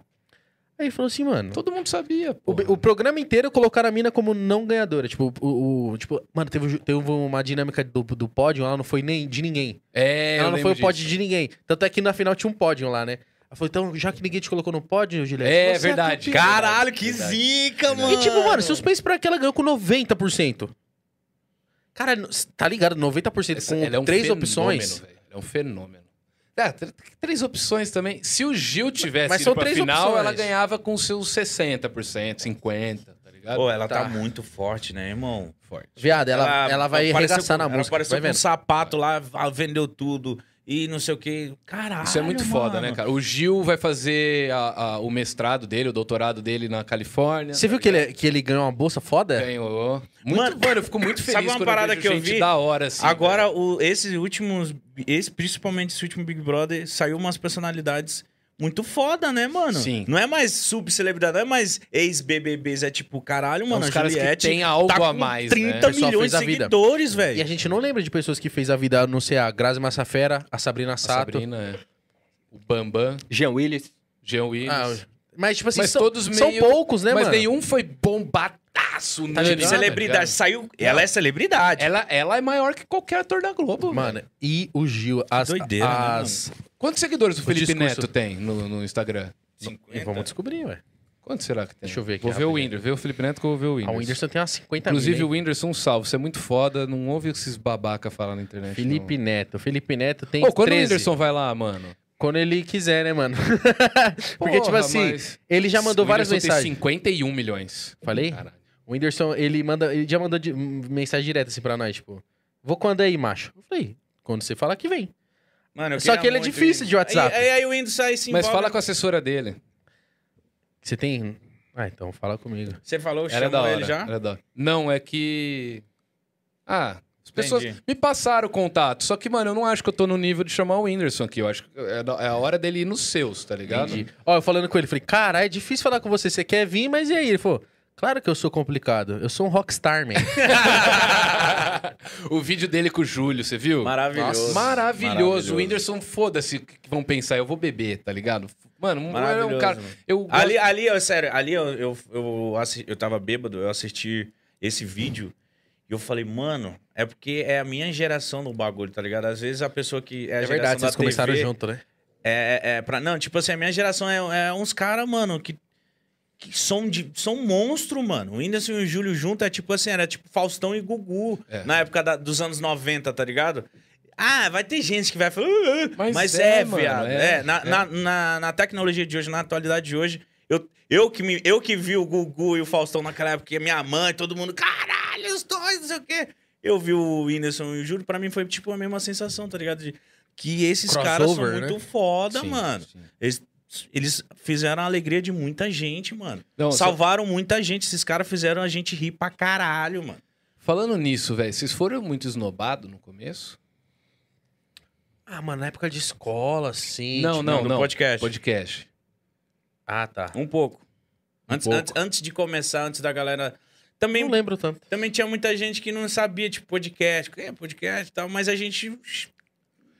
Speaker 2: Aí ele falou assim, mano.
Speaker 3: Todo mundo sabia, pô.
Speaker 2: O, be- o programa inteiro colocaram a mina como não ganhadora. Tipo, o. o- tipo, mano, teve, teve uma dinâmica do, do pódio, ela não foi nem de ninguém.
Speaker 3: É, eu
Speaker 2: ela não
Speaker 3: lembro
Speaker 2: foi o
Speaker 3: disso.
Speaker 2: pódio de ninguém. Tanto é que na final tinha um pódio lá, né? Ela falou, então, já que ninguém te colocou no pódio, Juliette.
Speaker 3: É,
Speaker 2: você
Speaker 3: verdade.
Speaker 2: campeã.
Speaker 1: Caralho, que
Speaker 3: Verdade.
Speaker 1: zica, mano.
Speaker 2: E tipo, mano, se os pensa pra que ela ganhou com 90%. Cara, n- tá ligado? 90%
Speaker 3: Essa-
Speaker 2: com
Speaker 3: ela é um
Speaker 2: três
Speaker 3: fenômeno,
Speaker 2: opções.
Speaker 3: velho. Ela É um fenômeno. É, tr- três opções também. Se o Gil tivesse
Speaker 2: Mas
Speaker 3: ido
Speaker 2: são
Speaker 3: pra
Speaker 2: três
Speaker 3: final,
Speaker 2: opções.
Speaker 3: ela ganhava com seus 60%, 50%, tá ligado?
Speaker 1: Pô, ela tá.
Speaker 2: Tá.
Speaker 1: muito forte, né, irmão? Forte.
Speaker 2: Viado, ela, ela, vai
Speaker 1: apareceu
Speaker 2: arregaçar
Speaker 1: com-
Speaker 2: na
Speaker 1: Ela
Speaker 2: música.
Speaker 1: apareceu
Speaker 2: Vai
Speaker 1: com um
Speaker 2: vendo.
Speaker 1: sapato lá, ah, vendeu tudo e não sei o que. Caralho.
Speaker 3: Isso é muito foda,
Speaker 1: mano.
Speaker 3: né, cara? O Gil vai fazer a- a- o mestrado dele, o doutorado dele na Califórnia.
Speaker 2: Você viu que ele, é, que ele ganhou uma bolsa foda?
Speaker 3: É, Ganhou. Muito,
Speaker 1: é? Mano,
Speaker 3: mano, eu fico muito feliz
Speaker 1: sabe uma
Speaker 3: quando
Speaker 1: parada
Speaker 3: vejo
Speaker 1: que eu
Speaker 3: gente
Speaker 1: vi?
Speaker 3: da hora, assim.
Speaker 1: Agora,
Speaker 3: velho.
Speaker 1: o, esses últimos. Esse, principalmente esse último Big Brother, saiu umas personalidades muito foda, né, mano?
Speaker 3: Sim.
Speaker 1: Não é mais subcelebridade, não é mais ex-BBBs. É tipo, caralho, mano,
Speaker 3: uns
Speaker 1: a
Speaker 3: caras que
Speaker 1: Juliette
Speaker 3: tem algo
Speaker 1: tá com
Speaker 3: a mais, né?
Speaker 1: 30
Speaker 2: O pessoal
Speaker 1: milhões
Speaker 2: fez
Speaker 1: de
Speaker 2: a vida.
Speaker 1: seguidores,
Speaker 3: é
Speaker 1: velho.
Speaker 2: E a gente não lembra de pessoas que fez a vida, a não ser a Grazi Massafera, a Sabrina
Speaker 3: A
Speaker 2: Sato.
Speaker 3: Sabrina, é. o Bambam,
Speaker 4: Jean Willis.
Speaker 3: Jean Willis.
Speaker 2: Ah, Mas, tipo assim,
Speaker 3: Mas
Speaker 2: são,
Speaker 3: todos
Speaker 2: são
Speaker 3: meio-
Speaker 2: poucos, né,
Speaker 3: mas
Speaker 2: mano?
Speaker 3: nenhum foi bombadaço,
Speaker 1: Tá
Speaker 3: unânime,
Speaker 1: ligado, celebridade.
Speaker 3: tá
Speaker 1: Saiu. Ela é celebridade.
Speaker 3: ligado? Ela, ela é maior que qualquer ator da Globo. Mano.
Speaker 2: Mano, e o Gil, as...
Speaker 1: doideira, né,
Speaker 2: as...
Speaker 3: Quantos seguidores o,
Speaker 2: O
Speaker 3: Felipe
Speaker 2: discurso-
Speaker 3: Neto tem no, no Instagram?
Speaker 1: 50.
Speaker 2: E vamos descobrir, ué.
Speaker 3: Quanto será que tem?
Speaker 2: Deixa eu ver aqui
Speaker 3: Vou ver o
Speaker 2: rapidinho.
Speaker 3: Whindersson. Ver o Felipe Neto que eu vou ver o
Speaker 2: Ah,
Speaker 3: Whindersson.
Speaker 2: o Whindersson tem umas 50
Speaker 3: Inclusive, o
Speaker 2: mil, hein?
Speaker 3: Whindersson, um salve. Você é muito foda. Não ouve esses babaca falar na internet.
Speaker 2: Felipe Neto. Felipe Neto tem
Speaker 3: Neto. Pô, quando
Speaker 2: 13.
Speaker 3: o Whindersson vai lá, mano?
Speaker 2: Quando ele quiser, né, mano? Porque, tipo
Speaker 3: Porra,
Speaker 2: assim,
Speaker 3: mas-
Speaker 2: ele já mandou
Speaker 3: O
Speaker 2: várias
Speaker 3: Whindersson
Speaker 2: mensagens.
Speaker 3: Tem 51 milhões.
Speaker 2: Falei?
Speaker 3: Caralho.
Speaker 2: O Whindersson, ele, manda, ele já mandou de- hum, mensagem direta assim pra nós, tipo... Vou quando aí, macho? Eu falei, quando você falar que vem.
Speaker 1: Mano, eu
Speaker 2: Só
Speaker 1: queria
Speaker 2: que ele é
Speaker 1: muito
Speaker 2: difícil
Speaker 1: isso.
Speaker 2: de WhatsApp.
Speaker 1: Aí, aí, aí o Windows sai sim.
Speaker 3: Mas fala com a assessora dele.
Speaker 2: Você tem... Ah, então fala comigo.
Speaker 1: Você falou,
Speaker 3: Era da
Speaker 1: chamou
Speaker 3: hora.
Speaker 1: ele já?
Speaker 3: Era da hora. Não, é que... Ah, as pessoas
Speaker 1: Entendi.
Speaker 3: me passaram o contato. Só que, mano, eu não acho que eu tô no nível de chamar o Whindersson aqui. Eu acho que é da- é a hora dele ir nos seus, tá ligado?
Speaker 2: Entendi. Ó, eu falando com ele, falei, cara, é difícil falar com você, você quer vir, mas e aí? Ele falou, claro que eu sou complicado, eu sou um rockstar, man.
Speaker 3: É o vídeo dele com o Júlio, você viu?
Speaker 1: Maravilhoso.
Speaker 3: Maravilhoso. O Whindersson, foda-se o que vão pensar. Eu vou beber, tá ligado? Mano, um- é
Speaker 1: Maravilhoso,
Speaker 3: um cara...
Speaker 1: mano.
Speaker 3: Eu gosto-
Speaker 1: Ali, é ali, eu, sério, ali eu, eu, eu, assi- eu tava bêbado, eu assisti esse vídeo e eu falei, mano, é porque é a minha geração no bagulho, tá ligado? Às vezes a pessoa que é a
Speaker 2: É
Speaker 1: geração
Speaker 2: verdade,
Speaker 1: da
Speaker 2: vocês começaram
Speaker 1: TV,
Speaker 2: junto, né?
Speaker 1: É, é, é pra, não, tipo assim, a minha geração é, é uns caras, mano, que, que são, de, são monstro, mano. O Whindersson e o Júlio junto é tipo assim, era tipo Faustão e Gugu
Speaker 3: É.
Speaker 1: na época da- dos anos 90, tá ligado? Ah, vai ter gente que vai falar. "Ah, ah", Mas,
Speaker 3: Mas
Speaker 1: é,
Speaker 3: é, mano,
Speaker 1: viado. É,
Speaker 3: é,
Speaker 1: na,
Speaker 3: é.
Speaker 1: Na, na, na tecnologia de hoje, na atualidade de hoje, eu, eu, que me, eu que vi o Gugu e o Faustão naquela época, e a minha mãe, todo mundo, caralho, os dois, não sei o quê. Eu vi o Whindersson e o Júlio, pra mim foi tipo a mesma sensação, tá ligado? De, que esses caras são
Speaker 2: Crossover, né?
Speaker 1: muito foda,
Speaker 3: Sim,
Speaker 1: mano.
Speaker 3: sim.
Speaker 1: Eles, eles fizeram a alegria de muita gente, mano.
Speaker 3: Não, só-
Speaker 1: Salvaram muita gente. Esses caras fizeram a gente rir pra caralho, mano.
Speaker 3: Falando nisso, velho, vocês foram muito esnobados no começo?
Speaker 2: Ah, mano, na época de escola, sim.
Speaker 3: Não,
Speaker 2: tipo-
Speaker 3: não,
Speaker 1: no
Speaker 3: não.
Speaker 1: podcast.
Speaker 3: Podcast.
Speaker 2: Ah, tá.
Speaker 1: Um pouco.
Speaker 3: Um
Speaker 1: Antes,
Speaker 3: pouco.
Speaker 1: Antes, antes de começar, antes da galera. Também,
Speaker 2: Nem lembro tanto.
Speaker 1: também tinha muita gente que não sabia, tipo, podcast. É, podcast e tal, mas a gente.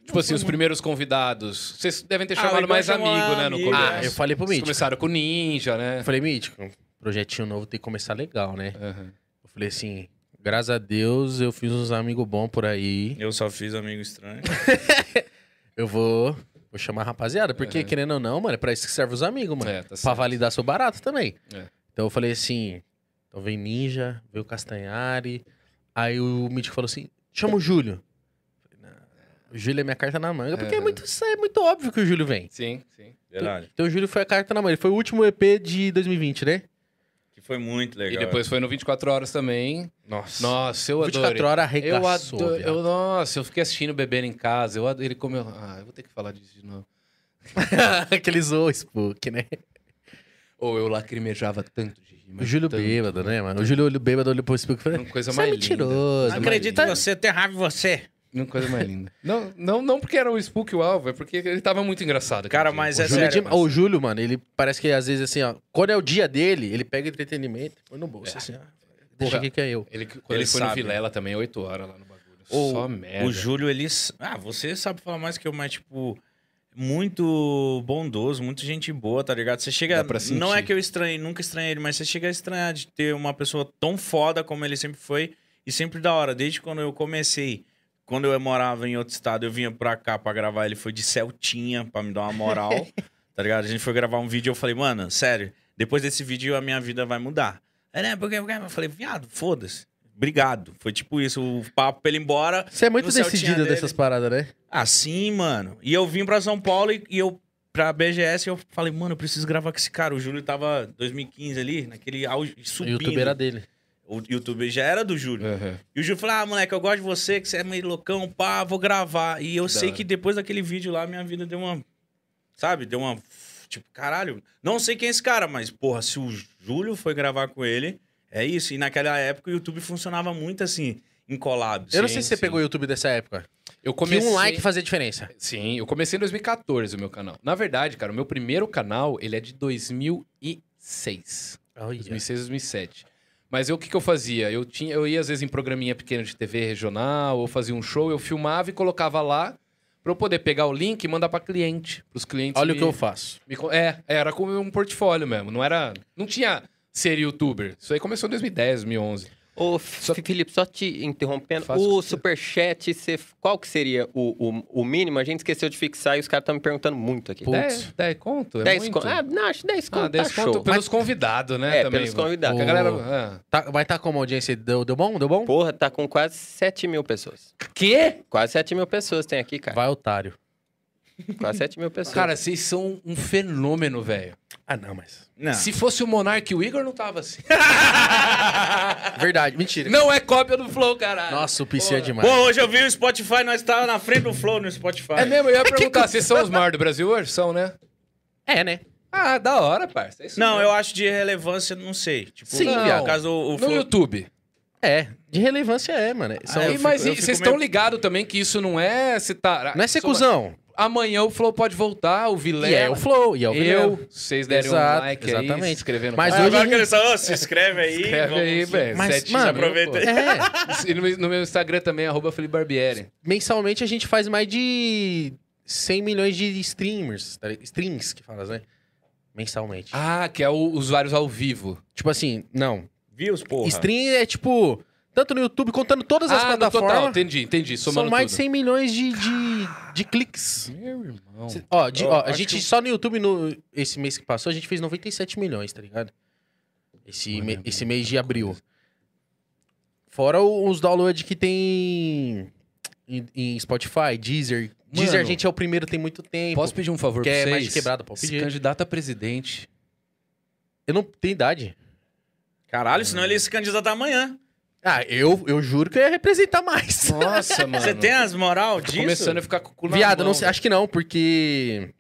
Speaker 3: Tipo assim, os primeiros convidados. Vocês devem ter chamado
Speaker 1: Ah,
Speaker 3: mais
Speaker 1: chamou
Speaker 3: amigo, né, no
Speaker 1: amigo,
Speaker 3: começo.
Speaker 1: é.
Speaker 2: então Ah, eu falei pro
Speaker 3: Vocês
Speaker 2: Mítico.
Speaker 3: começaram com Ninja, né?
Speaker 2: Eu falei, Mítico, um projetinho novo tem que começar legal, né?
Speaker 3: Aham.
Speaker 2: Eu falei assim, graças a Deus eu fiz uns amigos bons por aí.
Speaker 1: Eu só fiz amigo estranho.
Speaker 2: Eu vou, vou chamar a rapaziada, porque
Speaker 3: Uhum.
Speaker 2: querendo ou não, mano, é pra isso que serve os amigos, mano.
Speaker 3: É, tá
Speaker 2: pra
Speaker 3: certo.
Speaker 2: validar seu barato também.
Speaker 3: É.
Speaker 2: Então eu falei assim, então vem Ninja, veio o Castanhari. Aí o Mítico falou assim, chama o Júlio. Eu falei, "Não, O Júlio é minha carta na manga, porque é,
Speaker 3: É.
Speaker 2: muito, isso é muito óbvio que o Júlio vem.
Speaker 3: Sim, sim.
Speaker 1: Verdade.
Speaker 2: Então o Júlio foi a carta na manga. Ele foi o último EP de 2020, né?
Speaker 1: Que foi muito
Speaker 3: E
Speaker 1: legal.
Speaker 3: depois foi no 24 Horas também.
Speaker 2: Nossa.
Speaker 3: Nossa, eu adorei.
Speaker 2: 24 horas
Speaker 3: Eu
Speaker 2: arregaçou,
Speaker 3: adoro.
Speaker 2: viado.
Speaker 3: Eu, nossa, eu fiquei assistindo bebendo em casa. Eu adoro. Ele comeu. Ah, eu vou ter que falar disso de novo.
Speaker 2: Aquele zoou Spook, né?
Speaker 3: Ou eu lacrimejava tanto de rir.
Speaker 2: O
Speaker 3: mas
Speaker 2: Júlio
Speaker 3: tanto.
Speaker 2: bêbado, né, mano? O Júlio olhou bêbado, olhou pro Spook e falou...
Speaker 3: Uma coisa
Speaker 2: Você é
Speaker 3: mais linda.
Speaker 2: mentiroso.
Speaker 1: Não acredito em você, eu tenho raiva de você.
Speaker 3: Uma coisa mais linda. não, não, não porque era o Spook o alvo, é porque ele tava muito engraçado. aquele
Speaker 1: Cara,
Speaker 3: dia.
Speaker 1: mas
Speaker 3: O
Speaker 1: é
Speaker 3: Júlio
Speaker 2: Júlio é
Speaker 1: sério,
Speaker 2: de-
Speaker 1: mano.
Speaker 2: o Júlio, mano, ele parece que às vezes assim, ó, quando é o dia dele, ele pega entretenimento, põe no bolso, assim, ó. Deixa aqui que é eu.
Speaker 3: Ele, quando ele,
Speaker 1: Ele
Speaker 3: foi no
Speaker 1: sabe.
Speaker 3: Vilela também, 8 horas lá no bagulho.
Speaker 1: O-
Speaker 3: Só merda.
Speaker 1: O Júlio, ele. s- Ah, você sabe falar mais que eu, mas, tipo, muito bondoso, muito gente boa, tá ligado? Você chega.
Speaker 3: Dá pra sentir.
Speaker 1: não é que eu estranhei, nunca estranhei ele, mas você chega a estranhar de ter uma pessoa tão foda como ele sempre foi e sempre da hora. Desde quando eu comecei, quando eu morava em outro estado, eu vinha pra cá pra gravar, ele foi de Celtinha pra me dar uma moral, tá ligado? A gente foi gravar um vídeo, eu falei, mano, sério, depois desse vídeo a minha vida vai mudar. É, né? Porque porque- eu falei, viado, foda-se. Obrigado. Foi tipo isso, o papo pra ele ir embora.
Speaker 2: Você é muito
Speaker 1: No Celtinha
Speaker 2: decidida
Speaker 1: dele.
Speaker 2: dessas paradas, né?
Speaker 1: Assim, mano. E eu vim pra São Paulo e, e eu pra BGS eu falei, mano, eu preciso gravar com esse cara. O Júlio tava 2015 ali, naquele auge
Speaker 2: O
Speaker 1: subindo.
Speaker 2: youtuber era dele.
Speaker 1: O YouTube já era do Júlio.
Speaker 3: Aham.
Speaker 1: E o Júlio falou: "Ah, moleque, eu gosto de você, que você é meio loucão, pá, vou gravar". E eu
Speaker 3: Da
Speaker 1: sei
Speaker 3: hora.
Speaker 1: que depois daquele vídeo lá minha vida deu uma sabe, deu uma tipo, caralho, não sei quem é esse cara, mas porra, se o Júlio foi gravar com ele, é isso. E naquela época o YouTube funcionava muito assim, em collabs.
Speaker 2: eu não
Speaker 3: Sim,
Speaker 2: sei se você
Speaker 3: sim.
Speaker 2: pegou o YouTube dessa época.
Speaker 3: Eu
Speaker 2: Que
Speaker 3: comecei...
Speaker 2: um like fazia diferença.
Speaker 3: Sim, eu comecei em 2014 o meu canal. Na verdade, cara, o meu primeiro canal, ele é de 2006. 2006, 2007. Mas eu, o que, que eu fazia? Eu, tinha, eu ia, às vezes, em programinha pequena de TV regional, ou fazia um show, eu filmava e colocava lá para eu poder pegar o link e mandar para cliente, para os clientes.
Speaker 2: Olha o
Speaker 3: me-
Speaker 2: que eu faço.
Speaker 3: me con- é, era como um portfólio mesmo, não era, não tinha ser youtuber. Isso aí começou em 2010, 2011.
Speaker 4: Ô, F- Felipe, só te interrompendo,
Speaker 3: Faz com
Speaker 4: o
Speaker 3: você.
Speaker 4: superchat, você- qual que seria o, o, o mínimo? A gente esqueceu de fixar e os caras estão me perguntando muito aqui.
Speaker 2: Pô, Putz.
Speaker 3: 10, 10 conto, é
Speaker 4: 10
Speaker 3: muito.
Speaker 4: conto. Ah, não, acho 10 conto,
Speaker 3: Ah, 10
Speaker 4: tá
Speaker 3: conto
Speaker 4: show.
Speaker 3: pelos convidados, né,
Speaker 4: É,
Speaker 3: também.
Speaker 4: pelos convidados.
Speaker 3: Que a galera,
Speaker 2: Tá, mas tá como a audiência? Deu, deu bom? Deu bom?
Speaker 4: Porra, tá com quase 7 mil pessoas.
Speaker 3: ah. Quê?
Speaker 4: Quase 7 mil pessoas tem aqui, cara.
Speaker 2: Vai, otário.
Speaker 4: Quase 7 mil pessoas.
Speaker 3: Cara, vocês são um fenômeno, velho.
Speaker 2: Ah, não, mas.
Speaker 1: Não.
Speaker 3: Se fosse o Monark e o Igor, não tava assim.
Speaker 2: Verdade, mentira.
Speaker 3: não é cópia do Flow, caralho.
Speaker 2: Nossa, o PC é demais.
Speaker 1: Pô, hoje eu vi o Spotify, nós tava na frente do Flow no Spotify.
Speaker 3: É mesmo, eu ia perguntar, vocês são os maiores do Brasil hoje? São, né?
Speaker 2: É, né?
Speaker 3: Ah, da hora, parça. É isso
Speaker 1: Não,
Speaker 3: mesmo.
Speaker 1: eu acho de relevância, não sei. Tipo,
Speaker 3: Sim,
Speaker 1: no
Speaker 3: viado.
Speaker 1: caso o, o
Speaker 3: No
Speaker 1: Flow.
Speaker 3: YouTube.
Speaker 2: É. De relevância é, mano. São-
Speaker 1: Ah, eu
Speaker 3: E,
Speaker 1: fico-
Speaker 3: mas
Speaker 1: eu
Speaker 3: e-
Speaker 1: fico
Speaker 3: vocês
Speaker 1: meio-
Speaker 3: estão ligados também que isso não é se tá.
Speaker 2: Não é ser
Speaker 3: Sobre-
Speaker 2: cuzão.
Speaker 3: Amanhã o Flow pode voltar, o
Speaker 2: E é o
Speaker 3: Vilela.
Speaker 2: Flow, e é o
Speaker 3: eu,
Speaker 2: Vilela.
Speaker 3: vocês derem
Speaker 2: Exato,
Speaker 3: um like aí, se
Speaker 2: exatamente.
Speaker 3: inscrever no
Speaker 2: Mas
Speaker 1: Ah,
Speaker 3: canal.
Speaker 2: hoje
Speaker 1: agora
Speaker 2: a
Speaker 1: que
Speaker 2: gente-
Speaker 1: eles falam, "Ô, se inscreve aí.
Speaker 3: Inscreve
Speaker 1: vamos-
Speaker 3: aí, velho.
Speaker 2: Mas,
Speaker 3: Sete
Speaker 2: mano,
Speaker 3: mil, pô.
Speaker 1: aproveita aí.
Speaker 2: É,
Speaker 3: E no, no meu Instagram também, arroba Felipe Barbieri.
Speaker 2: mensalmente a gente faz mais de 100 milhões de streamers, tá ligado? streams que fala, né? Mensalmente.
Speaker 3: Ah, que é o usuários ao vivo.
Speaker 2: Tipo assim, não.
Speaker 1: Views, porra.
Speaker 2: Stream é tipo, tanto no YouTube, contando todas as
Speaker 3: ah, no
Speaker 2: plataformas,
Speaker 3: total, entendi, entendi.
Speaker 2: são
Speaker 3: Somando
Speaker 2: mais de
Speaker 3: tudo.
Speaker 2: 100 milhões de, de, de cliques.
Speaker 3: Meu irmão.
Speaker 2: Cê- Ó, de- ó,
Speaker 1: Eu
Speaker 2: a
Speaker 1: acho
Speaker 2: gente
Speaker 1: que-
Speaker 2: só no YouTube, no, esse mês que passou, a gente fez 97 milhões, tá ligado? Esse, me- esse mês
Speaker 1: tá
Speaker 2: de abril. Fora o- os downloads que tem em, em Spotify, Deezer. Deezer a
Speaker 3: Mano,
Speaker 2: gente é o primeiro tem muito tempo.
Speaker 3: Posso pedir um favor
Speaker 2: Quer
Speaker 3: pra
Speaker 2: mais
Speaker 3: vocês?
Speaker 2: quebrada, pô?
Speaker 3: Se
Speaker 2: Pedir.
Speaker 3: candidato a presidente.
Speaker 2: Eu não tenho idade.
Speaker 1: Caralho, senão ele se candidata amanhã.
Speaker 2: Ah, eu, eu juro que eu ia representar mais.
Speaker 3: Nossa, mano.
Speaker 1: Você tem as moral
Speaker 3: Tô
Speaker 1: disso?
Speaker 3: Tá Começando a ficar com o cu na
Speaker 2: Viado,
Speaker 3: mão,
Speaker 2: não sei,
Speaker 3: velho.
Speaker 2: acho que não, porque...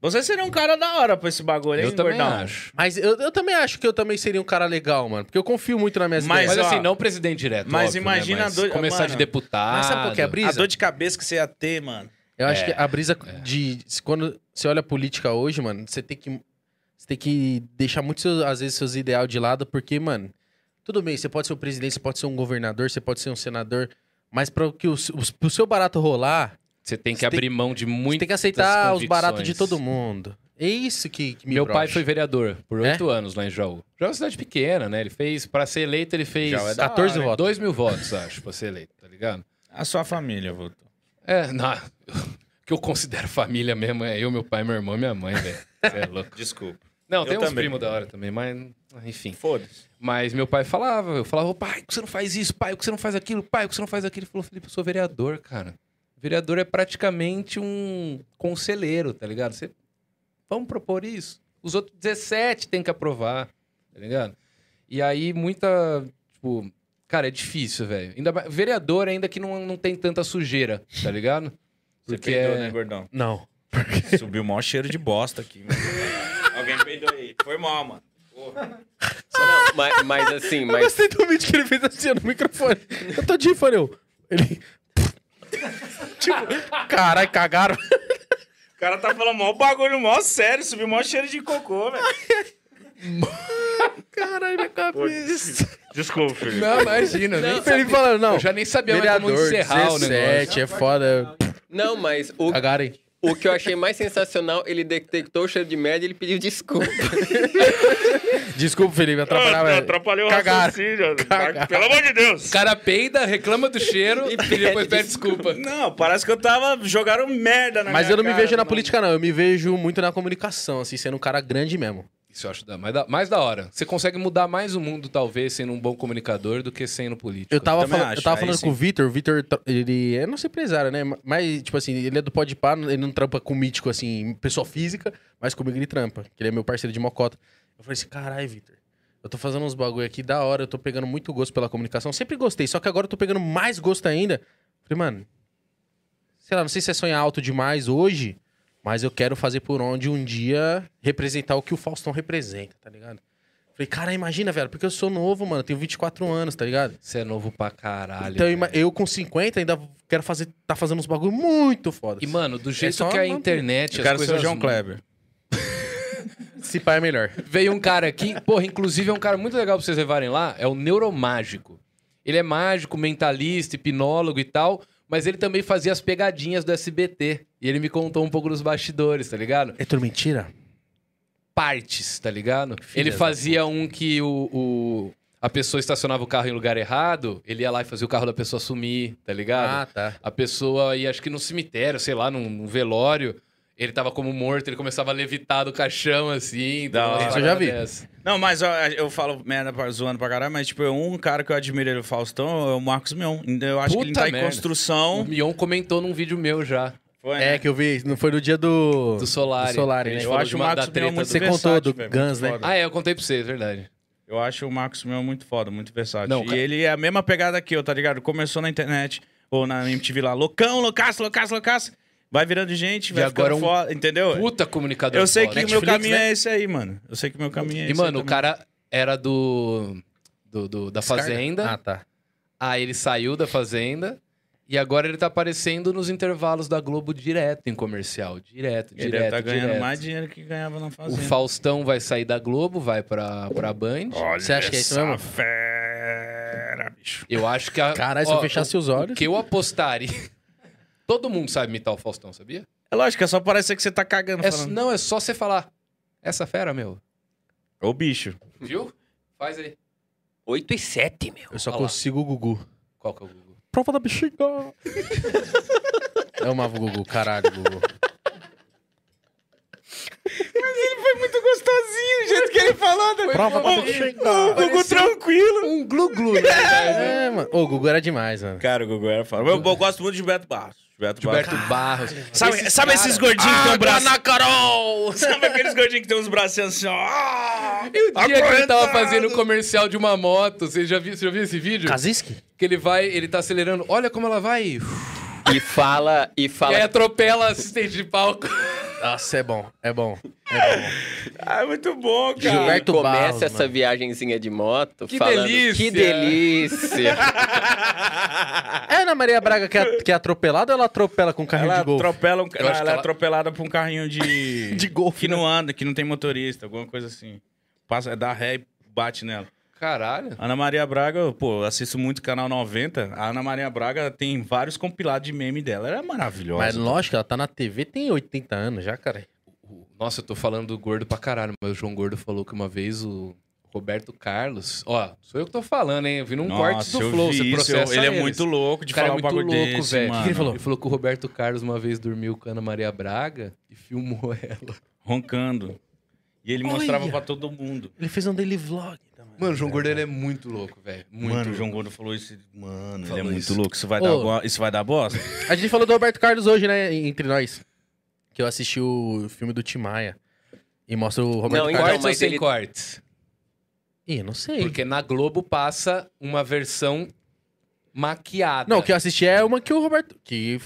Speaker 1: Você seria um cara da hora pra esse bagulho, hein,
Speaker 3: Eu também
Speaker 1: gordão?
Speaker 3: acho.
Speaker 2: Mas eu, eu também acho que eu também seria um cara legal, mano. Porque eu confio muito nas minhas
Speaker 1: Mas,
Speaker 3: Mas,
Speaker 2: ideias.
Speaker 1: ó,
Speaker 3: assim, não presidente direto.
Speaker 1: mas
Speaker 3: óbvio,
Speaker 1: imagina
Speaker 3: né? Mas
Speaker 1: a dor-
Speaker 3: Começar
Speaker 1: mano,
Speaker 3: de deputado.
Speaker 2: Mas sabe qual que é a
Speaker 1: A
Speaker 2: brisa?
Speaker 1: dor de cabeça que você ia ter, mano.
Speaker 2: Eu acho
Speaker 3: É,
Speaker 2: que a brisa de. se- Quando você olha a política hoje, mano, você tem que. Você tem que deixar muito, seus- às vezes, seus ideal de lado, porque, mano, tudo bem, você pode ser o presidente, você pode ser um governador, você pode ser um senador, mas para que o, s- os- pro seu barato rolar,
Speaker 3: Você tem que
Speaker 2: Você tem-
Speaker 3: abrir mão de
Speaker 2: você
Speaker 3: muito.
Speaker 2: tem que aceitar os
Speaker 3: convicções.
Speaker 2: baratos de todo mundo. É isso que, que me
Speaker 3: Meu pai
Speaker 2: brocha.
Speaker 3: foi vereador por
Speaker 2: É?
Speaker 3: oito anos lá em Jaú. Jaú é uma cidade pequena, né? Ele fez, pra ser eleito, ele fez
Speaker 1: Jaú é da
Speaker 2: 14
Speaker 1: hora, hein?
Speaker 2: votos.
Speaker 3: dois mil votos, acho, pra ser eleito, tá ligado?
Speaker 1: A sua família, voltou.
Speaker 3: É, na... o que eu considero família mesmo é eu, meu pai, meu irmão e minha mãe, velho. Você é louco.
Speaker 1: Desculpa.
Speaker 3: Não,
Speaker 1: Eu
Speaker 3: tem uns
Speaker 1: também.
Speaker 3: primos da hora também, mas enfim.
Speaker 1: Foda-se.
Speaker 3: Mas meu pai falava, eu falava, "Ô, pai, por que você não faz isso? Pai, por que você não faz aquilo? Pai, por que você não faz aquilo? Ele falou, Felipe, eu sou vereador, cara. Vereador é praticamente um conselheiro, tá ligado? Você... Vamos propor isso. Os outros 17 tem que aprovar, tá ligado? E aí muita, tipo... Cara, é difícil, velho. Ainda mais- Vereador ainda que não, não tem tanta sujeira, tá ligado?
Speaker 1: Você
Speaker 3: Porque
Speaker 1: peidou,
Speaker 3: é-
Speaker 1: né, gordão?
Speaker 2: Não.
Speaker 1: Subiu o maior cheiro de bosta aqui. mano. Alguém peidou aí. Foi mal, mano. Porra.
Speaker 4: Não, mas, mas assim,
Speaker 2: Eu
Speaker 4: mas
Speaker 2: gostei do vídeo que ele fez assim ó, no microfone. Eu tô de fone, eu. Ele. tipo, caralho, cagaram.
Speaker 1: O cara tá falando mal bagulho, mó sério. Subiu o maior cheiro de cocô, velho.
Speaker 2: Caralho, minha cabeça.
Speaker 1: Desculpa, filho.
Speaker 3: Não, imagina. nem
Speaker 2: Ele falando, não.
Speaker 3: Eu já nem sabia mais como encerrar o negócio.
Speaker 2: 17, é foda.
Speaker 4: não, mas o,
Speaker 2: Cagarem.
Speaker 4: o que eu achei mais sensacional, ele detectou o cheiro de merda e ele pediu desculpa.
Speaker 2: Desculpa, Felipe, atrapalhar.
Speaker 1: Ah,
Speaker 2: mas-
Speaker 1: Atrapalhou
Speaker 2: Cagaram.
Speaker 1: raciocínio. tá? Pelo amor de Deus.
Speaker 3: O cara peida, reclama do cheiro e depois pede desculpa.
Speaker 1: Não, parece que eu tava. Jogaram merda na
Speaker 2: Mas
Speaker 1: minha
Speaker 2: eu não me
Speaker 1: cara,
Speaker 2: vejo na
Speaker 1: mano.
Speaker 2: política, não. Eu me vejo muito na comunicação, assim, sendo um cara grande mesmo.
Speaker 3: Isso eu acho da, mais, da, mais da hora. Você consegue mudar mais o mundo, talvez, sendo um bom comunicador do que sendo político.
Speaker 2: Eu tava,
Speaker 1: também
Speaker 2: falando-
Speaker 1: acho,
Speaker 2: eu tava
Speaker 1: aí
Speaker 2: falando
Speaker 1: sim.
Speaker 2: com o Vitor. O Vitor, tra- ele é nosso empresário, né? Mas, tipo assim, ele é do Pode Pá, ele não trampa com mítico, assim, pessoa física, mas comigo ele trampa. Que ele é meu parceiro de mocota. Eu falei assim, caralho, Vitor. Eu tô fazendo uns bagulho aqui da hora, eu tô pegando muito gosto pela comunicação. Sempre gostei, só que agora eu tô pegando mais gosto ainda. Falei, mano, sei lá, não sei se é sonhar alto demais hoje, mas eu quero fazer por onde um dia representar o que o Faustão representa, tá ligado? Falei, cara, imagina, velho, porque eu sou novo, mano, eu tenho 24 anos, tá ligado?
Speaker 3: Você é novo pra caralho.
Speaker 2: Então,
Speaker 3: velho.
Speaker 2: ima- eu com 50 ainda quero fazer. Tá fazendo uns bagulho muito foda.
Speaker 3: E, mano, do jeito
Speaker 2: só
Speaker 3: que a
Speaker 2: manter.
Speaker 3: internet.
Speaker 1: Eu
Speaker 3: as
Speaker 1: quero ser o
Speaker 3: coisas
Speaker 1: João
Speaker 3: mudam.
Speaker 1: Kleber.
Speaker 2: se pá é melhor.
Speaker 3: Veio um cara aqui, porra, inclusive é um cara muito legal pra vocês levarem lá, é o Neuromágico. Ele é mágico, mentalista, hipnólogo e tal, Mas ele também fazia as pegadinhas do SBT. E ele me contou um pouco dos bastidores, tá ligado?
Speaker 2: É tudo mentira?
Speaker 3: Partes, tá ligado?
Speaker 2: Filha
Speaker 3: ele
Speaker 2: da
Speaker 3: fazia um que o, o- a pessoa estacionava o carro em lugar errado, ele ia lá e fazia o carro da pessoa sumir, tá ligado?
Speaker 2: Ah, tá.
Speaker 3: A pessoa ia, acho que num cemitério, sei lá, num, num velório. Ele tava como morto, ele começava a levitar do caixão, assim.
Speaker 1: Da
Speaker 3: umas
Speaker 1: hora.
Speaker 2: Isso eu já
Speaker 3: paradas
Speaker 2: vi.
Speaker 3: dessas.
Speaker 1: Não, mas ó, eu falo merda pra- zoando pra caralho, mas tipo, um cara que eu admiro ele, o Faustão, é o Marcos Mion. Então, Eu acho que ele
Speaker 3: Puta
Speaker 1: tá em
Speaker 3: merda.
Speaker 1: construção.
Speaker 3: O Mion comentou num vídeo meu já,
Speaker 1: Foi, né?
Speaker 2: É, que eu vi. Não foi no dia do.
Speaker 3: do Solari.
Speaker 2: Do Solari, né?
Speaker 3: Ele
Speaker 1: Eu
Speaker 3: falou
Speaker 1: acho
Speaker 3: de
Speaker 1: o
Speaker 3: uma-
Speaker 1: Marcos Mion
Speaker 3: da
Speaker 1: é
Speaker 3: treta
Speaker 1: muito
Speaker 3: do-
Speaker 2: Você contou
Speaker 1: versátil,
Speaker 2: do
Speaker 1: velho,
Speaker 2: Guns, né?
Speaker 1: foda.
Speaker 3: Ah, é, eu contei pra vocês, verdade.
Speaker 1: Eu acho o Marcos Mion muito foda, muito versátil.
Speaker 3: Não,
Speaker 1: e
Speaker 3: cara-
Speaker 1: ele é a mesma pegada que eu, tá ligado? Começou na internet ou na MTV lá, loucão, loucaço, loucaço, loucaço. Vai virando gente, vai
Speaker 3: E agora
Speaker 1: ficando
Speaker 3: é um
Speaker 1: foda, entendeu?
Speaker 3: Puta comunicador.
Speaker 1: eu sei
Speaker 3: foda.
Speaker 1: que o meu
Speaker 2: Netflix,
Speaker 1: caminho
Speaker 2: né?
Speaker 1: é esse aí, mano. Eu sei que o meu caminho é esse
Speaker 3: E, mano,
Speaker 1: aí
Speaker 3: o
Speaker 1: também.
Speaker 3: cara era do, do- do- da Fazenda.
Speaker 2: Ah, tá.
Speaker 3: Aí ele saiu da Fazenda. E agora ele tá aparecendo nos intervalos da Globo direto em comercial. Direto,
Speaker 1: Ele
Speaker 3: direto,
Speaker 1: deve tá ganhando
Speaker 3: direto.
Speaker 1: mais dinheiro que ganhava na
Speaker 3: O
Speaker 1: fazenda.
Speaker 3: Faustão vai sair da Globo, vai pra, pra Band.
Speaker 1: Olha
Speaker 2: Você acha que é isso
Speaker 1: essa
Speaker 2: mesmo?
Speaker 1: fera, bicho.
Speaker 3: Eu acho que a.
Speaker 2: Caralho, se
Speaker 3: ó,
Speaker 2: eu fechasse os
Speaker 3: o
Speaker 2: olhos.
Speaker 3: que eu apostaria. Todo mundo sabe imitar o Faustão, sabia?
Speaker 1: É lógico, é só parecer que você tá cagando
Speaker 3: É-
Speaker 1: falando.
Speaker 3: não, é só você falar. Essa fera, meu.
Speaker 1: Ô, bicho.
Speaker 3: Viu? Faz aí.
Speaker 4: 8 e 7, meu.
Speaker 2: Eu só
Speaker 3: Olha lá.
Speaker 2: consigo o Gugu.
Speaker 3: Qual que é o Google?
Speaker 2: Prova da bexiga. Eu amava o Gugu, caralho, Gugu.
Speaker 1: Muito gostosinho o jeito que ele falou. Né?
Speaker 2: Prova
Speaker 1: Ô,
Speaker 2: da bexiga.
Speaker 1: ô, Gugu tranquilo.
Speaker 3: Um glu-glu, né?
Speaker 2: É, mano. Ô, o Gugu era demais, mano.
Speaker 1: Cara, o Gugu era foda. Eu, eu gosto muito de Beto Barros. Beto
Speaker 3: Gilberto Barros.
Speaker 1: Sabe,
Speaker 3: Esses
Speaker 1: sabe
Speaker 3: caras-
Speaker 1: esses gordinhos que tem um braço...
Speaker 2: Carol!
Speaker 1: Sabe aqueles gordinhos que tem uns bracinhos assim, ó? Ah,
Speaker 3: E o dia que ele tava
Speaker 1: acorrentado.
Speaker 3: fazendo um comercial de uma moto, você já viu, você já viu esse vídeo?
Speaker 2: Kaziski?
Speaker 3: Que ele vai, ele tá acelerando, olha como ela vai.
Speaker 4: E fala, e
Speaker 3: E aí
Speaker 4: fala.
Speaker 3: atropela a assistente de palco.
Speaker 2: Nossa, é bom, é bom.
Speaker 1: Ah, é muito bom, cara.
Speaker 2: Gilberto
Speaker 4: começa
Speaker 2: Barros,
Speaker 4: essa
Speaker 2: mano.
Speaker 4: viagenzinha de moto
Speaker 3: Que
Speaker 4: falando
Speaker 3: delícia!"
Speaker 4: que delícia.
Speaker 2: É a Ana Maria Braga que é, que é atropelada ou ela atropela com um carrinho
Speaker 1: Ela
Speaker 2: de golfe?
Speaker 1: atropela um...
Speaker 3: Eu acho
Speaker 1: ela,
Speaker 3: que
Speaker 1: é
Speaker 3: ela-
Speaker 1: atropelada por um carrinho de... né?
Speaker 2: De golfe,
Speaker 1: Que não anda, que não tem motorista, alguma coisa assim. Passa, dá ré e bate nela.
Speaker 3: Caralho.
Speaker 1: Ana Maria Braga, eu, pô, eu assisto muito o Canal 90. A Ana Maria Braga tem vários compilados de meme dela. Ela é maravilhosa.
Speaker 2: Mas lógico, ela tá na TV, tem 80 anos já, cara.
Speaker 3: Nossa, eu tô falando do gordo pra caralho, mas o João Gordo falou que uma vez o Roberto Carlos, ó, sou eu que tô falando, hein? Eu vi num corte do
Speaker 1: eu
Speaker 3: Flow,
Speaker 1: vi
Speaker 3: você
Speaker 1: isso, eu-
Speaker 3: processa
Speaker 1: Ele é
Speaker 3: eles.
Speaker 1: muito louco de
Speaker 3: O cara é
Speaker 1: falar um
Speaker 3: muito
Speaker 1: bagulho
Speaker 3: louco,
Speaker 1: desse,
Speaker 3: velho. O que
Speaker 1: mano.
Speaker 3: que ele falou? Ele falou que o Roberto Carlos uma vez dormiu com a Ana Maria Braga e filmou ela.
Speaker 1: Roncando. E ele mostrava pra todo mundo.
Speaker 2: Ele fez um daily vlog. também.
Speaker 3: Mano, o João Gordo ele é muito louco, velho. Muito
Speaker 1: mano, o
Speaker 3: louco.
Speaker 1: João Gordo falou isso. Mano,
Speaker 3: Falou
Speaker 1: ele é muito
Speaker 3: isso.
Speaker 1: louco. Isso vai, dar,
Speaker 2: Ô.
Speaker 1: alguma- isso vai dar bosta?
Speaker 2: A gente falou do Roberto Carlos hoje, né, entre nós. Que eu assisti o filme do Tim Maia. E mostra o Roberto
Speaker 4: Não,
Speaker 2: Carlos.
Speaker 3: Cortes
Speaker 4: Então,
Speaker 3: ou
Speaker 4: mas
Speaker 3: sem
Speaker 4: ele-
Speaker 3: cortes?
Speaker 2: Ih, não sei.
Speaker 3: Porque na Globo passa uma versão maquiada.
Speaker 2: Não, o que eu assisti é uma que o Roberto... Que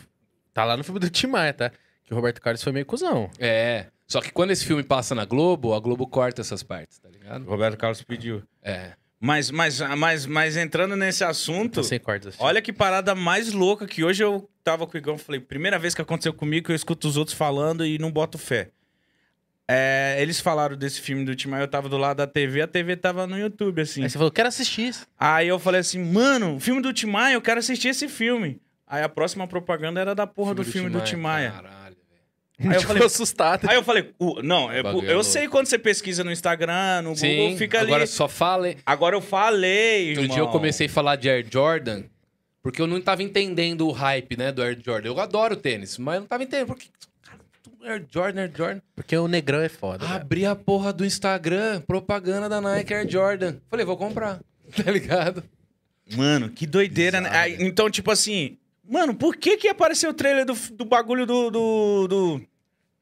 Speaker 2: tá lá no filme do Tim Maia, tá? Que o Roberto Carlos foi meio cuzão.
Speaker 3: É. Só que quando esse filme passa na Globo, a Globo corta essas partes, tá
Speaker 1: O
Speaker 3: ligado?
Speaker 1: Roberto Carlos pediu.
Speaker 3: É.
Speaker 1: Mas, mas, mas, mas entrando nesse assunto,
Speaker 2: Tô sem cortes. assim.
Speaker 1: olha que parada mais louca que hoje eu tava com o Igão e falei, primeira vez que aconteceu comigo, que eu escuto os outros falando e não boto fé. É, eles falaram desse filme do Tim Maia, eu tava do lado da TV, a TV tava no YouTube, assim.
Speaker 2: Aí você falou, quero assistir isso.
Speaker 1: Aí eu falei assim, mano, o filme do Tim Maia, eu quero assistir esse filme. Aí a próxima propaganda era da porra do filme do Tim Maia.
Speaker 3: Caralho, velho.
Speaker 1: Aí eu falei,
Speaker 2: assustado.
Speaker 1: Aí eu falei, "Uh, não, eu,
Speaker 3: bagulho é
Speaker 1: eu
Speaker 3: louco.
Speaker 1: sei quando você pesquisa no Instagram, no
Speaker 3: Sim,
Speaker 1: Google, fica
Speaker 3: agora
Speaker 1: ali.
Speaker 3: só fala...
Speaker 1: Agora eu falei,
Speaker 3: Outro
Speaker 1: irmão.
Speaker 3: um dia eu comecei a falar de Air Jordan, porque eu não tava entendendo o hype, né, do Air Jordan. Eu adoro tênis, mas eu não tava entendendo. Porque, cara, tu- Air Jordan, Air Jordan...
Speaker 2: Porque o negrão é foda.
Speaker 1: Ah,
Speaker 2: velho.
Speaker 3: Abri a porra do Instagram, propaganda da Nike Air Jordan. Falei, vou comprar, tá ligado?
Speaker 1: Mano, que doideira, né? Aí, então, tipo assim, mano, por que que apareceu o trailer do, do bagulho do, do, do,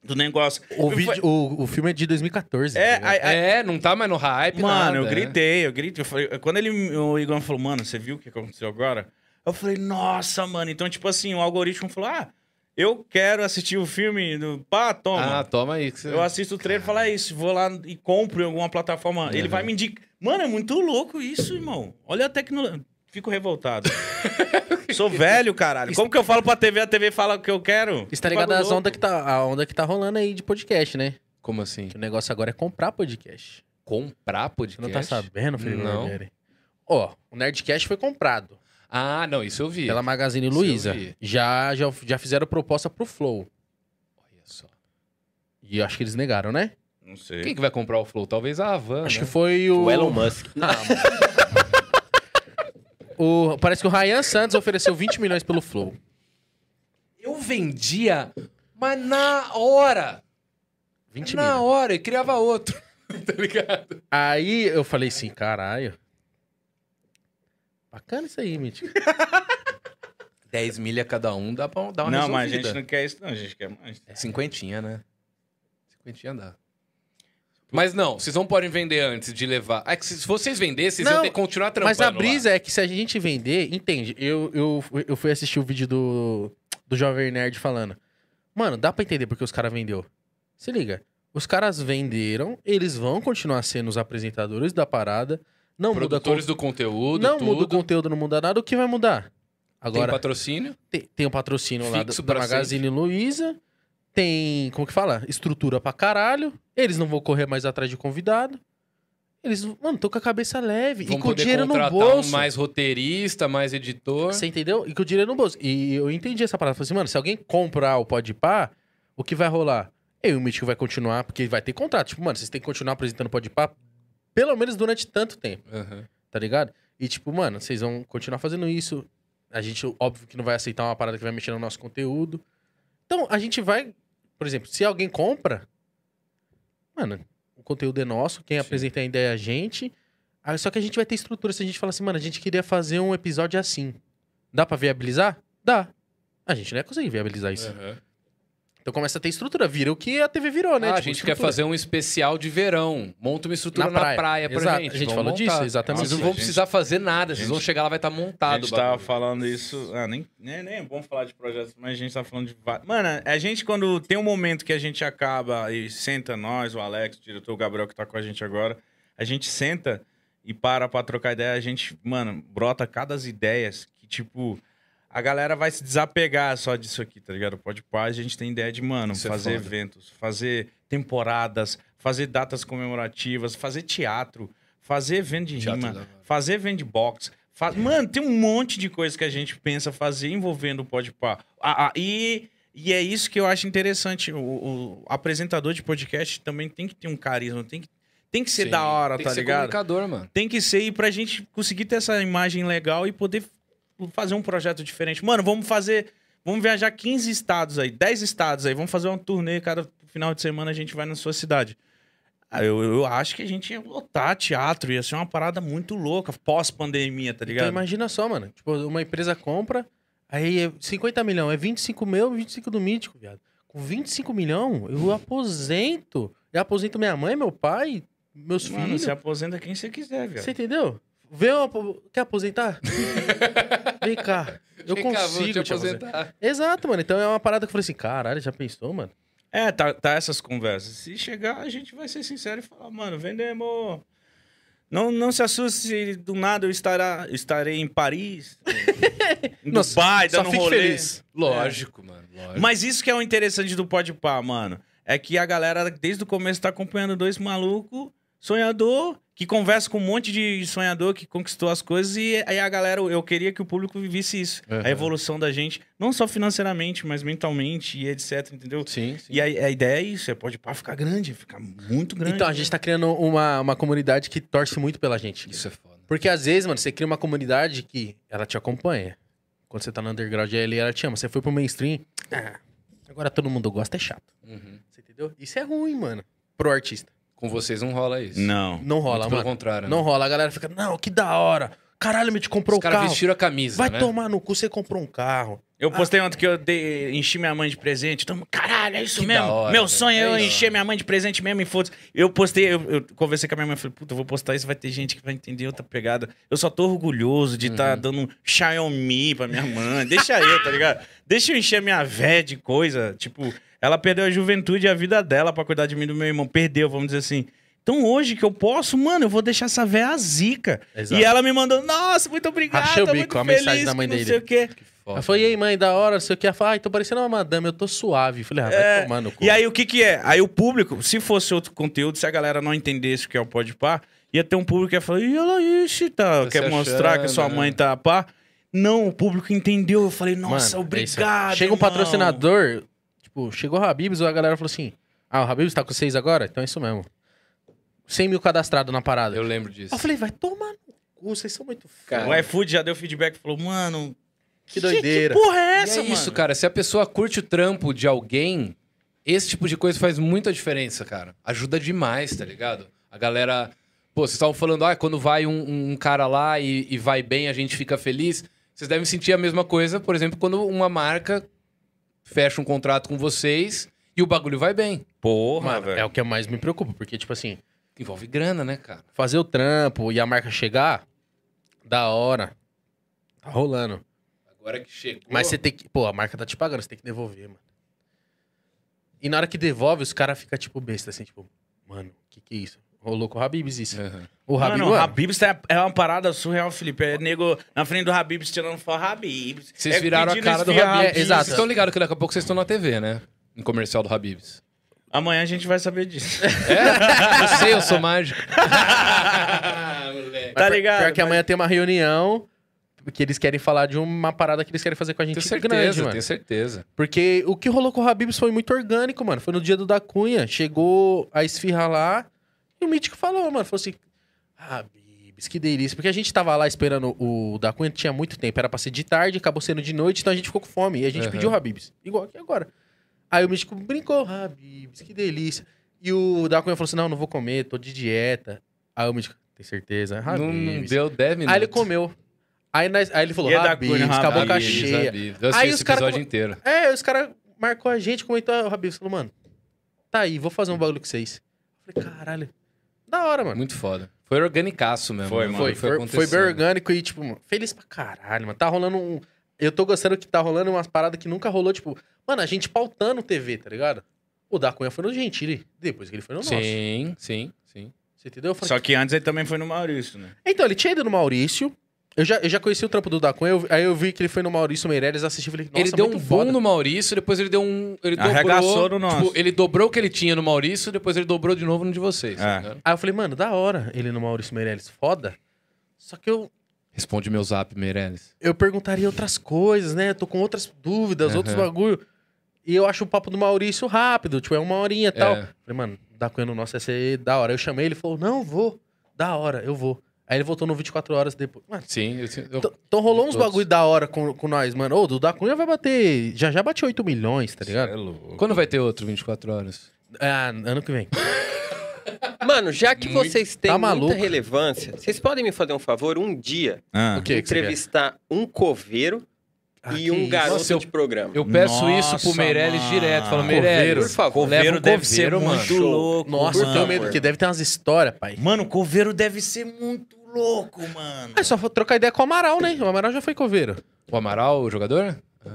Speaker 1: do negócio?
Speaker 2: O,
Speaker 1: Eu
Speaker 2: vídeo,
Speaker 1: fa-
Speaker 2: o, o filme é de 2014.
Speaker 1: É,
Speaker 2: tá ligado?
Speaker 1: aí- aí-
Speaker 3: É, não tá mais no hype, nada,
Speaker 1: Mano, eu
Speaker 3: né?
Speaker 1: gritei, eu gritei. Eu falei, quando ele, o Igor falou, mano, você viu o que aconteceu agora? Eu falei, nossa, mano. Então, tipo assim, o algoritmo falou, ah, eu quero assistir o filme do... Pá, toma.
Speaker 3: Ah,
Speaker 2: tá.
Speaker 3: toma aí. Que você...
Speaker 1: Eu assisto o trailer e falo, é isso, vou lá e compro em alguma plataforma.
Speaker 2: Uhum.
Speaker 1: Ele vai me indicar. Mano, é muito louco isso, irmão. Olha a tecnologia. Fico revoltado. Sou velho, caralho. Como que eu falo pra TV, a TV fala o que eu quero?
Speaker 2: Isso tá ligado
Speaker 1: Bagulho
Speaker 2: às
Speaker 1: louco.
Speaker 2: ondas que tá, a onda que tá rolando aí de podcast, né?
Speaker 3: Como assim?
Speaker 2: Que o negócio agora é comprar podcast.
Speaker 3: Comprar
Speaker 2: Você
Speaker 3: podcast?
Speaker 2: não tá sabendo, Felipe
Speaker 3: Não.
Speaker 2: Barbieri? Ó, o Nerdcast foi comprado.
Speaker 3: Ah, não, isso eu vi.
Speaker 2: Pela Magazine
Speaker 3: Isso
Speaker 2: Luiza.
Speaker 3: eu vi.
Speaker 2: Já, já, já fizeram proposta pro Flow.
Speaker 3: Olha só.
Speaker 2: E eu acho que eles negaram, né?
Speaker 1: Não sei.
Speaker 3: Quem que vai comprar o Flow? Talvez a Havan,
Speaker 2: Acho
Speaker 3: né?
Speaker 2: que foi o,
Speaker 4: O Elon Musk.
Speaker 2: o- Parece que o Ryan Santos ofereceu 20 milhões pelo Flow.
Speaker 3: Eu vendia, mas na hora.
Speaker 2: 20
Speaker 3: na
Speaker 2: milhões.
Speaker 3: hora, e criava outro. tá ligado?
Speaker 2: Aí eu falei assim, caralho. Bacana isso aí, Mítico.
Speaker 5: 10 milha cada um dá pra dar
Speaker 1: Não,
Speaker 5: uma
Speaker 1: mas a
Speaker 5: resolvida.
Speaker 1: gente não quer isso, não. A gente quer mais.
Speaker 5: É cinquentinha, né?
Speaker 3: Cinquentinha dá. Mas não, vocês não podem vender antes de levar. É que se vocês vendessem, vocês
Speaker 2: Não,
Speaker 3: iam ter que continuar trampando
Speaker 2: Mas a
Speaker 3: lá.
Speaker 2: brisa é que se a gente vender, entende? Eu, eu, eu fui assistir o vídeo do, do Jovem Nerd falando. Mano, dá pra entender porque os caras vendeu. Se liga. Os caras venderam, eles vão continuar sendo os apresentadores da parada. Não muda, con-
Speaker 3: Produtores do conteúdo,
Speaker 2: não
Speaker 3: tudo.
Speaker 2: muda o conteúdo, não muda nada. O que vai mudar?
Speaker 3: Tem
Speaker 2: Agora,
Speaker 3: patrocínio.
Speaker 2: tem, tem um patrocínio lá da,
Speaker 3: Fixo
Speaker 2: da
Speaker 3: pra
Speaker 2: Magazine Luiza. Tem, como que fala? Estrutura pra caralho. Eles não vão correr mais atrás de convidado. Eles, mano, tô com a cabeça leve.
Speaker 3: Vão
Speaker 2: e com o
Speaker 3: poder
Speaker 2: dinheiro no
Speaker 3: contratar
Speaker 2: bolso.
Speaker 3: um mais roteirista, mais editor.
Speaker 2: Você entendeu? E que o dinheiro no bolso. E eu entendi essa parada. Falei assim, mano, se alguém comprar o Podpah, o que vai rolar? Eu e o Mítico vai continuar, porque vai ter contrato. Tipo, mano, vocês têm que continuar apresentando o Podpah pelo menos durante tanto tempo,
Speaker 3: Aham.
Speaker 2: tá ligado? E tipo, mano, vocês vão continuar fazendo isso. A gente, óbvio que não vai aceitar uma parada que vai mexer no nosso conteúdo. Então, a gente vai... Por exemplo, se alguém compra... Mano, o conteúdo é nosso, quem apresenta a ideia é a gente. Ah, Só que a gente vai ter estrutura. Se a gente falar assim, mano, a gente queria fazer um episódio assim. Dá pra viabilizar? Dá. A gente não ia conseguir viabilizar isso.
Speaker 3: Aham.
Speaker 2: Então começa a ter estrutura. Vira o que a TV virou, né?
Speaker 3: Ah, a
Speaker 2: Tipo,
Speaker 3: gente quer
Speaker 2: estrutura.
Speaker 3: fazer um especial de verão. Monta uma estrutura
Speaker 2: Na
Speaker 3: na praia,
Speaker 2: praia.
Speaker 3: pra
Speaker 2: Exato.
Speaker 3: gente.
Speaker 2: A gente
Speaker 3: Vamos
Speaker 2: falou
Speaker 3: montar.
Speaker 2: disso, exatamente.
Speaker 3: Vocês não
Speaker 1: Nossa,
Speaker 3: vão
Speaker 1: gente.
Speaker 3: precisar fazer nada. Vocês
Speaker 1: Gente.
Speaker 3: vão chegar lá, vai estar
Speaker 1: A
Speaker 3: montado
Speaker 1: gente tá
Speaker 3: o bagulho.
Speaker 1: tava falando isso. Ah, nem, nem, nem é bom falar de projetos, mas a gente tá falando de. va- Mano, a gente, quando tem um momento que a gente acaba e senta nós, o Alex, o diretor, o Gabriel que tá com a gente agora, a gente senta e para pra trocar ideia. A gente, mano, brota cada as ideias que, tipo, a galera vai se desapegar só disso aqui, tá ligado? Pode pá, a gente tem ideia de, mano,
Speaker 3: Isso é
Speaker 1: fazer
Speaker 3: foda.
Speaker 1: eventos, fazer temporadas, fazer datas comemorativas, fazer teatro, fazer evento de
Speaker 3: Teatro
Speaker 1: rima
Speaker 3: da hora.
Speaker 1: fazer vendbox. Fa... Mano, tem um monte de coisa que a gente pensa fazer envolvendo o podpar. Ah, ah, e, e é isso que eu acho interessante. O, o apresentador de podcast também tem que ter um carisma, tem que, tem que ser
Speaker 3: Sim.
Speaker 1: da hora,
Speaker 3: Tem
Speaker 1: tá
Speaker 3: que ser
Speaker 1: ligado?
Speaker 3: comunicador, mano.
Speaker 1: Tem que ser, e pra gente conseguir ter essa imagem legal e poder fazer um projeto diferente. Mano, vamos fazer. Vamos viajar 15 estados aí, 10 estados aí, vamos fazer uma turnê, cada final de semana a gente vai na sua cidade. Ah, Eu, eu acho que a gente ia lotar teatro, ia ser uma parada muito louca, pós-pandemia, tá
Speaker 2: Então
Speaker 1: ligado?
Speaker 2: imagina só, mano. Tipo, uma empresa compra, aí é 50 milhões, é 25 meu, 25 do mítico, viado. Com 25 milhões, eu aposento. Eu aposento minha mãe, meu pai, meus
Speaker 1: Mano,
Speaker 2: filhos.
Speaker 1: você aposenta quem você quiser,
Speaker 2: Você
Speaker 1: velho.
Speaker 2: entendeu? Vê eu apo- Quer aposentar? Vem cá. Eu
Speaker 3: Vem cá, vou
Speaker 2: consigo
Speaker 3: te
Speaker 2: te aposentar.
Speaker 3: aposentar.
Speaker 2: Exato, mano. Então é uma parada que eu falei assim, caralho, já pensou, mano?
Speaker 1: É, tá, tá essas conversas. Se chegar, a gente vai ser sincero e falar, mano, vendemos. Não, não se assuste se do nada eu estará, estarei em Paris, em
Speaker 2: Nossa,
Speaker 1: Dubai,
Speaker 2: só
Speaker 1: dando
Speaker 2: fique
Speaker 1: rolê.
Speaker 2: feliz.
Speaker 3: Lógico, mano. Lógico.
Speaker 1: Mas isso que é o interessante do Podpah, mano. É que a galera, desde o começo, tá acompanhando dois malucos, sonhador, que conversa com um monte de sonhador que conquistou as coisas. E aí a galera, eu queria que o público vivisse isso. A evolução da gente, não só financeiramente, mas mentalmente e etc, entendeu?
Speaker 2: Sim, sim.
Speaker 1: E a, a ideia é isso, é Podpah ficar grande, ficar muito grande.
Speaker 2: Então, a gente tá criando uma, uma comunidade que torce muito pela gente.
Speaker 3: Isso é foda.
Speaker 2: Porque às vezes, mano, você cria uma comunidade que ela te acompanha. Quando você tá no underground ali, ela te ama. Você foi pro mainstream, ah, agora todo mundo gosta, é chato.
Speaker 3: Uhum.
Speaker 2: Você entendeu? Isso é ruim, mano. Pro artista.
Speaker 3: Com vocês não rola isso.
Speaker 1: Não.
Speaker 2: Não
Speaker 3: Muito
Speaker 2: rola,
Speaker 3: pelo
Speaker 2: mano.
Speaker 3: contrário. né?
Speaker 2: Não rola. A galera fica, não, que da hora. Caralho, me te comprou
Speaker 3: Os
Speaker 2: um
Speaker 3: caras
Speaker 2: carro.
Speaker 3: vestiram a camisa,
Speaker 2: Vai
Speaker 3: né?
Speaker 2: tomar no cu, você comprou um carro.
Speaker 1: Eu postei ontem que eu dei- enchi minha mãe de presente. Então, caralho, é isso
Speaker 3: Que
Speaker 1: mesmo.
Speaker 3: da hora,
Speaker 1: Meu
Speaker 3: velho.
Speaker 1: sonho é
Speaker 3: É
Speaker 1: eu
Speaker 3: isso.
Speaker 1: encher minha mãe de presente mesmo e foda Eu postei, eu, eu conversei com a minha mãe, falei, puta, eu vou postar isso, vai ter gente que vai entender outra pegada. Eu só tô orgulhoso de
Speaker 2: Uhum.
Speaker 1: estar dando um Xiaomi pra minha mãe. Deixa eu, tá ligado? Deixa eu encher minha véia de coisa. Tipo, ela perdeu a juventude e a vida dela pra cuidar de mim e do meu irmão. Perdeu, vamos dizer assim. Então hoje que eu posso, mano, eu vou deixar essa véia a zica.
Speaker 2: Exato.
Speaker 1: E ela me mandou, nossa, muito obrigada,
Speaker 2: Rachei o
Speaker 1: muito
Speaker 2: bico, a
Speaker 1: feliz,
Speaker 2: mensagem da mãe
Speaker 1: que não
Speaker 2: dele.
Speaker 1: sei o quê.
Speaker 3: Que
Speaker 2: Ela
Speaker 3: foda.
Speaker 2: falou, e aí, mãe, da hora, não sei o que. Ela fala, ai, tô parecendo uma madame, eu tô suave. Eu Falei, ah, vai
Speaker 1: É,
Speaker 2: tomar no cu.
Speaker 1: E aí, o que que é? Aí o público, se fosse outro conteúdo, se a galera não entendesse o que é o Podpah, ia ter um público que ia falar, e olha isso, tá,
Speaker 3: Tá
Speaker 1: quer
Speaker 3: se
Speaker 1: mostrar que
Speaker 3: achando,
Speaker 1: sua
Speaker 3: né?"
Speaker 1: mãe tá a pá. Não, o público entendeu. Eu falei,
Speaker 2: Mano, é isso
Speaker 1: nossa,
Speaker 2: aí.
Speaker 1: obrigado.
Speaker 2: Chega um
Speaker 1: irmão.
Speaker 2: patrocinador, tipo, chegou o Habibs, a galera falou assim: Ah, o Habibs tá com vocês agora? Então é isso mesmo. 100 mil cadastrado na parada.
Speaker 3: Eu
Speaker 2: Eu,
Speaker 3: lembro disso.
Speaker 2: falei, vai tomar no cu, vocês são muito
Speaker 4: Cara,
Speaker 2: caros.
Speaker 1: O iFood já deu feedback e falou, mano,
Speaker 2: Que doideira.
Speaker 1: Que porra é
Speaker 3: E
Speaker 1: essa,
Speaker 3: é
Speaker 1: mano?
Speaker 3: isso, cara. Se a pessoa curte o trampo de alguém, esse tipo de coisa faz muita diferença, cara. Ajuda demais, tá ligado? A galera. Pô, vocês estavam falando, ah, quando vai um, um cara lá e, e vai bem, a gente fica feliz. Vocês devem sentir a mesma coisa, por exemplo, quando uma marca fecha um contrato com vocês e o bagulho vai bem.
Speaker 1: Porra,
Speaker 2: Mano,
Speaker 1: velho.
Speaker 2: é o que mais me preocupa, porque, tipo assim,
Speaker 3: Envolve grana, né, cara?
Speaker 2: fazer o trampo e a marca chegar, da hora. Tá rolando.
Speaker 3: Agora que chegou.
Speaker 2: Mas você tem que. Pô, a marca tá te pagando, você tem que devolver, mano. E na hora que devolve, os caras ficam, tipo, besta, assim, tipo, mano, o que, que é isso? Rolou com o Habibs isso.
Speaker 3: Uhum.
Speaker 2: O Habibs.
Speaker 1: Mano, o Habibs tá- é uma parada surreal, Felipe. É nego na frente do Habibs tirando foto. Habibs.
Speaker 3: Vocês
Speaker 1: É
Speaker 3: viraram a
Speaker 1: pedindo
Speaker 3: cara do
Speaker 1: esfiado.
Speaker 3: Habibs.
Speaker 2: É, exato.
Speaker 3: Vocês estão ligados que daqui a pouco vocês estão na TV, né? Em comercial do Habibs.
Speaker 1: Amanhã a gente vai saber disso.
Speaker 3: É? Eu sei, eu sou mágico.
Speaker 2: Mas
Speaker 1: Tá
Speaker 2: pior-
Speaker 1: ligado,
Speaker 2: Pior que
Speaker 1: mas-
Speaker 2: amanhã tem uma reunião que eles querem falar de uma parada que eles querem fazer com a gente
Speaker 3: Tenho certeza,
Speaker 2: tipo grande, mano.
Speaker 3: tenho certeza.
Speaker 2: Porque o que rolou com o Habibs foi muito orgânico, mano. Foi no dia do da Cunha. Chegou a esfirra lá e o Mítico falou, mano. Falou assim: Habibs, que delícia. Porque a gente tava lá esperando o da Cunha, tinha muito tempo. Era pra ser de tarde, acabou sendo de noite, então a gente ficou com fome. E a gente
Speaker 3: Aham.
Speaker 2: pediu o Habibs, igual aqui agora. Aí o Mítico brincou: Habibs, que delícia. E o da Cunha falou assim: Não, não vou comer, tô de dieta. Aí o Mítico, tem certeza? é
Speaker 3: Não, não
Speaker 2: Habibs.
Speaker 3: deu 10 minutos.
Speaker 2: Ah, Aí ele comeu. Aí, nós- aí ele falou,
Speaker 1: Ia dar
Speaker 2: Habibs,
Speaker 1: cunha,
Speaker 2: com a boca
Speaker 1: Habibs,
Speaker 2: cheia.
Speaker 3: Habibs. Eu
Speaker 2: Aí
Speaker 3: assisti
Speaker 2: os
Speaker 3: esse
Speaker 2: cara
Speaker 3: episódio
Speaker 2: come-
Speaker 3: inteiro.
Speaker 2: É, os caras marcou a gente, comentou, ah, o Habibs falou, mano, tá aí, vou fazer um bagulho com vocês. Eu falei, caralho, da hora, mano.
Speaker 3: Muito foda. Foi organicaço mesmo.
Speaker 1: Foi,
Speaker 3: né,
Speaker 1: mano.
Speaker 2: Foi, foi, foi bem
Speaker 3: acontecendo.
Speaker 2: orgânico e, tipo, mano, feliz pra caralho, mano. Tá rolando um... Eu tô gostando que tá rolando umas paradas que nunca rolou, tipo... Mano, a gente pautando TV, tá ligado? O da Cunha foi no Gentili, depois que ele foi no nosso.
Speaker 3: Sim, sim, sim.
Speaker 2: Você entendeu? Eu falei,
Speaker 1: Só que antes ele também foi no Maurício, né?
Speaker 2: Então, ele tinha ido no Maurício. Eu já, eu já conheci o trampo do Dacunha, eu- aí eu vi que ele foi no Maurício Meirelles, assisti e falei, nossa,
Speaker 3: ele deu um
Speaker 2: muito
Speaker 3: bom
Speaker 2: foda.
Speaker 3: no Maurício, depois ele deu um. Ele
Speaker 1: Arregaçou no
Speaker 3: dobrou,
Speaker 1: nosso.
Speaker 3: Tipo, ele dobrou o que ele tinha no Maurício, depois ele dobrou de novo no de vocês.
Speaker 1: É.
Speaker 3: tá ligado?
Speaker 2: Aí eu falei, mano, da hora ele no Maurício Meirelles, foda. Só que eu,
Speaker 3: Responde meu zap, Meirelles.
Speaker 2: eu perguntaria outras coisas, né? Eu tô com outras dúvidas,
Speaker 3: Aham.
Speaker 2: outros bagulho. E eu acho o papo do Maurício rápido, tipo, é uma horinha e tal.
Speaker 3: É.
Speaker 2: Falei, mano, Dacunha no nosso ia ser da hora. Eu chamei, ele falou, não, vou. Da hora, eu vou. Aí ele voltou no 24 horas depois. Mano,
Speaker 3: Sim, eu, eu-
Speaker 2: Então- Então rolou
Speaker 3: De
Speaker 2: uns
Speaker 3: todos.
Speaker 2: bagulho da hora com, com nós, mano. Ô, o do da Cunha vai bater. Já já bate 8 milhões, tá ligado?
Speaker 3: Quando vai ter outro 24 horas?
Speaker 2: Ah, ano que vem.
Speaker 4: Mano, já que
Speaker 3: Muito-
Speaker 4: vocês têm
Speaker 2: tá maluco.
Speaker 4: muita relevância, vocês podem me fazer um favor um dia
Speaker 1: Ah.
Speaker 2: O que que você quer?
Speaker 4: entrevistar um coveiro
Speaker 2: Ah, que
Speaker 4: e um
Speaker 2: isso.
Speaker 4: garoto
Speaker 3: Nossa, eu-
Speaker 4: de programa.
Speaker 3: Eu peço
Speaker 1: Nossa,
Speaker 3: isso pro Meirelles
Speaker 1: mano.
Speaker 3: direto. Falo,
Speaker 2: Coveiro.
Speaker 3: Meirelles,
Speaker 4: Por favor.
Speaker 3: leva um
Speaker 1: Coveiro deve ser
Speaker 3: coveiro, mano.
Speaker 1: muito
Speaker 4: Show.
Speaker 1: louco,
Speaker 2: Nossa, eu
Speaker 1: mano.
Speaker 2: tenho medo, porque deve ter umas histórias, pai.
Speaker 1: Mano, coveiro deve ser muito louco, mano.
Speaker 2: É só trocar ideia com o Amaral, né? O Amaral já foi coveiro.
Speaker 3: O Amaral, o jogador? Ah.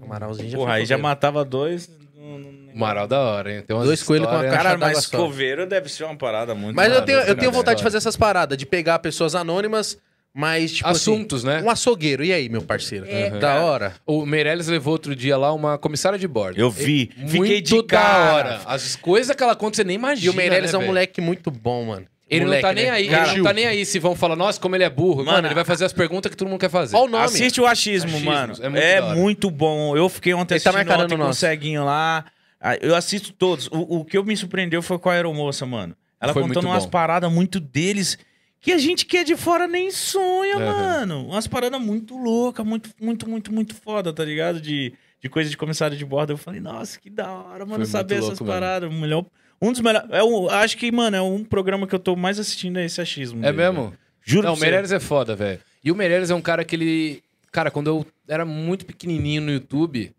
Speaker 2: O Amaralzinho já
Speaker 1: Porra,
Speaker 2: foi
Speaker 1: aí já
Speaker 2: coveiro.
Speaker 1: matava dois. não- não-
Speaker 3: O Amaral é da hora, hein? Tem umas
Speaker 2: Dois coelhos com uma
Speaker 3: histórias-
Speaker 2: caixa
Speaker 1: Cara,
Speaker 2: d'água
Speaker 1: né? mas
Speaker 2: só.
Speaker 1: coveiro deve ser uma parada muito. né,
Speaker 2: Mas eu
Speaker 1: nada,
Speaker 2: tenho, eu
Speaker 1: cara.
Speaker 2: tenho vontade
Speaker 3: Cara,
Speaker 2: de fazer essas paradas, de pegar pessoas anônimas, mas tipo assim,
Speaker 3: Assuntos, né?
Speaker 2: um açougueiro. E aí, meu parceiro?
Speaker 3: É,
Speaker 2: Da hora.
Speaker 3: O Meirelles levou outro dia lá uma comissária de bordo.
Speaker 1: Eu vi.
Speaker 3: Muito
Speaker 1: Fiquei de
Speaker 3: da
Speaker 1: cara.
Speaker 3: hora. As coisas que ela conta, você nem imagina.
Speaker 2: E o Meirelles
Speaker 3: né,
Speaker 2: é um
Speaker 3: velho?
Speaker 2: moleque muito bom, mano.
Speaker 3: Ele
Speaker 2: Moleque,
Speaker 3: não tá nem
Speaker 2: né?
Speaker 3: aí.
Speaker 1: Cara,
Speaker 3: ele não tá nem aí se vão falar, nossa, como ele é burro. Mano,
Speaker 1: Mano,
Speaker 3: ele vai fazer as perguntas que todo mundo quer fazer.
Speaker 2: Olha o nome.
Speaker 1: Assiste o achismo,
Speaker 3: Achismos,
Speaker 1: mano.
Speaker 3: é
Speaker 1: É
Speaker 3: muito
Speaker 1: muito,
Speaker 3: da hora.
Speaker 1: bom. Eu fiquei ontem
Speaker 2: Ele tá
Speaker 1: assistindo
Speaker 2: marcando
Speaker 1: ontem
Speaker 2: no
Speaker 1: com o
Speaker 2: nosso.
Speaker 1: Ceguinho lá. Ah, Eu assisto todos. O, o que eu me surpreendeu foi com a aeromoça, mano. Ela
Speaker 3: Foi
Speaker 1: contando
Speaker 3: muito
Speaker 1: umas
Speaker 3: bom.
Speaker 1: paradas muito deles que a gente que é de fora nem sonha,
Speaker 3: Aham.
Speaker 1: mano. Umas paradas muito loucas, muito, muito, muito, muito foda, tá ligado? De, de coisa de comissário de bordo. Eu falei, nossa, que da hora, mano,
Speaker 3: muito
Speaker 1: saber essas
Speaker 3: louco mesmo.
Speaker 1: paradas. Melhor, um dos melhores. É um, acho que, mano, é um programa que eu tô mais assistindo é esse achismo.
Speaker 3: É
Speaker 1: dele, velho.
Speaker 3: mesmo?
Speaker 1: Juro
Speaker 3: não, o
Speaker 1: pra você.
Speaker 3: Meirelles é foda, velho. E o Meirelles é um cara que ele. Cara, quando eu era muito pequenininho no YouTube,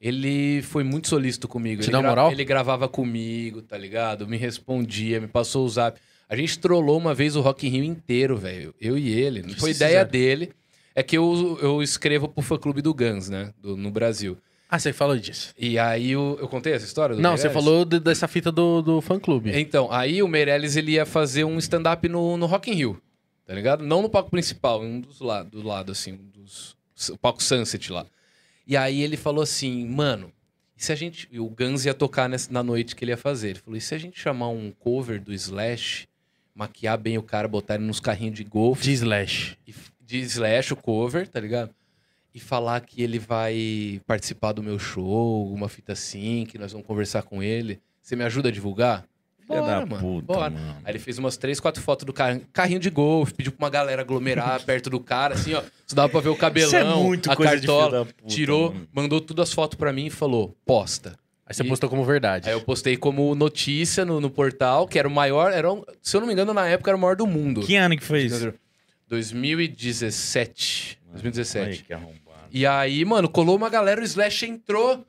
Speaker 3: ele foi muito solícito comigo.
Speaker 2: Te
Speaker 3: ele
Speaker 2: dá moral?
Speaker 3: Ele gravava comigo, tá ligado? Me respondia, me passou o zap. A gente trollou uma vez o Rock in Rio inteiro, velho. Eu e ele. Não foi
Speaker 2: vocês
Speaker 3: ideia
Speaker 2: fizeram?
Speaker 3: dele. É que eu, eu escrevo pro fã-clube do Guns, né? Do- no Brasil.
Speaker 2: Ah, você falou disso.
Speaker 3: E aí eu, eu contei essa história? Do
Speaker 2: Não, você
Speaker 3: Meirelles?
Speaker 2: falou de- dessa fita do, do fã-clube.
Speaker 3: Então, aí o Meirelles ele ia fazer um stand-up no, no Rock in Rio, tá ligado? Não no palco principal, em um dos lados, do lado, assim, um dos, o palco Sunset lá. E aí ele falou assim, mano, e se a gente... e O Guns ia tocar nessa- na noite que ele ia fazer. Ele falou, e se a gente chamar um cover do Slash, maquiar bem o cara, botar ele nos carrinhos de golfe
Speaker 2: De slash.
Speaker 3: e f- de Slash o cover, tá ligado? e falar que ele vai participar do meu show, uma fita assim, que nós vamos conversar com ele. Você me ajuda a divulgar?
Speaker 1: Filha
Speaker 3: Bora,
Speaker 1: da
Speaker 3: mano,
Speaker 1: puta,
Speaker 3: bora.
Speaker 1: mano.
Speaker 3: Aí ele fez umas três, quatro fotos do car- carrinho de golfe, pediu pra uma galera aglomerar perto do cara, assim, ó. Só dava pra ver o cabelão,
Speaker 1: Isso é muito
Speaker 3: a
Speaker 1: coisa de filho
Speaker 3: cartola.
Speaker 1: da puta,
Speaker 3: tirou,
Speaker 1: mano.
Speaker 3: mandou todas as fotos pra mim e falou, posta.
Speaker 2: Aí você
Speaker 3: E-
Speaker 2: postou como verdade.
Speaker 3: Aí eu postei como notícia no, no portal, que era o maior, era um- se eu não me engano, na época era o maior do mundo.
Speaker 1: Que ano que foi isso?
Speaker 3: 2017. 2017.
Speaker 1: Ai, que arrombado.
Speaker 3: E aí, mano, colou uma galera, o Slash entrou.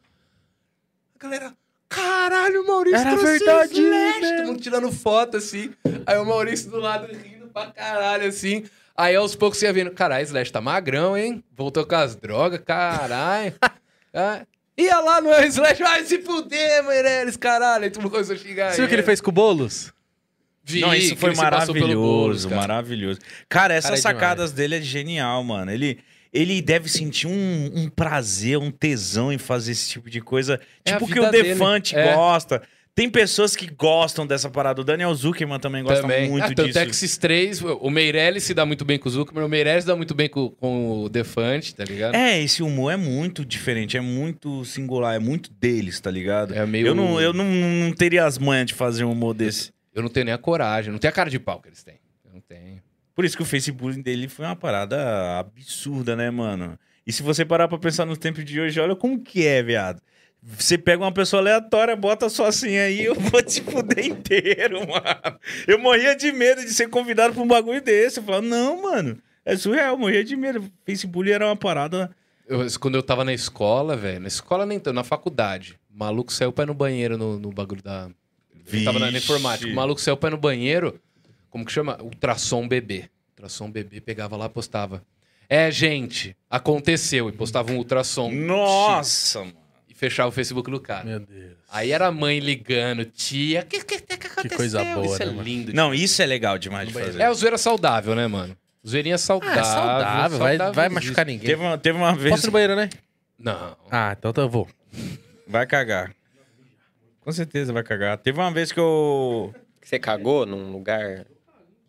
Speaker 3: A galera, caralho, o Maurício
Speaker 2: Era
Speaker 3: trouxe
Speaker 2: verdade,
Speaker 3: o Slash.
Speaker 2: né?
Speaker 3: Todo mundo tirando foto, assim. Aí o Maurício do lado rindo pra caralho, assim. Aí aos poucos você ia vendo, caralho, Slash tá magrão, hein? Voltou com as drogas, caralho. Ah, Ia lá no Slash, vai se fuder, Meireles, caralho. Aí todo mundo começou a xingar.
Speaker 2: Você viu o que ele fez com o Boulos?
Speaker 3: Vi,
Speaker 1: Não,
Speaker 3: que
Speaker 1: isso foi
Speaker 3: ele se passou pelo Boulos,
Speaker 1: maravilhoso,
Speaker 3: cara.
Speaker 1: maravilhoso. Cara, essas
Speaker 2: Cara, é
Speaker 1: sacadas dele é genial, mano. Ele, ele deve sentir um, um prazer, um tesão em fazer esse tipo de coisa.
Speaker 3: É a
Speaker 1: tipo que
Speaker 3: vida
Speaker 1: o Defante
Speaker 3: dele, é.
Speaker 1: gosta. Tem pessoas que gostam dessa parada. O Daniel Zuckerman também gosta
Speaker 3: Também.
Speaker 1: muito
Speaker 3: ah, tanto
Speaker 1: disso.
Speaker 3: é que esses três, o Meirelles se dá muito bem com o Zuckerman, o Meirelles se dá muito bem com, com o Defante, tá ligado?
Speaker 1: É, esse humor é muito diferente, é muito singular, é muito deles, tá ligado?
Speaker 3: É meio-
Speaker 1: Eu, não, eu não, não teria as manhas de fazer um humor desse.
Speaker 3: Eu não tenho nem a coragem, não tenho a cara de pau que eles têm. Eu não tenho.
Speaker 1: Por isso que o Facebook dele foi uma parada absurda, né, mano? E se você parar pra pensar nos tempos de hoje, olha como que é, viado. Você pega uma pessoa aleatória, bota sua senha aí, eu vou te fuder inteiro, mano. Eu morria de medo de ser convidado pra um bagulho desse. Eu falava, não, mano, é surreal, eu morria de medo. Facebook era uma parada.
Speaker 3: Eu- quando eu tava na escola, velho, na escola nem tanto, na faculdade, o maluco saiu o pé no banheiro no, no bagulho da. Ele tava na, na
Speaker 1: Vixe.
Speaker 3: informática. O maluco saiu o pé no banheiro, como que chama? Ultrassom bebê. Ultrassom bebê, pegava lá postava. É, gente, aconteceu. E postava um ultrassom.
Speaker 1: Nossa, mano.
Speaker 3: E fechava o Facebook do cara.
Speaker 2: Meu Deus.
Speaker 3: Aí era a mãe ligando, tia, o que, que, que aconteceu?
Speaker 2: coisa boa,
Speaker 3: Isso é
Speaker 2: né, mano?
Speaker 3: lindo.
Speaker 1: Não, isso é legal demais de fazer.
Speaker 3: É o zoeira saudável, né, mano? Zoeirinha saudável.
Speaker 2: Ah, é saudável. Vai, vai machucar ninguém.
Speaker 1: Teve uma, teve uma vez.
Speaker 2: Posso ir no banheiro, né?
Speaker 3: Não.
Speaker 2: Ah, então eu vou.
Speaker 1: Vai cagar. Com certeza vai cagar. Teve uma vez que eu.
Speaker 4: Você cagou num lugar.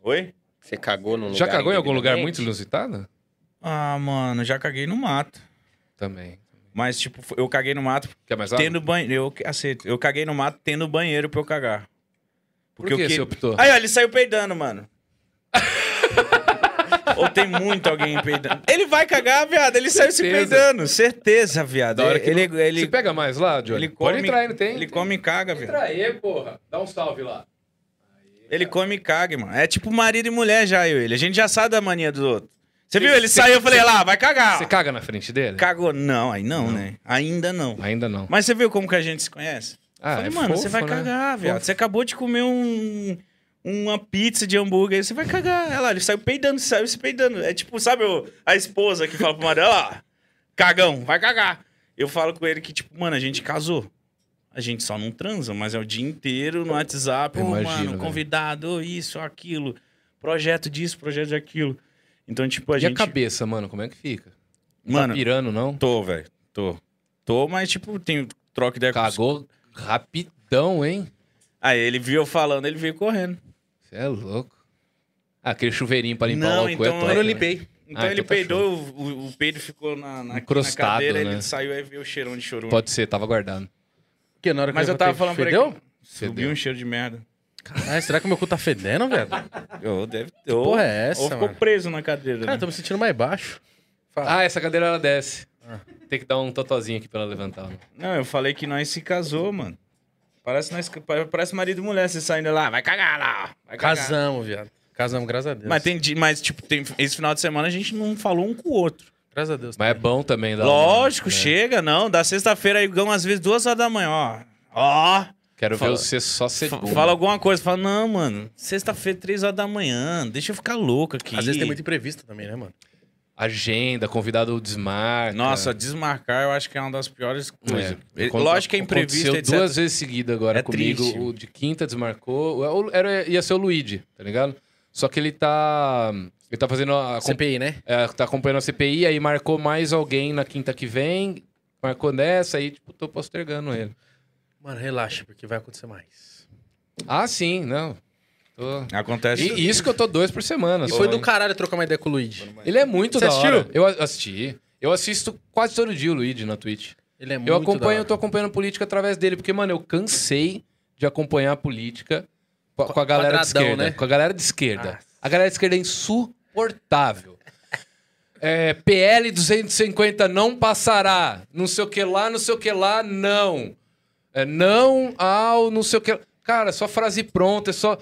Speaker 1: Oi?
Speaker 4: Você cagou num
Speaker 3: Já
Speaker 4: um lugar.
Speaker 3: cagou em algum lugar muito
Speaker 4: indevidamente?
Speaker 3: inusitado?
Speaker 1: Ah, mano, já caguei no mato.
Speaker 3: Também.
Speaker 1: Mas, tipo, fo- eu caguei no mato
Speaker 3: Quer mais água?
Speaker 1: tendo banheiro. Eu aceito. Eu caguei no mato tendo banheiro pra eu cagar.
Speaker 3: Por que
Speaker 1: eu que-
Speaker 3: você optou?
Speaker 1: Aí, ó, ele saiu peidando, mano. Ou tem muito alguém peidando. Ele vai cagar, viado. Ele saiu se
Speaker 3: Certeza.
Speaker 1: peidando. Certeza, viado.
Speaker 3: Da hora que
Speaker 1: ele, ele,
Speaker 3: Você pega mais lá, Johnny?
Speaker 1: ele come.
Speaker 3: Pode entrar aí, não tem?
Speaker 1: Ele come e caga, viado.
Speaker 3: Entra aí, porra. Dá um salve lá.
Speaker 1: Ele come e caga, mano. É tipo marido e mulher já, eu e ele. A gente já sabe da mania do outro. Você viu? Ele
Speaker 3: Cê-
Speaker 1: saiu, eu falei, lá, vai cagar.
Speaker 3: Você caga na frente dele?
Speaker 1: Cagou. Não, aí não, né? Ainda não.
Speaker 3: Ainda não.
Speaker 1: Mas você viu como que a gente se conhece?
Speaker 3: Ah,
Speaker 1: falei,
Speaker 3: é
Speaker 1: mano, você
Speaker 3: fofo,
Speaker 1: vai
Speaker 3: né?
Speaker 1: cagar, viado. Você acabou de comer um, uma pizza de hambúrguer, você vai cagar. Olha lá, ele saiu peidando, saiu se peidando. É tipo, sabe o- a esposa que fala pro marido, ó, lá, cagão, vai cagar. Eu falo com ele que, tipo, mano, a gente casou. A gente só não transa, mas é o dia inteiro no WhatsApp.
Speaker 3: Eu
Speaker 1: Ô,
Speaker 3: imagino,
Speaker 1: mano,
Speaker 3: velho.
Speaker 1: convidado, ô, isso, aquilo. Projeto disso, projeto daquilo. Então, tipo, a
Speaker 3: E
Speaker 1: gente...
Speaker 3: a cabeça, mano, como é que fica? Não
Speaker 1: Mano,
Speaker 3: Tá pirando, não?
Speaker 1: tô, velho, tô. Tô, mas, tipo, tem troca ideia com os
Speaker 3: Cagou rapidão, hein?
Speaker 1: Aí ele viu eu falando, ele veio correndo.
Speaker 3: Você é louco. Ah, aquele chuveirinho pra limpar
Speaker 1: Não,
Speaker 3: o álcool
Speaker 1: então
Speaker 3: é top,
Speaker 1: eu não
Speaker 3: né?
Speaker 2: limpei.
Speaker 1: Então
Speaker 3: Ah,
Speaker 1: ele
Speaker 3: então tá
Speaker 1: peidou, o, o- o peido ficou na, na, aqui na
Speaker 3: Encrostado,
Speaker 1: cadeira,
Speaker 3: né?
Speaker 1: ele saiu e veio o cheirão de chorume.
Speaker 3: Pode ser, tava guardando.
Speaker 2: Porque na hora que
Speaker 1: Mas eu tava falando
Speaker 2: levantei,
Speaker 1: pra ele.
Speaker 2: fedeu?
Speaker 1: Subiu
Speaker 3: Fedeu.
Speaker 1: um cheiro de merda.
Speaker 2: Ah, será que o meu cu tá fedendo, velho?
Speaker 1: Eu deve ou-
Speaker 2: porra é essa,
Speaker 1: Ou ficou
Speaker 2: mano?
Speaker 1: preso na cadeira.
Speaker 2: Cara, eu
Speaker 1: né?
Speaker 2: Ah, tô me sentindo mais baixo.
Speaker 3: Ah, essa cadeira ela desce.
Speaker 1: Ah.
Speaker 3: Tem que dar um totozinho aqui pra ela levantar. né?
Speaker 1: Não, eu falei que nós se casou, mano. Parece, nós, parece marido e mulher, você saindo lá, vai cagar lá,
Speaker 2: É
Speaker 1: vai cagar.
Speaker 2: Casamos, viado. Casamos, graças a Deus.
Speaker 1: Mas, tem, di- mas tipo, tem, esse final de semana a gente não falou um com o outro.
Speaker 2: Graças a Deus.
Speaker 3: Mas é bom também. Dar
Speaker 1: Lógico,
Speaker 3: uma- né?
Speaker 1: chega, não. Da sexta-feira aí, Gão, às vezes duas horas da manhã, ó. Ó,
Speaker 3: Quero
Speaker 1: Fala.
Speaker 3: ver você só ser bom.
Speaker 1: Fala alguma coisa, fala, não, mano, sexta-feira, três horas da manhã, deixa eu ficar louco aqui.
Speaker 2: Às vezes tem muito imprevisto também, né, mano?
Speaker 3: Agenda, convidado desmarca.
Speaker 1: Nossa,
Speaker 2: né?
Speaker 1: desmarcar eu acho que é uma das piores coisas.
Speaker 3: É.
Speaker 1: E-
Speaker 3: Aconte-
Speaker 1: Lógico que é imprevisto,
Speaker 3: aconteceu
Speaker 1: etc.
Speaker 3: duas vezes seguida agora
Speaker 1: É
Speaker 3: comigo.
Speaker 1: triste.
Speaker 3: O de quinta desmarcou. O- Era, ia ser o Luigi, tá ligado? Só que ele tá. Ele tá fazendo a.
Speaker 2: CPI, né?
Speaker 3: é, tá acompanhando a CPI, aí marcou mais alguém na quinta que vem. Marcou nessa, aí, tipo, tô postergando ele.
Speaker 2: Mano, relaxa, porque vai acontecer mais.
Speaker 3: Ah, sim, não. Tô-
Speaker 1: Acontece.
Speaker 3: E isso que eu tô dois por semana.
Speaker 2: E
Speaker 3: só, um-
Speaker 2: foi do
Speaker 3: hein?
Speaker 2: caralho trocar uma ideia com o Luigi.
Speaker 3: Ele é muito
Speaker 2: Você
Speaker 3: da hora.
Speaker 2: assistiu?
Speaker 3: Eu a- assisti. Eu assisto quase todo dia o Luigi na Twitch.
Speaker 2: Ele é muito
Speaker 3: Eu
Speaker 2: da
Speaker 3: acompanho,
Speaker 2: hora.
Speaker 3: eu tô acompanhando política através dele, porque, mano, eu cansei de acompanhar a política com a, com a galera de
Speaker 2: Quadradão,
Speaker 3: esquerda.
Speaker 2: né?
Speaker 3: Com a galera de esquerda. A galera de esquerda é insuportável. É, PL 250 não passará. Não sei o que lá, não sei o que lá, não. É, não ao não sei o que. Cara, só frase pronta, é só.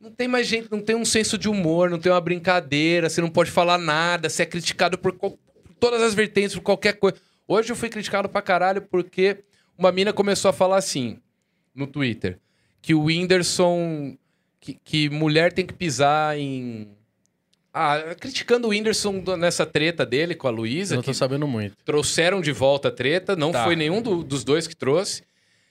Speaker 3: Não tem mais gente, não tem um senso de humor, não tem uma brincadeira, você não pode falar nada, você é criticado por, qual- por todas as vertentes, por qualquer coisa. Hoje eu fui criticado pra caralho porque uma mina começou a falar assim no Twitter: que o Whindersson. que, que mulher tem que pisar em. Ah, criticando o Whindersson do- nessa treta dele com a
Speaker 2: Eu
Speaker 3: Luísa,
Speaker 2: não tô
Speaker 3: que
Speaker 2: sabendo muito.
Speaker 3: trouxeram de volta a treta, não
Speaker 2: Tá.
Speaker 3: foi nenhum do- dos dois que trouxe.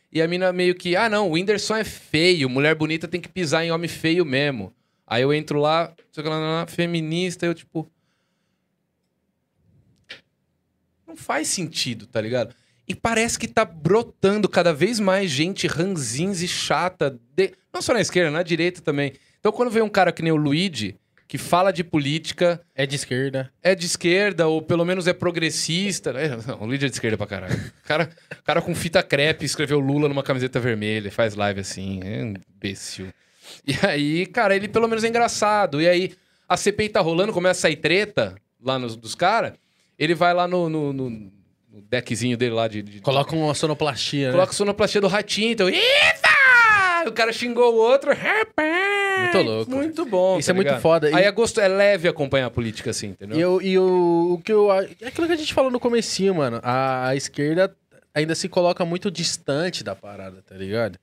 Speaker 3: E a mina meio que, ah não, o Whindersson é feio, mulher bonita tem que pisar em homem feio mesmo. Aí eu entro lá, não sei o que lá, lá, lá, feminista, eu tipo. Não faz sentido, tá ligado? E parece que tá brotando cada vez mais gente ranzins e chata, de- não só na esquerda, na direita também. Então quando vem um cara que nem o Luigi, que fala de política,
Speaker 2: É de esquerda.
Speaker 3: é de esquerda, ou pelo menos é progressista. É, não, o líder é de esquerda pra caralho. O cara, o cara com fita crepe escreveu Lula numa camiseta vermelha, faz live assim, é um imbecil. E aí, cara, ele pelo menos é engraçado. E aí, a CPI tá rolando, começa a sair treta lá nos, dos caras. Ele vai lá no, no, no- no deckzinho dele lá de. de-
Speaker 2: Coloca né? uma sonoplastia,
Speaker 3: coloca a sonoplastia do ratinho, então. Eita! O cara xingou o outro. Rapaz!
Speaker 2: Muito louco.
Speaker 3: Muito bom.
Speaker 2: Isso
Speaker 3: tá
Speaker 2: é muito
Speaker 3: ligado?
Speaker 2: foda. E-
Speaker 3: Aí é, gosto, é leve acompanhar a política assim, entendeu?
Speaker 2: né? E, eu, e o, o que eu... a- é Aquilo que a gente falou no comecinho, mano. A, a esquerda ainda se coloca muito distante da parada, tá ligado?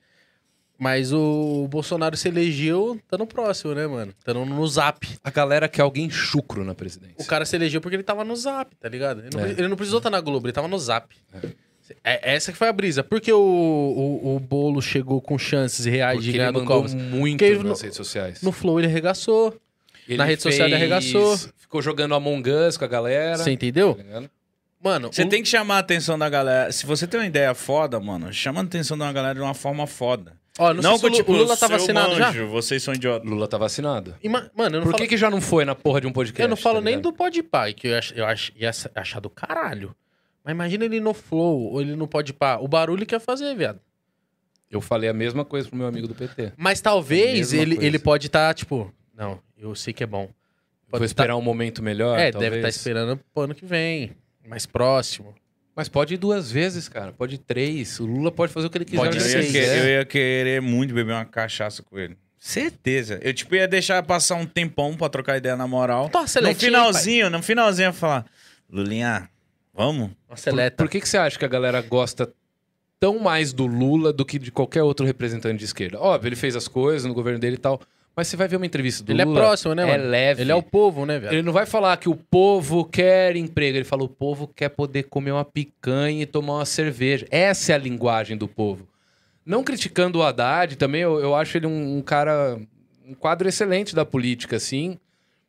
Speaker 2: Mas o Bolsonaro se elegeu estando próximo, né, mano? Estando no zap.
Speaker 3: A galera quer alguém chucro na presidência.
Speaker 2: O cara se elegeu porque ele tava no zap, tá ligado? Ele não,
Speaker 3: É.
Speaker 2: pre- ele não precisou estar na Globo, ele tava no zap. É, essa que foi a brisa. Por que o, o, o Bolo chegou com chances reais
Speaker 3: Porque
Speaker 2: de
Speaker 3: ele
Speaker 2: ganhar
Speaker 3: mandou um
Speaker 2: do Covas?
Speaker 3: muito
Speaker 2: Porque ele
Speaker 3: nas
Speaker 2: no-
Speaker 3: redes sociais.
Speaker 2: No Flow ele arregaçou.
Speaker 3: Ele
Speaker 2: na rede social ele arregaçou.
Speaker 3: Ficou jogando Among Us com a galera.
Speaker 2: Você
Speaker 3: tá
Speaker 2: entendeu?
Speaker 3: ligado?
Speaker 2: Mano,
Speaker 1: Você
Speaker 2: o-
Speaker 1: tem que chamar a atenção da galera. Se você tem uma ideia foda, mano, chama a atenção da galera de uma forma foda.
Speaker 2: ó, não, sei
Speaker 1: que,
Speaker 2: se o, Lu-
Speaker 1: tipo,
Speaker 2: o Lula
Speaker 1: "Seu
Speaker 2: tá vacinado já.
Speaker 1: manjo, Vocês são idiotas.
Speaker 3: Lula tá vacinado.
Speaker 2: Ima- Mano, eu não
Speaker 3: Por que,
Speaker 2: falo,
Speaker 3: que já não foi na porra de um podcast?
Speaker 2: eu não falo
Speaker 3: tá
Speaker 2: nem
Speaker 3: ligado?
Speaker 2: do Podpah, que eu, acho, eu acho, ia sa- achar do caralho. Mas imagina ele no Flow ou ele no Podpah. O barulho que ia fazer, viado.
Speaker 3: Eu falei a mesma coisa pro meu amigo do PT.
Speaker 2: Mas talvez
Speaker 3: É Mesma
Speaker 2: ele,
Speaker 3: coisa.
Speaker 2: ele pode estar, tipo... Não, eu sei que é bom.
Speaker 3: Vou esperar um momento melhor.
Speaker 2: É,
Speaker 3: talvez.
Speaker 2: deve estar esperando pro ano que vem. Mais próximo.
Speaker 3: Mas pode ir duas vezes, cara. Pode ir três. O Lula pode fazer o que ele quiser.
Speaker 2: Pode
Speaker 3: onde
Speaker 1: eu,
Speaker 2: ser, né?
Speaker 1: ia
Speaker 3: ele
Speaker 1: que-
Speaker 3: quiser.
Speaker 1: eu ia querer muito beber uma cachaça com ele. Certeza. Eu, tipo, ia deixar passar um tempão pra trocar ideia na moral.
Speaker 2: Nossa,
Speaker 1: No finalzinho, no finalzinho, eu ia falar: Lulinha, vamos?
Speaker 2: Nossa,
Speaker 3: Por,
Speaker 2: eleta.
Speaker 3: por que, que você acha que a galera gosta tão mais do Lula do que de qualquer outro representante de esquerda? Óbvio, ele fez as coisas no governo dele e tal. Mas você vai ver uma entrevista do
Speaker 2: Ele é
Speaker 3: Lula.
Speaker 2: próximo, né,
Speaker 3: é
Speaker 2: mano?
Speaker 3: leve.
Speaker 2: Ele é o povo, né, velho?
Speaker 3: Ele não vai falar que o povo quer emprego. Ele fala o povo quer poder comer uma picanha e tomar uma cerveja. Essa é a linguagem do povo. Não criticando o Haddad, também eu, eu acho ele um, um cara... Um quadro excelente da política, assim.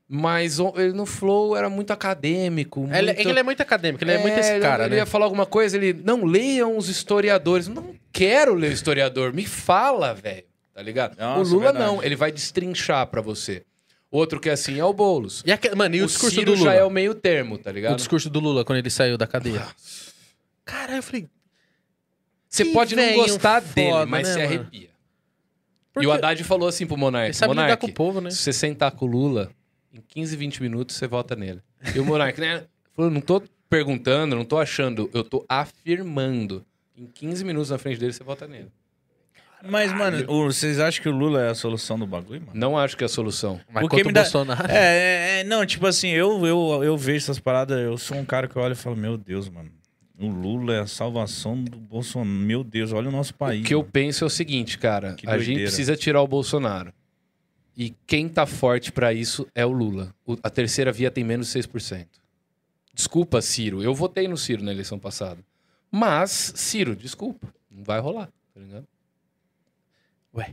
Speaker 3: Mas o- ele no Flow era muito acadêmico.
Speaker 2: Ele, é
Speaker 3: muito-
Speaker 2: que ele é muito acadêmico, ele é, muito esse
Speaker 3: ele- um,
Speaker 2: cara,
Speaker 3: ele
Speaker 2: né?
Speaker 3: ia falar alguma coisa, ele... Não, leiam os historiadores. Não quero ler o historiador. Me fala, velho. Tá ligado?
Speaker 1: Nossa,
Speaker 3: o Lula
Speaker 1: verdade.
Speaker 3: não. Ele vai destrinchar pra você. Outro que é assim é o Boulos.
Speaker 2: E aque- Mano, e o, discurso
Speaker 3: Ciro
Speaker 2: do Lula?
Speaker 3: já é o meio termo, tá
Speaker 2: O
Speaker 3: ligado?
Speaker 2: discurso do Lula quando ele saiu da cadeia. Caralho, eu falei...
Speaker 3: Você
Speaker 2: Que
Speaker 3: pode não
Speaker 2: velho
Speaker 3: gostar
Speaker 2: foda,
Speaker 3: dele, mas
Speaker 2: né,
Speaker 3: se
Speaker 2: mano?
Speaker 3: arrepia.
Speaker 2: por
Speaker 3: E o
Speaker 2: quê?
Speaker 3: Haddad falou assim pro
Speaker 2: Ele
Speaker 3: Monark,
Speaker 2: sabe lidar É com
Speaker 3: Monark,
Speaker 2: o povo, né?
Speaker 3: se você sentar com o Lula, em 15, 20 minutos você vota nele. E o Monark, né? Falou, não tô perguntando, não tô achando, eu tô afirmando. Em 15 minutos na frente dele você vota nele.
Speaker 1: Mas, mano, o- vocês acham que o Lula é a solução do bagulho, mano?
Speaker 3: Não acho que é a solução.
Speaker 2: Mas
Speaker 1: Porque
Speaker 2: contra
Speaker 1: me
Speaker 2: o
Speaker 1: dá-
Speaker 2: Bolsonaro...
Speaker 1: É, é, é, não, tipo assim, eu, eu, eu vejo essas paradas, eu sou um cara que olha e falo, meu Deus, mano, o Lula é a salvação do Bolsonaro. Meu Deus, olha o nosso país.
Speaker 3: O que eu
Speaker 1: mano.
Speaker 3: penso é o seguinte, cara.
Speaker 1: né? Que
Speaker 3: a gente
Speaker 1: doideira.
Speaker 3: precisa tirar o Bolsonaro. E quem tá forte pra isso é o Lula. O- a terceira via tem menos de 6%. Desculpa, Ciro. Eu votei no Ciro na eleição passada. Mas, Ciro, desculpa. Não vai rolar, tá ligado?
Speaker 2: Ué.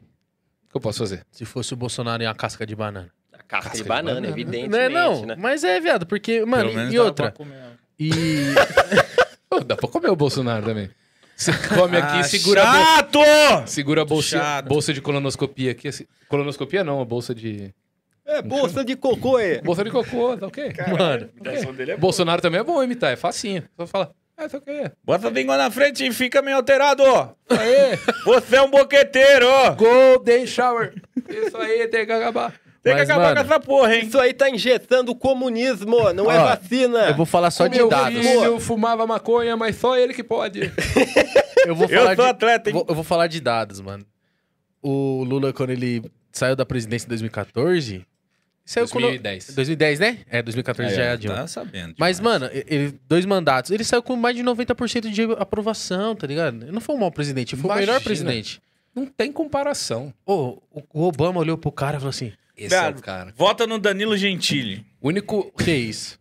Speaker 3: O que eu posso fazer?
Speaker 2: Se fosse o Bolsonaro em uma casca de banana.
Speaker 4: A casca,
Speaker 3: Casca de
Speaker 4: de banana,
Speaker 3: banana.
Speaker 4: evidentemente,
Speaker 2: Não é não,
Speaker 4: né?
Speaker 2: mas é, viado, porque,
Speaker 1: Pelo
Speaker 2: mano,
Speaker 1: menos
Speaker 2: e
Speaker 1: dava
Speaker 2: outra?
Speaker 1: pra comer.
Speaker 2: E...
Speaker 3: Pô, dá pra comer o Bolsonaro também. Você come aqui e
Speaker 1: Ah,
Speaker 3: segura a bolsa.
Speaker 1: chato!
Speaker 3: Segura a bolsa,
Speaker 1: Chato.
Speaker 3: bolsa de colonoscopia aqui. assim. Colonoscopia não, a bolsa de
Speaker 4: É, bolsa de cocô, é.
Speaker 3: Bolsa de cocô, tá ok.
Speaker 2: Mano,
Speaker 1: A imitação dele é boa.
Speaker 3: Bolsonaro também é bom imitar, é facinho. Só fala, ah, tá ok.
Speaker 1: Bota a língua na frente e fica meio alterado, ó.
Speaker 3: Aê,
Speaker 1: Você é um boqueteiro, ó.
Speaker 3: Golden Shower. Isso aí, tem que acabar.
Speaker 1: Tem
Speaker 2: Mas,
Speaker 1: que acabar
Speaker 2: mano,
Speaker 1: com essa porra, hein?
Speaker 4: Isso aí tá injetando o comunismo, não é
Speaker 2: Ó,
Speaker 4: vacina.
Speaker 2: Eu vou falar só de
Speaker 3: Meu
Speaker 2: dados.
Speaker 3: filho fumava maconha, mas só ele que pode.
Speaker 2: Eu vou
Speaker 1: Eu
Speaker 2: falar
Speaker 1: sou
Speaker 2: de
Speaker 1: atleta, hein?
Speaker 2: Vou- eu vou falar de dados, mano. O Lula, quando ele saiu da presidência em 2014. Saiu com no-
Speaker 3: 2010.
Speaker 2: 2010, né? É, 2014 já é a Dilma.
Speaker 1: Tá sabendo.
Speaker 2: Mas,
Speaker 1: demais.
Speaker 2: mano, ele, dois mandatos. Ele saiu com mais de 90% de aprovação, tá ligado? Ele não foi um mau presidente, ele foi o melhor
Speaker 3: Imagina.
Speaker 2: presidente.
Speaker 3: Não tem comparação.
Speaker 2: Ô, o- o Obama olhou pro cara e falou assim:
Speaker 3: Esse é
Speaker 1: Cara,
Speaker 3: o cara.
Speaker 1: Vota no Danilo Gentili.
Speaker 3: Único,
Speaker 2: que isso?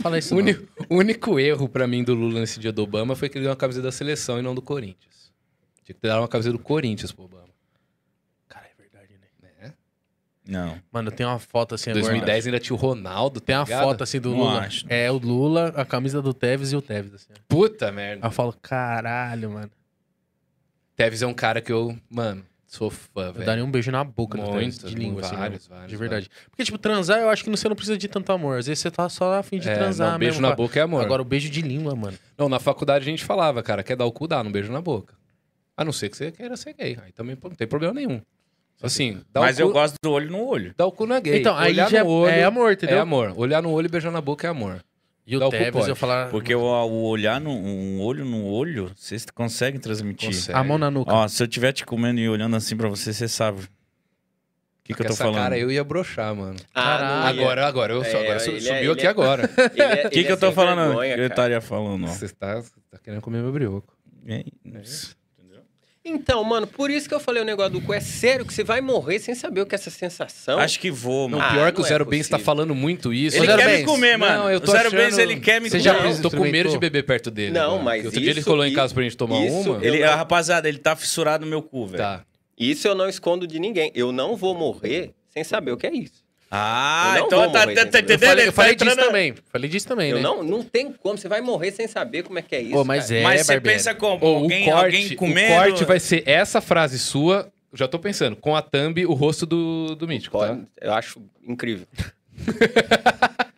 Speaker 2: Fala isso. não.
Speaker 3: único, único erro pra mim do Lula nesse dia do Obama foi que ele deu uma camiseta da seleção e não do Corinthians. Tinha que dar uma camiseta do Corinthians pro Obama.
Speaker 2: Cara, é verdade, né?
Speaker 1: Não.
Speaker 2: Mano, tem uma foto assim
Speaker 3: Em
Speaker 2: agora.
Speaker 3: 2010 ainda tinha o Ronaldo,
Speaker 2: Tem uma
Speaker 3: tá ligado?
Speaker 2: foto assim do
Speaker 1: Não
Speaker 2: Lula.
Speaker 1: acho, não
Speaker 2: é o Lula, a camisa do Tevez e o Tevez. Assim. ó.
Speaker 3: Puta
Speaker 2: Aí
Speaker 3: merda.
Speaker 2: eu falo, caralho, mano.
Speaker 3: Tevez é um cara que eu, mano, sou fã,
Speaker 2: Eu
Speaker 3: velho.
Speaker 2: daria um beijo na boca do Tevez,
Speaker 3: Muito,
Speaker 2: de língua, assim,
Speaker 3: vários,
Speaker 2: mesmo.
Speaker 3: vários,
Speaker 2: De verdade. Porque, tipo, transar, eu acho que você não precisa de tanto amor. Às vezes você tá só a fim de
Speaker 3: É,
Speaker 2: transar
Speaker 3: não, beijo
Speaker 2: mesmo.
Speaker 3: na
Speaker 2: pra-
Speaker 3: boca é amor.
Speaker 2: Agora, o beijo de língua, mano.
Speaker 3: Não, na faculdade a gente falava, cara, quer dar o cu, dá, não beijo na boca. A não ser que você queira ser gay. Aí também pô, não tem problema nenhum. Assim, dá,
Speaker 1: Mas
Speaker 3: o,
Speaker 1: eu
Speaker 3: cu,
Speaker 1: gosto do olho no olho.
Speaker 3: dá o cu não é gay.
Speaker 2: Então, aí
Speaker 3: Olhar
Speaker 2: já
Speaker 3: no olho
Speaker 2: é amor,
Speaker 3: É
Speaker 2: entendeu?
Speaker 3: amor. Olhar no olho e beijar na boca é amor.
Speaker 2: E
Speaker 3: Dá
Speaker 2: o
Speaker 3: o cu
Speaker 2: Tevez,
Speaker 3: pode.
Speaker 2: eu falar...
Speaker 1: Porque o, o olhar no um olho no olho, vocês conseguem transmitir.
Speaker 3: Consegue.
Speaker 2: A mão na nuca.
Speaker 1: Ó, se eu estiver te comendo e olhando assim pra você, você sabe. O que, que eu
Speaker 3: Com
Speaker 1: tô
Speaker 3: essa
Speaker 1: falando?
Speaker 3: cara eu ia broxar, mano.
Speaker 4: Ah, não,
Speaker 3: agora, agora, eu sou-
Speaker 4: É,
Speaker 3: agora su-
Speaker 4: ele é-
Speaker 3: subiu
Speaker 4: ele
Speaker 3: aqui
Speaker 4: é-
Speaker 3: agora.
Speaker 4: ele é-
Speaker 1: O
Speaker 4: ele
Speaker 1: que,
Speaker 4: é
Speaker 1: que eu tô
Speaker 4: sem
Speaker 1: falando? que
Speaker 4: vergonha,
Speaker 1: eu
Speaker 4: cara.
Speaker 1: estaria falando, ó.
Speaker 3: Você tá, você tá querendo comer meu brioco.
Speaker 1: É,
Speaker 4: Então, mano, por isso que eu falei o negócio do cu. É sério que você vai morrer sem saber o que é essa sensação?
Speaker 1: Acho que vou,
Speaker 3: Não,
Speaker 1: mano.
Speaker 4: Ah,
Speaker 3: pior que o
Speaker 4: não é
Speaker 3: Zero Bens tá
Speaker 4: possível.
Speaker 3: falando muito isso.
Speaker 1: ele
Speaker 2: Zero
Speaker 1: quer me
Speaker 2: Bens.
Speaker 1: comer, mano.
Speaker 3: Não, eu tô
Speaker 1: o Zero
Speaker 3: achando-
Speaker 1: Benz, ele quer me
Speaker 2: Você
Speaker 1: comer.
Speaker 2: já
Speaker 3: Não,
Speaker 2: fez-
Speaker 3: tô com medo de
Speaker 2: experimentou?
Speaker 3: beber perto dele.
Speaker 4: Não,
Speaker 3: agora.
Speaker 4: mas
Speaker 3: Outro dia ele
Speaker 4: isso-
Speaker 3: colou em
Speaker 4: i-
Speaker 3: casa pra gente tomar
Speaker 4: isso
Speaker 3: uma.
Speaker 1: Ele,
Speaker 4: Eu não-
Speaker 1: Rapaziada, ele tá fissurado no meu cu, velho.
Speaker 3: Tá.
Speaker 4: Isso eu não escondo de ninguém. Eu não vou morrer sem saber o que é isso.
Speaker 1: Ah,
Speaker 4: Eu não
Speaker 1: então
Speaker 4: vou
Speaker 1: tá,
Speaker 4: morrer,
Speaker 1: tá, tá
Speaker 4: entendeu?
Speaker 2: Eu
Speaker 1: entendendo?
Speaker 2: falei, eu
Speaker 1: Ele
Speaker 2: falei
Speaker 1: tá
Speaker 2: disso
Speaker 1: entrando-
Speaker 2: também. Falei disso também,
Speaker 4: Eu
Speaker 2: né?
Speaker 4: não, não tem como. Você vai morrer sem saber como é que é isso.
Speaker 2: Pô, mas
Speaker 4: cara.
Speaker 2: é,
Speaker 1: Mas você
Speaker 2: Barbieri.
Speaker 1: pensa como?
Speaker 3: Ou
Speaker 1: alguém,
Speaker 3: o corte,
Speaker 1: alguém comendo?
Speaker 3: O corte vai ser essa frase sua, já tô pensando, com a thumb, o rosto do, do Mítico, tá?
Speaker 4: Pode- Eu acho incrível.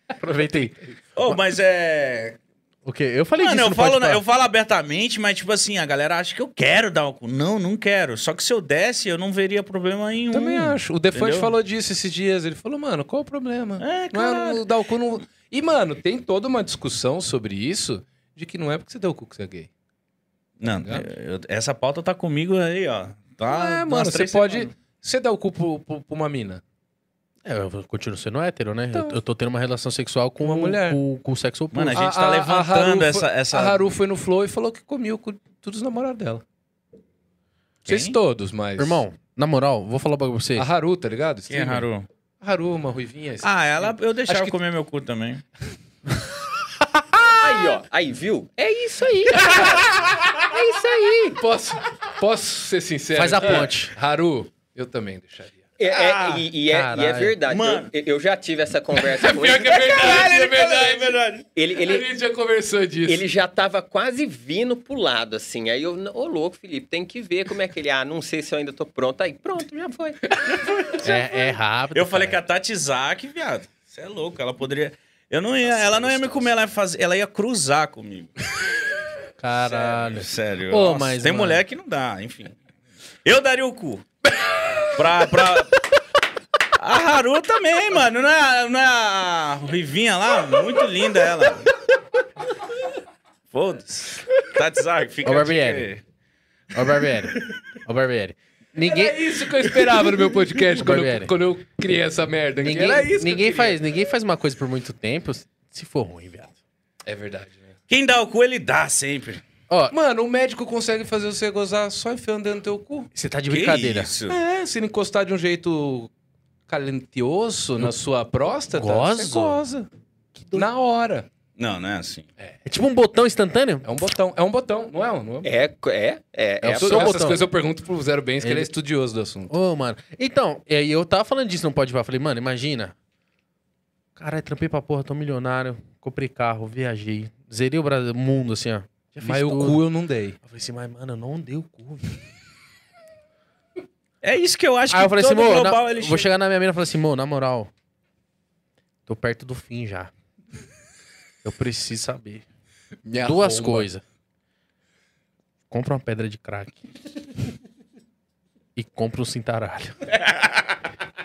Speaker 2: Aproveitei.
Speaker 1: Ô, mas é...
Speaker 2: O quê? Eu falei
Speaker 1: Mano,
Speaker 2: disso
Speaker 1: eu
Speaker 2: no
Speaker 1: falo,
Speaker 2: Pode Pá.
Speaker 1: eu falo abertamente, mas tipo assim, a galera acha que eu quero dar o cu. Não, não quero. Só que se eu desse, eu não veria problema nenhum.
Speaker 3: Também acho. O Defante
Speaker 1: Hum. entendeu?
Speaker 3: falou disso esses dias. Ele falou, mano, qual o problema?
Speaker 1: É,
Speaker 3: não é
Speaker 1: caralho.
Speaker 3: o- dar o cu não... E, mano, tem toda uma discussão sobre isso, de que não é porque você deu o cu que você é gay.
Speaker 1: Não, eu- eu- essa pauta tá comigo aí, ó. Tá,
Speaker 3: é,
Speaker 1: umas
Speaker 3: mano, você
Speaker 1: três
Speaker 3: pode...
Speaker 1: semanas.
Speaker 3: Você dá o cu pro- pro- pra uma mina.
Speaker 2: É, eu continuo sendo hétero, né?
Speaker 3: Então.
Speaker 2: Eu, eu tô tendo uma relação sexual com
Speaker 3: Uma mulher.
Speaker 2: Com, com o sexo oposto.
Speaker 1: Mano, a gente tá levantando
Speaker 3: Haru foi-
Speaker 1: essa... essa...
Speaker 3: A Haru foi no Flow e falou que comia o cu de todos os namorados dela.
Speaker 1: Quem?
Speaker 3: Vocês todos, mas...
Speaker 2: Irmão, na moral, vou falar um pra você.
Speaker 3: A Haru, tá ligado?
Speaker 1: Quem é
Speaker 3: Streamer.
Speaker 1: Haru?
Speaker 3: Haru, uma ruivinha.
Speaker 1: Ah, ela... Eu deixava
Speaker 3: Acho que-
Speaker 1: comer meu cu também.
Speaker 4: Aí, ó. Aí, viu? É isso aí. é isso aí.
Speaker 3: Posso, posso ser sincero?
Speaker 2: Faz a
Speaker 3: aqui?
Speaker 2: ponte.
Speaker 3: Haru, eu também deixaria.
Speaker 4: É, é-
Speaker 2: Ah,
Speaker 4: e, e é, e é
Speaker 2: caralho. É
Speaker 4: verdade.
Speaker 1: Mano.
Speaker 4: Eu, eu já tive essa conversa com ele.
Speaker 3: é verdade,
Speaker 1: verdade.
Speaker 4: Ele, ele,
Speaker 3: A gente já conversou disso.
Speaker 4: ele já tava quase vindo pro lado, assim. Aí eu, ô louco, Felipe, tem que ver como é que ele. Ah, não sei se eu ainda tô pronto. Aí, pronto, já foi.
Speaker 2: É, é rápido.
Speaker 1: Eu falei que
Speaker 2: cara.
Speaker 1: a Tati Isaac, viado, você é louco, ela poderia... Eu não ia, ela não ia me comer, ela ia, fazer, ela ia cruzar comigo.
Speaker 2: Caralho.
Speaker 1: Sério.
Speaker 2: Ô,
Speaker 1: Nossa,
Speaker 2: mas,
Speaker 1: tem
Speaker 2: mano.
Speaker 1: mulher que não dá, enfim. Eu daria o cu. Pra. pra... A Haru também, mano. Não é, não é a Rivinha lá? Muito linda ela. Foda-se. Tatsar, fica.
Speaker 2: Ô, Barbieri. Ó, Barbieri. Ó, Barbieri. Ninguém.
Speaker 3: Era isso que eu esperava no meu podcast quando, eu,
Speaker 2: Barbieri.
Speaker 3: quando eu criei essa merda. aqui.
Speaker 2: Ninguém,
Speaker 3: Era isso que eu
Speaker 2: ninguém,
Speaker 3: queria.
Speaker 2: faz, ninguém faz uma coisa por muito tempo se for ruim, viado.
Speaker 3: É verdade, né?
Speaker 1: Quem dá o cu, ele dá sempre.
Speaker 2: Ó,
Speaker 3: Mano, o médico consegue fazer você gozar só enfiando dentro do teu cu.
Speaker 2: você tá de
Speaker 1: Que
Speaker 2: brincadeira.
Speaker 1: isso?
Speaker 3: É, se ele encostar de um jeito calentioso na sua próstata, você
Speaker 2: Gozo?
Speaker 3: goza. Na hora.
Speaker 1: Não, não é assim.
Speaker 2: É tipo um botão instantâneo?
Speaker 3: É um botão. É um botão, não é? um- Não é um
Speaker 4: É, é, é.
Speaker 2: É
Speaker 4: é
Speaker 2: o
Speaker 3: Essas
Speaker 2: seu
Speaker 4: absoluto.
Speaker 2: botão.
Speaker 3: coisas eu pergunto pro Zero Bens, que ele é
Speaker 2: Ele-
Speaker 3: estudioso do assunto.
Speaker 2: Ô, mano. Então, é, e eu tava falando disso, não pode falar. Falei, mano, imagina. Caralho, trampei pra porra, tô milionário. Comprei carro, viajei. Zerei o Brasil, mundo, assim, ó. Já fiz
Speaker 3: Mas o
Speaker 2: tudo.
Speaker 3: cu eu não dei.
Speaker 2: Eu falei assim, mas, mano, eu não dei o cu. velho.
Speaker 1: É isso que eu acho
Speaker 2: Aí
Speaker 1: que
Speaker 2: eu falei
Speaker 1: todo
Speaker 2: assim, "Mô,
Speaker 1: global
Speaker 2: na-
Speaker 1: ele
Speaker 2: vou
Speaker 1: chega.
Speaker 2: chegar na minha mina e falar assim, "Mô, na moral, tô perto do fim já. Eu preciso saber.
Speaker 3: Minha
Speaker 2: Duas
Speaker 3: É bomba.
Speaker 2: coisas. Compra uma pedra de crack. e compra um cintaralho.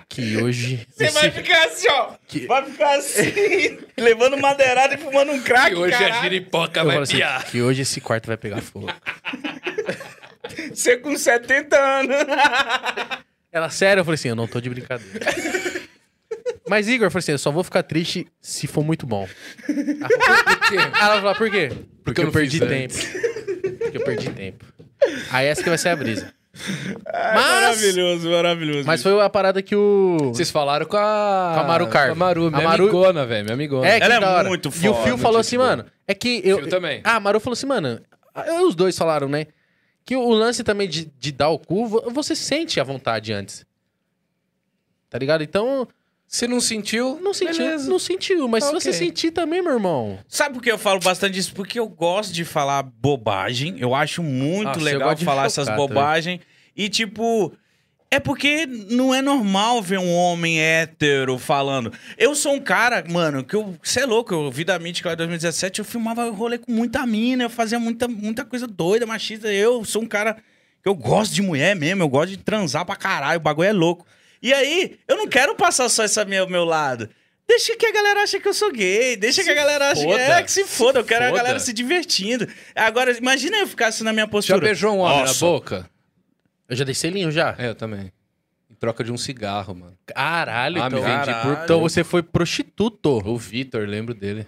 Speaker 2: que hoje...
Speaker 1: Você
Speaker 2: esse-
Speaker 1: vai ficar assim, ó.
Speaker 2: Que-
Speaker 1: Vai ficar assim, levando madeirada e fumando um crack,
Speaker 6: E hoje a
Speaker 1: caralho.
Speaker 6: giripoca
Speaker 2: eu
Speaker 6: vai
Speaker 2: falo assim,
Speaker 6: piar.
Speaker 2: que hoje esse quarto vai pegar fogo.
Speaker 1: Você com 70 anos.
Speaker 2: Ela, sério? Eu falei assim, eu não tô de brincadeira. Mas, Igor, eu falei assim, eu só vou ficar triste se for muito bom.
Speaker 3: Por quê?
Speaker 2: Ela falou, por quê? Porque,
Speaker 3: eu
Speaker 2: eu,
Speaker 3: não
Speaker 2: perdi
Speaker 3: fiz
Speaker 2: tempo. Porque eu perdi tempo. Aí essa que vai ser a brisa.
Speaker 1: Ai,
Speaker 2: Mas-
Speaker 1: Maravilhoso, maravilhoso.
Speaker 2: Mas foi a parada que o...
Speaker 3: Vocês falaram com a.
Speaker 2: Com a Maru Carmo.
Speaker 3: Com a Maru, minha
Speaker 2: A Maru-
Speaker 3: amigona, velho. Minha amigona.
Speaker 2: É, que
Speaker 1: Ela é
Speaker 2: da hora.
Speaker 1: muito
Speaker 2: E o
Speaker 1: foda, tipo,
Speaker 2: Fio falou
Speaker 3: gente
Speaker 2: assim,
Speaker 3: boa.
Speaker 2: mano, é que eu...
Speaker 3: Fio também.
Speaker 2: Ah, a Maru falou assim, mano... eu- Os dois falaram, né? Que o lance também de, de dar o cu, vo- você sente a vontade antes. Tá ligado? Então,
Speaker 3: Você não sentiu?
Speaker 2: não sentiu,
Speaker 3: Beleza.
Speaker 2: não sentiu. Mas
Speaker 3: Tá
Speaker 2: se você
Speaker 3: ok.
Speaker 2: sentir também, meu irmão...
Speaker 1: Sabe por que eu falo bastante disso? Porque eu gosto de falar bobagem. Eu acho muito
Speaker 2: Nossa, eu
Speaker 1: legal
Speaker 2: gosto de
Speaker 1: falar
Speaker 2: focar
Speaker 1: essas
Speaker 2: também.
Speaker 1: bobagens. E, tipo, é porque não é normal ver um homem hétero falando. Eu sou um cara, mano, que eu. Você é louco, eu vi da Mítica lá em 2017, eu filmava rolê com muita mina, eu fazia muita, muita coisa doida, machista. Eu sou um cara que eu gosto de mulher mesmo, eu gosto de transar pra caralho, o bagulho é louco. E aí, eu não quero passar só esse meu, meu lado. Deixa que a galera acha que eu sou gay, deixa que a galera acha.
Speaker 6: foda,
Speaker 1: É, que se
Speaker 6: se
Speaker 1: foda, eu quero a
Speaker 6: foda.
Speaker 1: galera se divertindo. Agora, imagina eu ficar assim na minha
Speaker 3: Já
Speaker 1: postura.
Speaker 3: beijou um homem
Speaker 1: Nossa.
Speaker 3: na boca?
Speaker 2: Eu já dei selinho, já.
Speaker 3: É, eu também. Em troca de um cigarro, mano.
Speaker 2: Caralho,
Speaker 3: Ah, me
Speaker 2: então.
Speaker 3: vendi
Speaker 1: Caralho.
Speaker 3: por.
Speaker 2: Então você foi prostituto.
Speaker 3: O Vitor, lembro dele.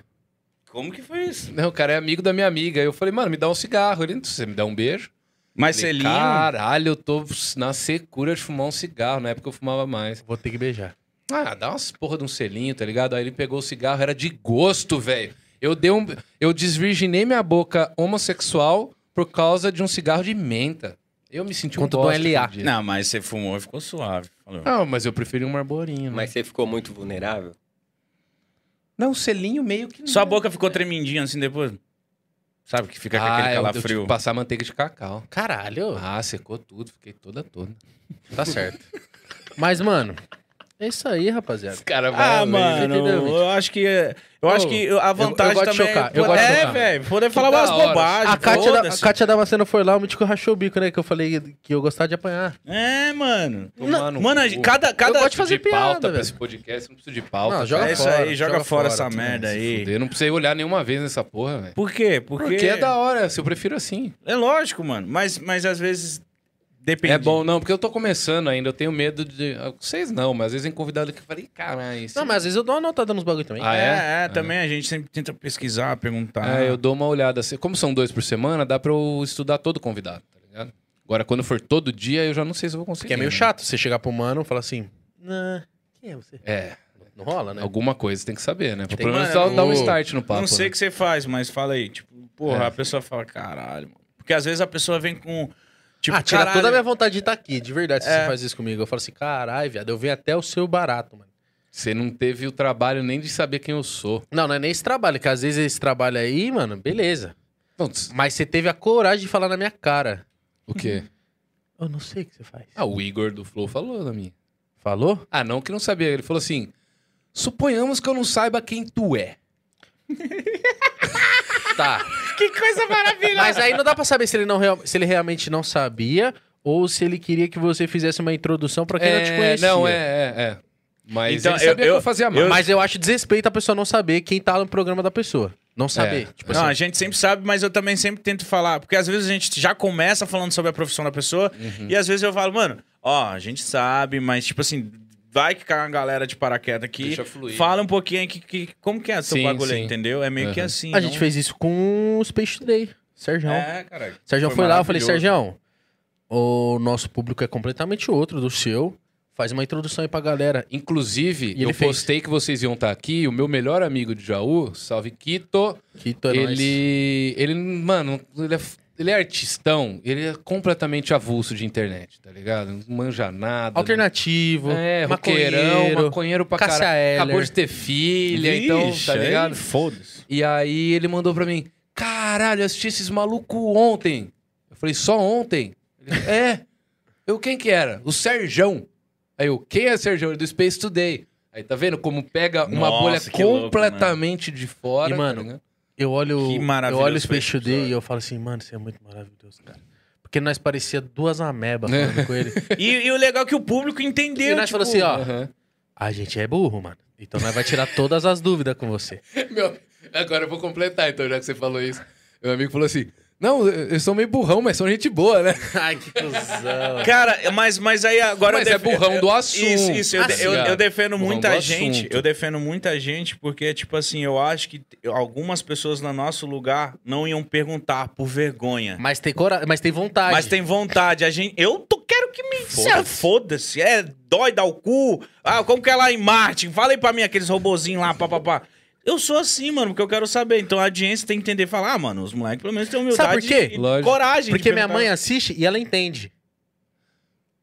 Speaker 1: Como que foi isso?
Speaker 3: Não, o cara é amigo da minha amiga. Eu falei, mano, me dá um cigarro. Ele, você me dá um beijo?
Speaker 1: Mas
Speaker 3: Falei,
Speaker 1: selinho.
Speaker 3: Caralho, eu tô na secura de fumar um cigarro. Na época eu fumava mais.
Speaker 2: Vou ter que beijar.
Speaker 3: Ah, dá umas porra de um selinho, tá ligado? Aí ele pegou o cigarro, era de gosto, velho. Eu dei um. Eu desvirginei minha boca homossexual por causa de um cigarro de menta. Eu me senti um
Speaker 2: Conta do
Speaker 3: bosta
Speaker 2: LA.
Speaker 3: aquele dia.
Speaker 1: Não, mas você fumou e ficou suave. Falou.
Speaker 3: Não, mas eu preferi um arborinho. Né?
Speaker 4: Mas você ficou muito vulnerável?
Speaker 3: Não, um selinho meio que.
Speaker 1: Sua boca ficou tremendinha assim depois? Sabe que fica com
Speaker 3: ah,
Speaker 1: aquele
Speaker 3: eu- eu
Speaker 1: calafrio.
Speaker 3: tive que passar manteiga de cacau.
Speaker 2: Caralho.
Speaker 3: Ah, secou tudo, fiquei toda toda.
Speaker 2: Tá certo. Mas, mano, é isso aí, rapaziada.
Speaker 3: Cara,
Speaker 1: Ah, mano,
Speaker 2: entendeu,
Speaker 1: eu acho que eu acho que a vantagem
Speaker 2: gosto de
Speaker 1: também
Speaker 2: chocar,
Speaker 1: é,
Speaker 2: eu gosto de
Speaker 1: é
Speaker 2: chocar.
Speaker 1: velho, poder falar
Speaker 3: da
Speaker 1: umas
Speaker 3: hora.
Speaker 1: bobagens.
Speaker 2: A Kátia, da, a
Speaker 1: foda-se.
Speaker 2: Kátia Damasceno foi lá, o Mítico rachou o bico, né? Que eu falei que eu gostava de apanhar.
Speaker 1: É, mano.
Speaker 3: Tomar no
Speaker 1: Mano, a
Speaker 3: cu.
Speaker 1: gente- cada cada
Speaker 2: gosto de fazer
Speaker 3: de pauta
Speaker 2: piada,
Speaker 3: pra
Speaker 2: velho.
Speaker 3: esse podcast, não preciso de pauta.
Speaker 2: Não, joga
Speaker 1: É isso
Speaker 2: fora,
Speaker 1: aí, joga,
Speaker 2: joga
Speaker 1: fora,
Speaker 2: fora
Speaker 1: essa
Speaker 2: também,
Speaker 1: merda
Speaker 2: se
Speaker 1: aí.
Speaker 3: Eu não precisei olhar nenhuma vez nessa porra, velho.
Speaker 1: Por quê? Porque,
Speaker 3: Porque é da hora, se eu prefiro assim.
Speaker 1: É lógico, mano. Mas, mas às vezes depende.
Speaker 3: É bom, não, porque eu tô começando ainda, eu tenho medo de. ah, Vocês não, mas às vezes tem convidado que eu falei, caralho, isso.
Speaker 2: Não, mas às vezes eu dou uma notada nos bagulho também.
Speaker 3: Ah,
Speaker 1: é,
Speaker 3: é?
Speaker 1: é, também a gente sempre tenta pesquisar, perguntar.
Speaker 3: É, eu dou uma olhada. assim. Como são dois por semana, dá pra eu estudar todo convidado, tá ligado? Agora, quando for todo dia, eu já não sei se eu vou conseguir.
Speaker 2: Porque é meio
Speaker 3: né?
Speaker 2: chato você chegar pro mano e falar assim... Nah, quem é você?
Speaker 3: É,
Speaker 2: Não rola, né?
Speaker 3: alguma coisa tem que saber, né? Pra
Speaker 2: Tem-
Speaker 3: pelo menos
Speaker 1: Mano,
Speaker 3: dar, dar um
Speaker 2: eu-
Speaker 3: start no papo.
Speaker 1: não sei o
Speaker 3: né?
Speaker 1: que você faz, mas fala aí. Tipo, porra,
Speaker 3: É.
Speaker 1: a pessoa fala, caralho, mano. Porque às vezes a pessoa vem com. Tipo,
Speaker 2: ah, tira
Speaker 1: caralho,
Speaker 2: toda a minha vontade de estar aqui, de verdade, se
Speaker 1: É.
Speaker 2: você faz isso comigo. Eu falo assim, caralho, viado, eu venho até o seu barato, mano.
Speaker 3: Você não teve o trabalho nem de saber quem eu sou.
Speaker 2: Não, não é nem esse trabalho, que às vezes esse trabalho aí, mano, beleza.
Speaker 3: Putz,
Speaker 2: Mas você teve a coragem de falar na minha cara.
Speaker 3: o quê?
Speaker 2: Eu não sei o que você faz.
Speaker 3: Ah, o Igor do Flow falou na minha.
Speaker 2: Falou?
Speaker 3: Ah, não, que não sabia. Ele falou assim: suponhamos que eu não saiba quem tu é.
Speaker 2: Tá.
Speaker 1: Que coisa maravilhosa!
Speaker 2: Mas aí não dá pra saber se ele, não real- se ele realmente não sabia ou se ele queria que você fizesse uma introdução pra quem não te conhecia.
Speaker 3: Não, é, é, é. Mas
Speaker 1: Então,
Speaker 3: ele sabia
Speaker 1: eu-
Speaker 3: que
Speaker 1: eu-
Speaker 3: eu fazia mal.
Speaker 2: Mas eu acho desrespeito a pessoa não saber quem tá no programa da pessoa. Não saber. Tipo
Speaker 1: não,
Speaker 2: assim,
Speaker 1: a gente sempre sabe, mas eu também sempre tento falar. Porque às vezes a gente já começa falando sobre a profissão da pessoa.
Speaker 2: Uhum.
Speaker 1: E às vezes eu falo, mano, ó, a gente sabe, mas tipo assim, vai que cai uma galera de paraquedas aqui.
Speaker 3: Deixa fluir.
Speaker 1: Fala um pouquinho aí que, que- como que é seu
Speaker 3: Sim,
Speaker 1: bagulho aí,
Speaker 3: sim.
Speaker 1: entendeu? É meio que
Speaker 3: Aham.
Speaker 1: assim.
Speaker 2: Uhum. a
Speaker 1: não-
Speaker 2: gente fez isso com os peixes Today, Sérgio.
Speaker 1: É, caralho.
Speaker 2: Sérgio
Speaker 1: Foi
Speaker 2: foi, lá, eu falei,
Speaker 1: maravilhoso.
Speaker 2: Sérgio, o nosso público é completamente outro do seu. Faz uma introdução aí pra galera.
Speaker 3: Inclusive,
Speaker 2: E ele
Speaker 3: eu
Speaker 2: fez.
Speaker 3: postei que vocês iam estar aqui. O meu melhor amigo de Jaú, salve Quito,
Speaker 2: Que tu é nóis.
Speaker 3: ele. Ele, mano, ele é, ele é artistão, ele é completamente avulso de internet, tá ligado? Não manja nada.
Speaker 2: Alternativo,
Speaker 3: É, maconheiro,
Speaker 2: maconheiro,
Speaker 3: maconheiro pra
Speaker 2: Cássia
Speaker 3: caralho.
Speaker 2: Eller.
Speaker 3: Acabou de ter
Speaker 2: é
Speaker 3: filha, então,
Speaker 1: Vixe,
Speaker 3: tá
Speaker 1: aí
Speaker 3: ligado?
Speaker 1: Foda-se.
Speaker 3: E aí ele mandou pra mim: Caralho, eu assisti esses malucos ontem. Eu falei: Só ontem? Ele, é. Eu, quem que era? O Serjão. Aí eu, quem é Serjão? Ele é do Space Today. Aí tá vendo como pega uma
Speaker 1: Nossa,
Speaker 3: bolha
Speaker 1: que louco,
Speaker 3: completamente de fora.
Speaker 2: E, mano,
Speaker 3: tá ligado?
Speaker 2: Eu olho,
Speaker 1: Que
Speaker 2: eu
Speaker 1: maravilhoso
Speaker 2: olho o
Speaker 1: foi
Speaker 2: Space
Speaker 1: esse
Speaker 2: Today
Speaker 1: episódio.
Speaker 2: e eu falo assim, mano, você é muito maravilhoso, cara. Porque nós parecia duas amebas
Speaker 1: É.
Speaker 2: falando com ele.
Speaker 1: E, e o legal é que o público entendeu.
Speaker 2: E nós
Speaker 1: tipo,
Speaker 2: falamos assim, ó,
Speaker 3: Aham.
Speaker 2: a gente é burro, mano. Então nós vai tirar todas as dúvidas com você.
Speaker 3: Meu, agora eu vou completar, então, já que você falou isso. Meu amigo falou assim: Não, eles são meio burrão, mas são gente boa, né?
Speaker 2: Ai, que cuzão.
Speaker 1: Cara, mas, mas aí agora.
Speaker 3: Mas
Speaker 1: eu
Speaker 3: é burrão do assunto.
Speaker 1: Isso, isso. Eu,
Speaker 3: Ah,
Speaker 1: de- eu-
Speaker 3: sim.
Speaker 1: eu defendo
Speaker 3: Burrão do
Speaker 1: muita gente.
Speaker 3: assunto.
Speaker 1: Eu defendo muita gente porque, tipo assim, eu acho que t- algumas pessoas no nosso lugar não iam perguntar por vergonha.
Speaker 2: Mas tem, cora... Mas tem vontade.
Speaker 1: Mas tem vontade. A gente, eu tô- quero que me. Foda-se. Foda-se. É dói, dá o cu. Ah, como que é lá em Marte? Fala aí pra mim aqueles robozinhos lá, papapá. Eu sou assim, mano, porque eu quero saber. Então a audiência tem que entender e falar, ah, mano, os moleques pelo menos têm humildade
Speaker 2: Sabe por quê?
Speaker 1: e
Speaker 3: Lógico.
Speaker 1: coragem. de
Speaker 2: Porque minha
Speaker 1: perguntar.
Speaker 2: mãe é assiste e ela entende.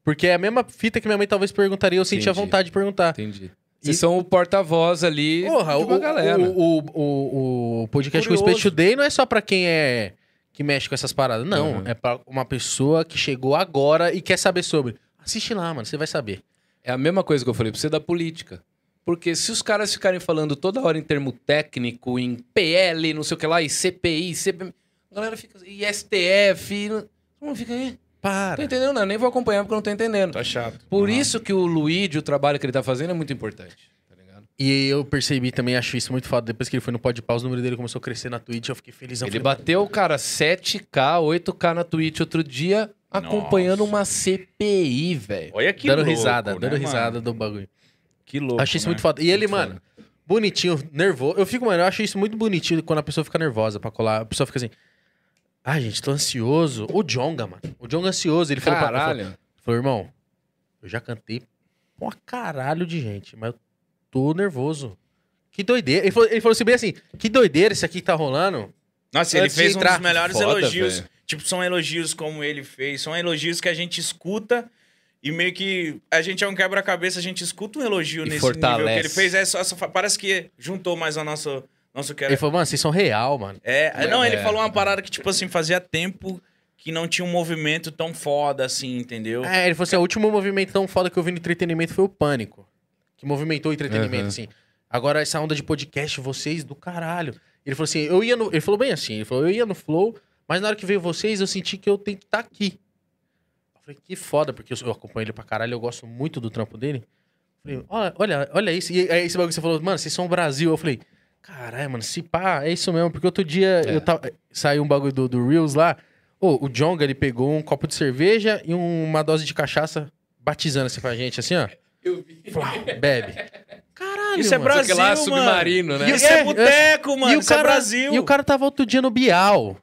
Speaker 2: Porque é a mesma fita que minha mãe talvez perguntaria, eu sentia
Speaker 3: Entendi.
Speaker 2: vontade de perguntar.
Speaker 3: Entendi.
Speaker 2: E-
Speaker 3: Vocês são o porta-voz ali
Speaker 2: Porra,
Speaker 3: de uma
Speaker 2: o,
Speaker 3: galera.
Speaker 2: o, o, o, o podcast com o
Speaker 1: Curioso.
Speaker 2: Space Today não é só pra quem é que mexe com essas paradas. Não,
Speaker 3: Uhum.
Speaker 2: é pra uma pessoa que chegou agora e quer saber sobre. Assiste lá, mano, você vai saber.
Speaker 3: É a mesma coisa que eu falei pra você da política. Porque se os caras ficarem falando toda hora em termo técnico, em PL, não sei o que lá, e CPI, CPM, a galera fica. assim, E STF. e não- Não fica aí. Não tô
Speaker 2: Para.
Speaker 3: entendendo, não. Nem vou acompanhar porque eu não tô entendendo.
Speaker 1: Tá chato.
Speaker 3: Por
Speaker 1: Uhum.
Speaker 3: isso que o Luigi, o trabalho que ele tá fazendo é muito importante. Tá ligado?
Speaker 2: E eu percebi também, acho isso muito foda. Depois que ele foi no Podpah, os números dele começou a crescer na Twitch, eu fiquei felizão.
Speaker 3: Ele
Speaker 2: Falei,
Speaker 3: bateu, cara, 7K, 8K na Twitch outro dia, acompanhando
Speaker 1: Nossa.
Speaker 3: uma CPI, velho.
Speaker 1: Olha que
Speaker 2: dando
Speaker 1: louco,
Speaker 2: risada,
Speaker 1: né,
Speaker 2: dando
Speaker 1: mano?
Speaker 2: risada do bagulho.
Speaker 1: Que louco.
Speaker 2: achei isso
Speaker 1: né?
Speaker 2: muito foda. E ele,
Speaker 3: Muito
Speaker 2: mano, bonitinho, nervoso. Eu fico, mano, eu acho isso muito bonitinho quando a pessoa fica nervosa pra colar. A pessoa fica assim. Ah, gente, tô ansioso. O Jonga, mano. O Jonga é ansioso. Ele falou pra- ele falou,
Speaker 3: Caralho.
Speaker 2: ele falou, irmão, eu já cantei pra uma caralho de gente, mas eu tô nervoso. Que doideira. Ele falou, ele falou assim, bem assim, que doideira isso aqui que tá rolando.
Speaker 1: Nossa, ele
Speaker 2: Antes de
Speaker 1: fez um
Speaker 2: entrar.
Speaker 1: dos melhores
Speaker 3: Foda,
Speaker 1: elogios.
Speaker 3: velho.
Speaker 1: Tipo, são elogios como ele fez. São elogios que a gente escuta e meio que. A gente é um quebra-cabeça, a gente escuta um elogio
Speaker 3: E
Speaker 1: nesse nível
Speaker 3: fortalece.
Speaker 1: que ele fez. É só, só fa- parece que juntou mais a nossa. Nosso quebra
Speaker 2: Ele falou, mano, vocês são real, mano.
Speaker 1: É, não, ele
Speaker 3: é.
Speaker 1: falou uma parada que, tipo assim, fazia tempo que não tinha um movimento tão foda assim, entendeu?
Speaker 2: É, ele falou assim, o último movimento tão foda que eu vi no entretenimento foi o Pânico. Que movimentou o entretenimento,
Speaker 3: Uhum.
Speaker 2: assim. Agora, essa onda de podcast, vocês do caralho. Ele falou assim, eu ia no... Ele falou bem assim, ele falou, eu ia no flow, mas na hora que veio vocês, eu senti que eu tenho que estar aqui. Eu falei, que foda, porque eu, eu acompanho ele pra caralho, eu gosto muito do trampo dele. Eu falei, olha, olha, olha isso. E aí esse bagulho que você falou, mano, vocês são o Brasil. Eu falei, caralho, mano, se pá, é isso mesmo. Porque outro dia
Speaker 3: É.
Speaker 2: eu tava, saiu um bagulho do, do Reels lá. Ô, o Jonga, ele pegou um copo de cerveja e um, uma dose de cachaça batizando assim pra gente, assim, ó.
Speaker 3: Eu vi.
Speaker 2: Flá, Bebe. Caralho,
Speaker 1: Isso é
Speaker 2: mano.
Speaker 1: Brasil,
Speaker 3: Porque lá é
Speaker 1: mano.
Speaker 3: submarino, né?
Speaker 2: E
Speaker 1: Isso é,
Speaker 2: É,
Speaker 1: boteco, mano. isso é Brasil.
Speaker 2: E o cara tava outro dia no Bial.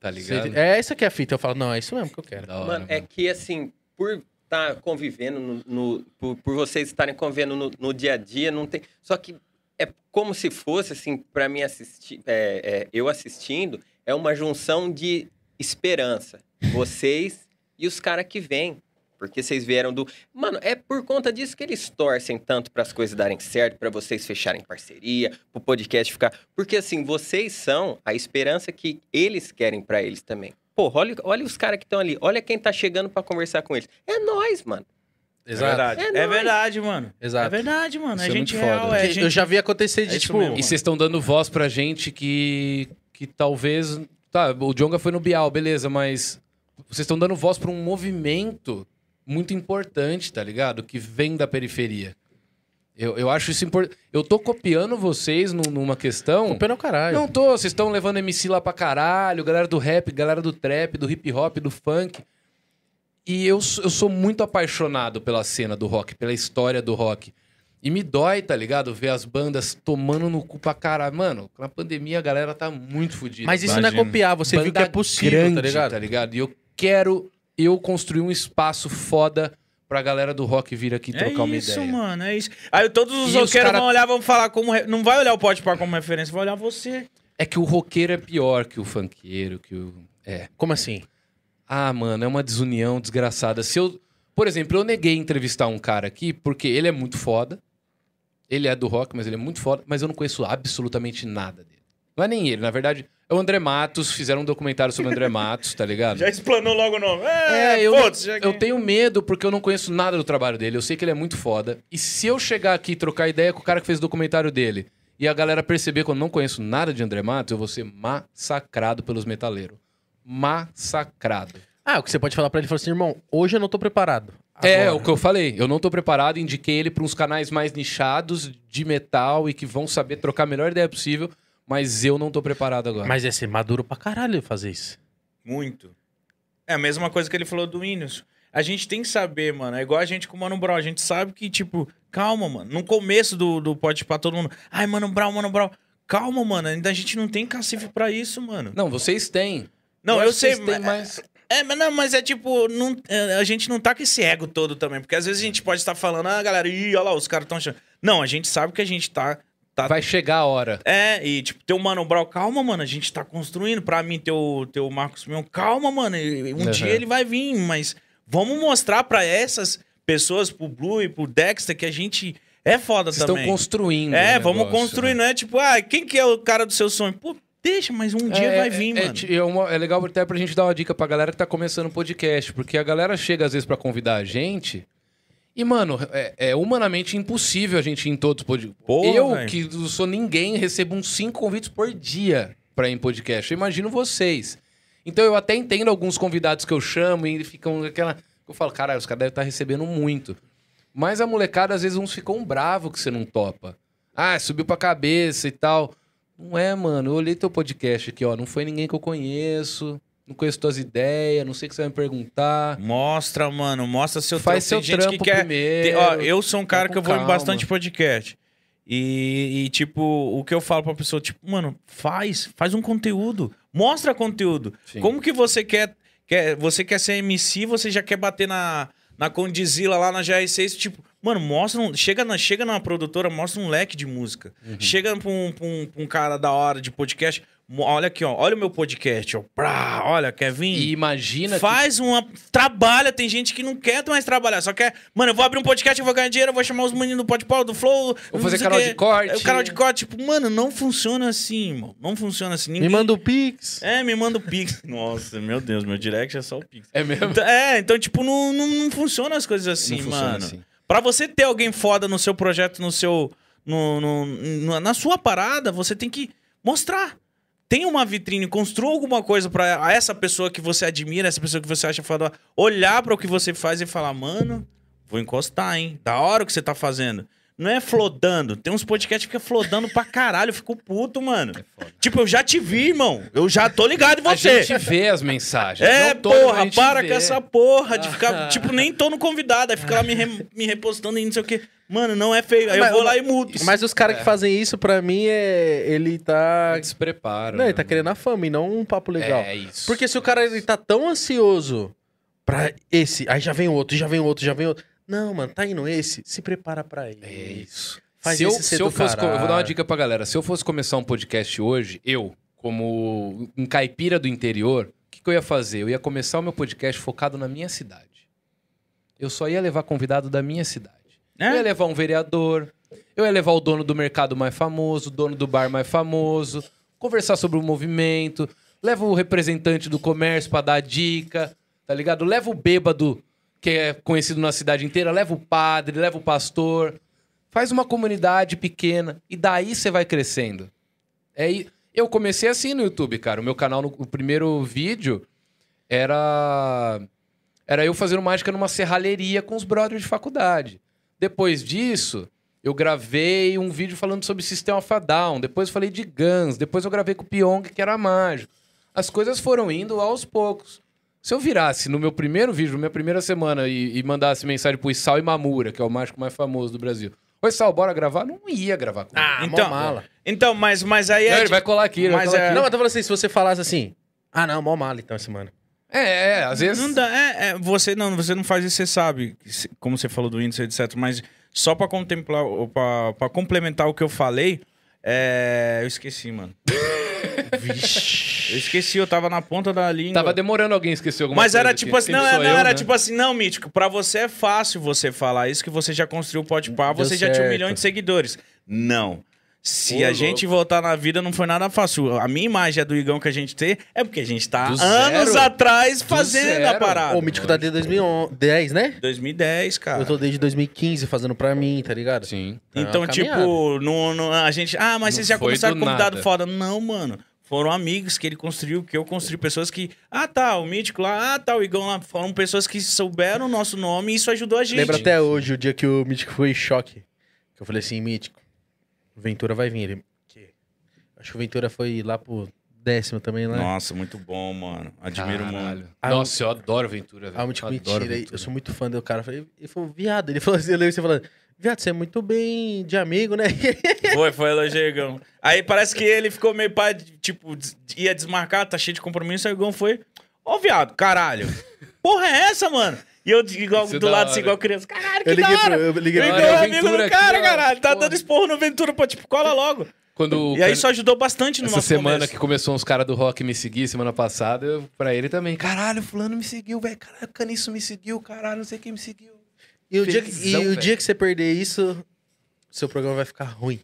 Speaker 3: Tá ligado?
Speaker 2: É, essa que é a fita. Eu falo, não, é isso mesmo que eu quero.
Speaker 3: Da hora,
Speaker 4: Mano, é que assim, por estar convivendo, no, no- por, por vocês estarem convivendo no, no dia a dia, não tem. Só que é como se fosse, assim, pra mim assistir, é, é, eu assistindo, é uma junção de esperança. Vocês e os caras que vêm. Porque vocês vieram do. Mano, é por conta disso que eles torcem tanto para as coisas darem certo, pra vocês fecharem parceria, pro podcast ficar. Porque assim, vocês são a esperança que eles querem pra eles também. Pô, olha, olha os caras que estão ali, olha quem tá chegando pra conversar com eles. É nós, mano.
Speaker 1: É verdade.
Speaker 4: É
Speaker 1: É,
Speaker 4: nóis.
Speaker 1: verdade, mano. É
Speaker 2: Exato.
Speaker 1: verdade, mano.
Speaker 3: Isso
Speaker 1: é
Speaker 3: é
Speaker 1: gente
Speaker 3: muito foda.
Speaker 1: real, é
Speaker 2: Porque
Speaker 1: gente...
Speaker 2: Eu já vi acontecer
Speaker 1: É
Speaker 2: de,
Speaker 1: isso
Speaker 2: tipo...
Speaker 1: mesmo.
Speaker 3: E vocês estão dando voz pra gente que, que talvez. Tá, o Jonga foi no Bial, beleza, mas vocês estão dando voz pra um movimento muito importante, tá ligado? Que vem da periferia. Eu, eu acho isso importante. Eu tô copiando vocês num- numa questão.
Speaker 2: Culpa não, caralho.
Speaker 3: Não tô, vocês estão levando MC lá pra caralho, galera do rap, galera do trap, do hip hop, do funk. E eu, sou- eu sou muito apaixonado pela cena do rock, pela história do rock. E me dói, tá ligado? Ver as bandas tomando no cu pra caralho. Mano, na pandemia a galera tá muito fodida.
Speaker 2: Mas isso não é
Speaker 1: Imagina.
Speaker 2: copiar, você viu que
Speaker 3: Banda
Speaker 2: é possível,
Speaker 3: grande,
Speaker 2: tá ligado?
Speaker 3: E eu quero eu construir um espaço foda pra galera do rock vir aqui
Speaker 1: É
Speaker 3: trocar uma
Speaker 1: isso,
Speaker 3: ideia.
Speaker 1: mano, é isso. Aí todos os
Speaker 3: E os
Speaker 1: roqueiros
Speaker 3: cara-
Speaker 1: vão olhar, vão falar como... re- Não vai olhar o Pode Pá como referência, vai olhar você.
Speaker 3: É que o roqueiro é pior que o funkeiro, que o. É.
Speaker 2: Como assim?
Speaker 3: Ah, mano, é uma desunião desgraçada. Se eu, por exemplo, eu neguei entrevistar um cara aqui porque ele é muito foda. Ele é do rock, mas ele é muito foda, mas eu não conheço absolutamente nada dele. Não é nem ele, na verdade, é o André Matos, fizeram um documentário sobre o André Matos, tá ligado?
Speaker 1: Já explanou logo o nome. É,
Speaker 3: É, eu,
Speaker 1: foda-se, já que-
Speaker 3: eu tenho medo porque eu não conheço nada do trabalho dele. Eu sei que ele é muito foda. E se eu chegar aqui e trocar ideia com o cara que fez o documentário dele e a galera perceber que eu não conheço nada de André Matos, eu vou ser massacrado pelos metaleiros. Massacrado.
Speaker 2: Ah, o que você pode falar pra ele? Falar assim, irmão, hoje eu não tô preparado.
Speaker 3: É,
Speaker 2: Agora.
Speaker 3: o que eu falei. Eu não tô preparado, indiquei ele pra uns canais mais nichados de metal e que vão saber trocar a melhor ideia possível, mas eu não tô preparado agora.
Speaker 2: Mas é ser maduro pra caralho fazer isso.
Speaker 1: Muito. É a mesma coisa que ele falou do Whindersson. A gente tem que saber, mano. É igual a gente com o Mano Brown. A gente sabe que, tipo, calma, mano. No começo do, do pode pra todo mundo. Ai, Mano Brown, Mano Brown. Calma, mano. Ainda a gente não tem cacife pra isso, mano.
Speaker 3: Não, vocês têm.
Speaker 1: Não, eu,
Speaker 3: acho que
Speaker 1: sei,
Speaker 3: Vocês têm
Speaker 1: mas,
Speaker 3: mais...
Speaker 1: É, mas não, mas é tipo, não- é, a gente não tá com esse ego todo também. Porque às vezes a gente pode estar falando, ah, galera, ih, olha lá, os caras tão achando. Não, a gente sabe que a gente tá. tá
Speaker 3: Vai chegar a hora.
Speaker 1: É, e tipo, teu Mano Brown, calma, mano, a gente tá construindo. Pra mim, teu, teu Marcos Mion, calma, mano. e- e Um
Speaker 3: Uhum.
Speaker 1: dia ele vai vir, mas vamos mostrar pra essas pessoas, pro Blue e pro Dexter, que a gente é foda
Speaker 3: Vocês estão
Speaker 1: também.
Speaker 3: construindo.
Speaker 1: é,
Speaker 3: o
Speaker 1: vamos
Speaker 3: negócio,
Speaker 1: construir,
Speaker 3: né?
Speaker 1: não é tipo, ah, quem que é o cara do seu sonho? Pô, deixa, mas um dia
Speaker 3: É,
Speaker 1: vai
Speaker 3: é,
Speaker 1: vir,
Speaker 3: é,
Speaker 1: mano.
Speaker 3: ti- É, uma- é legal até pra gente dar uma dica pra galera que tá começando o podcast, porque a galera chega às vezes pra convidar a gente. E, mano, é, é humanamente impossível a gente ir em todos os podcasts.
Speaker 1: Porra,
Speaker 3: Eu,
Speaker 1: velho.
Speaker 3: que não sou ninguém, recebo uns cinco convites por dia pra ir em podcast. Eu imagino vocês. Então eu até entendo alguns convidados que eu chamo e ficam aquela. Eu falo, caralho, os caras devem estar recebendo muito. Mas a molecada, às vezes, uns ficam bravos que você não topa. Ah, subiu pra cabeça e tal. Não é, mano. Eu olhei teu podcast aqui, ó. Não foi ninguém que eu conheço. Não conheço tuas ideias. Não sei o que você vai me perguntar.
Speaker 1: Mostra, mano, mostra seu
Speaker 3: Faz seu
Speaker 1: trampo. Tem gente
Speaker 3: trampo
Speaker 1: que quer. Tem-
Speaker 3: primeiro.
Speaker 1: ó, eu sou um cara
Speaker 3: com
Speaker 1: que eu vou em
Speaker 3: calma.
Speaker 1: bastante podcast. E, e, tipo, o que eu falo pra pessoa, tipo, mano, faz, faz um conteúdo, mostra conteúdo.
Speaker 3: Sim.
Speaker 1: Como que você quer, quer, você quer ser MC, você já quer bater na na Condizila lá na GR6, tipo, mano, mostra, um, chega na chega numa produtora, mostra um leque de música.
Speaker 3: Uhum.
Speaker 1: Chega pra um, pra um- pra um cara da hora de podcast, mo- olha aqui, ó, olha o meu podcast, ó, pra, olha, quer vir?
Speaker 3: E imagina que
Speaker 1: Faz uma. Trabalha. Tem gente que não quer mais trabalhar. Só quer. Mano, eu vou abrir um podcast, eu vou ganhar dinheiro, eu vou chamar os meninos do Podpau, do Flow.
Speaker 3: Vou
Speaker 1: não
Speaker 3: fazer
Speaker 1: sei
Speaker 3: canal
Speaker 1: o quê.
Speaker 3: de corte.
Speaker 1: É, O canal de corte. Tipo, mano, não funciona assim, irmão. Não funciona assim.
Speaker 2: Me
Speaker 1: Ninguém...
Speaker 2: manda o Pix.
Speaker 1: É, me manda o Pix. Nossa, meu Deus, meu direct é só o Pix.
Speaker 3: É mesmo?
Speaker 1: Então- é, então, tipo, não, não, não funciona as coisas assim,
Speaker 3: não
Speaker 1: mano.
Speaker 3: funciona assim.
Speaker 1: Pra você ter alguém foda no seu projeto, no seu. No, no- no- na sua parada, você tem que mostrar. Tem uma vitrine, construa alguma coisa pra essa pessoa que você admira, essa pessoa que você acha foda, olhar pra o que você faz e falar, mano, vou encostar, hein? Da hora o que você tá fazendo. Não é flodando. Tem uns podcasts que fica flodando pra caralho, eu fico puto, mano. tipo, eu já te vi, irmão. Eu já tô ligado em
Speaker 3: É A
Speaker 1: você.
Speaker 3: gente vê as mensagens.
Speaker 1: É,
Speaker 3: Não todas, mas a
Speaker 1: porra,
Speaker 3: gente
Speaker 1: para
Speaker 3: vê.
Speaker 1: com essa porra de ficar. tipo, nem tô no convidado, aí fica lá me, re- me repostando e não sei o quê. Mano, não é feio. Aí eu
Speaker 2: Mas-
Speaker 1: vou lá e mudo.
Speaker 2: Mas os caras que
Speaker 3: É.
Speaker 2: fazem isso, pra mim, é. Ele tá.
Speaker 3: Despreparo.
Speaker 2: Não, ele
Speaker 3: né,
Speaker 2: tá querendo a fama e não um papo
Speaker 3: mano?
Speaker 2: legal.
Speaker 3: É isso.
Speaker 2: Porque se o cara ele tá tão ansioso pra esse, aí já vem outro, já vem outro, já vem outro. Não, mano, tá indo esse, se prepara pra ele.
Speaker 3: É isso.
Speaker 2: Faz
Speaker 3: se eu,
Speaker 2: esse ser
Speaker 3: se eu
Speaker 2: do
Speaker 3: fosse, co- eu vou dar uma
Speaker 2: caralho.
Speaker 3: dica pra galera. Se eu fosse começar um podcast hoje, eu, como um caipira do interior, o que, que eu ia fazer? Eu ia começar o meu podcast focado na minha cidade. Eu só ia levar convidado da minha cidade. Eu ia
Speaker 1: né?
Speaker 3: levar um vereador, eu ia levar o dono do mercado mais famoso, o dono do bar mais famoso, conversar sobre o movimento, leva o representante do comércio pra dar dica, tá ligado? Leva o bêbado, que é conhecido na cidade inteira, leva o padre, leva o pastor. Faz uma comunidade pequena e daí você vai crescendo. É, i- eu comecei assim no YouTube, cara. O meu canal, no, o primeiro vídeo era era eu fazendo mágica numa serralheria com os brothers de faculdade. Depois disso, eu gravei um vídeo falando sobre Sistema of a Down. Depois eu falei de Guns. Depois eu gravei com o Pyong, que era mágico. As coisas foram indo aos poucos. Se eu virasse no meu primeiro vídeo, na minha primeira semana, e, e mandasse mensagem pro Isal e Mamura, que é o mágico mais famoso do Brasil. Oi, Sal, bora gravar? Não ia gravar com ele.
Speaker 2: Ah,
Speaker 1: Então,
Speaker 2: mó mala.
Speaker 1: Então, mas, mas aí
Speaker 3: Não,
Speaker 1: é.
Speaker 3: ele vai colar aqui, ele vai
Speaker 1: mas
Speaker 3: colar
Speaker 1: é-
Speaker 3: aqui.
Speaker 2: Não, mas eu tô falando assim, se você falasse assim, ah não, mó mala então esse mano.
Speaker 3: É, é, às vezes.
Speaker 1: Não dá, é, é, você não, você não faz isso, você sabe, que se- como você falou do índice, etc. Mas só pra contemplar, ou pra, pra complementar o que eu falei, é, eu esqueci, mano. Vixe. Eu esqueci, eu tava na ponta da língua.
Speaker 3: Tava demorando alguém esquecer alguma
Speaker 1: Mas
Speaker 3: coisa.
Speaker 1: era
Speaker 3: aqui.
Speaker 1: tipo assim,
Speaker 3: Sempre
Speaker 1: não, é-
Speaker 3: sou
Speaker 1: não,
Speaker 3: eu,
Speaker 1: era
Speaker 3: né?
Speaker 1: tipo assim, não, Mítico, pra você é fácil você falar isso que você já construiu o pode par,
Speaker 2: Deu
Speaker 1: você já tinha um
Speaker 2: certo.
Speaker 1: milhão de seguidores. Não. Se
Speaker 7: Ô,
Speaker 1: a
Speaker 7: louco.
Speaker 1: gente voltar na vida, não foi nada fácil. A minha imagem é do Igão que a gente tem é porque a gente tá
Speaker 3: Do
Speaker 1: anos
Speaker 3: zero.
Speaker 1: atrás fazendo
Speaker 3: zero.
Speaker 1: a parada.
Speaker 2: Ô, o Mítico tá desde 2010, né?
Speaker 1: 2010, cara.
Speaker 2: Eu tô desde 2015 fazendo pra mim, tá ligado?
Speaker 3: Sim.
Speaker 2: É uma
Speaker 1: Então, tipo,
Speaker 2: caminhada.
Speaker 1: não, não- a gente. Ah, mas
Speaker 3: Não
Speaker 1: vocês já
Speaker 3: foi
Speaker 1: começaram
Speaker 3: do
Speaker 1: convidado
Speaker 3: nada.
Speaker 1: foda. Não, mano. Foram amigos que ele construiu, que eu construí. Pessoas que. Ah, tá, o Mítico lá. Ah, tá, o Igão lá. Foram pessoas que souberam o nosso nome e isso ajudou a gente.
Speaker 2: Lembra até hoje o dia que o Mítico foi em choque. Que eu falei assim, Mítico, o Ventura vai vir. Ele, "Quê?" Acho que o Ventura foi lá pro décimo também, né?
Speaker 1: Nossa, muito bom, mano. Admiro muito.
Speaker 3: Caralho. Nossa, eu adoro Ventura, velho.
Speaker 2: Ah, o Mítico,
Speaker 3: Eu adoro
Speaker 2: mentira.
Speaker 3: Ventura.
Speaker 2: Eu sou muito fã do cara. Eu falei, ele falou, viado. Ele falou assim, eu lembro você falando, viado, você é muito bem de amigo, né?
Speaker 1: Foi, foi elogio, Igão. Aí parece que ele ficou meio pá, de- tipo, des- ia desmarcar, tá cheio de compromisso. Aí o Igão foi, ô viado, caralho. Porra é essa, mano? E eu igual,
Speaker 3: Isso é
Speaker 1: do
Speaker 3: da
Speaker 1: lado, assim,
Speaker 3: hora.
Speaker 1: igual criança. Caralho, que
Speaker 2: Eu liguei
Speaker 1: da
Speaker 2: pro.
Speaker 1: hora.
Speaker 2: Eu liguei
Speaker 1: Eu
Speaker 2: pro
Speaker 3: Olha,
Speaker 1: Igão é
Speaker 3: o
Speaker 1: amigo do
Speaker 3: Ventura
Speaker 1: cara,
Speaker 3: aqui, ó.
Speaker 1: caralho. Tá
Speaker 3: Porra.
Speaker 1: dando esporro no Ventura pra, tipo, cola logo.
Speaker 3: Quando
Speaker 1: E aí
Speaker 3: quando-
Speaker 1: isso ajudou bastante no
Speaker 3: Essa
Speaker 1: nosso
Speaker 3: semana
Speaker 1: começo.
Speaker 3: que começou uns caras do rock me seguir, semana passada, eu, pra ele também. Caralho, fulano me seguiu, velho. Caralho, Caniço me seguiu, caralho, não sei quem me seguiu.
Speaker 2: E o, dia que,
Speaker 3: Felizão,
Speaker 2: e o
Speaker 3: velho.
Speaker 2: dia que você perder isso, seu programa vai ficar ruim.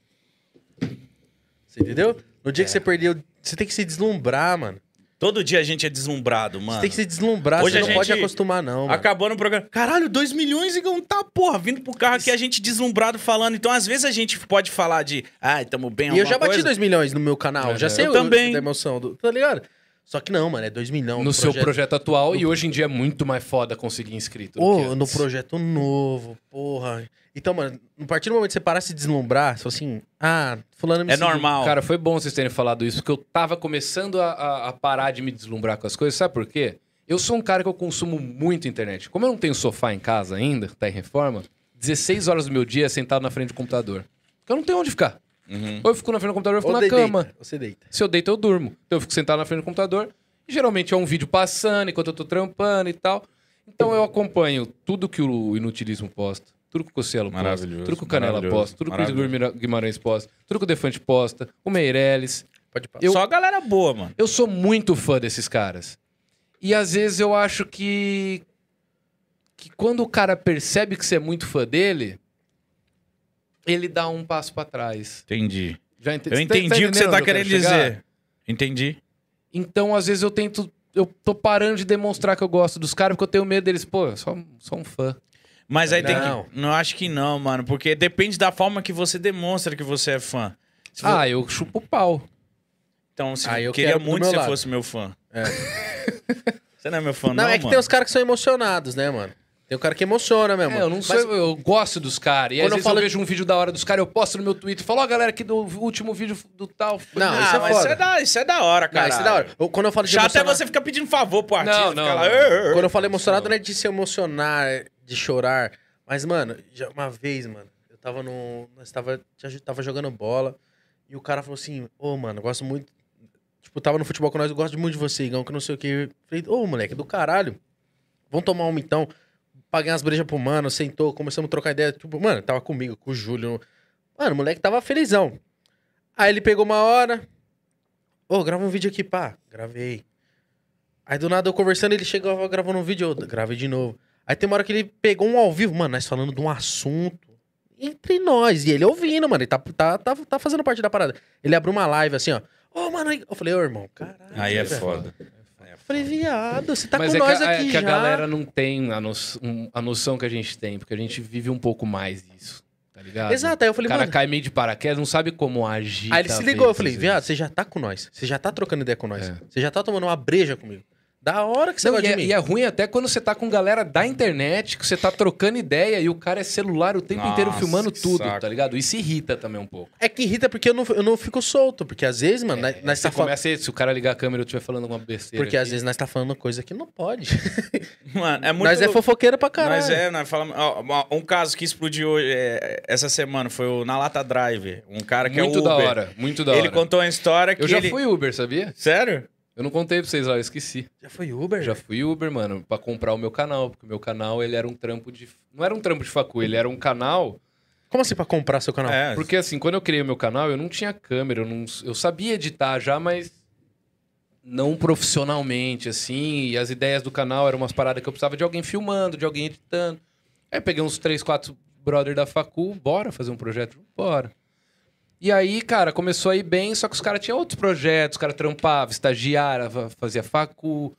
Speaker 2: Você entendeu? No dia que
Speaker 3: É.
Speaker 2: você perder, você tem que se deslumbrar, mano.
Speaker 1: Todo dia a gente é deslumbrado,
Speaker 2: Você
Speaker 1: mano.
Speaker 2: tem que se deslumbrar,
Speaker 1: Hoje
Speaker 2: você
Speaker 1: a
Speaker 2: não
Speaker 1: gente
Speaker 2: pode acostumar, não. Mano.
Speaker 1: Acabou no programa. Caralho, 2 milhões, Igão, tá, porra. Vindo pro carro aqui, a gente deslumbrado falando. Então, às vezes, a gente pode falar de... Ai, tamo bem,
Speaker 2: E eu
Speaker 1: alguma
Speaker 2: já bati
Speaker 1: coisa.
Speaker 2: 2 milhões no meu canal,
Speaker 3: É,
Speaker 2: já
Speaker 3: eu
Speaker 2: sei o,
Speaker 1: também.
Speaker 2: da emoção, do, tá ligado? Só que não, mano, é 2 milhões.
Speaker 3: no seu projeto atual, e hoje em dia é muito mais foda conseguir inscrito. do que
Speaker 2: Ô, no
Speaker 3: antes.
Speaker 2: projeto novo, porra. Então, mano, a partir do momento que você parar de se deslumbrar, só assim, ah, fulano me
Speaker 1: É
Speaker 2: seguiu.
Speaker 1: normal.
Speaker 3: Cara, foi bom vocês terem falado isso, porque eu tava começando a, a- a parar de me deslumbrar com as coisas. Sabe por quê? Eu sou um cara que eu consumo muito internet. Como eu não tenho sofá em casa ainda, tá em reforma, 16 horas do meu dia é sentado na frente do computador. Porque eu não tenho onde ficar.
Speaker 1: Uhum.
Speaker 3: Ou eu fico na frente do computador, ou eu fico
Speaker 2: Ou
Speaker 3: na
Speaker 2: de-
Speaker 3: cama.
Speaker 2: deita, Você deita.
Speaker 3: Se eu deito, eu durmo. Então eu fico sentado na frente do computador. E geralmente é um vídeo passando enquanto eu tô trampando e tal. Então eu acompanho tudo que o Inutilismo posta, tudo que o Cossielo posta,
Speaker 1: Maravilhoso,
Speaker 3: tudo que o Canela
Speaker 1: maravilhoso,
Speaker 3: posta, tudo que o Igor
Speaker 1: maravilhoso.
Speaker 3: Mira- Guimarães posta, tudo que o Defante posta, o Meirelles.
Speaker 2: Pode parar.
Speaker 3: Eu-
Speaker 1: Só a galera boa, mano.
Speaker 3: Eu sou muito fã desses caras. E às vezes eu acho que. que quando o cara percebe que você é muito fã dele, ele dá um passo pra trás.
Speaker 1: Entendi.
Speaker 3: Já ente-
Speaker 1: Eu
Speaker 3: Cê tá- tá
Speaker 1: entendi o que você
Speaker 3: entendendo
Speaker 1: tá
Speaker 3: onde eu quero
Speaker 1: querendo
Speaker 3: chegar?
Speaker 1: dizer. Entendi.
Speaker 3: Então, às vezes, eu tento. Eu tô parando de demonstrar que eu gosto dos caras, porque eu tenho medo deles. Pô, eu só, só um fã.
Speaker 1: Mas aí tem
Speaker 2: Não.
Speaker 1: que. Não acho que não, mano. Porque depende da forma que você demonstra que você é fã. Se for-
Speaker 3: Ah, eu chupo o pau.
Speaker 1: então, se
Speaker 2: Ah, eu
Speaker 1: queria
Speaker 2: quero do
Speaker 1: muito
Speaker 2: meu
Speaker 1: se
Speaker 2: lado. É.
Speaker 1: fosse meu fã. você não é meu fã, não?
Speaker 2: Não, é que
Speaker 1: mano.
Speaker 2: tem os caras que são emocionados, né, mano? Tem o cara que emociona mesmo.
Speaker 3: É, eu não
Speaker 2: Tá Mas
Speaker 3: sou. Eu gosto dos caras. E às
Speaker 2: Quando eu
Speaker 3: vezes eu,
Speaker 2: falo-
Speaker 3: vejo um vídeo da hora dos caras, eu posto no meu Twitter. Falo, ó, galera, aqui do último vídeo do tal.
Speaker 2: Não,
Speaker 1: Ah,
Speaker 2: isso é
Speaker 1: mas
Speaker 2: foda.
Speaker 1: isso é, da, isso é da hora,
Speaker 2: Não,
Speaker 1: cara.
Speaker 2: isso é da hora. Eu- Quando eu falo de
Speaker 1: Chato
Speaker 2: emocionar-
Speaker 1: é você ficar pedindo favor pro artista.
Speaker 3: Não,
Speaker 1: ficar
Speaker 3: não,
Speaker 1: lá,
Speaker 3: não.
Speaker 1: "Ê, ê, ê".
Speaker 2: Quando eu falo emocionado, não é de se emocionar, é de chorar. Mas, mano, já uma vez, mano, eu tava no. Nós tava, já jo- tava jogando bola e o cara falou assim: Ô, mano, eu gosto muito. Tipo, tava no futebol com nós, eu gosto muito de você, Igão, que não sei o quê. Falei, ô, moleque, do caralho. Vamos tomar uma então. Paguei umas brejas pro mano, sentou, começamos a trocar ideia. Tipo, mano, tava comigo, com o Júlio. Mano, o moleque tava felizão. Aí ele pegou uma hora. Ô, grava um vídeo aqui, pá. Gravei. Aí do nada eu conversando, ele chegava gravando um vídeo, eu gravei de novo. Aí tem uma hora que ele pegou um ao vivo, mano, nós falando de um assunto entre nós. E ele ouvindo, mano, ele tá, tá, tá, tá fazendo parte da parada. Ele abriu uma live assim, ó. Ô, mano, aí- eu falei, ô, irmão, caralho.
Speaker 1: Aí é
Speaker 2: velho.
Speaker 1: foda.
Speaker 2: Eu falei, viado, você tá
Speaker 3: É, Mas
Speaker 2: com
Speaker 3: é
Speaker 2: nós
Speaker 3: que, a-
Speaker 2: aqui
Speaker 3: é que
Speaker 2: já.
Speaker 3: a galera não tem a, no- um- a noção que a gente tem, porque a gente vive um pouco mais disso. Tá ligado?
Speaker 2: Exato, aí eu
Speaker 3: O
Speaker 2: falei,
Speaker 3: cara
Speaker 2: mano...
Speaker 3: cai meio de paraquedas, não sabe como agir.
Speaker 2: Aí ele se
Speaker 3: talvez,
Speaker 2: ligou, eu
Speaker 3: às
Speaker 2: falei,
Speaker 3: vezes.
Speaker 2: viado, você já tá com nós. Você já tá trocando ideia com nós.
Speaker 3: É.
Speaker 2: Você já tá tomando uma breja comigo. Da hora que você
Speaker 3: Não,
Speaker 2: gosta
Speaker 3: e,
Speaker 2: de
Speaker 3: é,
Speaker 2: mim.
Speaker 3: e é ruim até quando você tá com galera da internet, que você tá trocando ideia e o cara é celular o tempo
Speaker 1: Nossa,
Speaker 3: inteiro filmando
Speaker 1: que
Speaker 3: tudo,
Speaker 1: saco.
Speaker 3: tá ligado? Isso irrita também um pouco.
Speaker 2: É que irrita porque eu não, eu não fico solto. Porque às vezes, mano, nós- nós
Speaker 3: É, Você
Speaker 2: tá falando...
Speaker 3: começa, se o cara ligar a É câmera e eu estiver falando alguma besteira.
Speaker 2: Porque
Speaker 3: aqui,
Speaker 2: às vezes nós tá falando coisa que não pode.
Speaker 1: Mano, é muito
Speaker 2: nós é fofoqueira pra caralho.
Speaker 1: Mas é, nós falamos. ó, ó, Um caso que explodiu hoje, é, essa semana foi o Na Lata Drive. Um cara que
Speaker 3: Muito
Speaker 1: é o
Speaker 3: da
Speaker 1: Uber.
Speaker 3: hora, muito da
Speaker 1: Ele
Speaker 3: hora.
Speaker 1: contou uma história que
Speaker 3: Eu já
Speaker 1: ele...
Speaker 3: fui Uber, sabia?
Speaker 1: Sério?
Speaker 3: Eu não contei pra vocês lá, eu esqueci.
Speaker 2: Já foi Uber?
Speaker 3: Eu já fui Uber, mano, pra comprar o meu canal, porque o meu canal ele era um trampo de. Não era um trampo de facu, ele era um canal
Speaker 2: Como assim pra comprar seu canal?
Speaker 1: É.
Speaker 3: Porque assim, quando eu criei o meu canal, eu não tinha câmera, eu, não, eu sabia editar já, mas não profissionalmente, assim. E as ideias do canal eram umas paradas que eu precisava de alguém filmando, de alguém editando. Aí eu peguei uns três, quatro brother da facu, bora fazer um projeto? Bora. E aí, cara, começou a ir bem, só que os caras tinham outros projetos, os caras trampavam, estagiava, fazia facu.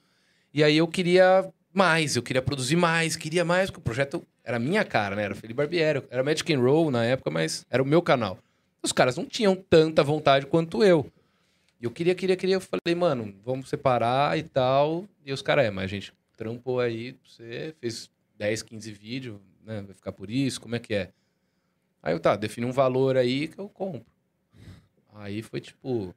Speaker 3: E aí eu queria mais, eu queria produzir mais, queria mais, porque o projeto era a minha cara, né? Era o Felipe Barbieri, era Magic and Roll na época, mas era o meu canal. Os caras não tinham tanta vontade quanto eu. E eu queria, queria, queria. Eu falei, mano, vamos separar e tal. E os caras, é, mas a gente trampou aí, você fez 10, 15 vídeos, né? Vai ficar por isso, como é que é? Aí eu, tá, defini um valor aí que eu compro. Aí foi tipo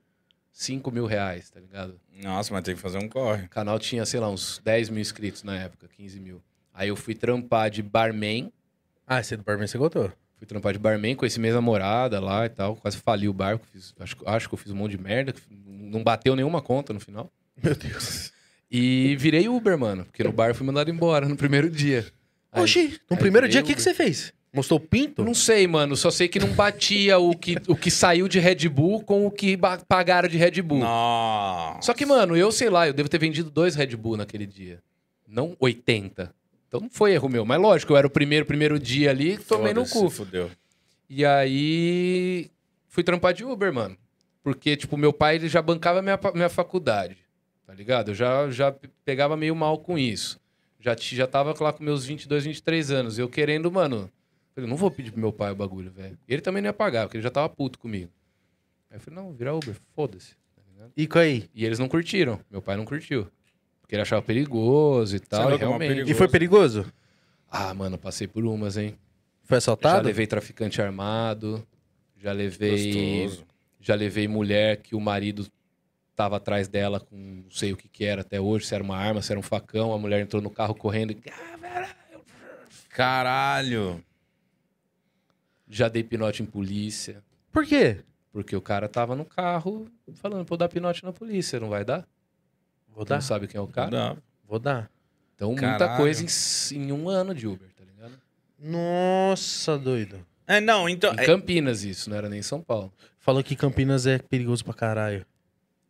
Speaker 3: 5 mil reais, tá ligado?
Speaker 1: Nossa, mas tem que fazer um corre.
Speaker 3: O canal tinha, sei lá, uns 10 mil inscritos na época, 15 mil. Aí eu fui trampar de barman.
Speaker 2: Ah, esse do Barman você contou?
Speaker 3: Fui trampar de barman, conheci minha namorada lá e tal. Quase fali o barco. Fiz, acho, acho que eu fiz um monte de merda. que Não bateu nenhuma conta no final.
Speaker 2: Meu Deus.
Speaker 3: E virei Uber, mano. Porque no bar eu fui mandado embora no primeiro dia. Aí-
Speaker 2: Oxi, no
Speaker 3: aí
Speaker 2: primeiro
Speaker 3: veio
Speaker 2: dia, o que,
Speaker 3: o-
Speaker 2: que você fez? Mostrou o pinto?
Speaker 3: Não sei, mano. Só sei que não batia o que, o que saiu de Red Bull com o que ba- pagaram de Red Bull.
Speaker 1: Nossa.
Speaker 3: Só que, mano, eu sei lá, eu devo ter vendido dois Red Bull naquele dia. Não 80. Então não foi erro meu. Mas lógico, eu era o primeiro, primeiro dia ali, tomei no
Speaker 1: Foda-se,
Speaker 3: cu.
Speaker 1: Fudeu.
Speaker 3: E aí fui trampar de Uber, mano. Porque, tipo, meu pai ele já bancava minha, pa- minha faculdade, tá ligado? Eu já, já pe- pegava meio mal com isso. Já, ti- já tava lá com meus 22, 23 anos. Eu querendo, mano. Falei, não vou pedir pro meu pai o bagulho, velho. Ele também não ia pagar, porque ele já tava puto comigo. Aí eu falei, não, virar Uber, foda-se. tá ligado?
Speaker 2: E com aí?
Speaker 3: E eles não curtiram. Meu pai não curtiu. Porque ele achava perigoso e tal.
Speaker 1: louco,
Speaker 3: e
Speaker 1: é uma
Speaker 3: realmente.
Speaker 1: perigo-
Speaker 2: E foi perigoso?
Speaker 3: Ah, mano, passei por umas, hein?
Speaker 2: Foi
Speaker 1: Tá
Speaker 3: Já
Speaker 2: assaltado?
Speaker 3: levei traficante armado. Já levei.
Speaker 1: Gostoso.
Speaker 3: Já levei mulher que o marido tava atrás dela com não sei o que que era até hoje, se era uma arma, se era um facão. A mulher entrou no carro correndo. e
Speaker 1: Caralho.
Speaker 3: Já dei pinote em polícia.
Speaker 2: Por quê?
Speaker 3: Porque o cara tava no carro falando pra eu dar pinote na polícia. Não vai dar?
Speaker 2: Vou
Speaker 3: Tu Não sabe quem é o cara?
Speaker 1: Tá. Não.
Speaker 2: Vou dar.
Speaker 3: Então muita
Speaker 1: Caralho.
Speaker 3: coisa em, s- em um ano de Uber, tá ligado?
Speaker 2: Nossa, doido.
Speaker 1: É, não, então.
Speaker 3: Em
Speaker 1: é-
Speaker 3: Campinas isso, não era nem em São Paulo.
Speaker 2: Falou que Campinas é perigoso pra caralho.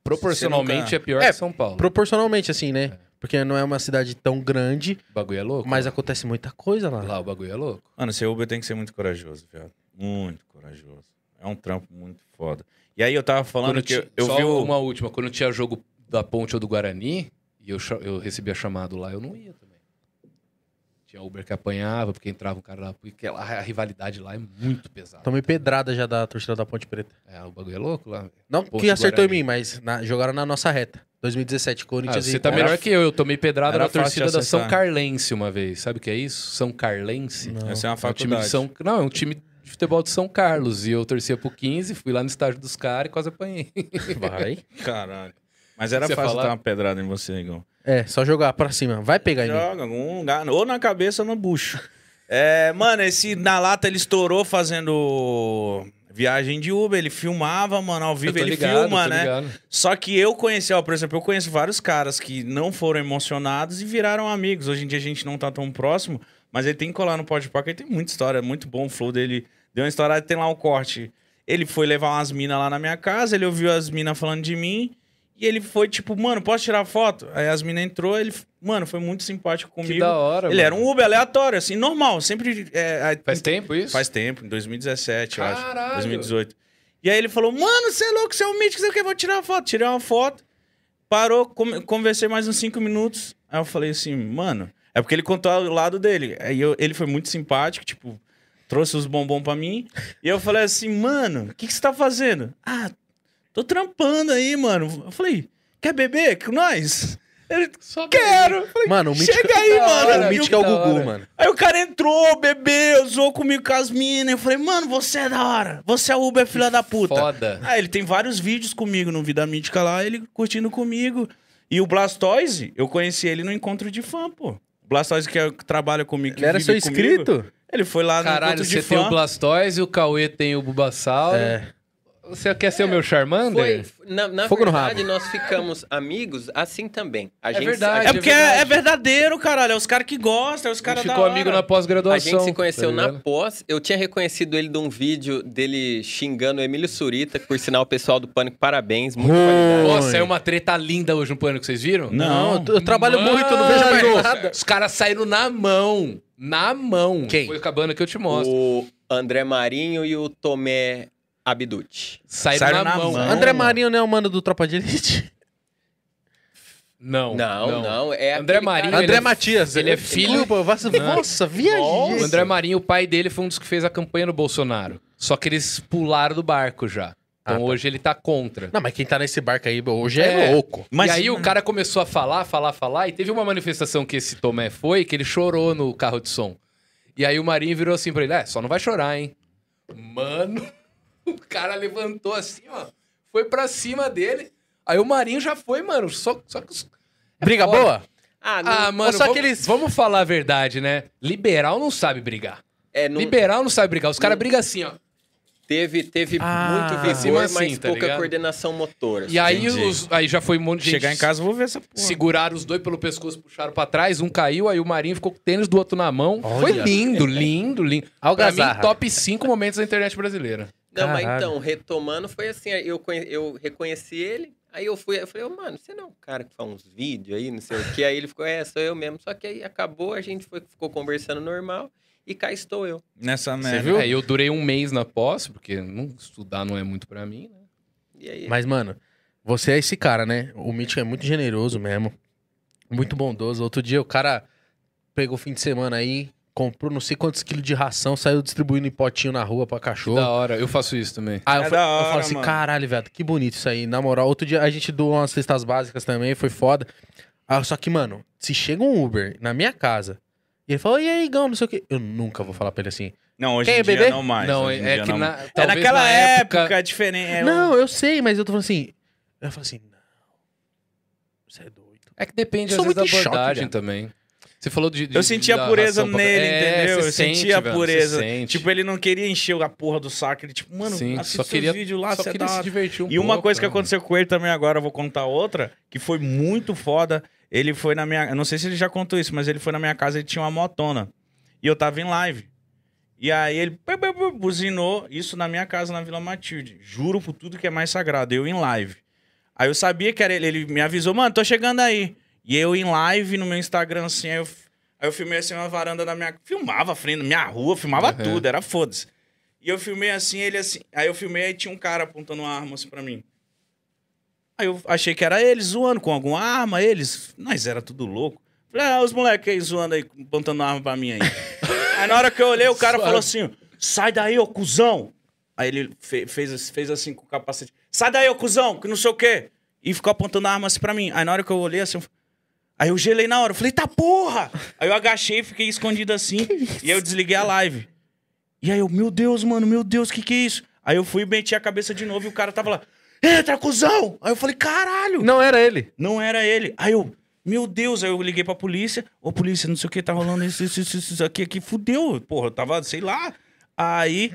Speaker 3: Proporcionalmente
Speaker 1: nunca-
Speaker 3: é pior
Speaker 2: É,
Speaker 3: que São Paulo.
Speaker 2: Proporcionalmente, assim, né? Porque não é uma cidade tão grande,
Speaker 3: O bagulho é louco.
Speaker 2: mas acontece muita coisa lá.
Speaker 3: Lá o bagulho é louco.
Speaker 1: Mano, ser Uber tem que ser muito corajoso, viado. Muito corajoso. É um trampo muito foda. E aí eu tava falando
Speaker 3: Quando
Speaker 1: que
Speaker 3: ti-
Speaker 1: eu, eu
Speaker 3: só
Speaker 1: vi o...
Speaker 3: uma última. Quando tinha jogo da Ponte ou do Guarani, e eu, cha- eu recebia chamado lá, eu não ia também. Tinha Uber que apanhava, porque entrava um cara lá. Porque lá, a rivalidade lá é muito pesada.
Speaker 2: Tomei pedrada já da torcida da Ponte Preta.
Speaker 3: É, o bagulho é louco lá.
Speaker 2: Não
Speaker 3: Ponte
Speaker 2: que acertou
Speaker 3: Guarani.
Speaker 2: em mim, mas na- jogaram na nossa reta. 2017,
Speaker 3: Ah,
Speaker 2: Corinthians e...
Speaker 3: você tá
Speaker 1: era-
Speaker 3: melhor que eu. Eu tomei pedrada
Speaker 1: era
Speaker 3: na torcida
Speaker 1: fácil de
Speaker 3: da São
Speaker 1: acessar.
Speaker 3: Carlense uma vez. Sabe o que é isso? São Carlense?
Speaker 2: Não.
Speaker 1: Essa é uma
Speaker 3: É um time de
Speaker 1: faculdade.
Speaker 3: São... Não, é um time de futebol de São Carlos. E eu torcia pro 15, fui lá no estádio dos caras e quase apanhei.
Speaker 2: Vai.
Speaker 1: Caralho. Mas era
Speaker 3: Você ia
Speaker 1: fácil
Speaker 3: falar?
Speaker 1: dar uma pedrada em você, Igão.
Speaker 2: É, só jogar pra cima. Vai pegar
Speaker 3: né?
Speaker 2: em mim.
Speaker 1: Joga em algum lugar, ou na cabeça ou no bucho. É, mano, esse na lata ele estourou fazendo viagem de Uber, ele filmava, mano, ao
Speaker 3: Eu
Speaker 1: vivo
Speaker 3: tô
Speaker 1: ele
Speaker 3: ligado,
Speaker 1: filma,
Speaker 3: tô
Speaker 1: né?
Speaker 3: ligado.
Speaker 1: Só que eu conheci, ó, por exemplo, eu conheço vários caras que não foram emocionados e viraram amigos. Hoje em dia a gente não tá tão próximo, mas ele tem que colar no podpack, ele tem muita história, é muito bom o flow dele. Deu uma história, tem lá um corte. Ele foi levar umas minas lá na minha casa, ele ouviu as minas falando de mim. E ele foi tipo, mano, posso tirar foto? Aí as minas entrou, ele, mano, foi muito simpático comigo.
Speaker 3: Que da hora,
Speaker 1: ele
Speaker 3: mano.
Speaker 1: era um Uber aleatório, assim, normal, sempre. é, é,
Speaker 3: um Faz tempo isso?
Speaker 1: Faz tempo, em 2017, eu acho.
Speaker 3: Caralho.
Speaker 1: 2018. E aí ele falou, mano, você é louco, você é um mítico, você quer, vou tirar uma foto. Tirei uma foto, parou, come- conversei mais uns cinco minutos. Aí eu falei assim, mano... É porque ele contou o lado dele. Aí eu- ele foi muito simpático, tipo, trouxe os bombons pra mim. E eu falei assim, mano, o que, que você tá fazendo? Ah, tô trampando aí, mano. Eu falei, quer beber com nós? Ele,
Speaker 3: Só
Speaker 1: quero! Eu falei,
Speaker 2: Mano, o Mítico...
Speaker 1: Chega aí, mano!
Speaker 2: O
Speaker 1: E
Speaker 2: Mítico é o
Speaker 3: Da hora.
Speaker 2: Gugu, mano.
Speaker 1: Aí o cara entrou, bebeu, zoou comigo com as minas. Eu falei, mano, você é da hora. Você é Uber, filha da puta.
Speaker 3: Foda.
Speaker 1: Ah, ele tem vários vídeos comigo no Vida Mítica lá, ele curtindo comigo. E o Blastoise, eu conheci ele no encontro de fã, pô. O Blastoise que, é- que trabalha comigo, que
Speaker 2: Ele era
Speaker 1: vive
Speaker 2: seu
Speaker 1: comigo,
Speaker 2: inscrito?
Speaker 1: Ele foi lá no
Speaker 3: Caralho,
Speaker 1: encontro de
Speaker 3: você tem o
Speaker 1: fã.
Speaker 3: Blastoise, o Cauê tem o Bulbasaur.
Speaker 2: É.
Speaker 3: Você quer ser o meu Charmander?
Speaker 4: Foi, na na
Speaker 2: Fogo no
Speaker 4: verdade, nós ficamos amigos assim também. A gente,
Speaker 3: verdade,
Speaker 4: a
Speaker 1: É
Speaker 4: gente,
Speaker 1: porque é, é verdadeiro, caralho. É os caras que gostam, é os
Speaker 3: A gente
Speaker 1: caras da
Speaker 3: ficou
Speaker 1: hora.
Speaker 3: amigo na
Speaker 4: a
Speaker 3: pós-graduação.
Speaker 4: gente se conheceu
Speaker 3: tá
Speaker 4: na
Speaker 3: ligado?
Speaker 4: pós. Eu tinha reconhecido ele de um vídeo dele xingando o Emílio Surita, que por sinal o pessoal do Pânico, parabéns, muito qualidade.
Speaker 3: Nossa, saiu uma treta linda hoje no Pânico, vocês viram?
Speaker 1: Não,
Speaker 2: Não, eu, eu trabalho
Speaker 3: Mano,
Speaker 2: muito, não vejo mais nada.
Speaker 3: Os caras saíram na mão. Na mão.
Speaker 2: Quem?
Speaker 3: Foi acabando que eu te mostro.
Speaker 4: O André Marinho e o Tomé Abdute.
Speaker 3: Saíram,
Speaker 1: Saíram
Speaker 3: na,
Speaker 1: na
Speaker 3: mão.
Speaker 1: mão.
Speaker 2: André Marinho não é o mano do Tropa de Elite?
Speaker 3: Não,
Speaker 4: Não, não, é
Speaker 3: André
Speaker 4: aquele
Speaker 3: Marinho,
Speaker 4: cara-
Speaker 3: ele
Speaker 2: André
Speaker 3: é-
Speaker 2: Matias.
Speaker 3: ele é
Speaker 2: eu-
Speaker 3: filho-
Speaker 2: Desculpa, eu faço- Nossa, viajei.
Speaker 3: O André Marinho, o pai dele, foi um dos que fez a campanha do Bolsonaro. Só que eles pularam do barco já. Então
Speaker 2: Ah, tá.
Speaker 3: hoje ele tá contra.
Speaker 2: Não, mas quem tá nesse barco aí hoje é,
Speaker 3: É.
Speaker 2: louco.
Speaker 1: Mas
Speaker 3: E aí o cara começou a falar, falar, falar, e teve uma manifestação que esse Tomé foi, que ele chorou no carro de som. E aí o Marinho virou assim pra ele, é, só não vai chorar, hein? Mano, o cara levantou assim, ó, foi pra cima dele, aí o Marinho já foi, mano, só, só que... os- é
Speaker 2: Briga
Speaker 3: foda.
Speaker 2: boa?
Speaker 4: Ah, não,
Speaker 3: Ah, mano,
Speaker 2: só
Speaker 3: vamos,
Speaker 2: aqueles-
Speaker 3: vamos falar a verdade, né? Liberal não sabe brigar.
Speaker 4: é, não
Speaker 3: Liberal não sabe brigar, os caras brigam assim, ó.
Speaker 4: teve, teve
Speaker 2: Ah.
Speaker 4: muito
Speaker 3: Em cima
Speaker 4: vigor,
Speaker 3: assim,
Speaker 4: mas
Speaker 3: tá
Speaker 4: pouca
Speaker 3: ligado?
Speaker 4: coordenação motora.
Speaker 3: E aí,
Speaker 1: Entendi.
Speaker 3: os, aí já foi um monte de gente
Speaker 1: chegar em casa, eu vou ver essa porra.
Speaker 3: Seguraram os dois pelo pescoço, puxaram pra trás, um caiu, aí o Marinho ficou com o tênis do outro na mão.
Speaker 2: Olha.
Speaker 3: Foi lindo, lindo, lindo. Pra mim,
Speaker 2: Algazarra.
Speaker 3: top 5 momentos da internet brasileira.
Speaker 4: Não,
Speaker 2: Caralho.
Speaker 4: mas então, retomando, foi assim, aí eu, conhe- eu reconheci ele, aí eu fui, eu falei, ô, mano, você não é um cara que faz uns vídeos aí, não sei o que, aí ele ficou, é, sou eu mesmo, só que aí acabou, a gente foi, ficou conversando normal, e cá estou eu.
Speaker 1: Nessa merda.
Speaker 2: viu?
Speaker 3: É, eu durei um mês na posse, porque não, estudar não é muito pra mim, né?
Speaker 4: E aí,
Speaker 2: Mas, mano, você é esse cara, né? O Mitch é muito generoso mesmo. Muito bondoso. Outro dia o cara pegou o fim de semana aí, comprou não sei quantos quilos de ração, saiu distribuindo em potinho na rua pra
Speaker 3: Da
Speaker 2: cachorro.
Speaker 3: hora, eu faço isso também.
Speaker 2: Aí eu,
Speaker 1: É da
Speaker 2: fa- eu falo
Speaker 1: hora,
Speaker 2: assim,
Speaker 1: mano.
Speaker 2: caralho, velho, que bonito isso aí. Na moral, outro dia a gente doou umas cestas básicas também, foi foda. Ah, só que, mano, se chega um Uber na minha casa e ele fala, e aí, Igão, não sei o quê. Eu nunca vou falar pra ele assim.
Speaker 1: Não, hoje
Speaker 2: Quer
Speaker 1: em dia
Speaker 2: beber?
Speaker 1: não mais.
Speaker 3: não,
Speaker 1: hoje em
Speaker 3: é
Speaker 1: dia
Speaker 3: que
Speaker 1: não.
Speaker 3: na,
Speaker 1: É
Speaker 3: talvez
Speaker 1: naquela
Speaker 3: na
Speaker 1: época, diferente. é,
Speaker 2: Não, eu sei, mas eu tô falando assim. Eu falo assim, não. Você é doido.
Speaker 3: É que depende,
Speaker 2: Sou
Speaker 3: às vezes, da
Speaker 2: muito em choque,
Speaker 3: abordagem
Speaker 2: viado.
Speaker 3: também. Você falou de... de-
Speaker 1: Eu sentia
Speaker 3: da
Speaker 1: a pureza
Speaker 3: ração pra-
Speaker 1: nele,
Speaker 3: É,
Speaker 1: entendeu?
Speaker 3: você
Speaker 1: Eu
Speaker 3: sente,
Speaker 1: sentia a
Speaker 3: velho, você
Speaker 1: pureza.
Speaker 3: sente.
Speaker 1: Tipo, ele não queria encher a porra do saco. Ele, tipo, mano,
Speaker 3: Sim,
Speaker 1: assiste
Speaker 3: só
Speaker 1: seus
Speaker 3: queria-
Speaker 1: vídeos lá,
Speaker 3: só
Speaker 1: você
Speaker 3: queria
Speaker 1: dá
Speaker 3: se divertir um
Speaker 1: E uma
Speaker 3: pouco,
Speaker 1: coisa que
Speaker 3: né, mano?
Speaker 1: aconteceu com ele também agora, eu vou contar outra, que foi muito foda. Ele foi na minha. Eu não sei se ele já contou isso, mas ele foi na minha casa e tinha uma motona. E eu tava em live. E aí ele bu- bu- bu- buzinou isso na minha casa, na Vila Matilde. Juro por tudo que é mais sagrado. Eu em live. Aí eu sabia que era ele. Ele me avisou, mano, tô chegando aí. E eu em live no meu Instagram, assim, aí eu, aí eu filmei assim uma varanda da minha. Filmava a frente, minha rua, filmava
Speaker 3: Aham.
Speaker 1: tudo, era foda-se. E eu filmei assim, ele assim. Aí eu filmei e tinha um cara apontando uma arma assim pra mim. Aí eu achei que era eles zoando com alguma arma, eles. Nós era tudo louco. Falei, ah, os moleques aí zoando aí, apontando arma pra mim aí. aí na hora que eu olhei, o cara falou assim: sai daí, ô cuzão. Aí ele fe- fez, assim- fez assim com o capacete: sai daí, ô cuzão, que não sei o quê. E ficou apontando a arma assim pra mim. Aí na hora que eu olhei assim, eu Aí eu gelei na hora, eu falei, tá porra! Aí eu agachei, fiquei escondido assim, e aí eu desliguei a live. E aí eu, meu Deus, mano, meu Deus, que que é isso? Aí eu fui e meti a cabeça de novo e o cara tava lá, entra, cuzão! Aí eu falei, caralho!
Speaker 2: Não era ele.
Speaker 1: Não era ele. Aí eu, meu Deus, aí eu liguei pra polícia. Ô, polícia, não sei o que, tá rolando isso, isso, isso, isso aqui, aqui, fudeu. Porra, eu tava, sei lá. Aí,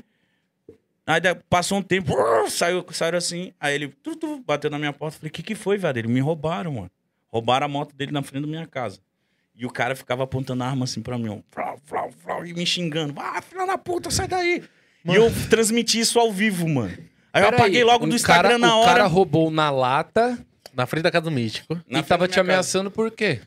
Speaker 1: aí da- passou um tempo, brrr, saiu, saiu assim. Aí ele tu, tu, bateu na minha porta. Falei, o que que foi, velho? Ele me roubaram, mano. Roubaram a moto dele na frente da minha casa. E o cara ficava apontando a arma assim pra mim, ó, frau, frau, frau, e me xingando. Ah, filha da puta, sai daí. E eu transmiti isso ao vivo, mano. Aí eu
Speaker 3: Peraí,
Speaker 1: apaguei logo
Speaker 3: um
Speaker 1: do Instagram
Speaker 3: cara-
Speaker 1: na
Speaker 3: O cara
Speaker 1: hora.
Speaker 3: roubou na lata
Speaker 2: Na frente da casa do Mítico.
Speaker 1: Na
Speaker 3: e
Speaker 1: frente
Speaker 3: tava
Speaker 1: da
Speaker 3: te
Speaker 1: minha casa.
Speaker 3: ameaçando por quê?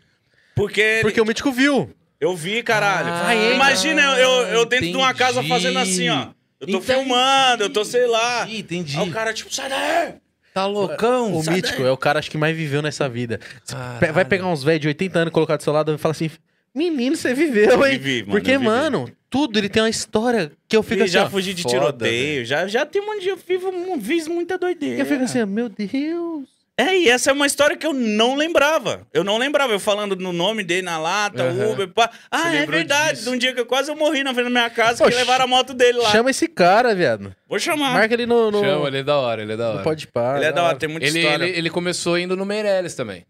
Speaker 1: Porque, ele-
Speaker 2: Porque o Mítico viu.
Speaker 1: Eu vi, caralho.
Speaker 3: Ah, é,
Speaker 1: Imagina eu, eu, eu dentro de uma
Speaker 3: entendi.
Speaker 1: casa fazendo assim, ó. Eu tô
Speaker 3: Entendi.
Speaker 1: filmando, eu tô, sei lá.
Speaker 3: Entendi, Ah, entendi.
Speaker 1: Aí o cara, tipo, sai daí!
Speaker 3: Tá loucão?
Speaker 2: O
Speaker 1: Sabe?
Speaker 2: Mítico é o cara acho que mais viveu nessa vida. Cê
Speaker 3: Caralho.
Speaker 2: pe- Vai pegar uns velhos de 80 anos, colocar do seu lado e falar assim: Menino, você viveu, hein?
Speaker 1: Vivi, mano,
Speaker 2: Porque,
Speaker 1: eu vivi.
Speaker 2: mano, tudo ele tem uma história que eu fico
Speaker 1: Fica
Speaker 2: assim.
Speaker 1: já
Speaker 2: ó,
Speaker 1: fugi de
Speaker 3: foda,
Speaker 1: tiroteio, já, já tem um monte de. Eu vivo, mu- fiz muita doideira.
Speaker 2: eu fico assim, ó, meu Deus.
Speaker 1: É, e essa é uma história que eu não lembrava. Eu não lembrava. Eu falando no nome dele na lata,
Speaker 3: Aham.
Speaker 1: Uber, pá. Ah, é
Speaker 3: lembrou
Speaker 1: verdade. De
Speaker 3: disso.
Speaker 1: um dia que eu quase eu morri na frente da minha casa, que
Speaker 2: Oxi.
Speaker 1: levaram a moto dele lá.
Speaker 2: Chama esse cara, viado.
Speaker 1: Vou chamar.
Speaker 2: Marca ele no. no...
Speaker 3: Chama, ele é da hora, ele é da hora.
Speaker 2: no Pode parar.
Speaker 1: Ele é da hora, tem muita
Speaker 3: Ah, Ele,
Speaker 1: história.
Speaker 3: ele, ele começou indo no Meirelles também.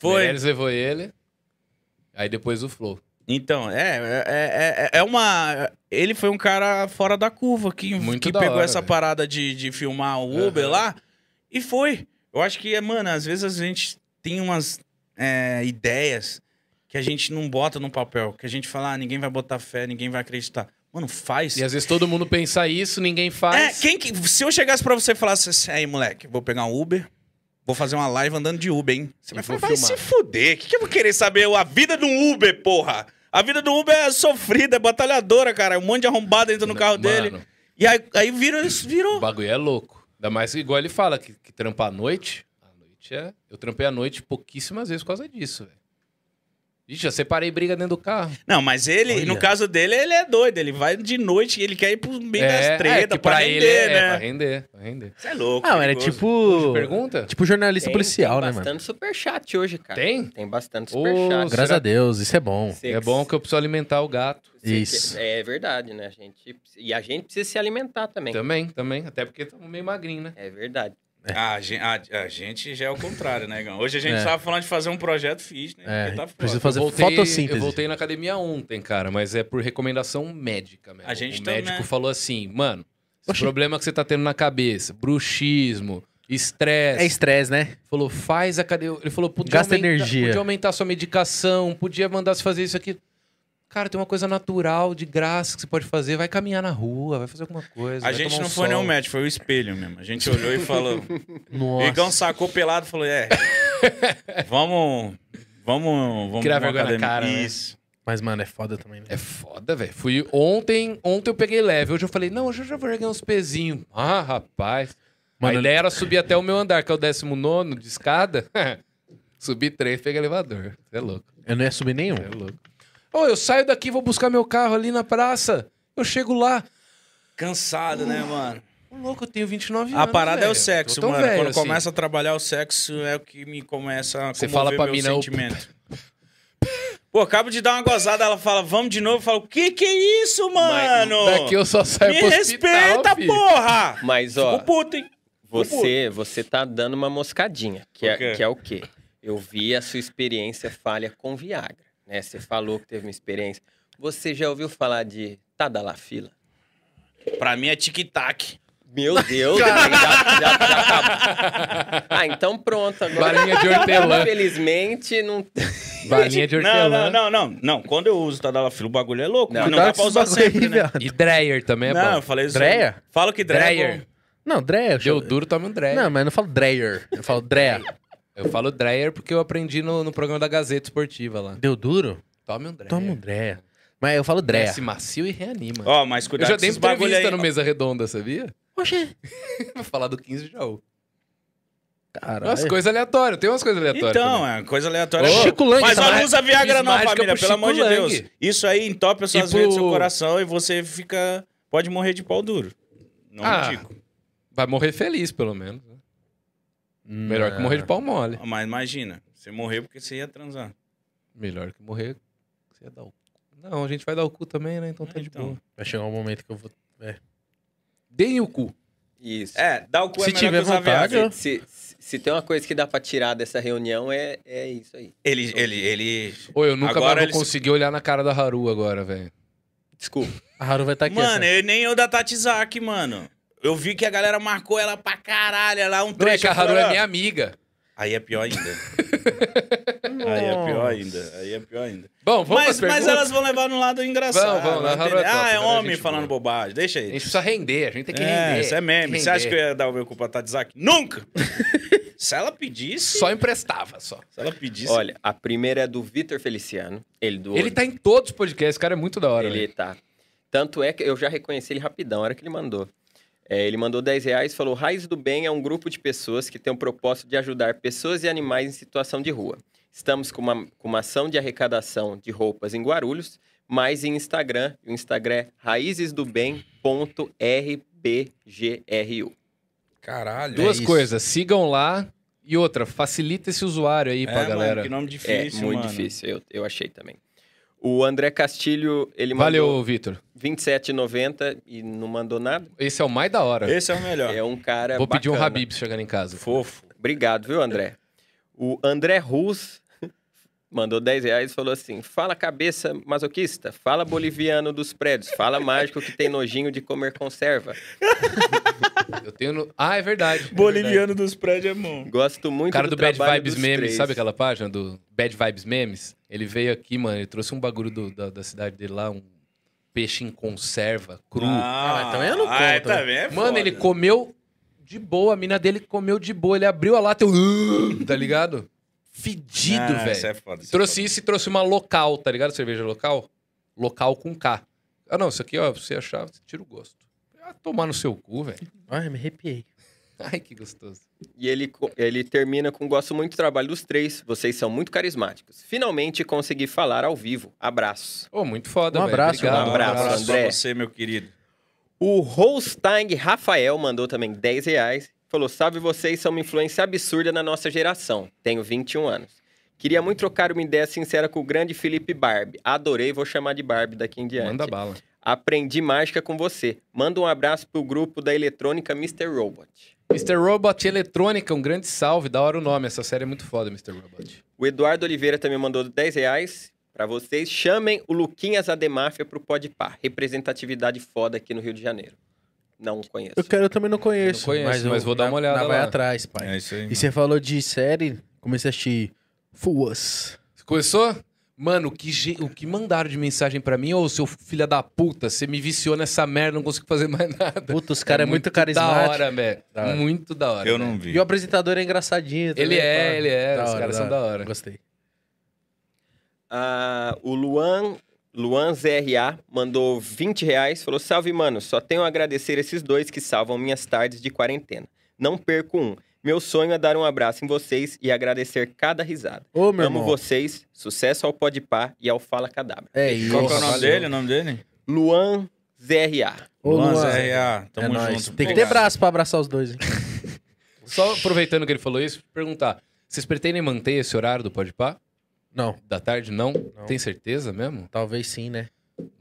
Speaker 1: Foi.
Speaker 3: Meirelles levou ele. é Aí depois o Flow.
Speaker 1: Então, é, é, é, é uma. Ele foi um cara fora da curva que,
Speaker 3: Muito
Speaker 1: que
Speaker 3: da
Speaker 1: pegou
Speaker 3: hora,
Speaker 1: essa
Speaker 3: velho.
Speaker 1: parada de, de filmar o Uber
Speaker 3: Aham.
Speaker 1: lá e foi. Eu acho que, é, mano, às vezes a gente tem umas é, ideias que a gente não bota no papel, que a gente fala, ah, ninguém vai botar fé, ninguém vai acreditar. Mano, faz.
Speaker 3: E às vezes todo mundo pensa isso, ninguém
Speaker 1: É,
Speaker 3: faz.
Speaker 1: quem que. Se eu chegasse pra você e falasse assim, aí, moleque, vou pegar um Uber. Vou fazer uma live andando de Uber, hein? Você
Speaker 3: E
Speaker 1: vai
Speaker 3: vou
Speaker 1: falar, vai se
Speaker 3: filmar."
Speaker 1: fuder. O que, que eu vou querer saber? A vida do Uber, um porra! A vida do Uber é sofrida, é batalhadora, cara. Um monte de um arrombado entra no carro
Speaker 3: Mano,
Speaker 1: dele. E aí, aí virou isso,
Speaker 3: O
Speaker 1: virou.
Speaker 3: bagulho é louco. Ainda mais que, igual ele fala, que, que trampa à noite. À noite é. Eu trampei à noite pouquíssimas vezes por causa disso, velho. Ixi, já separei briga dentro do carro.
Speaker 1: Não, mas ele,
Speaker 2: Olha.
Speaker 1: no caso dele, ele é doido. Ele vai de noite e ele quer ir pro meio
Speaker 3: é,
Speaker 1: das tretas
Speaker 3: é, que
Speaker 1: pra, render,
Speaker 3: ele é, pra
Speaker 1: né?
Speaker 3: render, pra render.
Speaker 1: Você é louco.
Speaker 2: Ah, mas é
Speaker 1: perigoso.
Speaker 2: tipo.
Speaker 3: Pergunta?
Speaker 2: Tipo jornalista
Speaker 4: Tem-
Speaker 2: policial,
Speaker 4: tem
Speaker 2: né, mano?
Speaker 4: bastante superchat hoje, cara.
Speaker 3: Tem?
Speaker 4: Tem bastante
Speaker 3: Ô,
Speaker 4: superchat.
Speaker 2: Graças a Deus, isso é bom.
Speaker 4: Você-
Speaker 3: É bom que eu preciso alimentar o gato.
Speaker 4: você-
Speaker 2: Isso.
Speaker 4: É verdade, né? A gente, e a gente precisa se alimentar também.
Speaker 3: Também, também. Até porque estamos meio magrinho, né?
Speaker 4: É verdade.
Speaker 1: Ah, a, gen- a- a gente já é o contrário, né, Gão? Hoje a gente
Speaker 2: É.
Speaker 1: tava falando de fazer um projeto fitness.
Speaker 2: É,
Speaker 1: porque tá
Speaker 2: preciso
Speaker 1: foda.
Speaker 2: fazer fotossíntese.
Speaker 3: Eu voltei na academia ontem, cara, mas é por recomendação médica mesmo.
Speaker 1: A gente tá, né?
Speaker 3: o
Speaker 1: também.
Speaker 3: médico falou assim, mano, esse
Speaker 2: Oxi.
Speaker 3: problema que você tá tendo na cabeça, bruxismo,
Speaker 2: É
Speaker 3: estresse.
Speaker 2: estresse, né?
Speaker 3: falou, faz academia. Ele falou, podia,
Speaker 2: Gasta
Speaker 3: aumentar,
Speaker 2: energia.
Speaker 3: podia aumentar sua medicação, podia mandar você fazer isso aqui. Cara, tem uma coisa natural, de graça, que você pode fazer. Vai caminhar na rua, vai fazer alguma coisa.
Speaker 1: A
Speaker 3: vai
Speaker 1: gente
Speaker 3: tomar um
Speaker 1: não foi
Speaker 3: sol.
Speaker 1: nenhum médico, foi o espelho mesmo. A gente olhou e falou. O Igão
Speaker 2: Nossa.
Speaker 1: sacou pelado e falou: é. vamos. Vamos. vamos
Speaker 3: Criar
Speaker 1: pra
Speaker 3: vergonha na
Speaker 1: academia."
Speaker 3: cara, né?
Speaker 1: Isso.
Speaker 2: Mas, mano, é foda também, né?
Speaker 3: É foda, velho. Fui ontem, ontem eu peguei leve. Hoje eu falei, não, hoje eu já vou erguer uns pezinhos. Ah, rapaz.
Speaker 2: Mano,
Speaker 3: a ideia era subir até o meu andar, que é o 19 de escada. Subi três, peguei elevador. Cê é louco,
Speaker 2: eu não ia subir nenhum.
Speaker 3: cê é louco. Ô, eu saio daqui, vou buscar meu carro ali na praça. Eu chego lá.
Speaker 1: Cansado, né, mano?
Speaker 3: Ô, louco, eu tenho 29
Speaker 1: A
Speaker 3: anos,
Speaker 1: parada é o
Speaker 3: velho.
Speaker 1: sexo,
Speaker 3: Tô tão
Speaker 1: mano.
Speaker 3: velho
Speaker 1: Quando
Speaker 3: assim.
Speaker 1: começa a trabalhar o sexo, é o que me começa a
Speaker 3: Você
Speaker 1: Você
Speaker 3: fala pra
Speaker 1: meu
Speaker 3: mina, ô,
Speaker 1: sentimento. Pô, acabo de dar uma gozada, ela fala, vamos de novo. Eu falo, que que é isso, mano?
Speaker 3: Daqui eu só saio
Speaker 1: Me
Speaker 3: pro é hospital,
Speaker 1: respeita,
Speaker 3: filho.
Speaker 1: porra!
Speaker 4: Mas, ó,
Speaker 1: Fico puto, hein?
Speaker 4: você, você tá dando uma moscadinha, que
Speaker 1: Por Tipo, quê?
Speaker 4: é, que é o quê? Eu vi a sua experiência falha com Viagra, né? Você falou que teve uma experiência. Você já ouviu falar de Tadalafila?
Speaker 1: Pra mim é tic-tac.
Speaker 4: Meu Deus, já- já- já acabou. Ah, então pronto. Agora.
Speaker 3: Balinha de hortelã.
Speaker 4: Infelizmente, não.
Speaker 3: Balinha de
Speaker 1: Não,
Speaker 3: hortelã.
Speaker 1: não, não, não. Não, quando eu uso Tadalafila, o bagulho é louco.
Speaker 4: Não,
Speaker 1: Não, não
Speaker 2: Cuidado
Speaker 1: dá
Speaker 2: com
Speaker 1: pra
Speaker 2: esses
Speaker 1: usar
Speaker 2: bagulho é aí,
Speaker 1: sempre, né?
Speaker 2: viado.
Speaker 3: E Dreyer também é
Speaker 1: não, eu
Speaker 3: bom.
Speaker 1: falei isso.
Speaker 2: Dreyer?
Speaker 1: Fala que Dreyer.
Speaker 3: Dreyer.
Speaker 2: Não, Dreyer. eu
Speaker 3: Deu
Speaker 2: chamo-
Speaker 3: duro, toma um Dreyer.
Speaker 2: Não, mas eu não falo Dreyer. Eu falo Dreyer.
Speaker 3: Eu falo Dreyer porque eu aprendi no, no programa da Gazeta Esportiva lá.
Speaker 2: Deu duro?
Speaker 3: Tome um Dreyer.
Speaker 2: Toma um Dreyer. Mas eu falo Dreyer.
Speaker 3: Desce macio e reanima.
Speaker 1: Ó, mas
Speaker 3: eu
Speaker 1: cuidado
Speaker 3: já
Speaker 1: com
Speaker 3: dei
Speaker 1: esses bagulho
Speaker 3: entrevista
Speaker 1: aí.
Speaker 3: no Mesa Redonda, sabia?
Speaker 2: Oxê.
Speaker 3: Pra falar do 15 de Jaú.
Speaker 2: Caralho.
Speaker 3: Umas coisas aleatórias, tem umas coisas aleatórias.
Speaker 1: Então,
Speaker 3: também.
Speaker 1: é coisa aleatória.
Speaker 3: Ô,
Speaker 1: Mas-
Speaker 2: Chico Lang,
Speaker 1: mas
Speaker 2: tá
Speaker 1: não
Speaker 3: mais-
Speaker 1: usa Viagra
Speaker 3: fiz
Speaker 1: não,
Speaker 3: mágica
Speaker 1: família, pelo
Speaker 3: pro Chico
Speaker 1: amor de Deus.
Speaker 3: Lang.
Speaker 1: Isso aí entope as suas
Speaker 3: E
Speaker 1: veias do seu
Speaker 3: pro-
Speaker 1: coração e você fica... Pode morrer de pau duro. Não
Speaker 3: Ah.
Speaker 1: digo.
Speaker 3: Vai morrer feliz, pelo menos. né? Melhor que morrer de pau mole.
Speaker 1: Mas imagina, você morreu porque você ia transar.
Speaker 3: Melhor que morrer. Você ia dar o cu. Não, a gente vai dar o cu também, né? Então tá de
Speaker 1: Então.
Speaker 3: boa.
Speaker 2: Vai chegar um momento que eu vou.
Speaker 3: Deem o cu.
Speaker 4: Isso.
Speaker 1: É, dá o cu
Speaker 2: Se
Speaker 1: é melhor
Speaker 2: tiver
Speaker 1: que usar
Speaker 2: vontade,
Speaker 1: Viagra.
Speaker 2: eu-
Speaker 4: Se, se- se tem uma coisa que dá pra tirar dessa reunião, é, é isso aí.
Speaker 1: Ele, ele, ele...
Speaker 3: Ô, eu nunca
Speaker 1: Agora
Speaker 3: mais
Speaker 1: eles-
Speaker 3: vou conseguir olhar na cara da Haru agora, velho.
Speaker 4: Desculpa.
Speaker 2: A Haru vai estar aqui.
Speaker 1: mano,
Speaker 3: é-
Speaker 2: assim.
Speaker 1: eu- nem eu da Tati Zaki, mano. Eu vi que a galera marcou ela pra caralho, lá um
Speaker 3: Não é
Speaker 1: trecho.
Speaker 3: que a
Speaker 1: eu falei,
Speaker 3: Haru é
Speaker 1: ó,
Speaker 3: minha amiga.
Speaker 1: Aí é pior ainda. aí é pior ainda. Aí é pior ainda.
Speaker 3: Bom, vamos
Speaker 1: Mas,
Speaker 3: pras
Speaker 1: mas
Speaker 3: perguntas?
Speaker 1: elas vão levar no lado engraçado.
Speaker 3: Vamos, vamos, na
Speaker 1: entendeu?
Speaker 3: Haru é top,
Speaker 1: ah, é
Speaker 3: cara,
Speaker 1: homem
Speaker 3: gente
Speaker 1: falando
Speaker 3: boa.
Speaker 1: bobagem. Deixa
Speaker 3: A
Speaker 1: aí.
Speaker 3: gente precisa render, a gente tem que
Speaker 1: É,
Speaker 3: render.
Speaker 1: isso é meme.
Speaker 3: Tem
Speaker 1: Você acha que eu
Speaker 3: render.
Speaker 1: ia dar o meu cu pra Tadzak? Nunca! Se ela pedisse.
Speaker 3: Só emprestava, só.
Speaker 1: Se ela pedisse.
Speaker 4: Olha, a primeira é do Vitor Feliciano. Ele do
Speaker 3: Ele tá em todos os podcasts, esse cara é muito da hora.
Speaker 4: Ele
Speaker 3: velho.
Speaker 4: tá. Tanto é que eu já reconheci ele rapidão, a hora que ele mandou. É, ele mandou 10 reais falou: Raiz do Bem é um grupo de pessoas que tem o propósito de ajudar pessoas e animais em situação de rua. Estamos com uma, com uma ação de arrecadação de roupas em Guarulhos, mas em Instagram. O Instagram é raizesdobem.rbgru.
Speaker 1: Caralho.
Speaker 3: Duas
Speaker 4: É
Speaker 2: isso.
Speaker 3: coisas, sigam lá. E outra, facilita esse usuário aí
Speaker 1: É,
Speaker 3: pra galera.
Speaker 1: Mano, que nome
Speaker 4: É
Speaker 1: difícil,
Speaker 4: muito
Speaker 1: mano.
Speaker 4: difícil, eu, eu achei também. O André Castilho, ele mandou
Speaker 3: Valeu, Vitor.
Speaker 4: 27,90 e não mandou nada.
Speaker 3: Esse é o mais da hora.
Speaker 1: Esse é o melhor.
Speaker 4: É um cara.
Speaker 3: Vou pedir um
Speaker 4: bacana.
Speaker 3: Habib chegando em casa.
Speaker 1: Fofo.
Speaker 4: Obrigado, viu, André? O André Rus mandou 10 reais e falou assim: fala cabeça masoquista, fala boliviano dos prédios, fala mágico que tem nojinho de comer conserva.
Speaker 3: Eu tenho. no- Ah, é verdade. é verdade.
Speaker 1: Boliviano dos prédios é bom.
Speaker 4: Gosto
Speaker 3: O
Speaker 4: muito
Speaker 3: cara do,
Speaker 4: do,
Speaker 3: Bad
Speaker 4: trabalho
Speaker 3: Vibes
Speaker 4: dos
Speaker 3: Memes,
Speaker 4: três.
Speaker 3: sabe aquela página do Bad Vibes Memes? Ele veio aqui, mano, ele trouxe um bagulho do- da, da cidade dele lá, um peixe em conserva, cru.
Speaker 1: Ah,
Speaker 2: mas também eu não
Speaker 1: ah,
Speaker 2: conto, né?
Speaker 1: também é
Speaker 3: Mano,
Speaker 1: foda.
Speaker 3: ele comeu de boa, a mina dele comeu de boa. Ele abriu a lata e eu. Tá ligado? Fedido,
Speaker 1: Ah,
Speaker 3: velho.
Speaker 1: Isso é foda. isso é
Speaker 3: Trouxe
Speaker 1: foda.
Speaker 3: isso e trouxe uma local, tá ligado? Cerveja local? Local com K. Ah, não, isso aqui, ó, você achar, você tira o gosto. Ah, tomar no seu cu, velho.
Speaker 2: Ai, me arrepiei.
Speaker 3: Ai, que gostoso.
Speaker 4: E ele, co- ele termina com: Gosto muito do trabalho dos três, vocês são muito carismáticos. Finalmente consegui falar ao vivo. Abraço.
Speaker 3: Ô, muito foda,
Speaker 2: Um
Speaker 3: velho.
Speaker 2: abraço,
Speaker 3: Obrigado.
Speaker 4: um abraço,
Speaker 1: abraço pra
Speaker 4: André.
Speaker 1: você, meu querido.
Speaker 4: O Holstein Rafael mandou também 10 reais. Falou: Salve, vocês são uma influência absurda na nossa geração. Tenho 21 anos. Queria muito trocar uma ideia sincera com o grande Felipe Barbie. Adorei, vou chamar de Barbie daqui em diante.
Speaker 3: Manda bala.
Speaker 4: Aprendi mágica com você. Manda um abraço pro grupo da eletrônica Mr. Robot.
Speaker 3: Mr. Robot Eletrônica, um grande salve. Da hora o nome. Essa série é muito foda, Mr. Robot.
Speaker 4: O Eduardo Oliveira também mandou 10 reais pra vocês. Chamem o Luquinhas Ademáfia pro Podpar. Representatividade foda aqui no Rio de Janeiro. Não conheço.
Speaker 2: Eu, quero, eu também não conheço.
Speaker 3: Eu não conheço,
Speaker 2: eu-
Speaker 3: mas vou dar uma
Speaker 2: na-
Speaker 3: olhada
Speaker 2: na- Vai
Speaker 3: lá.
Speaker 2: atrás, pai.
Speaker 1: É isso aí.
Speaker 2: E você falou de série, comecei a assistir Fuas.
Speaker 3: Começou? Mano, o que, ge- o que mandaram de mensagem pra mim? Ô, seu filho da puta, você me viciou nessa merda, não consigo fazer mais nada.
Speaker 2: Puta, os caras é, muito
Speaker 3: Da
Speaker 2: carismático.
Speaker 3: hora, velho.
Speaker 2: Da hora.
Speaker 3: Muito da hora.
Speaker 1: Eu
Speaker 3: velho.
Speaker 1: não vi.
Speaker 2: E o apresentador é engraçadinho também.
Speaker 3: Ele é,
Speaker 2: pá.
Speaker 3: ele é. Os caras são da hora.
Speaker 2: Gostei.
Speaker 4: Ah, o Luan, Luan ZRA mandou 20 reais. Falou, salve, mano. Só tenho a agradecer esses dois que salvam minhas tardes de quarentena. Não perco um. Meu sonho é dar um abraço em vocês e agradecer cada risada.
Speaker 2: Ô, meu
Speaker 4: Amo
Speaker 2: irmão.
Speaker 4: vocês. Sucesso ao Podpar e ao Fala Cadáver.
Speaker 2: É isso.
Speaker 1: Qual que é o
Speaker 3: Nossa,
Speaker 1: nome
Speaker 3: valeu.
Speaker 1: dele? O nome dele?
Speaker 4: Luan ZRA.
Speaker 2: Ô, Luan,
Speaker 1: ZRA.
Speaker 2: é
Speaker 1: Tamo
Speaker 2: nóis.
Speaker 1: junto.
Speaker 2: Tem que ter
Speaker 1: Obrigado.
Speaker 2: braço pra abraçar os dois, hein?
Speaker 3: Só aproveitando que ele falou isso, perguntar. Vocês pretendem manter esse horário do Podpah?
Speaker 2: Não,
Speaker 3: Da tarde, não?
Speaker 2: Não.
Speaker 3: Tem certeza mesmo?
Speaker 2: talvez sim, né?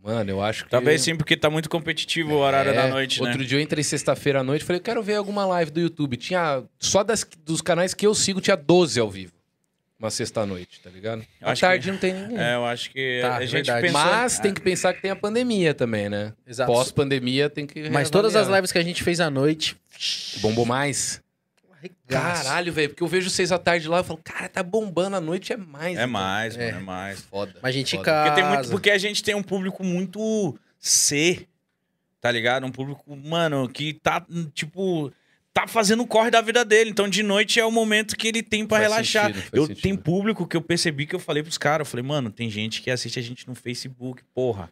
Speaker 3: Mano, eu acho que...
Speaker 1: Talvez sim, porque tá muito competitivo o horário
Speaker 3: É,
Speaker 1: da noite, né?
Speaker 3: Outro dia eu entrei sexta-feira à noite e falei, eu quero ver alguma live do YouTube. Tinha. Só das- dos canais que eu sigo, tinha 12 ao vivo. Uma sexta-noite, tá ligado?
Speaker 1: Eu
Speaker 3: À
Speaker 1: acho que-
Speaker 3: tarde não tem ninguém.
Speaker 1: É, eu acho que
Speaker 2: Tá,
Speaker 1: a gente
Speaker 2: verdade.
Speaker 1: pensou...
Speaker 3: Mas tem que pensar que tem a pandemia também, né?
Speaker 2: Exato.
Speaker 3: Pós-pandemia tem que.
Speaker 2: Mas todas as
Speaker 3: reavaliar.
Speaker 2: lives que a gente fez à noite.
Speaker 3: Bombou mais.
Speaker 2: Caralho.
Speaker 3: Caralho, velho. Porque eu vejo seis à tarde lá e falo, cara, tá bombando à noite, é mais.
Speaker 1: É mais,
Speaker 2: É.
Speaker 1: mano, é mais.
Speaker 3: Foda.
Speaker 2: Mas a gente
Speaker 3: Foda.
Speaker 1: Porque,
Speaker 2: casa.
Speaker 1: tem muito, porque a gente tem um público muito C, tá ligado? Um público, mano, que tá, tipo, tá fazendo o corre da vida dele. Então, de noite é o momento que ele tem pra
Speaker 3: Faz
Speaker 1: relaxar.
Speaker 3: sentido, faz
Speaker 1: eu
Speaker 3: sentido.
Speaker 1: Tem público que eu percebi que eu falei pros caras. Eu falei, mano, tem gente que assiste a gente no Facebook, porra.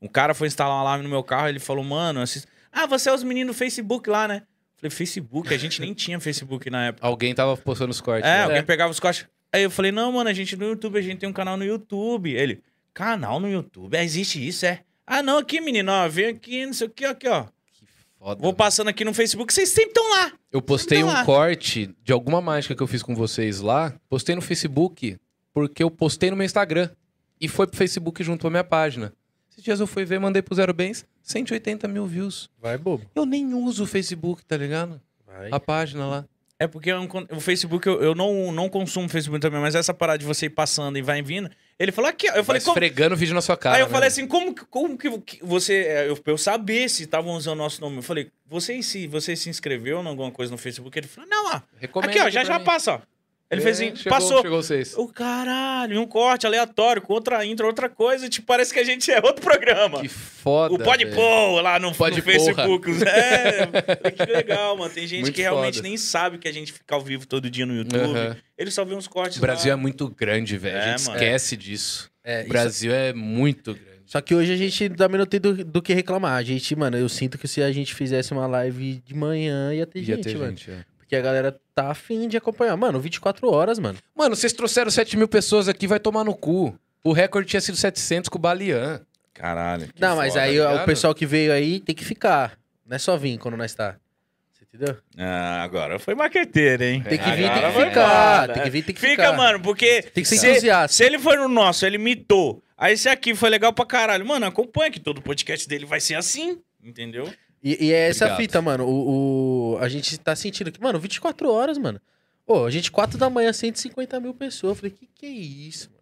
Speaker 1: Um cara foi instalar um alarme no meu carro, ele falou, mano, assist... ah, você é os meninos do Facebook lá, né? Eu falei, Facebook? A gente nem tinha Facebook na época.
Speaker 3: Alguém tava postando os cortes.
Speaker 1: É,
Speaker 3: né?
Speaker 1: alguém pegava os cortes. Aí eu falei, não, mano, a gente no YouTube, a gente tem um canal no YouTube. Ele, canal no YouTube? Ah, existe isso, é? Ah, não, aqui, menino, ó, vem aqui, não sei o que, aqui, ó.
Speaker 3: Que foda.
Speaker 1: Vou passando aqui no Facebook, vocês sempre estão lá.
Speaker 3: Eu postei
Speaker 1: Então,
Speaker 3: um
Speaker 1: lá.
Speaker 3: corte de alguma mágica que eu fiz com vocês lá. Postei no Facebook, porque eu postei no meu Instagram. E foi pro Facebook junto à minha página. Esses dias eu fui ver, mandei pro Zero Bens, 180 mil views.
Speaker 2: Vai, bobo.
Speaker 3: Eu nem uso o Facebook, tá ligado?
Speaker 2: Vai.
Speaker 3: A página lá.
Speaker 1: É porque eu não con- o Facebook, eu, eu não, não consumo Facebook também, mas essa parada de você ir passando e vai vindo. Ele falou aqui, ó. Eu
Speaker 3: Vai
Speaker 1: falei, como?
Speaker 3: esfregando o vídeo na sua cara.
Speaker 1: Aí eu
Speaker 3: né?
Speaker 1: falei assim, como, que- como que que você. é, Eu, pra eu saber se estavam usando o nosso nome. Eu falei, você se, você se inscreveu em alguma coisa no Facebook? Ele falou, não, ó.
Speaker 3: Recomendo
Speaker 1: aqui, ó, já
Speaker 3: pra
Speaker 1: já
Speaker 3: mim.
Speaker 1: passa, ó. Ele fez
Speaker 3: É,
Speaker 1: assim,
Speaker 3: chegou-
Speaker 1: passou.
Speaker 3: Chegou vocês.
Speaker 1: O caralho, um corte aleatório, com outra intro, outra coisa, tipo, parece que a gente é outro programa.
Speaker 3: Que foda.
Speaker 1: o Pode
Speaker 3: velho.
Speaker 1: Pô lá no,
Speaker 3: Pode
Speaker 1: no Facebook. É, que legal, mano. Tem gente
Speaker 3: Muito
Speaker 1: que realmente
Speaker 3: foda.
Speaker 1: nem sabe que a gente fica ao vivo todo dia no YouTube.
Speaker 3: Aham.
Speaker 1: Eles só vê uns cortes.
Speaker 3: O Brasil é
Speaker 1: lá.
Speaker 3: muito grande, velho. a
Speaker 1: É,
Speaker 3: gente
Speaker 1: mano.
Speaker 3: esquece disso.
Speaker 2: É,
Speaker 3: O
Speaker 2: isso-
Speaker 3: Brasil é muito grande.
Speaker 2: Só que hoje a gente também não tem do, do que reclamar. A gente, mano, eu sinto que se a gente fizesse uma live de manhã, ia ter
Speaker 3: Ia
Speaker 2: gente,
Speaker 3: ter
Speaker 2: mano.
Speaker 3: gente, é.
Speaker 2: Porque a galera tá afim de acompanhar. Mano, 24 horas, mano.
Speaker 3: Mano, vocês trouxeram 7 mil pessoas aqui, vai tomar no cu. O recorde tinha sido 700 com o Balian.
Speaker 1: Caralho. que
Speaker 2: não, mas
Speaker 1: foda.
Speaker 2: aí
Speaker 3: tá ligado?
Speaker 2: o pessoal que veio aí tem que ficar. Não é só vir quando nós tá. Você entendeu?
Speaker 1: Ah, agora foi maqueteiro, hein?
Speaker 2: Tem que vir,
Speaker 1: É, Agora
Speaker 2: tem
Speaker 1: foi
Speaker 2: que ficar.
Speaker 1: foda.
Speaker 2: Tem que vir, tem que
Speaker 1: Fica,
Speaker 2: ficar. Assim.
Speaker 1: mano, porque.
Speaker 2: Tem que ser
Speaker 1: se-
Speaker 2: entusiasta.
Speaker 1: Se ele foi no nosso, ele mitou. Aí esse aqui foi legal pra caralho. Mano, acompanha que todo podcast dele vai ser assim, entendeu?
Speaker 2: E, e é essa
Speaker 3: Obrigado.
Speaker 2: fita, mano. O, o- a gente tá sentindo que, mano, 24 horas, mano. Pô, a gente 4 da manhã, 150 mil pessoas. Eu falei, que que é isso, mano?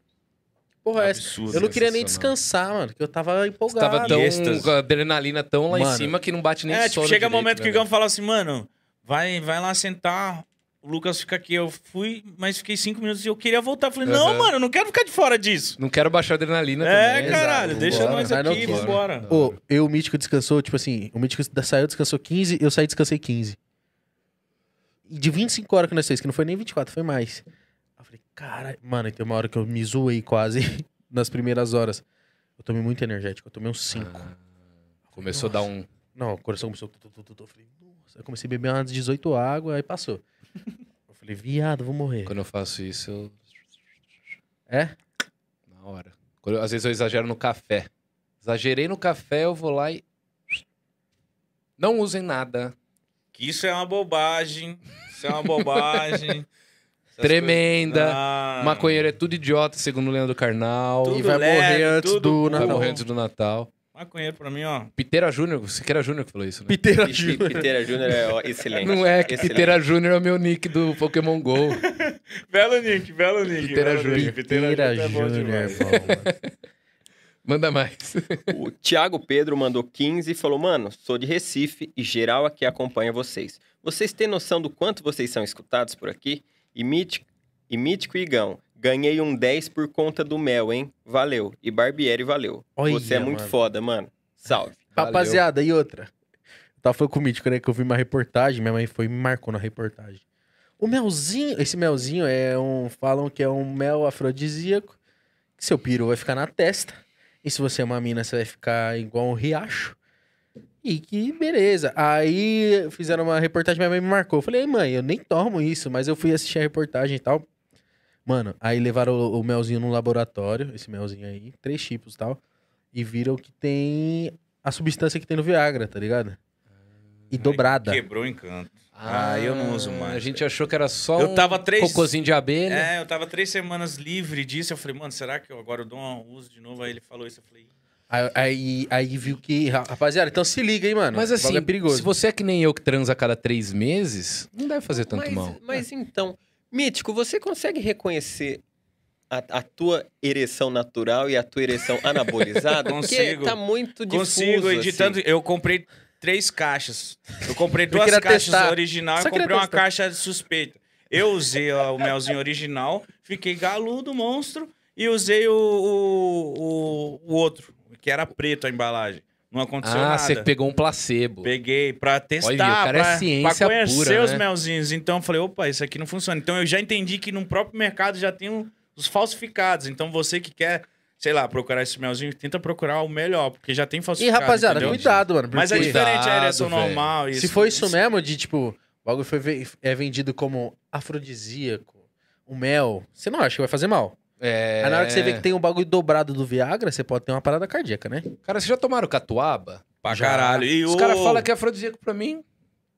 Speaker 2: Que porra é essa?
Speaker 1: Absurdo.
Speaker 2: Eu não queria nem
Speaker 3: Sensacional.
Speaker 2: descansar, mano, porque eu tava
Speaker 3: Você
Speaker 2: empolgado.
Speaker 3: tava tão
Speaker 1: E êxtase.
Speaker 3: com a adrenalina tão lá em
Speaker 2: Mano.
Speaker 3: cima que não bate nem
Speaker 1: É,
Speaker 3: sono
Speaker 1: tipo, chega
Speaker 3: direito,
Speaker 1: um momento
Speaker 3: né,
Speaker 1: que o
Speaker 3: velho?
Speaker 1: Gão fala assim, mano, vai, vai lá sentar, o Lucas fica aqui. Eu fui, mas fiquei cinco minutos e eu queria voltar. Falei, não,
Speaker 3: Aham.
Speaker 1: mano, eu não quero ficar de fora disso.
Speaker 3: Não quero baixar a adrenalina
Speaker 1: É,
Speaker 3: também.
Speaker 1: caralho,
Speaker 3: Exato.
Speaker 1: deixa
Speaker 3: Vambora.
Speaker 1: nós
Speaker 2: vai, não,
Speaker 1: aqui,
Speaker 2: vambora.
Speaker 1: vambora.
Speaker 2: Pô, eu e o Mítico descansou, tipo assim, o Mítico da- saiu, descansou 15, eu saí, descansei 15. E de 25 horas que nós fez, que não foi nem 24, foi mais. Eu falei, caralho, mano, e tem uma hora que eu me zoei quase nas primeiras horas. Eu tomei muito energético, eu tomei uns 5.
Speaker 3: Ah, Começou a dar um...
Speaker 2: Não, o coração começou. tu, tu, tu, tu, tu. Eu falei, nossa, eu comecei a beber umas 18 água, aí passou. Eu falei, viado, vou morrer.
Speaker 3: Quando eu faço isso, eu.
Speaker 2: É?
Speaker 3: Na hora. Quando eu- às vezes eu exagero no café. Exagerei no café, eu vou lá e. Não usem nada.
Speaker 1: Que isso é uma bobagem. Isso é uma bobagem. Essas
Speaker 3: Tremenda.
Speaker 1: Ah,
Speaker 3: Maconheiro é tudo idiota, segundo o Leandro Carnal.
Speaker 1: Tudo
Speaker 2: e vai
Speaker 1: leve,
Speaker 2: morrer antes
Speaker 1: tudo
Speaker 2: do
Speaker 1: bom.
Speaker 3: Vai
Speaker 2: Natal.
Speaker 3: morrer antes do Natal.
Speaker 1: Maconheiro pra mim, ó.
Speaker 3: Piteira Júnior, Siqueira Júnior que falou isso, né?
Speaker 2: Piteira
Speaker 4: Pite-
Speaker 2: Júnior.
Speaker 4: Piteira Júnior é ó, excelente.
Speaker 3: Não é que
Speaker 4: Excelente.
Speaker 3: Piteira Júnior é o meu nick do Pokémon GO.
Speaker 1: Belo Nick, belo Nick.
Speaker 3: Piteira
Speaker 1: belo
Speaker 3: Júnior.
Speaker 1: Nick.
Speaker 2: Piteira Júnior, é
Speaker 1: demais.
Speaker 2: irmão. mano.
Speaker 3: Manda mais.
Speaker 4: O Thiago Pedro mandou 15 e falou: Mano, sou de Recife e geral aqui acompanha vocês. Vocês têm noção do quanto vocês são escutados por aqui? E Mítico e, Mítico e Igão, ganhei um 10 por conta do mel, hein? Valeu. E Barbieri, valeu.
Speaker 2: Olha,
Speaker 4: Você é muito
Speaker 2: mano.
Speaker 4: foda, mano. Salve.
Speaker 2: Rapaziada, e outra? Eu tava falando com o Mítico, né? Que eu vi uma reportagem, minha mãe foi e me marcou na reportagem. O melzinho, esse melzinho é um. Falam que é um mel afrodisíaco, que seu peru vai ficar na testa. E se você é uma mina, você vai ficar igual um riacho. E que beleza. Aí fizeram uma reportagem, minha mãe me marcou. Eu falei, "Ei, mãe, eu nem tomo isso, mas eu fui assistir a reportagem e tal. Mano, aí levaram o, o melzinho no laboratório, esse melzinho aí, três tipos e tal. E viram que tem a substância que tem no Viagra, tá ligado? E dobrada.
Speaker 1: Quebrou o encanto. Ah, eu não uso mais.
Speaker 3: A gente achou que era só
Speaker 1: Eu
Speaker 3: um
Speaker 1: tava três-
Speaker 3: cocôzinho de abelha.
Speaker 1: É, eu tava três semanas livre disso. Eu falei, mano, será que eu agora eu dou um uso de novo? Aí ele falou isso. Eu falei,
Speaker 2: Aí, aí, aí viu que. ra- Rapaziada, então se liga, hein, mano.
Speaker 3: Mas
Speaker 2: Esse
Speaker 3: assim,
Speaker 2: bagulho é perigoso.
Speaker 3: se você é que nem eu que transa a cada três meses, não deve fazer é tanto
Speaker 4: mas,
Speaker 3: mal.
Speaker 4: Mas então, Mítico, você consegue reconhecer a, a tua ereção natural e a tua ereção anabolizada?
Speaker 1: Consigo.
Speaker 4: Porque tá muito difuso.
Speaker 1: consigo, e de
Speaker 4: assim.
Speaker 1: tanto. Eu comprei três caixas. Eu comprei duas
Speaker 2: queria
Speaker 1: caixas
Speaker 2: testar.
Speaker 1: original
Speaker 2: Só
Speaker 1: e
Speaker 2: queria
Speaker 1: comprei uma
Speaker 2: testar.
Speaker 1: caixa de suspeita. Eu usei ó, o melzinho original, fiquei galudo, monstro, e usei o, o, o- o outro, que era preto a embalagem. Não aconteceu
Speaker 3: Ah,
Speaker 1: nada.
Speaker 3: você pegou um placebo.
Speaker 1: Peguei pra testar,
Speaker 3: o cara é
Speaker 1: pra, pra
Speaker 3: ciência
Speaker 1: conhecer
Speaker 3: pura,
Speaker 1: os
Speaker 3: né?
Speaker 1: melzinhos. Então eu falei, opa, isso aqui não funciona. Então eu já entendi que no próprio mercado já tem um- os falsificados. Então você que quer, sei lá, procurar esse melzinho, tenta procurar o melhor, porque já tem
Speaker 2: E
Speaker 1: falsificado.
Speaker 2: rapaziada,
Speaker 1: entendeu?
Speaker 2: cuidado, mano.
Speaker 1: Mas é
Speaker 2: porque-
Speaker 3: cuidado,
Speaker 1: diferente a ereção
Speaker 3: velho.
Speaker 1: normal. Isso,
Speaker 2: Se for isso mesmo, de tipo, o bagulho foi ve- é vendido como afrodisíaco, o mel, você não acha que vai fazer mal.
Speaker 3: É...
Speaker 2: Aí na hora que você vê que tem um bagulho dobrado do Viagra, você pode ter uma parada cardíaca, né?
Speaker 3: Cara, vocês já tomaram catuaba?
Speaker 1: Pra
Speaker 3: Já.
Speaker 1: caralho. E
Speaker 3: Os
Speaker 1: o-
Speaker 3: caras falam que é afrodisíaco pra mim.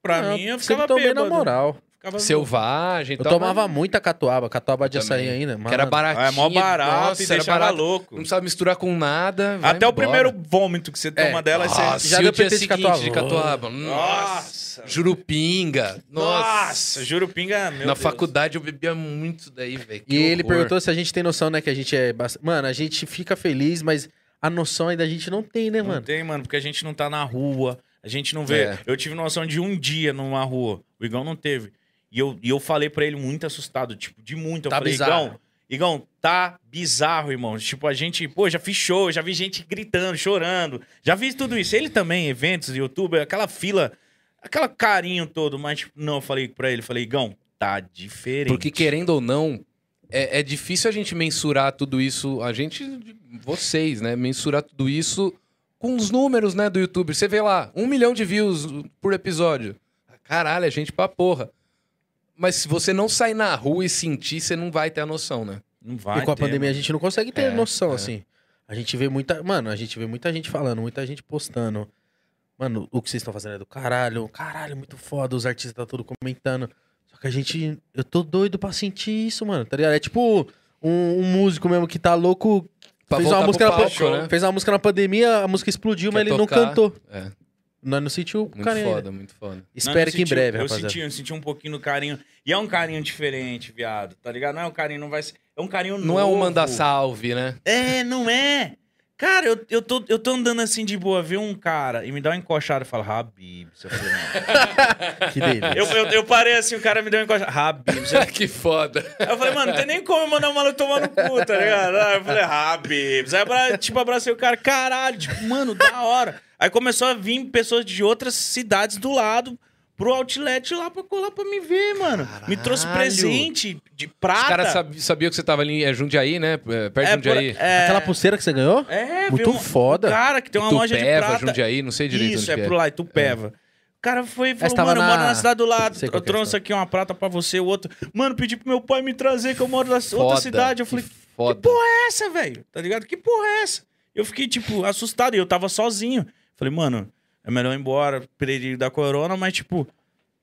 Speaker 1: Pra
Speaker 2: Não,
Speaker 1: mim, eu
Speaker 2: sempre
Speaker 1: ficava
Speaker 2: tomei
Speaker 1: bêbado.
Speaker 2: na moral.
Speaker 1: Ficava
Speaker 3: Selvagem e
Speaker 2: Eu
Speaker 3: tal.
Speaker 2: tomava
Speaker 3: Então, mas-
Speaker 2: muita catuaba, catuaba de
Speaker 3: Eu também.
Speaker 2: açaí ainda, mano.
Speaker 3: Que era
Speaker 1: bêbado.
Speaker 3: baratinho.
Speaker 1: Ah, É mó barato
Speaker 3: nossa,
Speaker 1: e
Speaker 3: era
Speaker 1: deixava
Speaker 3: barato. Não
Speaker 1: louco.
Speaker 3: precisava misturar com nada. vai
Speaker 1: Até o
Speaker 3: embora. É.
Speaker 1: primeiro vômito que você toma dela,
Speaker 3: Nossa,
Speaker 1: você...
Speaker 2: já
Speaker 3: e
Speaker 2: deu
Speaker 3: o dia
Speaker 2: PT de
Speaker 3: seguinte de catuaba.
Speaker 2: catuaba.
Speaker 3: Hum, Jurupinga. Nossa.
Speaker 1: Nossa, juro pinga, meu
Speaker 3: Na
Speaker 1: Deus.
Speaker 3: faculdade eu bebia muito isso daí, velho.
Speaker 2: E ele perguntou se a gente tem noção, né, que a gente é bastante... Mano, a gente fica feliz, mas a noção ainda a gente não tem, né,
Speaker 1: Não
Speaker 2: mano?
Speaker 1: tem, mano, porque a gente não tá na rua, a gente não vê.
Speaker 3: É.
Speaker 1: Eu tive noção de um dia numa rua, o Igão não teve. E eu, e eu falei pra ele muito assustado, tipo, de muito. Eu
Speaker 2: Tá
Speaker 1: falei,
Speaker 2: bizarro.
Speaker 1: Igão, Igão, tá bizarro, irmão. Tipo, a gente, pô, já fiz show, já vi gente gritando, chorando, já vi tudo isso. Ele também, eventos, youtuber, aquela fila, aquela carinho todo, mas tipo, não, eu falei pra ele, falei, Igão, tá diferente.
Speaker 3: Porque querendo ou não, é, é difícil a gente mensurar tudo isso. A gente, vocês, né? Mensurar tudo isso com os números, né? Do YouTube. Você vê lá, um milhão de views por episódio. Caralho, é gente pra porra. Mas se você não sair na rua e sentir, você não vai ter a noção, né?
Speaker 1: Não vai.
Speaker 2: e com a
Speaker 1: ter,
Speaker 2: pandemia
Speaker 1: mano.
Speaker 2: a gente não consegue ter
Speaker 3: É,
Speaker 2: noção,
Speaker 3: é.
Speaker 2: assim. A gente vê muita. Mano, a gente vê muita gente falando, muita gente postando. Mano, o que vocês estão fazendo é do caralho, caralho, muito foda, os artistas tá tudo comentando. Só que a gente. Eu tô doido pra sentir isso, mano, tá ligado? É tipo um, um músico mesmo que tá louco.
Speaker 3: Pra
Speaker 2: fez, uma
Speaker 3: voltar
Speaker 2: música
Speaker 3: pro
Speaker 2: na pan-
Speaker 3: palco, né?
Speaker 2: fez uma música na pandemia, a música explodiu, mas
Speaker 3: Quer
Speaker 2: ele
Speaker 3: tocar.
Speaker 2: não cantou.
Speaker 3: É,
Speaker 2: Nós não sentiu o
Speaker 3: muito
Speaker 2: né? cara é. ainda.
Speaker 3: foda, muito foda.
Speaker 1: Não,
Speaker 2: Espero
Speaker 1: eu
Speaker 2: que em
Speaker 1: senti-
Speaker 2: breve,
Speaker 1: eu
Speaker 2: rapaziada.
Speaker 1: Senti, eu senti um pouquinho do carinho. E é um carinho diferente, viado, tá ligado? Não é um carinho, não vai ser. É um carinho
Speaker 3: Não
Speaker 1: novo.
Speaker 3: é um mandar salve, né?
Speaker 1: É, não é. Cara, eu, eu, tô, eu tô andando assim de boa, vê um cara e me dá uma encoxada e fala, Rabib, seu filho.
Speaker 2: Que delícia.
Speaker 1: eu, eu, eu parei assim, o cara me deu uma encoxada, Rabib, seu
Speaker 3: que foda.
Speaker 1: Aí eu falei, mano, não tem nem como eu mandar o maluco tomar no cu, tá ligado? Aí eu falei, ah, babes. Aí, abra- tipo, abracei o cara, caralho, tipo, mano, da hora. Aí começou a vir pessoas de outras cidades do lado pro outlet lá pra colar pra me ver, mano. Me trouxe
Speaker 8: Caralho.
Speaker 1: presente de prata.
Speaker 3: Os caras sab sabiam que você tava ali, é Jundiaí, né? É, Perto
Speaker 1: É,
Speaker 3: de Jundiaí.
Speaker 1: por- é,
Speaker 2: Aquela pulseira que você ganhou?
Speaker 1: É,
Speaker 2: Muito
Speaker 1: veio um-
Speaker 2: foda.
Speaker 1: um Cara, que tem uma loja de
Speaker 3: Itupeva,
Speaker 1: prata.
Speaker 3: Jundiaí, não sei direito
Speaker 1: Isso,
Speaker 3: onde
Speaker 1: é
Speaker 3: que é.
Speaker 1: pro lá, Itupeva. O cara foi e falou,
Speaker 2: tava
Speaker 1: mano, eu moro
Speaker 2: na-
Speaker 1: na cidade do lado,
Speaker 2: Sei qual
Speaker 1: eu
Speaker 2: que é a
Speaker 1: trouxe
Speaker 2: história.
Speaker 1: aqui uma prata pra você, o outro. Mano, pedi pro meu pai me trazer, que eu moro na outra
Speaker 3: Foda,
Speaker 1: cidade. Eu
Speaker 3: que
Speaker 1: falei,
Speaker 3: foda.
Speaker 1: que porra é essa, velho? Tá ligado? Que porra é essa? Eu fiquei, tipo, assustado e eu tava sozinho. Falei, mano, é melhor ir embora, perigo da corona, mas, tipo,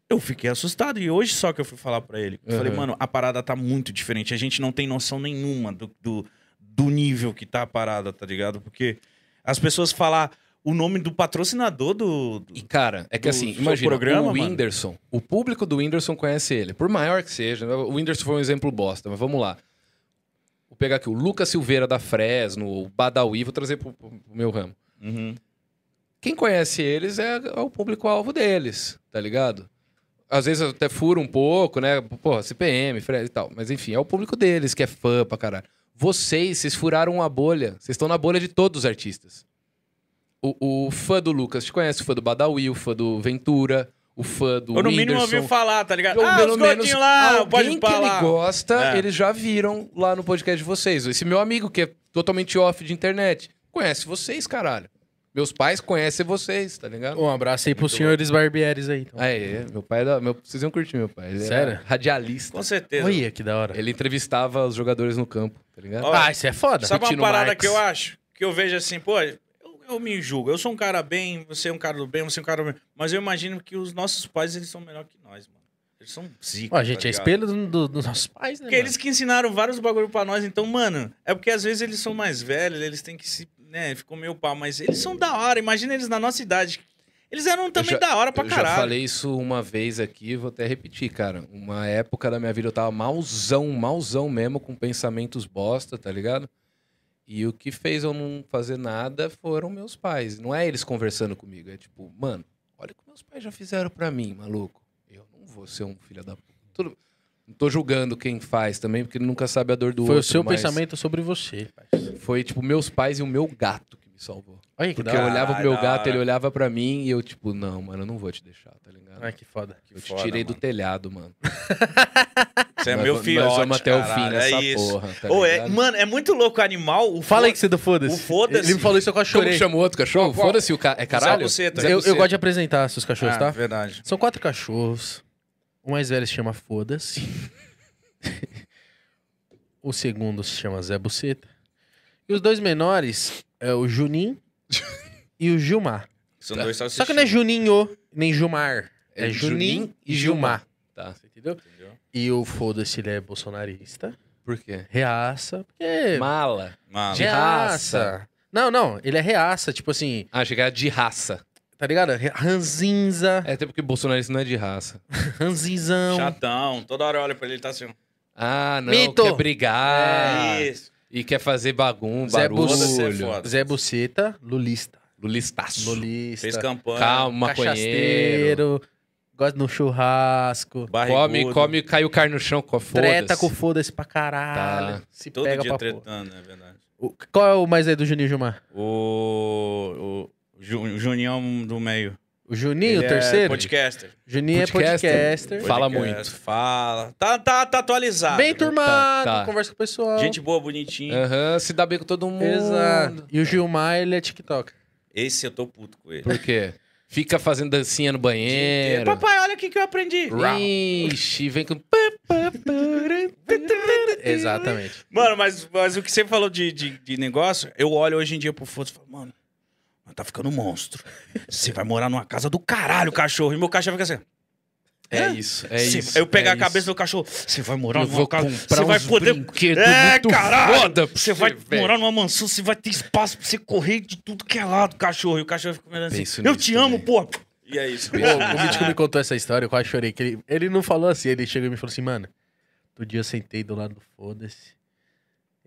Speaker 1: eu fiquei assustado. E hoje só que eu fui falar pra ele. Eu Falei,
Speaker 3: Uhum.
Speaker 1: mano, a parada tá muito diferente. A gente não tem noção nenhuma do, do, do nível que tá a parada, tá ligado? Porque as pessoas falar o nome do patrocinador do. do-
Speaker 3: E, cara, é
Speaker 1: do
Speaker 3: que assim,
Speaker 1: seu
Speaker 3: imagina,
Speaker 1: programa,
Speaker 3: o
Speaker 1: mano.
Speaker 3: Whindersson, o público do Whindersson conhece ele. Por maior que seja, né? o Whindersson foi um exemplo bosta, mas vamos lá. Vou pegar aqui o Lucas Silveira da Fresno, o Badawi, vou trazer pro, pro pro meu ramo.
Speaker 1: Uhum.
Speaker 3: Quem conhece eles é, é o público-alvo deles, tá ligado? Às vezes eu até furo um pouco, né? Porra, CPM, Fred e tal. Mas enfim, é o público deles que é fã pra caralho. Vocês, vocês furaram uma bolha. Vocês estão na bolha de todos os artistas. O, o fã do Lucas te conhece, o fã do Badawi, o fã do Ventura, o fã do
Speaker 1: Eu no mínimo
Speaker 3: Whindersson.
Speaker 1: ouvi falar, tá ligado?
Speaker 3: Ou
Speaker 1: ah,
Speaker 3: pelo
Speaker 1: os
Speaker 3: menos
Speaker 1: gordinhos lá,
Speaker 3: alguém
Speaker 1: pode
Speaker 3: que ele
Speaker 1: falar.
Speaker 3: gosta,
Speaker 1: É.
Speaker 3: eles já viram lá no podcast de vocês. Esse meu amigo, que é totalmente off de internet, conhece vocês, caralho. Meus pais conhecem vocês, tá ligado?
Speaker 2: Um abraço aí pros senhores barbieres aí. Então.
Speaker 3: Aí, é, meu pai era. Meu, vocês iam curtir meu pai. Ele era
Speaker 2: Sério?
Speaker 3: radialista.
Speaker 1: Com certeza.
Speaker 2: Olha que da hora.
Speaker 3: Ele entrevistava os jogadores no campo, tá ligado?
Speaker 1: Ó,
Speaker 2: Ah, isso é foda.
Speaker 1: Sabe uma
Speaker 3: Curtindo
Speaker 1: parada
Speaker 3: Marx.
Speaker 1: que eu acho? Que eu vejo assim, pô, eu, eu me julgo. Eu sou um cara bem, você é um cara do bem, você é um cara do bem. Mas eu imagino que os nossos pais, eles são melhor que nós, mano. Eles são zica,
Speaker 2: Ó, a gente
Speaker 1: tá
Speaker 2: é
Speaker 1: ligado?
Speaker 2: espelho do- do- dos nossos pais, né?
Speaker 1: Porque
Speaker 2: mano?
Speaker 1: eles que ensinaram vários bagulho pra nós, então, mano, é porque às vezes eles são mais velhos, eles têm que se. né, ficou meio pau, mas eles são da hora, imagina eles na nossa idade. Eles eram também
Speaker 3: já-
Speaker 1: da hora pra
Speaker 3: Eu
Speaker 1: caralho.
Speaker 3: já falei isso uma vez aqui, vou até repetir, cara. Uma época da minha vida eu tava malzão, malzão mesmo, com pensamentos bosta, tá ligado? E o que fez eu não fazer nada foram meus pais. Não é eles conversando comigo, é tipo, mano, olha o que meus pais já fizeram pra mim, maluco. Eu não vou ser um filho da puta. Tudo- Não tô julgando quem faz também, porque nunca sabe a dor do
Speaker 2: Foi o
Speaker 3: outro,
Speaker 2: seu
Speaker 3: mas
Speaker 2: pensamento sobre você. pai.
Speaker 3: Foi tipo meus pais e o meu gato que me salvou.
Speaker 2: Olha que
Speaker 3: Porque
Speaker 2: da
Speaker 3: eu
Speaker 2: hora.
Speaker 3: olhava pro meu
Speaker 1: Ah, da hora.
Speaker 3: gato, ele olhava pra mim e eu tipo, não, mano, eu não vou te deixar, tá ligado?
Speaker 2: Ai, que foda.
Speaker 3: Eu te
Speaker 1: Foda,
Speaker 3: tirei do
Speaker 1: mano.
Speaker 3: telhado, mano.
Speaker 1: Você é
Speaker 3: Nós
Speaker 1: meu
Speaker 3: vamos-
Speaker 1: filhote.
Speaker 3: Nós vamos até o
Speaker 1: caralho,
Speaker 3: fim nessa
Speaker 1: é isso.
Speaker 3: porra, tá
Speaker 1: Ô, é,
Speaker 3: ligado?
Speaker 1: mano, é muito louco o animal. O
Speaker 2: Fala aí
Speaker 1: fo-
Speaker 2: que você do foda-se.
Speaker 1: O foda-se.
Speaker 2: Ele me falou isso, eu quase
Speaker 3: Como que
Speaker 2: chorei.
Speaker 3: chama o outro cachorro?
Speaker 1: Qual-
Speaker 3: Foda-se o ca... É caralho?
Speaker 1: Buceta.
Speaker 3: Zé
Speaker 2: Eu, eu
Speaker 3: Buceta.
Speaker 2: gosto de apresentar seus cachorros,
Speaker 1: Ah,
Speaker 2: tá?
Speaker 1: verdade.
Speaker 2: São quatro cachorros. O mais velho se chama Foda-se. o segundo se chama Zé Buceta. E os dois menores é o Juninho e o Gilmar.
Speaker 1: São
Speaker 3: Tá.
Speaker 1: dois
Speaker 2: Só que não é Juninho nem Gilmar. É,
Speaker 3: É
Speaker 2: Juninho
Speaker 3: Juninho
Speaker 2: e
Speaker 3: e
Speaker 2: Gilmar.
Speaker 3: Tá.
Speaker 2: Você entendeu? E o Foda-se, ele é bolsonarista.
Speaker 3: Por quê?
Speaker 2: Reaça. Porque.
Speaker 3: Ah, Mala.
Speaker 1: Mano,
Speaker 3: de
Speaker 2: reaça. Não, não. Ele é reaça. Tipo assim,
Speaker 3: Ah, chegar de raça.
Speaker 2: tá ligado? Re- Ranzinza.
Speaker 3: É até porque bolsonarista não é de raça.
Speaker 2: Ranzinzão.
Speaker 1: chatão. Toda hora eu olho pra ele, ele tá assim. ó.
Speaker 3: Ah, não.
Speaker 2: Mito.
Speaker 3: Quer brigar.
Speaker 1: Isso.
Speaker 3: E quer fazer bagun,
Speaker 2: Zé
Speaker 3: barulho.
Speaker 1: Buceta é
Speaker 3: Foda.
Speaker 1: foda.
Speaker 2: Zé Buceta, lulista.
Speaker 3: Lulistaço.
Speaker 2: Lulista.
Speaker 1: Fez campanha.
Speaker 3: Calma, maconheiro.
Speaker 2: Cachaceiro. Gosta no churrasco.
Speaker 1: barrigudo,
Speaker 3: Come, come, cai o carne no chão. co- Foda-se.
Speaker 2: Treta com foda-se pra caralho.
Speaker 3: Tá.
Speaker 2: Se
Speaker 1: Todo
Speaker 2: pega
Speaker 1: dia
Speaker 2: pra porra.
Speaker 1: tretando, é verdade.
Speaker 2: O- Qual é o mais aí do Juninho Gilmar?
Speaker 1: O. O Ju- Junião do meio.
Speaker 2: O Juninho,
Speaker 1: Ele
Speaker 2: o
Speaker 1: é
Speaker 2: terceiro?
Speaker 1: podcaster.
Speaker 2: Juninho
Speaker 3: Podcaster.
Speaker 2: é podcaster.
Speaker 3: Fala
Speaker 1: Podcast,
Speaker 3: muito.
Speaker 1: Fala. Tá, tá, tá atualizado.
Speaker 2: Bem turmado,
Speaker 3: Tá, tá.
Speaker 2: conversa com o pessoal.
Speaker 1: Gente boa, bonitinha.
Speaker 3: Aham, se dá bem com todo mundo.
Speaker 2: Exato. E o Gilmar, ele é TikTok.
Speaker 1: Esse eu tô puto com ele.
Speaker 3: Por quê? Fica fazendo dancinha no banheiro.
Speaker 1: Papai, olha o que que eu aprendi.
Speaker 3: Ixi, vem com.
Speaker 2: Exatamente.
Speaker 1: Mano, mas, mas o que você falou de, de, de negócio, eu olho hoje em dia pro foto e falo, mano, mas tá ficando um monstro. Você vai morar numa casa do caralho, cachorro. E meu cachorro fica assim.
Speaker 3: É isso, é
Speaker 1: "Cê-
Speaker 3: isso.
Speaker 1: Eu pegar
Speaker 3: é
Speaker 1: a cabeça
Speaker 3: isso.
Speaker 1: do cachorro. Você vai morar
Speaker 3: Eu
Speaker 1: numa
Speaker 3: vou
Speaker 1: casa.
Speaker 3: comprar
Speaker 1: Você vai
Speaker 3: uns
Speaker 1: poder.
Speaker 3: brinquedos
Speaker 1: é,
Speaker 3: muito
Speaker 1: caralho.
Speaker 3: foda pra
Speaker 1: Você vai
Speaker 3: velho.
Speaker 1: morar numa mansão, você vai ter espaço pra você correr de tudo que é lado, cachorro. E o cachorro fica olhando assim.
Speaker 3: Penso
Speaker 1: Eu
Speaker 3: nisso
Speaker 1: te amo,
Speaker 3: também."
Speaker 1: porra. E é isso.
Speaker 2: Pô, o Mítico me contou essa história, eu quase chorei. Que ele, ele não falou assim, ele chegou e me falou assim, mano, todo dia eu sentei do lado do foda-se.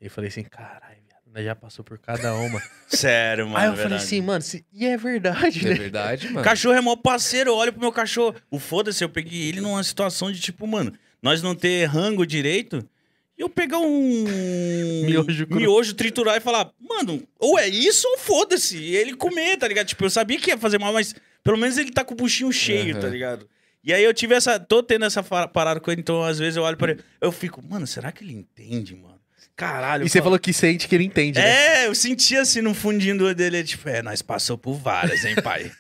Speaker 2: E eu falei assim, caralho, viado, nós já passou por cada uma.
Speaker 1: Sério, mano.
Speaker 2: Aí eu falei
Speaker 1: verdade.
Speaker 2: assim, mano, se- e é verdade,
Speaker 3: É
Speaker 2: né?
Speaker 3: verdade, mano.
Speaker 1: Cachorro é mó parceiro, eu olho pro meu cachorro. O foda-se, eu peguei ele numa situação de tipo, mano, nós não ter rango direito. E eu pegar um.
Speaker 2: Miojo cru.
Speaker 1: miojo, triturar e falar, mano, ou é isso ou foda-se. E ele comer, tá ligado? Tipo, eu sabia que ia fazer mal, mas pelo menos ele tá com o buchinho cheio,
Speaker 3: Aham.
Speaker 1: tá ligado? E aí eu tive essa. Tô tendo essa fa- parada com ele, então às vezes eu olho pra ele. Eu fico, mano, será que ele entende, mano? Caralho.
Speaker 2: E você
Speaker 1: fala-
Speaker 2: falou que sente que ele entende, né?
Speaker 1: É, eu senti assim no fundinho do olho dele, ele, tipo, é, nós passou por várias, hein, pai?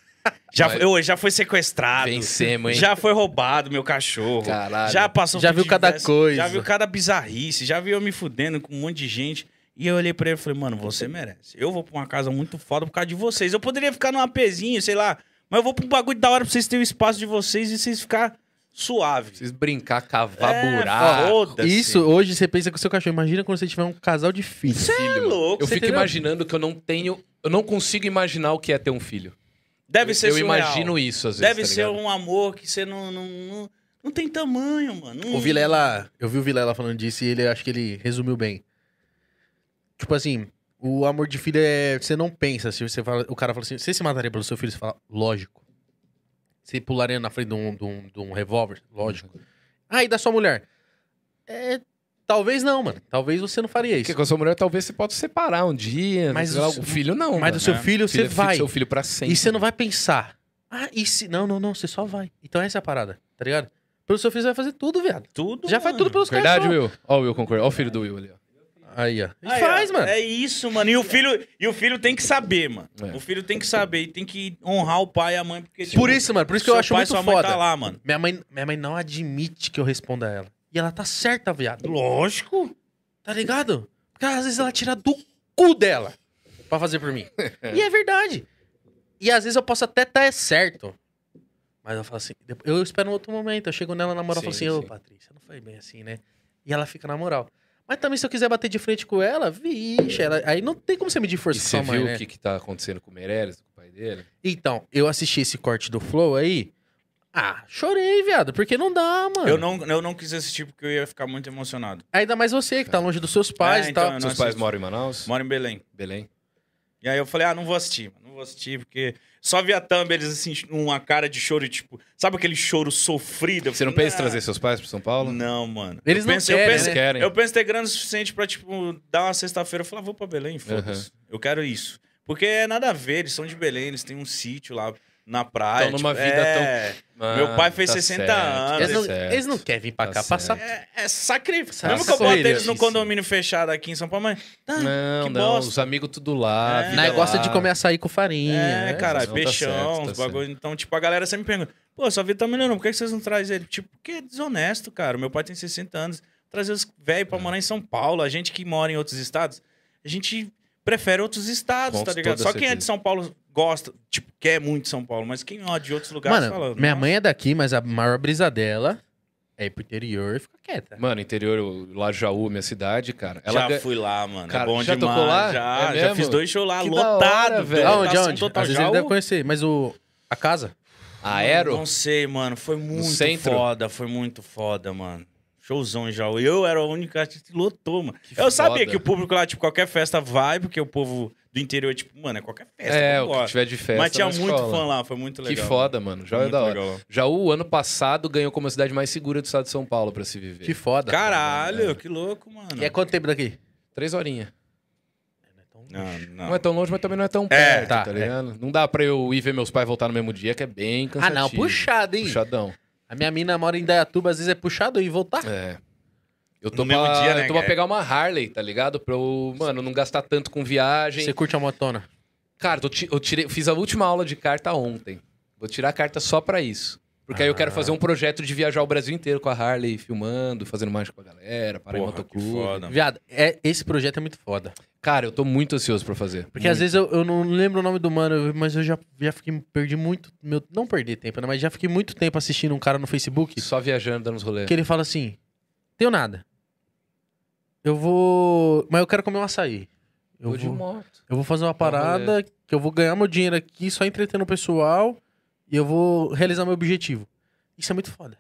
Speaker 1: já,
Speaker 3: Mas-
Speaker 1: eu, já foi sequestrado.
Speaker 3: Vencemos, hein?
Speaker 1: Já foi roubado meu cachorro.
Speaker 3: Caralho.
Speaker 1: Já passou
Speaker 2: Já
Speaker 1: por
Speaker 2: viu cada coisa.
Speaker 1: Já viu cada bizarrice. Já viu eu me fudendo com um monte de gente. E eu olhei pra ele e falei, mano, você merece. Eu vou pra uma casa muito foda por causa de vocês. Eu poderia ficar num apezinho, sei lá. Mas eu vou pra um bagulho da hora pra vocês terem o espaço de vocês e vocês ficar suave.
Speaker 3: Vocês brincar, cavar
Speaker 1: É,
Speaker 3: buraco.
Speaker 1: foda-se.
Speaker 2: Isso, hoje você pensa com o seu cachorro. Imagina quando você tiver um casal de filhos.
Speaker 1: Você é louco.
Speaker 3: Eu
Speaker 2: Você
Speaker 3: fico
Speaker 2: entendeu?
Speaker 3: imaginando que eu não tenho. Eu não consigo imaginar o que é ter um filho.
Speaker 1: Deve ser
Speaker 3: eu
Speaker 1: surreal.
Speaker 3: imagino isso, às vezes.
Speaker 1: Deve
Speaker 3: tá
Speaker 1: ser
Speaker 3: ligado?
Speaker 1: um amor que você não, não, não, não tem tamanho, mano. Não-
Speaker 2: O Vilela, eu vi o Vilela falando disso e ele acho que ele resumiu bem. Tipo assim, o amor de filho é. Você não pensa. Se você fala, o cara fala assim, você se mataria pelo seu filho? Você fala, lógico. Você pularia na frente de um, de um, de um revólver? Lógico. Ah, e da sua mulher? É. Talvez não, mano. Talvez você não faria isso.
Speaker 3: Porque com a sua mulher talvez você possa separar um dia.
Speaker 2: Mas
Speaker 3: Mas o
Speaker 2: o-
Speaker 3: filho não.
Speaker 2: Mas
Speaker 3: mano.
Speaker 2: do seu
Speaker 1: né?
Speaker 3: Filho
Speaker 2: filho, você
Speaker 3: é filho
Speaker 2: vai.
Speaker 3: do seu filho pra sempre.
Speaker 2: E você não vai pensar. Ah, e se. Não, não, não. Você só vai. Então essa é a parada, tá ligado? Pelo seu filho, você vai fazer tudo, viado.
Speaker 1: Tudo,
Speaker 2: Já faz
Speaker 1: mano.
Speaker 2: tudo pelos
Speaker 3: Verdade,
Speaker 2: cachorros.
Speaker 3: Will? Ó, o Will concorda. Ó, o filho do Will ali, ó.
Speaker 2: Aí, ó. E
Speaker 1: Aí,
Speaker 2: faz,
Speaker 1: ó,
Speaker 2: mano.
Speaker 1: É isso, mano. E o filho, e o filho tem que saber, mano.
Speaker 3: É.
Speaker 1: O filho tem que saber e tem que honrar o pai e a mãe. Porque, tipo,
Speaker 2: Por isso, mano. Por isso que eu
Speaker 1: seu
Speaker 2: acho
Speaker 1: pai,
Speaker 2: muito
Speaker 1: sua mãe
Speaker 2: foda.
Speaker 1: tá lá, mano.
Speaker 2: Minha, mãe, minha mãe não admite que eu responda a ela. E ela tá certa, viado.
Speaker 1: Lógico.
Speaker 2: Tá ligado? Porque às vezes ela tira do cu dela pra fazer por mim. e é verdade. E às vezes eu posso até estar certo. Mas ela fala assim, depois- eu espero um outro momento. Eu chego nela na moral e falo
Speaker 3: Sim,
Speaker 2: assim, ô
Speaker 3: sim.
Speaker 2: Patrícia, não foi bem assim, né? E ela fica na moral. Mas também se eu quiser bater de frente com ela, vixe, ela- aí não tem como você medir
Speaker 3: E
Speaker 2: força com
Speaker 3: você
Speaker 2: sua mãe,
Speaker 3: viu
Speaker 2: né?
Speaker 3: o que, que tá acontecendo com o Meirelles, com o pai dele?
Speaker 2: Então, eu assisti esse corte do Flow aí. Ah, chorei, viado, porque não dá, mano.
Speaker 1: Eu não, eu não quis assistir porque eu ia ficar muito emocionado.
Speaker 2: Ainda mais você que tá longe dos seus pais
Speaker 1: É,
Speaker 2: e tal.
Speaker 1: então, Eu não
Speaker 3: Seus pais
Speaker 1: assisto.
Speaker 3: moram em Manaus?
Speaker 1: Moro em Belém.
Speaker 3: Belém?
Speaker 1: E aí eu falei, ah, não vou assistir, mano. Não vou assistir, porque... Só vi a thumb, eles assim, uma cara de choro, tipo... Sabe aquele choro sofrido? Eu
Speaker 3: Você não
Speaker 1: falei,
Speaker 3: pensa em
Speaker 1: "Nah,
Speaker 3: trazer seus pais pra São Paulo?
Speaker 1: Não, mano.
Speaker 2: Eles
Speaker 1: eu
Speaker 2: não
Speaker 1: penso, eu
Speaker 2: querem,
Speaker 1: penso,
Speaker 3: né? Querem.
Speaker 1: Eu penso ter grana o suficiente pra, tipo, dar uma sexta-feira e falar, vou pra Belém, foda-se. Eu quero isso. Porque é nada a ver, eles são de Belém, eles têm um sítio lá na praia.
Speaker 3: Tão numa
Speaker 1: tipo,
Speaker 3: vida
Speaker 1: é... Meu pai fez
Speaker 3: tá
Speaker 1: 60
Speaker 3: certo,
Speaker 1: anos.
Speaker 3: tá
Speaker 2: Eles não,
Speaker 3: certo.
Speaker 2: eles não querem vir pra
Speaker 3: Tá
Speaker 2: cá
Speaker 3: certo.
Speaker 2: passar.
Speaker 1: É, é sacrifício.
Speaker 2: Sacrifício.
Speaker 1: Mesmo que eu boto eles num condomínio fechado aqui em São Paulo, mas. Tá,
Speaker 3: Não,
Speaker 1: que
Speaker 3: não,
Speaker 1: bosta.
Speaker 3: os amigos tudo lá.
Speaker 1: É.
Speaker 3: vida
Speaker 2: Nós gosta
Speaker 3: lá.
Speaker 2: de comer açaí com farinha.
Speaker 1: É,
Speaker 2: né?
Speaker 1: cara,
Speaker 3: não, tá
Speaker 1: peixão,
Speaker 3: certo, tá
Speaker 1: uns bagulho. Então, tipo, a galera sempre pergunta: pô, sua vida tá melhorando, por que que vocês não trazem ele? Tipo, porque é desonesto, cara. Meu pai tem 60 anos. Trazer os velhos
Speaker 3: É.
Speaker 1: pra morar em São Paulo, a gente que mora em outros estados, a gente prefere outros estados,
Speaker 3: Com
Speaker 1: tá ligado?
Speaker 3: toda
Speaker 1: Só quem é
Speaker 3: certeza.
Speaker 1: de São Paulo gosta, tipo, quer muito São Paulo, mas quem ó de outros lugares
Speaker 2: Mano,
Speaker 1: fala.
Speaker 2: minha
Speaker 1: tá "Nossa,
Speaker 2: mãe é daqui, mas a maior brisa dela é ir pro interior e ficar quieta.
Speaker 3: Mano, interior, o- lá de Jaú, minha cidade, cara. Ela
Speaker 1: já
Speaker 3: ga-
Speaker 1: fui lá, mano.
Speaker 3: Cara,
Speaker 1: é bom
Speaker 3: já
Speaker 1: demais.
Speaker 3: tocou lá?
Speaker 1: Já,
Speaker 3: É
Speaker 1: já
Speaker 3: mesmo?
Speaker 1: fiz dois shows lá,
Speaker 3: Que da
Speaker 1: lotado,
Speaker 3: hora, velho.
Speaker 2: Aonde,
Speaker 1: lotação
Speaker 2: aonde?
Speaker 1: É, tá total.
Speaker 2: Às vezes
Speaker 1: Já
Speaker 3: é
Speaker 1: uh,
Speaker 2: ele deve
Speaker 1: o-
Speaker 2: conhecer, mas o... A casa?
Speaker 3: Ah, Aero?
Speaker 1: Não sei, mano. Foi muito
Speaker 3: centro?
Speaker 1: foda, foi muito foda, mano. Showzão em Jaú. Eu era a única artista que lotou, mano. eu sabia
Speaker 3: foda.
Speaker 1: que o público lá, tipo, qualquer festa vai, porque o povo do interior, tipo, mano, é qualquer festa.
Speaker 3: É, o
Speaker 1: vambora.
Speaker 3: que tiver de festa.
Speaker 1: Mas tinha
Speaker 3: nós
Speaker 1: muito
Speaker 3: cola.
Speaker 1: fã lá, foi muito
Speaker 3: Que
Speaker 1: legal.
Speaker 3: foda, mano.
Speaker 1: Foi
Speaker 3: Jaú é
Speaker 1: muito
Speaker 3: da hora.
Speaker 1: legal lá.
Speaker 3: Jaú, ano passado, ganhou como a cidade mais segura do estado de São Paulo pra se viver.
Speaker 2: Que foda.
Speaker 1: Caralho, que louco, mano.
Speaker 2: E é quanto tempo daqui?
Speaker 3: Três horinhas.
Speaker 1: Não, não.
Speaker 3: Não. é tão longe, mas também não é tão
Speaker 1: É,
Speaker 3: perto,
Speaker 2: tá,
Speaker 3: tá,
Speaker 2: é.
Speaker 3: ligado? Não dá pra eu ir ver meus pais voltar no mesmo dia, que é bem
Speaker 2: Ah,
Speaker 3: cansativo.
Speaker 2: não. Puxado, hein?
Speaker 3: Puxadão.
Speaker 2: A minha mina mora em Dayatuba, às vezes é puxado e voltar.
Speaker 3: É. Eu tô,
Speaker 1: No mesmo
Speaker 3: pra,
Speaker 1: dia, né,
Speaker 3: eu tô pra
Speaker 1: cara?
Speaker 3: pegar uma Harley, tá ligado? Pra eu, mano, não gastar tanto com viagem.
Speaker 2: Você curte a motona.
Speaker 3: Cara, tô ti- eu tirei, fiz a última aula de carta ontem. Vou tirar a carta só pra isso. Porque aí eu quero
Speaker 2: Ah.
Speaker 3: fazer um projeto de viajar o Brasil inteiro com a Harley, filmando, fazendo mágica com a galera, parar em
Speaker 1: Porra, que
Speaker 3: motoclube.
Speaker 1: foda.
Speaker 2: Viado, é, esse projeto é muito foda.
Speaker 3: Cara, eu tô muito ansioso pra fazer.
Speaker 2: Porque às vezes eu, eu não lembro o nome do mano, mas eu já, já fiquei, perdi muito, meu, não perdi tempo, né? Mas já fiquei muito tempo assistindo um cara no Facebook
Speaker 3: Só viajando, dando uns rolês.
Speaker 2: que ele fala assim, tenho nada. Eu vou... Mas eu quero comer um açaí. Eu
Speaker 3: Vou de
Speaker 2: vou,
Speaker 3: moto.
Speaker 2: eu vou fazer uma parada que eu vou ganhar meu dinheiro aqui só entretendo o pessoal e eu vou realizar meu objetivo. Isso é muito foda.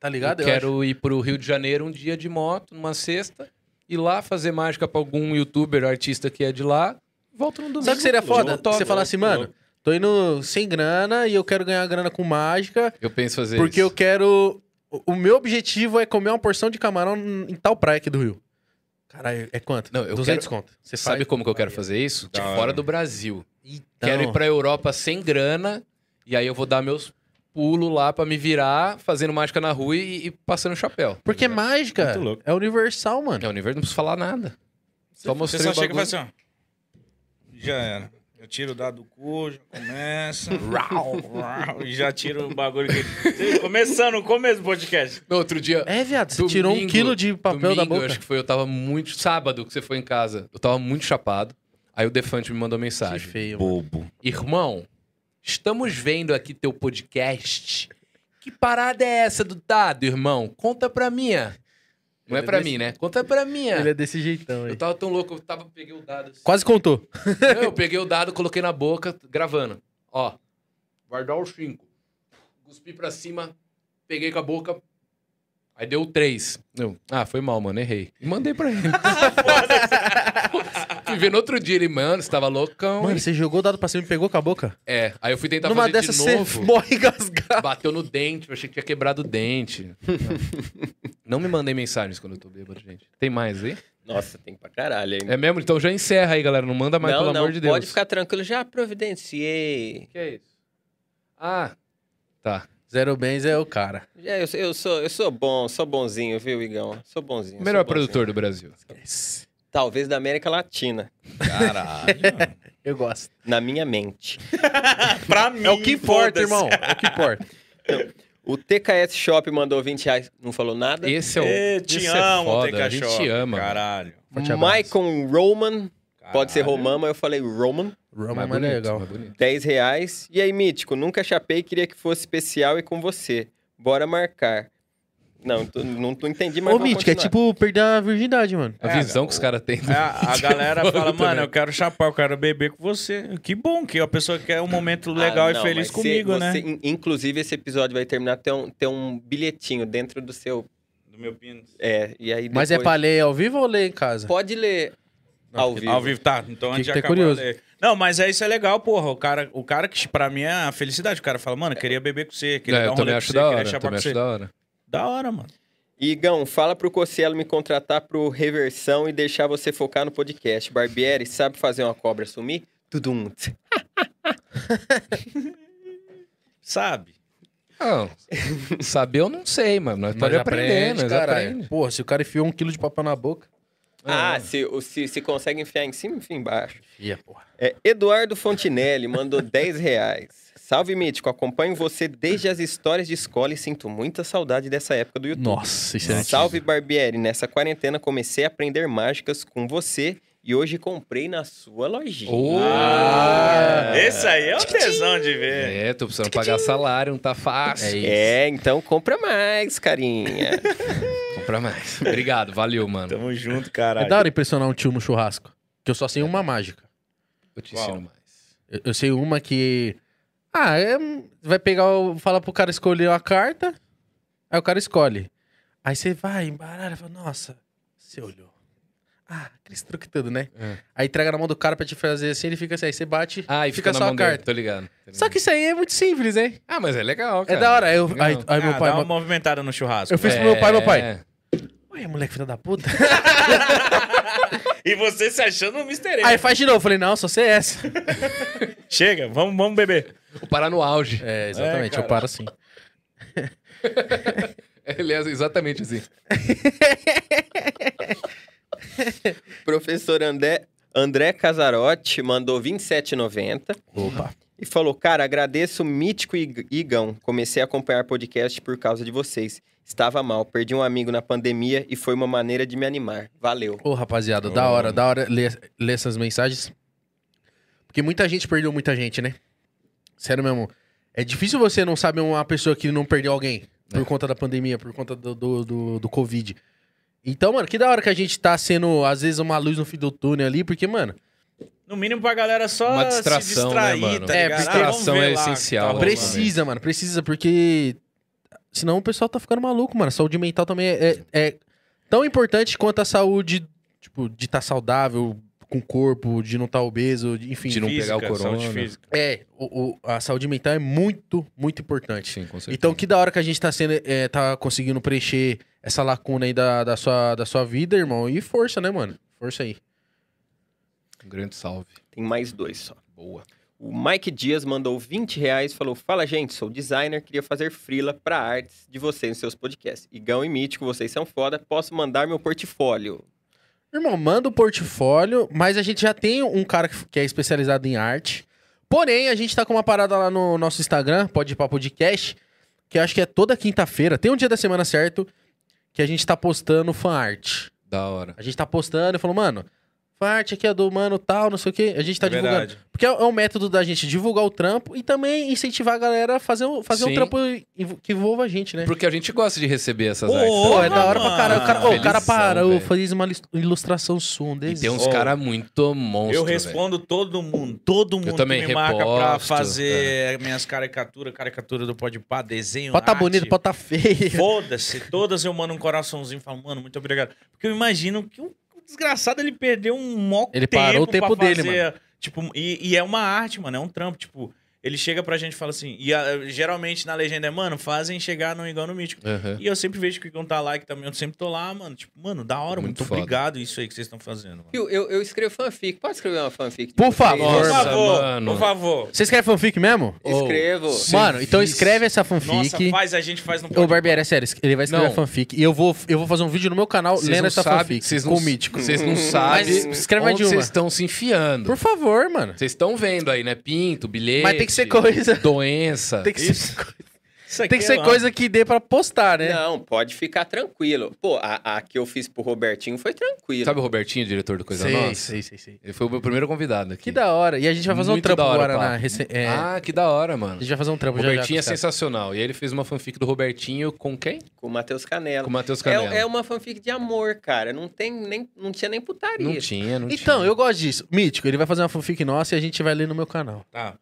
Speaker 2: Tá ligado?
Speaker 3: Eu
Speaker 2: Eu
Speaker 3: quero ir pro Rio de Janeiro um dia de moto, numa sexta, ir lá fazer mágica pra algum youtuber, artista que é de lá, volto no domingo. né?
Speaker 2: Sabe o que seria foda?
Speaker 1: Louco,
Speaker 2: Você falar assim,
Speaker 1: louco,
Speaker 2: mano, tô indo sem grana e eu quero ganhar grana com mágica
Speaker 3: Eu penso fazer
Speaker 2: Porque eu
Speaker 3: isso.
Speaker 2: quero. o- O meu objetivo é comer uma porção de camarão em tal praia aqui do Rio. Caralho, é quanto?
Speaker 3: Não, eu
Speaker 2: 200 conto. Você
Speaker 3: Sabe
Speaker 2: faz?
Speaker 3: como que eu quero fazer isso?
Speaker 1: Da hora.
Speaker 3: Fora do Brasil.
Speaker 2: Então,
Speaker 3: Quero ir pra Europa sem grana, e aí eu vou dar meus pulo lá pra me virar, fazendo mágica na rua e, e passando chapéu.
Speaker 2: Porque é
Speaker 3: mais.
Speaker 2: mágica.
Speaker 1: Muito louco.
Speaker 2: É universal, mano.
Speaker 3: É, o universo não precisa falar nada. Só
Speaker 1: Você
Speaker 3: mostrei
Speaker 1: só
Speaker 3: o
Speaker 1: chega e
Speaker 3: bagulho.
Speaker 1: faz assim, ó. Já era. Eu tiro o dado do cu, já começa. e já tiro o bagulho que. Começando o começo do podcast.
Speaker 3: No outro dia.
Speaker 2: É, viado. Você
Speaker 3: domingo-
Speaker 2: tirou um quilo de papel da
Speaker 3: domingo,
Speaker 2: boca.
Speaker 3: Acho que foi, eu tava muito. Sábado que você foi em casa, eu tava muito chapado. Aí o Defante me mandou
Speaker 2: Que
Speaker 3: mensagem.
Speaker 2: feio. mano.
Speaker 1: Bobo.
Speaker 3: Irmão, estamos vendo aqui teu podcast. Que parada é essa do dado, irmão? Conta pra mim. ah. Não é
Speaker 2: Ele
Speaker 3: pra
Speaker 2: desse-
Speaker 3: mim, né? Conta pra mim. ah.
Speaker 2: Ele é desse jeitão aí.
Speaker 3: Eu tava tão louco, eu tava, peguei o dado. assim.
Speaker 2: Quase contou.
Speaker 3: Não, eu peguei o dado, coloquei na boca, gravando. Ó. Guardar o 5. Cuspi pra cima, peguei com a boca. Aí deu 3. Ah, foi mal, mano, errei. E mandei pra ele. Fui ver no outro dia ele, mano, você tava loucão.
Speaker 2: Mano, você jogou o dado pra cima e pegou com a boca?
Speaker 3: É, aí eu fui tentar
Speaker 2: Numa
Speaker 3: fazer
Speaker 2: dessas
Speaker 3: de novo.
Speaker 2: você morre engasgado.
Speaker 3: Bateu no dente, eu achei que tinha quebrado o dente. Não me mandei mensagens quando eu tô bêbado, gente. Tem mais aí?
Speaker 4: Nossa, tem pra caralho ainda.
Speaker 3: É mesmo? Então já encerra aí, galera. Não manda mais,
Speaker 4: não,
Speaker 3: Ah, pelo
Speaker 4: não,
Speaker 3: amor de Deus.
Speaker 4: pode ficar tranquilo, já providenciei.
Speaker 3: Que é isso? Ah, tá.
Speaker 2: Zero Bens é o cara.
Speaker 4: Já, eu, eu sou, eu sou bom, sou bonzinho, viu, Igão? Sou bonzinho. sou
Speaker 3: Melhor
Speaker 4: bonzinho.
Speaker 3: produtor do Brasil.
Speaker 4: Talvez da América Latina,
Speaker 1: Caralho. mano.
Speaker 2: Eu gosto.
Speaker 4: na minha mente.
Speaker 1: pra mim.
Speaker 2: É o que importa,
Speaker 1: foda-se.
Speaker 2: irmão. É o que importa.
Speaker 4: O TKS Shop mandou 20 reais, não falou nada.
Speaker 3: Esse é o.
Speaker 1: Ê,
Speaker 3: esse
Speaker 1: te
Speaker 3: é
Speaker 1: amo,
Speaker 3: foda,
Speaker 1: tem
Speaker 3: A gente
Speaker 1: cachorro.
Speaker 3: te ama.
Speaker 1: Caralho.
Speaker 2: Forte abraço.
Speaker 4: Michael Roman, pode
Speaker 3: Ah.
Speaker 4: ser
Speaker 1: Caralho.
Speaker 4: Roman, mas eu falei Roman,
Speaker 2: Roman
Speaker 3: bonito,
Speaker 2: é legal.
Speaker 3: mais bonito.
Speaker 4: 10 reais. E aí, Mítico, nunca chapei, queria que fosse especial e com você. Bora marcar. Não, tô- não tô, entendi, mas
Speaker 2: Ô,
Speaker 4: vamos
Speaker 2: Mítico, é
Speaker 4: continuar.
Speaker 2: tipo perder a virgindade, mano.
Speaker 3: A
Speaker 1: Cara,
Speaker 3: visão que os
Speaker 1: o-
Speaker 3: caras têm. do-
Speaker 1: É, a galera
Speaker 3: Mano,
Speaker 1: fala, mano,
Speaker 3: também.
Speaker 1: eu quero chapar, eu quero beber com você. Que bom que a pessoa quer um momento
Speaker 4: Ah,
Speaker 1: legal
Speaker 4: não,
Speaker 1: e feliz
Speaker 4: mas você-
Speaker 1: comigo, né?
Speaker 4: você- in- inclusive, esse episódio vai terminar, tem um, tem um bilhetinho dentro do seu...
Speaker 1: Do meu pênis.
Speaker 4: É, e aí
Speaker 2: Mas é
Speaker 4: depois-
Speaker 2: pra ler ao vivo ou ler em casa?
Speaker 4: Pode ler ao vivo.
Speaker 1: Ao vivo, tá. Então antes de
Speaker 2: Fiquei
Speaker 1: acabar.
Speaker 2: curioso.
Speaker 1: eu leio. Não, mas é isso é legal, porra. O cara, o cara que pra mim é a felicidade. O cara fala, mano, queria beber com você, queria
Speaker 3: É,
Speaker 1: dar
Speaker 3: eu
Speaker 1: um rolê
Speaker 3: também
Speaker 1: com
Speaker 3: acho
Speaker 1: você,
Speaker 3: da
Speaker 1: queria
Speaker 3: hora.
Speaker 1: chapar
Speaker 3: Também
Speaker 1: com
Speaker 3: acho
Speaker 1: você.
Speaker 3: da hora.
Speaker 1: Da hora, mano.
Speaker 4: Igão, fala pro Cossielo me contratar pro Reversão e deixar você focar no podcast. Barbieri, sabe fazer uma cobra sumir? Tudum.
Speaker 1: Sabe?
Speaker 3: Não, saber eu não sei, mano. Nós
Speaker 2: Nós
Speaker 3: estamos aprendendo, nós
Speaker 2: caralho.
Speaker 3: aprende.
Speaker 2: Porra, se o cara enfiou um quilo de papel na boca.
Speaker 4: Ah, se, o- se, se consegue enfiar em cima, enfia embaixo.
Speaker 2: Fia, porra.
Speaker 4: É, Eduardo Fontinelli mandou 10 reais. Salve, Mítico. Acompanho você desde as histórias de escola e sinto muita saudade dessa época do YouTube.
Speaker 2: Nossa, isso é
Speaker 4: Salve, Barbieri. Nessa quarentena comecei a aprender mágicas com você e hoje comprei na sua lojinha.
Speaker 3: Ô,
Speaker 1: Esse aí é um tesão de ver.
Speaker 3: É, tô precisando pagar salário, não tá fácil.
Speaker 4: É, então compra mais, carinha.
Speaker 3: Compra mais. Obrigado, valeu, mano.
Speaker 1: Tamo junto, caralho.
Speaker 2: É da hora impressionar um tio no churrasco. Que eu só sei uma mágica.
Speaker 3: Eu te
Speaker 1: Qual?
Speaker 3: ensino mais.
Speaker 2: Eu, eu sei uma que. Ah, é, vai pegar. o- Fala pro cara escolher a carta. Aí o cara escolhe. Aí você vai, embaralha, fala, nossa, você olhou. Ah, aquele truque tudo, né?
Speaker 3: É.
Speaker 2: Aí entrega na mão do cara pra te fazer assim, ele fica assim, aí você bate,
Speaker 3: Ah, e fica,
Speaker 2: fica,
Speaker 3: na
Speaker 2: só
Speaker 3: mão
Speaker 2: a
Speaker 3: dele,
Speaker 2: carta.
Speaker 3: Tô ligado.
Speaker 2: Só que isso aí é muito simples, hein?
Speaker 3: Ah, mas é legal,
Speaker 2: É
Speaker 3: cara.
Speaker 2: da hora. Aí, eu-
Speaker 3: legal.
Speaker 2: aí, aí
Speaker 1: Ah,
Speaker 2: meu pai.
Speaker 1: dá uma
Speaker 2: meu-
Speaker 1: movimentada no churrasco.
Speaker 2: Eu fiz pro meu pai, meu pai.
Speaker 3: É.
Speaker 2: Ué, moleque, filha da puta.
Speaker 1: E você se achando um mistério.
Speaker 2: aí faz de novo. Eu falei, não, só sei essa.
Speaker 1: Chega, vamos, vamos beber.
Speaker 3: Vou parar no auge.
Speaker 2: É,
Speaker 1: exatamente,
Speaker 2: exatamente,
Speaker 1: É, cara.
Speaker 2: eu paro assim.
Speaker 3: Ele é exatamente assim.
Speaker 4: Professor André, André Casarotti mandou 27,90
Speaker 2: Opa.
Speaker 4: e falou: Cara, agradeço o Mítico e Igão. Comecei a acompanhar podcast por causa de vocês. Estava mal, perdi um amigo na pandemia e foi uma maneira de me animar. Valeu.
Speaker 2: Ô, rapaziada,
Speaker 1: Ô.
Speaker 2: da hora, da hora ler, ler essas mensagens. Porque muita gente perdeu muita gente, né? Sério mesmo. É difícil você não saber uma pessoa que não perdeu alguém por conta da pandemia, por conta do, do, do, do Covid. Então, mano, que da hora que a gente tá sendo, às vezes, uma luz no fim do túnel ali, porque, mano,
Speaker 1: No mínimo pra galera só
Speaker 3: Uma distração,
Speaker 1: se distrair,
Speaker 3: né, mano?
Speaker 1: tá
Speaker 2: É,
Speaker 1: ligado?
Speaker 2: porque
Speaker 1: Ah, vamos
Speaker 3: distração
Speaker 1: ver lá o
Speaker 3: é
Speaker 1: que tá
Speaker 3: essencial,
Speaker 1: rolando.
Speaker 2: precisa, mano, precisa, porque senão o pessoal tá ficando maluco, mano. A saúde mental também é, é- é tão importante quanto a saúde, tipo, de estar saudável com o corpo, de não estar obeso, de- enfim.
Speaker 3: De não pegar o
Speaker 1: Física, saúde
Speaker 3: corona.
Speaker 1: física.
Speaker 2: É, o- o- a saúde mental é muito, muito importante.
Speaker 3: Sim, com certeza.
Speaker 2: Então, que da hora que a gente tá sendo, é, tá conseguindo preencher essa lacuna aí da, da, sua, da sua vida, irmão. E força, né, mano? Força aí.
Speaker 3: Um grande salve.
Speaker 4: Tem mais dois só.
Speaker 3: Boa.
Speaker 4: O Mike Dias mandou 20 reais e falou: Fala, gente, sou designer, queria fazer freela para artes de vocês nos seus podcasts. Igão e Mítico, vocês são foda, posso mandar meu portfólio.
Speaker 2: Irmão, manda o portfólio, mas a gente já tem um cara que- que é especializado em arte. Porém, a gente tá com uma parada lá no nosso Instagram, pode ir pra podcast, que eu acho que é toda quinta-feira, tem um dia da semana certo, que a gente tá postando fan art.
Speaker 3: Da hora.
Speaker 2: A gente tá postando e falou, mano, fan art aqui é do mano tal, não sei o quê. A gente tá
Speaker 1: É
Speaker 2: divulgando.
Speaker 1: verdade.
Speaker 2: Porque é é um método da gente divulgar o trampo e também incentivar a galera a fazer, o- fazer um
Speaker 3: Sim.
Speaker 2: trampo env- que envolva a gente, né?
Speaker 3: Porque a gente gosta de receber essas
Speaker 1: Ô,
Speaker 3: artes. né?
Speaker 2: Pô, é da hora pra
Speaker 1: mano.
Speaker 2: caralho. O cara, ô, o cara
Speaker 3: Felizão,
Speaker 2: parou,
Speaker 3: velho.
Speaker 2: fez uma lis- ilustração sua, um
Speaker 3: E tem
Speaker 2: desenho.
Speaker 3: uns
Speaker 1: Ô,
Speaker 3: caras muito monstros.
Speaker 1: eu respondo todo mundo, todo mundo
Speaker 3: também
Speaker 1: que me marca pra
Speaker 3: reposto,
Speaker 1: fazer minhas caricaturas, caricatura do Pode Pá, desenho,
Speaker 2: é. Pode tá
Speaker 1: arte.
Speaker 2: bonito, pode tá feio.
Speaker 1: Foda-se, todas eu mando um coraçãozinho e falo, mano, muito obrigado. Porque eu imagino que o o desgraçado ele perdeu um mó
Speaker 2: Ele
Speaker 1: tempo
Speaker 2: parou o tempo
Speaker 1: pra
Speaker 2: dele,
Speaker 1: fazer, Tipo, e, e é uma arte, mano, é um trampo. Tipo, ele chega pra gente e fala assim, e ah, geralmente na legenda é, mano, fazem chegar no igual no mítico.
Speaker 3: Aham.
Speaker 2: Uhum.
Speaker 1: E eu sempre vejo que o Igão tá lá, que também eu sempre tô lá, mano. Tipo, mano, da hora,
Speaker 3: Muito
Speaker 1: muito,
Speaker 3: foda.
Speaker 1: obrigado isso aí que vocês estão fazendo. Mano.
Speaker 4: Eu, eu, eu escrevo fanfic. Pode escrever uma fanfic? de
Speaker 2: Por
Speaker 4: vocês?
Speaker 2: favor.
Speaker 1: por
Speaker 3: Nossa,
Speaker 1: favor,
Speaker 3: mano.
Speaker 1: por favor.
Speaker 2: Você escreve fanfic mesmo?
Speaker 4: Escrevo.
Speaker 3: Sim.
Speaker 2: Mano, então
Speaker 3: Serviço.
Speaker 2: escreve essa
Speaker 1: Nossa,
Speaker 2: fanfic.
Speaker 1: faz, a gente faz no
Speaker 2: Ô, Barbieri, é sério, ele vai escrever
Speaker 3: Não.
Speaker 2: a fanfic. E eu vou, eu vou fazer um vídeo no meu canal
Speaker 3: Vocês
Speaker 2: lendo
Speaker 3: não
Speaker 2: essa
Speaker 3: sabem-
Speaker 2: tá fanfic.
Speaker 3: vocês
Speaker 2: com
Speaker 3: não-
Speaker 2: o mítico.
Speaker 3: Vocês não
Speaker 2: Mas
Speaker 3: sabem
Speaker 2: escreve mais
Speaker 3: onde
Speaker 2: de uma.
Speaker 3: vocês estão se enfiando.
Speaker 2: Por favor, mano.
Speaker 3: Vocês estão vendo aí, né? Pinto, bilhete.
Speaker 2: Mas tem que ser coisa.
Speaker 3: Doença.
Speaker 2: Tem que ser,
Speaker 1: Isso. Isso aqui
Speaker 2: tem que
Speaker 1: é
Speaker 2: ser
Speaker 1: lá.
Speaker 2: coisa que dê pra postar, né?
Speaker 4: Não, pode ficar tranquilo. Pô, a, a que eu fiz pro Robertinho foi tranquilo.
Speaker 3: Sabe o Robertinho, diretor do Coisa
Speaker 2: sei,
Speaker 3: Nossa?
Speaker 2: sei, sei, sei.
Speaker 3: Ele foi o meu primeiro convidado aqui.
Speaker 2: Que da hora. E a gente vai fazer
Speaker 3: Muito
Speaker 2: um trampo
Speaker 3: da hora,
Speaker 2: agora
Speaker 3: papo.
Speaker 2: na. rece- é,
Speaker 3: Ah, que da hora, mano.
Speaker 2: A gente vai fazer um trampo já, já.
Speaker 3: Robertinho é
Speaker 2: com os caras.
Speaker 3: sensacional. E aí ele fez uma fanfic do Robertinho com quem?
Speaker 4: Com o Matheus
Speaker 3: Com
Speaker 4: Canela.
Speaker 3: o Matheus Canela.
Speaker 4: É, é uma fanfic de amor, cara. Não, tem nem, não tinha nem putaria.
Speaker 3: Não tinha, não tinha.
Speaker 2: Então, eu gosto disso. Mítico, ele vai fazer uma fanfic nossa e a gente vai ler no meu canal.
Speaker 1: Tá. Vamos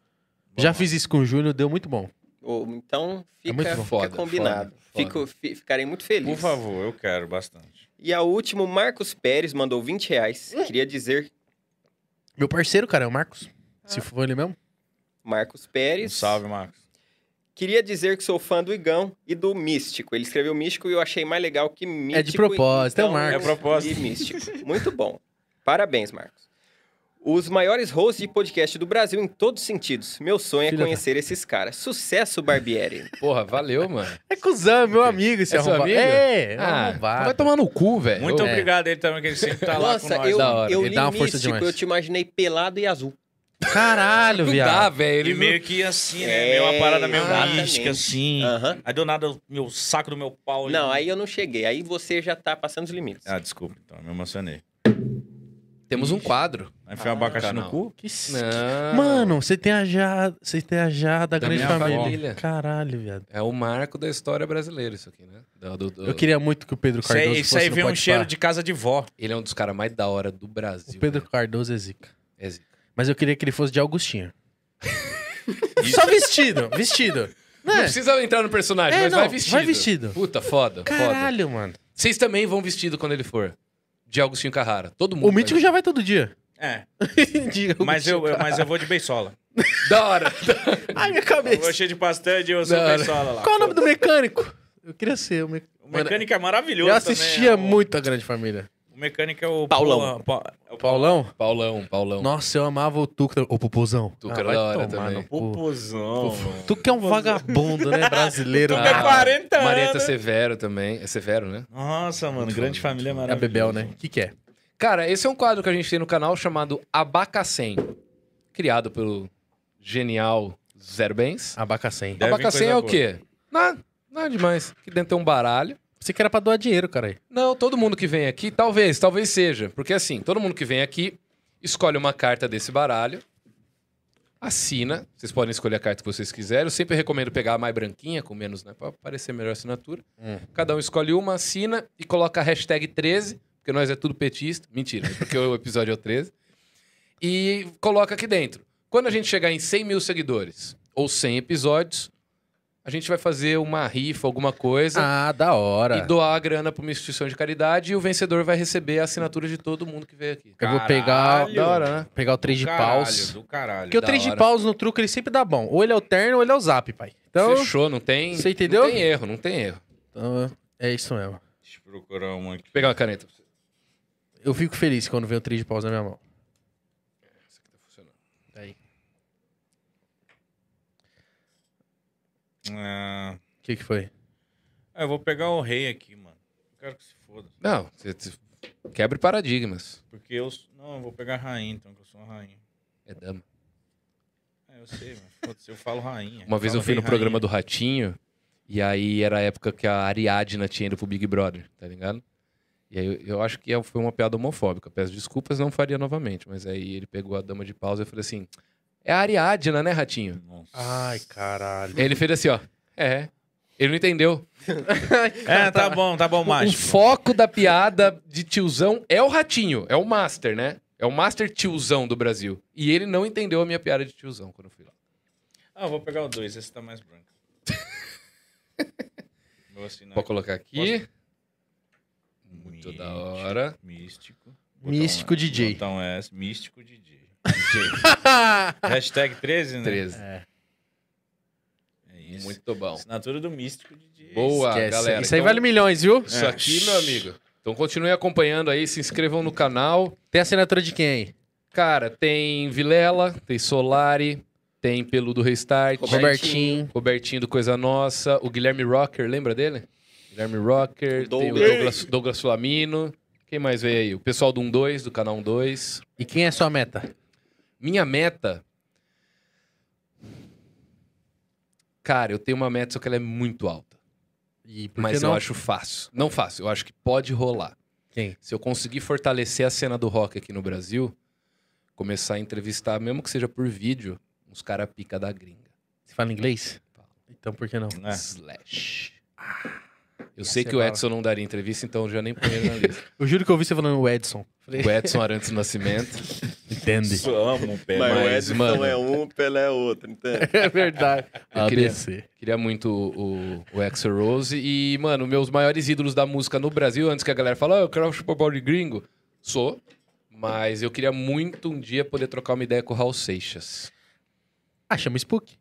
Speaker 2: Já
Speaker 1: lá.
Speaker 2: fiz isso com o Júlio, deu muito bom.
Speaker 4: Ou- então fica,
Speaker 2: muito bom.
Speaker 4: fica
Speaker 3: É Foda,
Speaker 4: combinado.
Speaker 3: foda,
Speaker 4: Fico- fi- ficarei muito feliz.
Speaker 1: Por favor, eu quero bastante.
Speaker 4: E a última, o Marcos Pérez mandou 20 reais. Queria dizer,
Speaker 2: Meu parceiro, cara, é o Marcos. Se for ele mesmo.
Speaker 4: Marcos
Speaker 1: Um
Speaker 4: Pérez.
Speaker 1: salve, Marcos.
Speaker 4: Queria dizer que sou fã do Igão e do Místico. Ele escreveu Místico e eu achei mais legal que Místico.
Speaker 2: propósito, é o
Speaker 4: então,
Speaker 2: Marcos.
Speaker 1: É propósito.
Speaker 4: E Místico. Muito bom. Parabéns, Marcos. Os maiores hosts de podcast do Brasil em todos os sentidos. Meu sonho é
Speaker 2: Filha da-
Speaker 4: conhecer esses caras. Sucesso, Barbieri.
Speaker 3: Porra, valeu, mano.
Speaker 2: É cuzão, meu amigo esse
Speaker 3: É seu
Speaker 2: arrombado.
Speaker 3: amigo?
Speaker 2: É, é um
Speaker 3: Ah,
Speaker 2: arrombado.
Speaker 3: vai tomar no cu,
Speaker 2: É,
Speaker 3: velho. É.
Speaker 1: Muito
Speaker 3: Ô,
Speaker 1: obrigado ele também, que ele sempre tá lá com
Speaker 4: Nossa,
Speaker 1: nós.
Speaker 4: eu,
Speaker 3: da hora.
Speaker 4: eu
Speaker 2: Ele
Speaker 4: li
Speaker 2: dá uma
Speaker 4: Místico,
Speaker 2: força demais.
Speaker 4: eu te imaginei pelado e azul.
Speaker 2: Caralho,
Speaker 3: Não
Speaker 2: viado.
Speaker 3: dá, velho.
Speaker 1: Ele
Speaker 3: Ele não-
Speaker 1: meio que assim, né?
Speaker 4: É,
Speaker 1: meio uma parada meio
Speaker 4: exatamente.
Speaker 1: mística, assim.
Speaker 2: Ah.
Speaker 4: Aham.
Speaker 1: Aí do nada, o meu saco do meu pau. ele-
Speaker 4: Não, aí eu não cheguei. Aí você já tá passando os limites.
Speaker 1: Ah, desculpa, então, eu me emocionei.
Speaker 3: Temos um quadro.
Speaker 1: Aí
Speaker 2: Ah,
Speaker 1: foi um abacaxi
Speaker 2: tá
Speaker 1: no cu?
Speaker 2: Que s-
Speaker 3: Não.
Speaker 2: Mano, você tem a já, você tem a já da,
Speaker 3: Da
Speaker 2: grande
Speaker 3: minha
Speaker 2: família.
Speaker 3: família.
Speaker 2: Caralho, viado.
Speaker 3: É o marco da história brasileira, isso aqui, né? Do- do- do-
Speaker 2: Eu queria muito que o Pedro
Speaker 1: Isso
Speaker 2: Cardoso assim,
Speaker 1: aí, isso
Speaker 2: fosse
Speaker 1: aí
Speaker 2: no
Speaker 1: vem um
Speaker 2: Podpah.
Speaker 1: cheiro de casa de vó.
Speaker 3: Ele é um dos caras mais da hora do Brasil.
Speaker 2: O Pedro
Speaker 3: né?
Speaker 2: Cardoso é zica.
Speaker 3: É zica.
Speaker 2: Mas eu queria que ele fosse de Augustinho.
Speaker 1: Isso.
Speaker 2: Só vestido, vestido.
Speaker 3: Não
Speaker 2: Né?
Speaker 3: precisa entrar no personagem,
Speaker 2: É,
Speaker 3: mas
Speaker 2: não,
Speaker 3: vai vestido.
Speaker 2: vai vestido.
Speaker 3: Puta, foda, foda.
Speaker 2: Caralho, mano.
Speaker 3: Vocês também vão vestido quando ele for. De Agostinho Carrara. Todo mundo.
Speaker 2: O
Speaker 3: vai
Speaker 2: Mítico já vai todo dia.
Speaker 1: É,
Speaker 2: De
Speaker 1: mas eu, eu-
Speaker 2: Augustinho.
Speaker 1: mas eu vou de beiçola.
Speaker 3: vestido. Da hora.
Speaker 2: Ai, minha
Speaker 1: Eu
Speaker 2: cabeça.
Speaker 1: vou cheio de pastante e eu sou
Speaker 3: Da hora.
Speaker 1: beiçola lá.
Speaker 2: Qual é o nome do mecânico? Eu queria ser o mecânico.
Speaker 1: O mecânico é maravilhoso
Speaker 2: Eu
Speaker 1: também,
Speaker 2: assistia
Speaker 1: é o-
Speaker 2: muito a Grande Família.
Speaker 1: O mecânico é o...
Speaker 4: Paulão.
Speaker 1: Pau- é o
Speaker 2: Paulão?
Speaker 3: Paulão, Paulão.
Speaker 2: Nossa, eu amava o Tuca. O Pupuzão.
Speaker 3: Tuca
Speaker 2: Ah,
Speaker 3: era
Speaker 2: vai
Speaker 3: da hora
Speaker 2: tomar
Speaker 3: também.
Speaker 2: no cu.
Speaker 1: Popozão.
Speaker 2: Tuca é um vagabundo, né? Brasileiro.
Speaker 1: Tuca é
Speaker 2: Ah,
Speaker 1: 40 anos.
Speaker 3: Marieta Severo também. É Severo, né?
Speaker 1: Nossa, mano, grande família é
Speaker 2: É a
Speaker 1: maravilhosa.
Speaker 2: Bebel, né? O que, que é?
Speaker 3: Cara, esse é um quadro que a gente tem no canal chamado Abacacém. Criado pelo genial Zero Bens.
Speaker 2: Ah, Abacacém.
Speaker 1: Deve
Speaker 3: Abacacém
Speaker 1: coisa
Speaker 3: é o
Speaker 1: boa.
Speaker 3: quê? Nada, nada demais. Aqui dentro tem um baralho.
Speaker 2: Você que era pra doar dinheiro, cara.
Speaker 3: Não, todo mundo que vem aqui, talvez, talvez seja. Porque assim, todo mundo que vem aqui escolhe uma carta desse baralho, assina. Vocês podem escolher a carta que vocês quiserem. Eu sempre recomendo pegar a mais branquinha, com menos, né? Pra parecer melhor a assinatura.
Speaker 2: Hum.
Speaker 3: Cada um escolhe uma, assina e coloca a hashtag 13, porque nós é tudo petista. Mentira, porque o episódio é o 13. E coloca aqui dentro. Quando a gente chegar em 100 mil seguidores ou 100 episódios, a gente vai fazer uma rifa, alguma coisa
Speaker 2: Ah, da hora.
Speaker 3: e doar a grana pra uma instituição de caridade e o vencedor vai receber a assinatura de todo mundo que veio aqui.
Speaker 2: Eu vou pegar,
Speaker 1: Caralho.
Speaker 3: Da hora, né?
Speaker 2: pegar o 3 de
Speaker 1: Caralho,
Speaker 2: paus.
Speaker 1: do caralho.
Speaker 2: Porque o
Speaker 3: da
Speaker 2: 3 de
Speaker 3: hora.
Speaker 2: paus no truco ele sempre dá bom. Ou ele é o terno ou ele é o zap, pai. Então,
Speaker 3: Fechou, não tem.
Speaker 2: Você entendeu?
Speaker 3: Não tem erro, não tem erro. Vou
Speaker 2: então, é isso mesmo.
Speaker 1: Deixa eu procurar uma aqui.
Speaker 3: pegar uma caneta. pra você.
Speaker 2: Eu fico feliz quando vem o 3 de paus na minha mão.
Speaker 3: Essa aqui tá funcionando.
Speaker 2: Aí.
Speaker 9: O que, que foi?
Speaker 1: Ah, É, eu vou pegar o rei aqui, mano. Eu quero que se foda.
Speaker 3: Não, você- você quebre paradigmas.
Speaker 1: Porque eu. Não, eu vou pegar a rainha, então, que eu sou a rainha.
Speaker 3: É dama.
Speaker 1: É, eu sei, mano. Foda-se, eu falo rainha.
Speaker 3: Uma vez eu
Speaker 1: Falo
Speaker 3: fui
Speaker 1: rei,
Speaker 3: no programa
Speaker 1: rainha.
Speaker 3: do Ratinho, e aí era a época que a Ariadna tinha ido pro Big Brother, tá ligado? E aí eu, eu acho que é, foi uma piada homofóbica. Peço desculpas, não faria novamente. Mas aí ele pegou a dama de pausa e eu falei assim: É a Ariadna, né, Ratinho?
Speaker 1: Nossa.
Speaker 9: Ai, caralho.
Speaker 3: Aí ele fez assim, ó. É. Ele não entendeu.
Speaker 1: É, tá bom, tá bom,
Speaker 3: O
Speaker 1: mágico.
Speaker 3: foco da piada de tiozão é o ratinho, é o master, né? É o master tiozão do Brasil. E ele não entendeu a minha piada de tiozão quando eu fui lá.
Speaker 1: Ah, eu vou pegar o dois, esse tá mais branco. vou assinar.
Speaker 3: Vou colocar aqui.
Speaker 1: Muito
Speaker 3: Muito da hora.
Speaker 1: Místico.
Speaker 2: Místico DJ.
Speaker 1: Então é místico DJ. Hashtag 13, né?
Speaker 3: 13.
Speaker 1: É isso.
Speaker 3: Muito bom.
Speaker 1: Assinatura do místico DJ.
Speaker 3: Boa,
Speaker 2: Esquece.
Speaker 3: galera.
Speaker 2: Isso aí
Speaker 3: Então,
Speaker 2: vale milhões, viu? É.
Speaker 3: Isso aqui, meu amigo. Então continue acompanhando aí, se inscrevam no canal.
Speaker 2: Tem assinatura de quem aí?
Speaker 3: Cara, tem Vilela, tem Solari, tem Peludo Restart,
Speaker 4: Robertinho.
Speaker 2: Robertinho.
Speaker 3: Robertinho do Coisa Nossa, o Guilherme Rocker, lembra dele? Guilherme Rocker, tem o
Speaker 4: Douglas.
Speaker 3: Douglas, Douglas Flamino. Quem mais veio aí? O pessoal do 12, do canal 12.
Speaker 2: E quem é sua meta?
Speaker 3: Minha meta. Cara, eu tenho uma meta, só que ela é muito alta.
Speaker 2: E por
Speaker 3: Mas
Speaker 2: que
Speaker 3: eu
Speaker 2: não?
Speaker 3: acho fácil. Não fácil, eu acho que pode rolar.
Speaker 2: Quem?
Speaker 3: Se eu conseguir fortalecer a cena do rock aqui no Brasil, começar a entrevistar, mesmo que seja por vídeo, uns cara pica da gringa.
Speaker 2: Você fala inglês? Então por que não?
Speaker 1: É.
Speaker 3: Slash. Eu
Speaker 2: Ah, Ia
Speaker 3: sei
Speaker 2: ser
Speaker 3: que o
Speaker 2: bala.
Speaker 3: Edson não daria entrevista, então eu já nem ponho ele na lista.
Speaker 2: Eu juro que eu ouvi você falando o Edson. Falei,
Speaker 3: O Edson Arantes do Nascimento.
Speaker 2: entende.
Speaker 1: Isso, amo, pé.
Speaker 4: Mas o
Speaker 3: Mas,
Speaker 4: Edson
Speaker 3: mano-
Speaker 4: é um, o Pelé é outro, entende?
Speaker 2: É verdade.
Speaker 3: Eu queria-
Speaker 2: ABC.
Speaker 3: Queria muito o, o, o Axl Rose. E, mano, meus maiores ídolos da música no Brasil, antes que a galera fale, ah, eu quero chupar pau de gringo. Sou. Mas eu queria muito um dia poder trocar uma ideia com o Raul Seixas.
Speaker 2: Ah, chama Spook.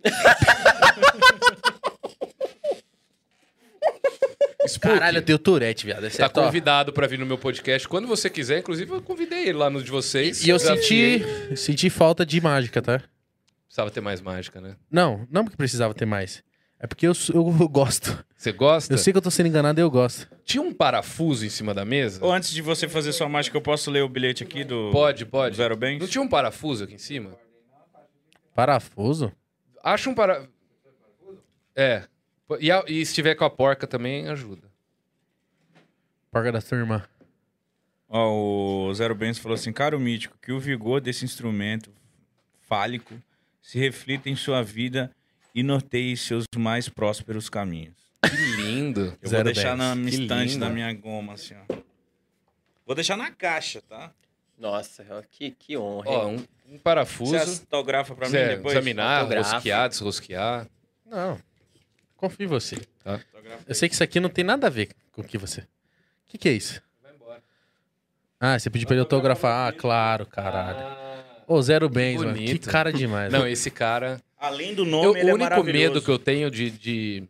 Speaker 2: Caralho, eu tenho Tourette, viado. Esse
Speaker 3: Tá
Speaker 2: é top.
Speaker 3: convidado pra vir no meu podcast quando você quiser. Inclusive, eu convidei ele lá no de vocês.
Speaker 2: E eu
Speaker 3: Desafiei.
Speaker 2: senti, senti falta de mágica, tá?
Speaker 3: Precisava ter mais mágica, né?
Speaker 2: Não, não porque precisava ter mais. É porque eu, sou- eu gosto.
Speaker 3: Você gosta?
Speaker 2: Eu sei que eu tô sendo enganado e eu gosto.
Speaker 3: Tinha um parafuso em cima da mesa?
Speaker 1: Ou antes de você fazer sua mágica, eu posso ler o bilhete aqui do.
Speaker 3: Pode, pode.
Speaker 1: Zero
Speaker 3: Não
Speaker 1: Banks?
Speaker 3: tinha um parafuso aqui em cima?
Speaker 2: Parafuso?
Speaker 3: Acha um para... É. E, a- e se tiver com a porca também, ajuda.
Speaker 2: Porca da sua irmã.
Speaker 1: Ó, o Zero Banks falou assim: Caro mítico, que o vigor desse instrumento fálico se reflita em sua vida e norteie seus mais prósperos caminhos.
Speaker 3: Que lindo.
Speaker 1: Eu
Speaker 2: Zero
Speaker 1: vou deixar
Speaker 2: Banks.
Speaker 1: na minha
Speaker 3: Que
Speaker 1: estante
Speaker 3: lindo.
Speaker 1: da minha goma, assim, ó. Vou deixar na caixa, tá?
Speaker 4: Nossa, que, que honra.
Speaker 3: Ó,
Speaker 4: hein?
Speaker 3: um, um parafuso.
Speaker 1: Você autografa pra mim
Speaker 3: Quiser
Speaker 1: depois?
Speaker 3: examinar,
Speaker 4: Autografa.
Speaker 3: rosquear, desrosquear.
Speaker 2: Não. Confio em você. tá?
Speaker 1: Autografa.
Speaker 2: Eu sei que isso aqui não tem nada a ver com o que você. O que, que é isso? Ah, você pediu pra ele autografar. Ah, claro,
Speaker 1: Ah.
Speaker 2: caralho. Ô, zero bens, mano. Que
Speaker 3: bonito.
Speaker 2: cara demais.
Speaker 3: Ah. Não,
Speaker 2: né?
Speaker 3: esse cara.
Speaker 1: Além do
Speaker 3: Eu,
Speaker 1: nome, ele
Speaker 3: o
Speaker 1: é
Speaker 3: único
Speaker 1: maravilhoso.
Speaker 3: medo que eu tenho de. de...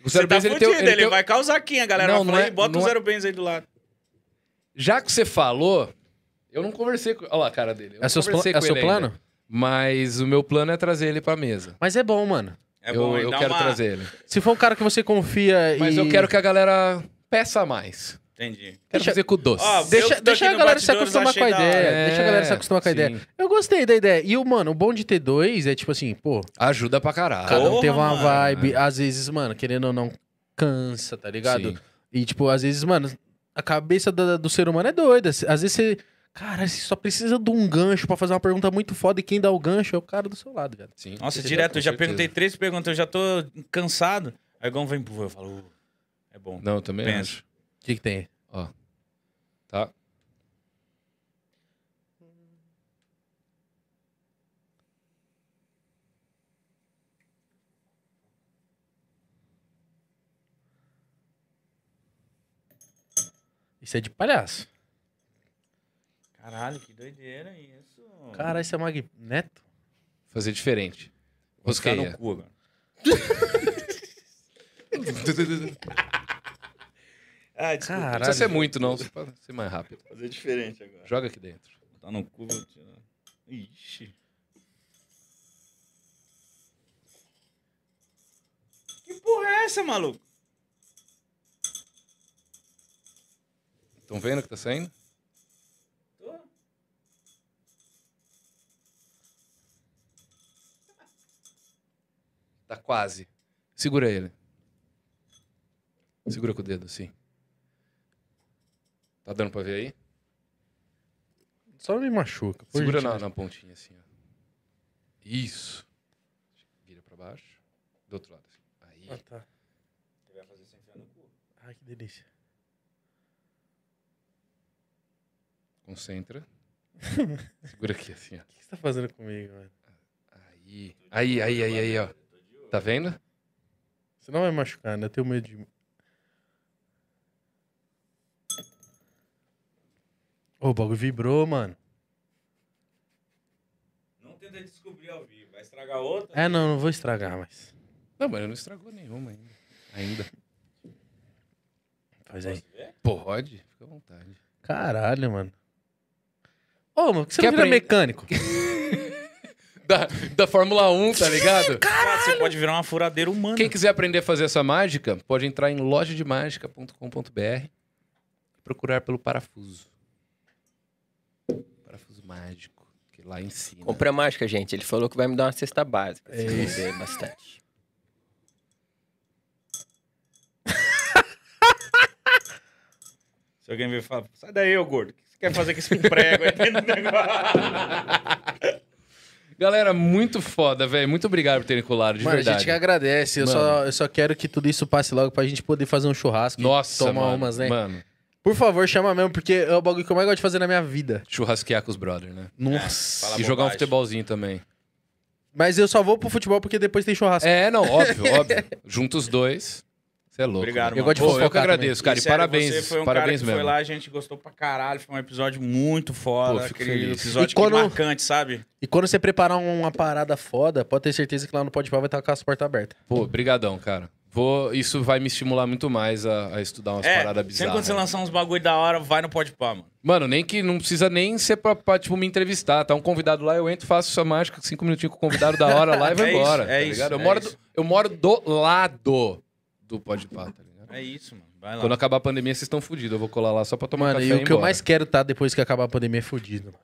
Speaker 3: O
Speaker 1: Você
Speaker 3: Zero
Speaker 1: tá
Speaker 3: Benz,
Speaker 1: fudido,
Speaker 3: tem- um-
Speaker 1: ele,
Speaker 3: tem-
Speaker 1: vai causar aqui, a galera
Speaker 3: Não,
Speaker 1: vai
Speaker 3: não
Speaker 1: falar,
Speaker 3: é-
Speaker 1: "Ih, bota
Speaker 3: não
Speaker 1: o
Speaker 3: é-
Speaker 1: Zero Benz aí do lado.
Speaker 3: Já que você falou, eu não conversei com. Olha lá a cara dele. Eu
Speaker 2: É,
Speaker 3: não
Speaker 2: seus pla-
Speaker 3: conversei
Speaker 2: é
Speaker 3: com
Speaker 2: seu
Speaker 3: ele
Speaker 2: plano?
Speaker 3: ainda. Mas o meu plano é trazer ele pra mesa.
Speaker 2: Mas é bom, mano.
Speaker 1: É
Speaker 3: eu
Speaker 1: bom, ele
Speaker 3: eu
Speaker 1: dá
Speaker 3: quero
Speaker 1: uma-
Speaker 3: trazer ele.
Speaker 2: Se for um cara que você confia
Speaker 3: Mas
Speaker 2: e...
Speaker 3: eu quero que a galera peça mais.
Speaker 1: Entendi.
Speaker 3: Quero
Speaker 2: Deixa-
Speaker 3: fazer com o doce.
Speaker 1: Ó,
Speaker 3: De-
Speaker 1: Eu
Speaker 2: Deixa,
Speaker 1: tô tá aqui
Speaker 2: deixa a
Speaker 1: no
Speaker 2: galera se
Speaker 1: bastidores,
Speaker 2: acostumar com a
Speaker 1: achei da
Speaker 2: ideia.
Speaker 1: hora.
Speaker 2: Deixa a galera se acostumar com a
Speaker 3: sim.
Speaker 2: ideia. Eu gostei da ideia. E, o mano, o bom de ter dois é tipo assim, pô,
Speaker 3: Ajuda pra caralho.
Speaker 2: cada um
Speaker 1: Porra,
Speaker 2: teve uma
Speaker 1: mano.
Speaker 2: vibe. Às vezes, mano, querendo ou não, cansa, tá ligado?
Speaker 3: Sim.
Speaker 2: E, tipo, às vezes, mano, a cabeça da- do, ser humano é doida. Às vezes você. Cara, você só precisa de um gancho pra fazer uma pergunta muito foda e quem dá o gancho é o cara do seu lado, velho.
Speaker 3: Sim.
Speaker 1: Nossa, é
Speaker 3: Com
Speaker 1: direto, eu já
Speaker 3: certeza.
Speaker 1: perguntei três perguntas, eu já tô cansado. Aí o Gão vem, pô, eu falo, "Uh, é bom.
Speaker 3: Não, eu também
Speaker 1: Pensa.
Speaker 3: acho.
Speaker 2: O que, que tem?
Speaker 3: Tá?
Speaker 2: Isso é de palhaço.
Speaker 1: Caralho, que doideira isso.
Speaker 2: Cara, isso é magneto.
Speaker 3: Fazer diferente. é.
Speaker 1: Vou ficar no
Speaker 3: Rosqueia.
Speaker 1: cu agora. Ah, desculpa.
Speaker 3: Não precisa ser muito, não. Você pode ser mais rápido.
Speaker 1: Fazer diferente agora.
Speaker 3: Joga aqui dentro.
Speaker 1: Tá no cu, vou tirar. Ixi. Que porra é essa, maluco?
Speaker 3: Estão vendo que tá saindo? Tá quase. Segura ele. Segura com o dedo, assim. Tá dando pra ver aí?
Speaker 2: Só me machuca. por
Speaker 3: Segura na,
Speaker 2: gentileza.
Speaker 3: na pontinha, assim, ó. Isso. Vira pra baixo. Do outro lado. assim. Aí.
Speaker 2: Ah, tá. Ai, que delícia.
Speaker 3: Concentra. Segura aqui, assim, ó.
Speaker 2: O que você tá fazendo comigo, velho?
Speaker 3: Aí. Aí, aí, aí, aí, ó. Tá vendo?
Speaker 2: Você não vai machucar, né? Eu tenho medo de. Ô, o bagulho vibrou, mano.
Speaker 1: Não tenta descobrir ao vivo. Vai estragar outra?
Speaker 2: É, não, não vou estragar, mas.
Speaker 3: Não, mas não estragou nenhuma ainda. Ainda.
Speaker 2: Faz aí.
Speaker 3: Pode? Fica à vontade.
Speaker 2: Caralho, mano. Ô, mano, por que você
Speaker 3: Quer
Speaker 2: não vira
Speaker 3: aprender-
Speaker 2: mecânico?
Speaker 3: Da, da Fórmula 1, tá ligado?
Speaker 1: Cara, você pode virar uma furadeira humana.
Speaker 3: Quem quiser aprender a fazer essa mágica, pode entrar em lojademagica.com.br e procurar pelo parafuso. Parafuso mágico, que lá ensina.
Speaker 4: um Compra mágica, gente. Ele falou que vai me dar uma cesta básica. Vocês vão ver bastante.
Speaker 1: Se alguém vir falar, sai daí, ô gordo. O que você quer fazer com esse prego aí dentro do negócio?
Speaker 3: Galera, muito foda, velho. Muito obrigado por terem colado, de
Speaker 2: mano, a
Speaker 3: verdade.
Speaker 2: gente que agradece. Eu só, eu só quero que tudo isso passe logo pra gente poder fazer um churrasco. e
Speaker 3: Nossa,
Speaker 2: tomar
Speaker 3: mano,
Speaker 2: umas, né?
Speaker 3: mano,
Speaker 2: Por favor, chama mesmo, porque é o bagulho que eu mais gosto de fazer na minha vida.
Speaker 3: churrasquear com os brothers, né?
Speaker 2: Nossa.
Speaker 1: fala
Speaker 3: e jogar um
Speaker 1: bobagem.
Speaker 3: futebolzinho também.
Speaker 2: Mas eu só vou pro futebol porque depois tem churrasco.
Speaker 3: É, não, óbvio, óbvio. Junta os dois. Você é louco.
Speaker 1: Obrigado,
Speaker 3: mano.
Speaker 1: mano. Eu gosto de
Speaker 3: Pô, eu que
Speaker 2: fofocar também.
Speaker 3: agradeço, cara. E,
Speaker 1: sério,
Speaker 3: parabéns.
Speaker 1: Você foi um cara
Speaker 3: parabéns
Speaker 1: que
Speaker 3: mesmo.
Speaker 1: foi lá, a gente gostou pra caralho. Foi um episódio muito foda.
Speaker 3: Pô, fico
Speaker 1: aquele
Speaker 3: feliz.
Speaker 1: episódio
Speaker 2: E quando-
Speaker 1: que marcante, sabe?
Speaker 2: E quando você preparar um- uma parada foda, pode ter certeza que lá no Podpah vai estar com as portas abertas.
Speaker 3: Pô, brigadão, cara. Vou, isso vai me estimular muito mais a, a estudar umas né?
Speaker 1: é,
Speaker 3: paradas
Speaker 1: sempre quando
Speaker 3: bizarras.
Speaker 1: você lançar uns bagulho da hora, vai no pode pá, mano.
Speaker 3: Mano, nem que não precisa nem ser pra, pra, tipo, me entrevistar. Tá um convidado lá, eu entro, faço sua mágica, cinco minutinhos com o convidado da hora lá e vou
Speaker 1: É isso,
Speaker 3: embora.
Speaker 1: é
Speaker 3: tá
Speaker 1: isso,
Speaker 3: ligado?
Speaker 1: é
Speaker 3: Eu, moro
Speaker 1: isso.
Speaker 3: do, eu moro do lado do Pode Pá, tá ligado?
Speaker 1: É isso, mano. Vai lá.
Speaker 3: Quando acabar a pandemia, vocês estão fodidos. Eu vou colar lá só pra tomar
Speaker 2: Mano,
Speaker 3: café
Speaker 2: e o que eu
Speaker 3: embora.
Speaker 2: mais quero tá depois que acabar a pandemia é fodido, mano.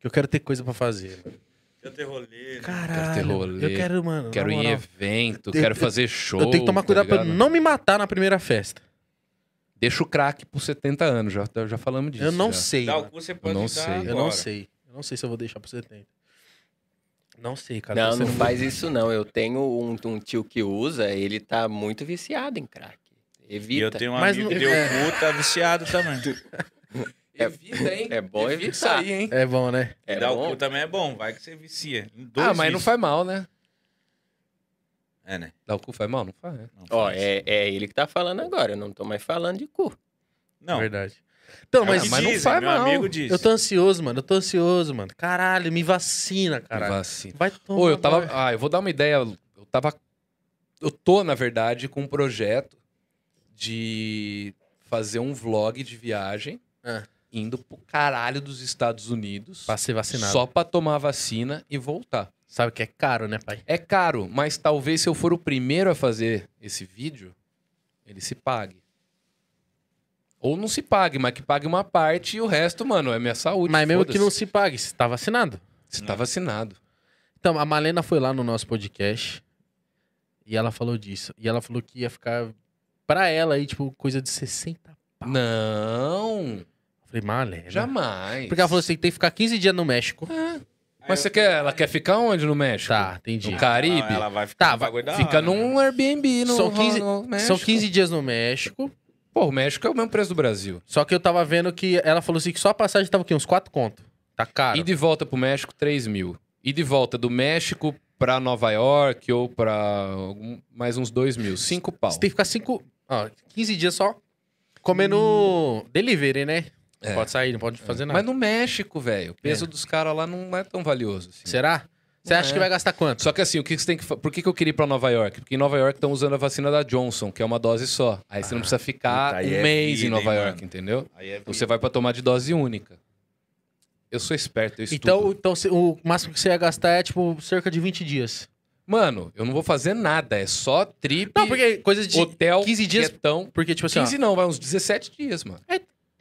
Speaker 2: Que eu quero ter coisa pra fazer. mano.
Speaker 1: Eu ter rolê. né?
Speaker 2: Caralho.
Speaker 3: ter rolê,
Speaker 2: eu quero, mano. na
Speaker 3: Quero ir em
Speaker 2: moral.
Speaker 3: evento,
Speaker 2: Eu-
Speaker 3: quero
Speaker 2: eu-
Speaker 3: fazer show.
Speaker 2: Eu tenho que tomar
Speaker 3: tá
Speaker 2: cuidado pra
Speaker 3: ligado?
Speaker 2: não me matar na primeira festa.
Speaker 3: Deixa o crack por 70 anos, já, já falamos disso.
Speaker 2: eu não
Speaker 3: já.
Speaker 2: sei.
Speaker 1: Dá o
Speaker 2: mano.
Speaker 1: cu, você pode
Speaker 3: não
Speaker 1: dar
Speaker 3: sei.
Speaker 1: agora.
Speaker 2: Eu não sei. Eu não sei se eu vou deixar pra 70. Não sei, cara.
Speaker 4: Não,
Speaker 2: Você
Speaker 4: não faz isso não. Eu tenho um, um tio que usa, ele tá muito viciado em crack.
Speaker 1: E eu
Speaker 4: Evita.
Speaker 1: tenho um
Speaker 2: Mas
Speaker 1: amigo
Speaker 2: não-
Speaker 1: que deu
Speaker 2: é.
Speaker 1: cu, tá viciado também.
Speaker 3: Evita, hein?
Speaker 4: É bom
Speaker 3: Evita isso
Speaker 4: evitar.
Speaker 3: aí, hein?
Speaker 2: É bom, né?
Speaker 4: É
Speaker 1: Dar o
Speaker 4: bom?
Speaker 1: cu também é bom, vai que você vicia.
Speaker 3: ah, mas não faz mal, né?
Speaker 1: É, né?
Speaker 3: Dar o cu faz mal? Não faz, né?
Speaker 1: Não
Speaker 4: Ó,
Speaker 1: faz.
Speaker 4: é, é ele que tá falando agora. Eu não tô mais falando de cu.
Speaker 1: Não,
Speaker 2: Verdade. Então,
Speaker 1: É o
Speaker 2: mas,
Speaker 1: que
Speaker 3: mas não
Speaker 1: dizem,
Speaker 3: faz
Speaker 1: meu
Speaker 3: mal.
Speaker 1: amigo disse.
Speaker 2: eu tô ansioso, mano. Eu tô ansioso, mano. Caralho, me vacina, caralho.
Speaker 3: Vacina.
Speaker 2: Vai tomar.
Speaker 3: Ô, eu tava.
Speaker 2: banho.
Speaker 3: Ah, eu vou dar uma ideia. Eu tava. Eu tô, na verdade, com um projeto de fazer um vlog de viagem
Speaker 2: Ah.
Speaker 3: indo pro caralho dos Estados Unidos.
Speaker 2: Pra ser vacinado.
Speaker 3: Só pra tomar a vacina e voltar.
Speaker 2: Sabe que é caro, né, pai?
Speaker 3: É caro, mas talvez se eu for o primeiro a fazer esse vídeo, ele se pague. Ou não se pague, mas que pague uma parte e o resto, mano, é minha saúde.
Speaker 2: Mas mesmo
Speaker 3: foda-se.
Speaker 2: que não se pague, você tá vacinado.
Speaker 3: Você tá vacinado.
Speaker 2: Então, a Malena foi lá no nosso podcast e ela falou disso. E ela falou que ia ficar pra ela aí, tipo, coisa de 60.
Speaker 3: Não,
Speaker 2: Eu falei, Malena.
Speaker 3: jamais.
Speaker 2: É, né?
Speaker 3: É.
Speaker 2: Porque ela falou assim: tem que ficar 15 dias no México.
Speaker 3: Mas você quer, ela quer ficar onde no México?
Speaker 2: Tá, entendi.
Speaker 3: No Caribe?
Speaker 1: Ah, Ela, né? ela vai
Speaker 2: Tá,
Speaker 1: ficar
Speaker 2: vai-
Speaker 3: Fica num Airbnb no,
Speaker 2: São 15
Speaker 3: no México.
Speaker 2: São 15 dias no México.
Speaker 3: Pô, o México é o mesmo preço do Brasil.
Speaker 2: Só que eu tava vendo que ela falou assim que só a passagem tava aqui, uns 4 conto. Tá caro.
Speaker 3: E de volta pro México, 3 mil. E de volta do México pra Nova York ou pra algum- mais uns 2 mil. 5 pau.
Speaker 2: Você tem que ficar 5. Ó, 15 dias só comendo delivery, né? Não
Speaker 3: Hum. É.
Speaker 2: pode sair, não pode fazer nada.
Speaker 3: Mas no México, velho, o peso dos caras lá não é tão valioso. assim.
Speaker 2: Será? Você acha
Speaker 3: É.
Speaker 2: que vai gastar quanto?
Speaker 3: Só que assim, o que que você tem que fa- Por que, que eu queria ir pra Nova York? Porque em Nova York estão usando a vacina da Johnson, que é uma dose só. Aí você não precisa ficar
Speaker 1: Ah, puta,
Speaker 3: um
Speaker 1: aí é
Speaker 3: mês
Speaker 1: vida,
Speaker 3: em Nova
Speaker 1: hein,
Speaker 3: York,
Speaker 1: mano?
Speaker 3: entendeu?
Speaker 1: Aí é
Speaker 3: Você vai pra tomar de dose única. Eu sou esperto, eu estudo.
Speaker 2: Então, então se- o máximo que você ia gastar é, tipo, cerca de 20 dias.
Speaker 3: Mano, eu não vou fazer nada. É só trip,
Speaker 2: Não, porque coisa de.
Speaker 3: hotel,
Speaker 2: 15 dias-
Speaker 3: quietão.
Speaker 2: Porque, tipo assim. ó,
Speaker 3: 15 não, vai uns 17 dias, mano.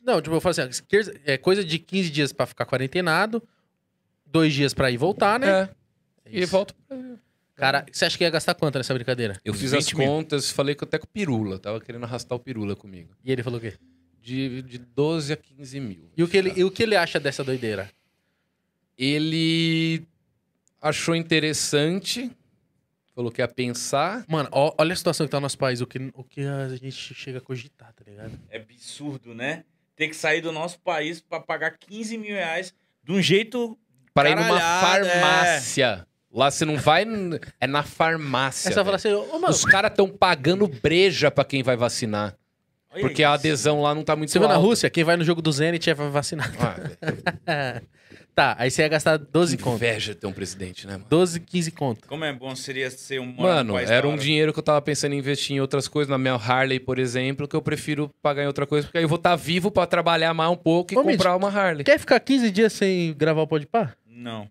Speaker 2: Não, tipo, eu falo assim, ó, esquer- é coisa de 15 dias pra ficar quarentenado, dois dias pra ir e voltar, né?
Speaker 3: É. E volto.
Speaker 2: Cara, você acha que ia gastar quanto nessa brincadeira?
Speaker 3: Eu fiz
Speaker 1: 20
Speaker 3: as
Speaker 1: mil.
Speaker 3: contas, falei que até com o Pirula. Tava querendo arrastar o Pirula comigo.
Speaker 2: E ele falou o quê?
Speaker 3: De, de 12 a 15 mil.
Speaker 2: E o que ele, e o que ele acha dessa doideira?
Speaker 3: Ele achou interessante, falou que ia pensar.
Speaker 2: Mano, ó- olha a situação que tá no nosso país, o que, o que a gente chega a cogitar, tá ligado?
Speaker 1: É absurdo, né? Ter que sair do nosso país pra pagar 15 mil reais de um jeito.
Speaker 3: Para ir numa
Speaker 1: Caralhada, é.
Speaker 3: farmácia. Lá você não vai. n- É na farmácia.
Speaker 2: Aí você vai falar
Speaker 3: velho.
Speaker 2: assim, ô mano,
Speaker 3: Os caras estão pagando breja pra quem vai vacinar.
Speaker 1: Olha
Speaker 3: porque a
Speaker 1: isso.
Speaker 3: adesão lá não tá muito
Speaker 2: você vai na
Speaker 3: alta.
Speaker 2: Rússia, quem vai no jogo do Zenit é vacinado.
Speaker 3: Ah, velho,
Speaker 2: tá, aí você ia gastar 12
Speaker 3: que
Speaker 2: conto.
Speaker 3: inveja ter um presidente, né, mano?
Speaker 2: 12, 15 conto.
Speaker 1: Como é bom seria ser um.
Speaker 3: Mano,
Speaker 1: país
Speaker 3: era
Speaker 1: da
Speaker 3: um
Speaker 1: hora.
Speaker 3: dinheiro que eu tava pensando em investir em outras coisas, na minha Harley, por exemplo, que eu prefiro pagar em outra coisa, porque aí eu vou estar vivo pra trabalhar mais um pouco e
Speaker 2: Ô, Mitch,
Speaker 3: comprar uma Harley.
Speaker 2: Quer ficar 15 dias sem gravar o podpar?
Speaker 1: Não.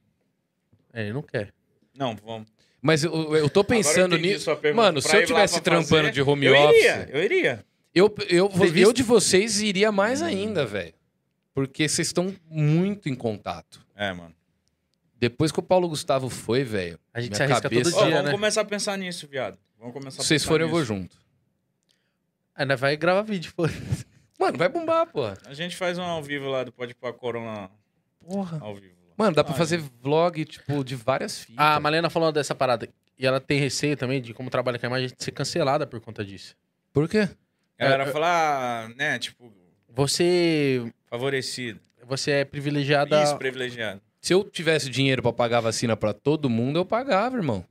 Speaker 2: É, ele não quer.
Speaker 1: Não, vamos.
Speaker 3: Mas eu, eu tô pensando
Speaker 1: Agora eu entendi
Speaker 3: nisso.
Speaker 1: sua pergunta.
Speaker 3: Mano, se
Speaker 1: Pra
Speaker 3: eu
Speaker 1: ir lá
Speaker 3: tivesse
Speaker 1: pra fazer,
Speaker 3: trampando de home
Speaker 1: eu
Speaker 3: office,
Speaker 1: Iria, eu iria.
Speaker 3: eu, eu,
Speaker 2: Tem
Speaker 3: eu
Speaker 2: visto?
Speaker 3: de vocês iria mais ainda, velho. Porque vocês estão muito em contato.
Speaker 1: É, mano.
Speaker 3: Depois que o Paulo Gustavo foi, velho,
Speaker 2: A gente
Speaker 3: Minha
Speaker 2: se arrisca
Speaker 3: cabeça-
Speaker 1: Ó,
Speaker 2: todo dia,
Speaker 1: vamos
Speaker 2: né?
Speaker 1: começar a pensar nisso, viado. Vamos começar a
Speaker 3: se vocês
Speaker 1: pensar
Speaker 3: forem, eu
Speaker 1: nisso.
Speaker 3: vou junto.
Speaker 2: Ainda vai gravar vídeo, pô.
Speaker 3: Mano, vai bombar, porra.
Speaker 1: A gente faz um ao vivo lá do Pode Pá Corona
Speaker 3: Porra.
Speaker 1: ao vivo. lá.
Speaker 3: Mano, dá pra
Speaker 1: Ah,
Speaker 3: fazer vlog, tipo, de várias fitas.
Speaker 2: Ah, A Malena falou dessa parada. E ela tem receio também de como trabalha com a imagem de ser cancelada por conta disso.
Speaker 3: Por quê?
Speaker 1: A
Speaker 3: É,
Speaker 1: galera fala, ah, né, tipo,
Speaker 2: Você,
Speaker 1: favorecido.
Speaker 2: você é privilegiada.
Speaker 1: Isso, privilegiado.
Speaker 3: Se eu tivesse dinheiro pra pagar a vacina pra todo mundo, eu pagava, irmão.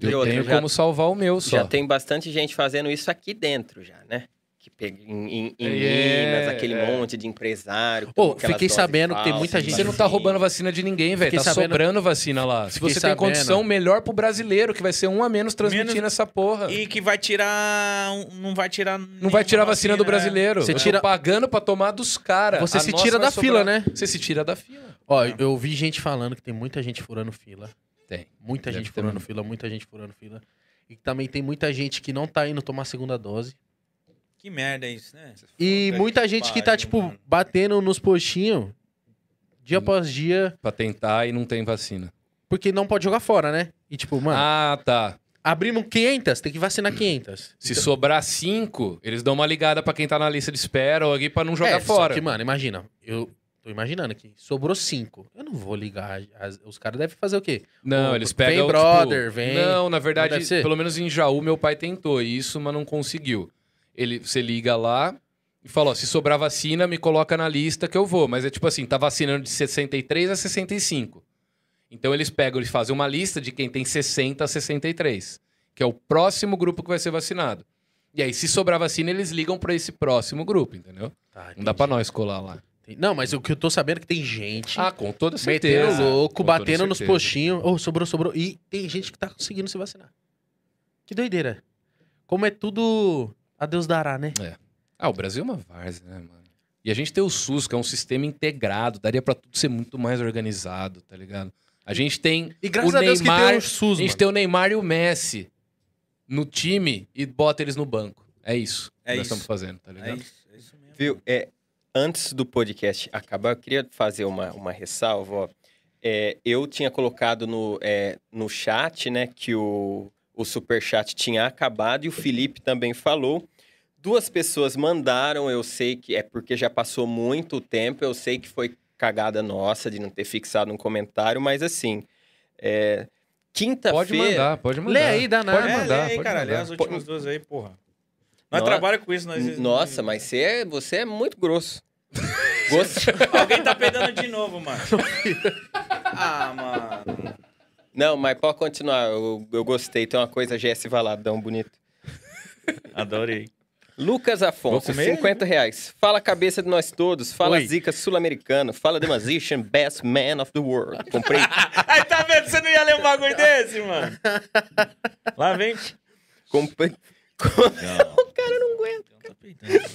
Speaker 4: E
Speaker 3: Eu
Speaker 4: outra,
Speaker 3: tenho
Speaker 4: já-
Speaker 3: como salvar o meu só.
Speaker 4: Já tem bastante gente fazendo isso aqui dentro já, né? Que pega em, em- em
Speaker 3: É,
Speaker 4: Minas, aquele
Speaker 3: é.
Speaker 4: monte de empresário. que
Speaker 2: Pô,
Speaker 4: toma aquelas
Speaker 2: fiquei
Speaker 4: doses
Speaker 2: sabendo que tem
Speaker 4: falsas,
Speaker 2: muita gente-
Speaker 3: Você não tá
Speaker 4: assim.
Speaker 3: roubando vacina de ninguém, velho.
Speaker 2: Fiquei
Speaker 3: Tá
Speaker 2: sabendo-
Speaker 3: sobrando vacina lá. Se
Speaker 2: Fiquei
Speaker 3: você tem
Speaker 2: sabendo.
Speaker 3: condição, melhor pro brasileiro, que vai ser um a menos transmitindo
Speaker 1: Menos-
Speaker 3: essa porra.
Speaker 1: E que vai tirar. um- Não vai tirar. né?
Speaker 3: Não vai tirar a vacina do brasileiro.
Speaker 2: né? Você
Speaker 3: Eu tô
Speaker 2: tira-
Speaker 3: pagando pra tomar dos caras.
Speaker 2: Você
Speaker 3: é, A
Speaker 2: se
Speaker 3: nossa
Speaker 2: tira
Speaker 3: vai
Speaker 2: da fila, né?
Speaker 3: Você se tira da fila.
Speaker 2: Ó, eu vi gente falando que tem muita gente furando fila.
Speaker 3: Tem.
Speaker 2: Muita
Speaker 3: Deve
Speaker 2: gente
Speaker 3: ter
Speaker 2: furando
Speaker 3: mesmo.
Speaker 2: fila, muita gente furando fila. E também tem muita gente que não tá indo tomar a segunda dose.
Speaker 1: Que merda é isso, né?
Speaker 2: E
Speaker 1: Puta
Speaker 2: muita
Speaker 1: que
Speaker 2: gente que tá,
Speaker 1: pariu,
Speaker 2: tipo,
Speaker 1: mano.
Speaker 2: batendo nos postinhos
Speaker 3: Hum.
Speaker 2: dia após dia,
Speaker 3: Pra tentar e não tem vacina.
Speaker 2: porque não pode jogar fora, né? E, tipo, mano,
Speaker 3: Ah, tá.
Speaker 2: abrimos 500, tem que vacinar 500.
Speaker 3: Se sobrar cinco, eles dão uma ligada pra quem tá na lista de espera ou aqui pra não jogar
Speaker 2: É,
Speaker 3: fora.
Speaker 2: Só que, mano, imagina. Eu tô imaginando aqui. Sobrou cinco. Eu não vou ligar. as- os caras devem fazer o quê?
Speaker 3: Não,
Speaker 2: Ô,
Speaker 3: eles
Speaker 2: vem,
Speaker 3: pegam. tipo,
Speaker 2: brother, vem.
Speaker 3: Não, na verdade,
Speaker 2: deve ser?
Speaker 3: pelo menos em Jaú, meu pai tentou isso, mas não conseguiu. Ele, você liga lá e fala: ó, se sobrar vacina, me coloca na lista que eu vou. Mas é tipo assim: tá vacinando de 63 a 65. Então eles pegam, eles fazem uma lista de quem tem 60 a 63, que é o próximo grupo que vai ser vacinado. E aí, se sobrar vacina, eles ligam pra esse próximo grupo, entendeu?
Speaker 2: Tá,
Speaker 3: Não dá
Speaker 2: entendi.
Speaker 3: pra nós colar lá.
Speaker 2: Tem- Não, mas o que eu tô sabendo é que tem gente
Speaker 3: Ah, com toda certeza.
Speaker 2: metendo louco,
Speaker 3: Com toda
Speaker 2: batendo nos
Speaker 3: certeza.
Speaker 2: postinhos. Ô, sobrou, sobrou. E tem gente que tá conseguindo se vacinar. Que doideira. Como é tudo. A Deus dará, né?
Speaker 3: Ah, o Brasil é uma várzea, né, mano? E a gente tem o SUS, que é um sistema integrado, daria pra tudo ser muito mais organizado, tá ligado? A gente tem,
Speaker 2: E graças
Speaker 3: O
Speaker 2: a Deus que
Speaker 3: Neymar-
Speaker 2: tem o
Speaker 3: a
Speaker 2: SUS,
Speaker 3: gente
Speaker 2: mano.
Speaker 3: tem o Neymar e o Messi no time e bota eles no banco. É isso
Speaker 1: É
Speaker 3: que nós
Speaker 1: isso.
Speaker 3: estamos fazendo, tá
Speaker 1: É
Speaker 3: ligado?
Speaker 1: isso, é isso mesmo.
Speaker 4: Viu? É, antes do podcast acabar, eu queria fazer uma, uma ressalva. ó. É, eu tinha colocado no, é, no chat, né, que o, o superchat tinha acabado e o Felipe também falou. Duas pessoas mandaram, eu sei que é porque já passou muito tempo, eu sei que foi cagada nossa de não ter fixado um comentário, mas assim, é, quinta-feira...
Speaker 3: Pode mandar, pode mandar.
Speaker 2: Lê aí, dá nada.
Speaker 3: Pode
Speaker 1: É,
Speaker 3: mandar,
Speaker 1: lê aí,
Speaker 3: pode
Speaker 1: caralho.
Speaker 3: mandar.
Speaker 1: As últimas duas aí, porra. Nós
Speaker 4: Nossa.
Speaker 1: trabalhamos com isso, nós.
Speaker 4: Nossa, mas você é, você é muito grosso. Gosto...
Speaker 1: Alguém tá pedando de novo, mano. ah, mano.
Speaker 4: Não, mas pode continuar. Eu, eu gostei. Tem uma coisa GS Valadão bonito.
Speaker 1: Adorei.
Speaker 4: Lucas
Speaker 1: Vou
Speaker 4: Afonso,
Speaker 1: comer?
Speaker 4: 50
Speaker 3: né?
Speaker 4: reais. Fala a cabeça de nós todos. Fala
Speaker 2: Oi.
Speaker 4: zica sul-americana. Fala The Musician, Best Man of the World. Comprei.
Speaker 1: Aí tá vendo, você não ia ler um bagulho desse, mano. Lá vem.
Speaker 4: comprei
Speaker 1: tá o cara não aguenta.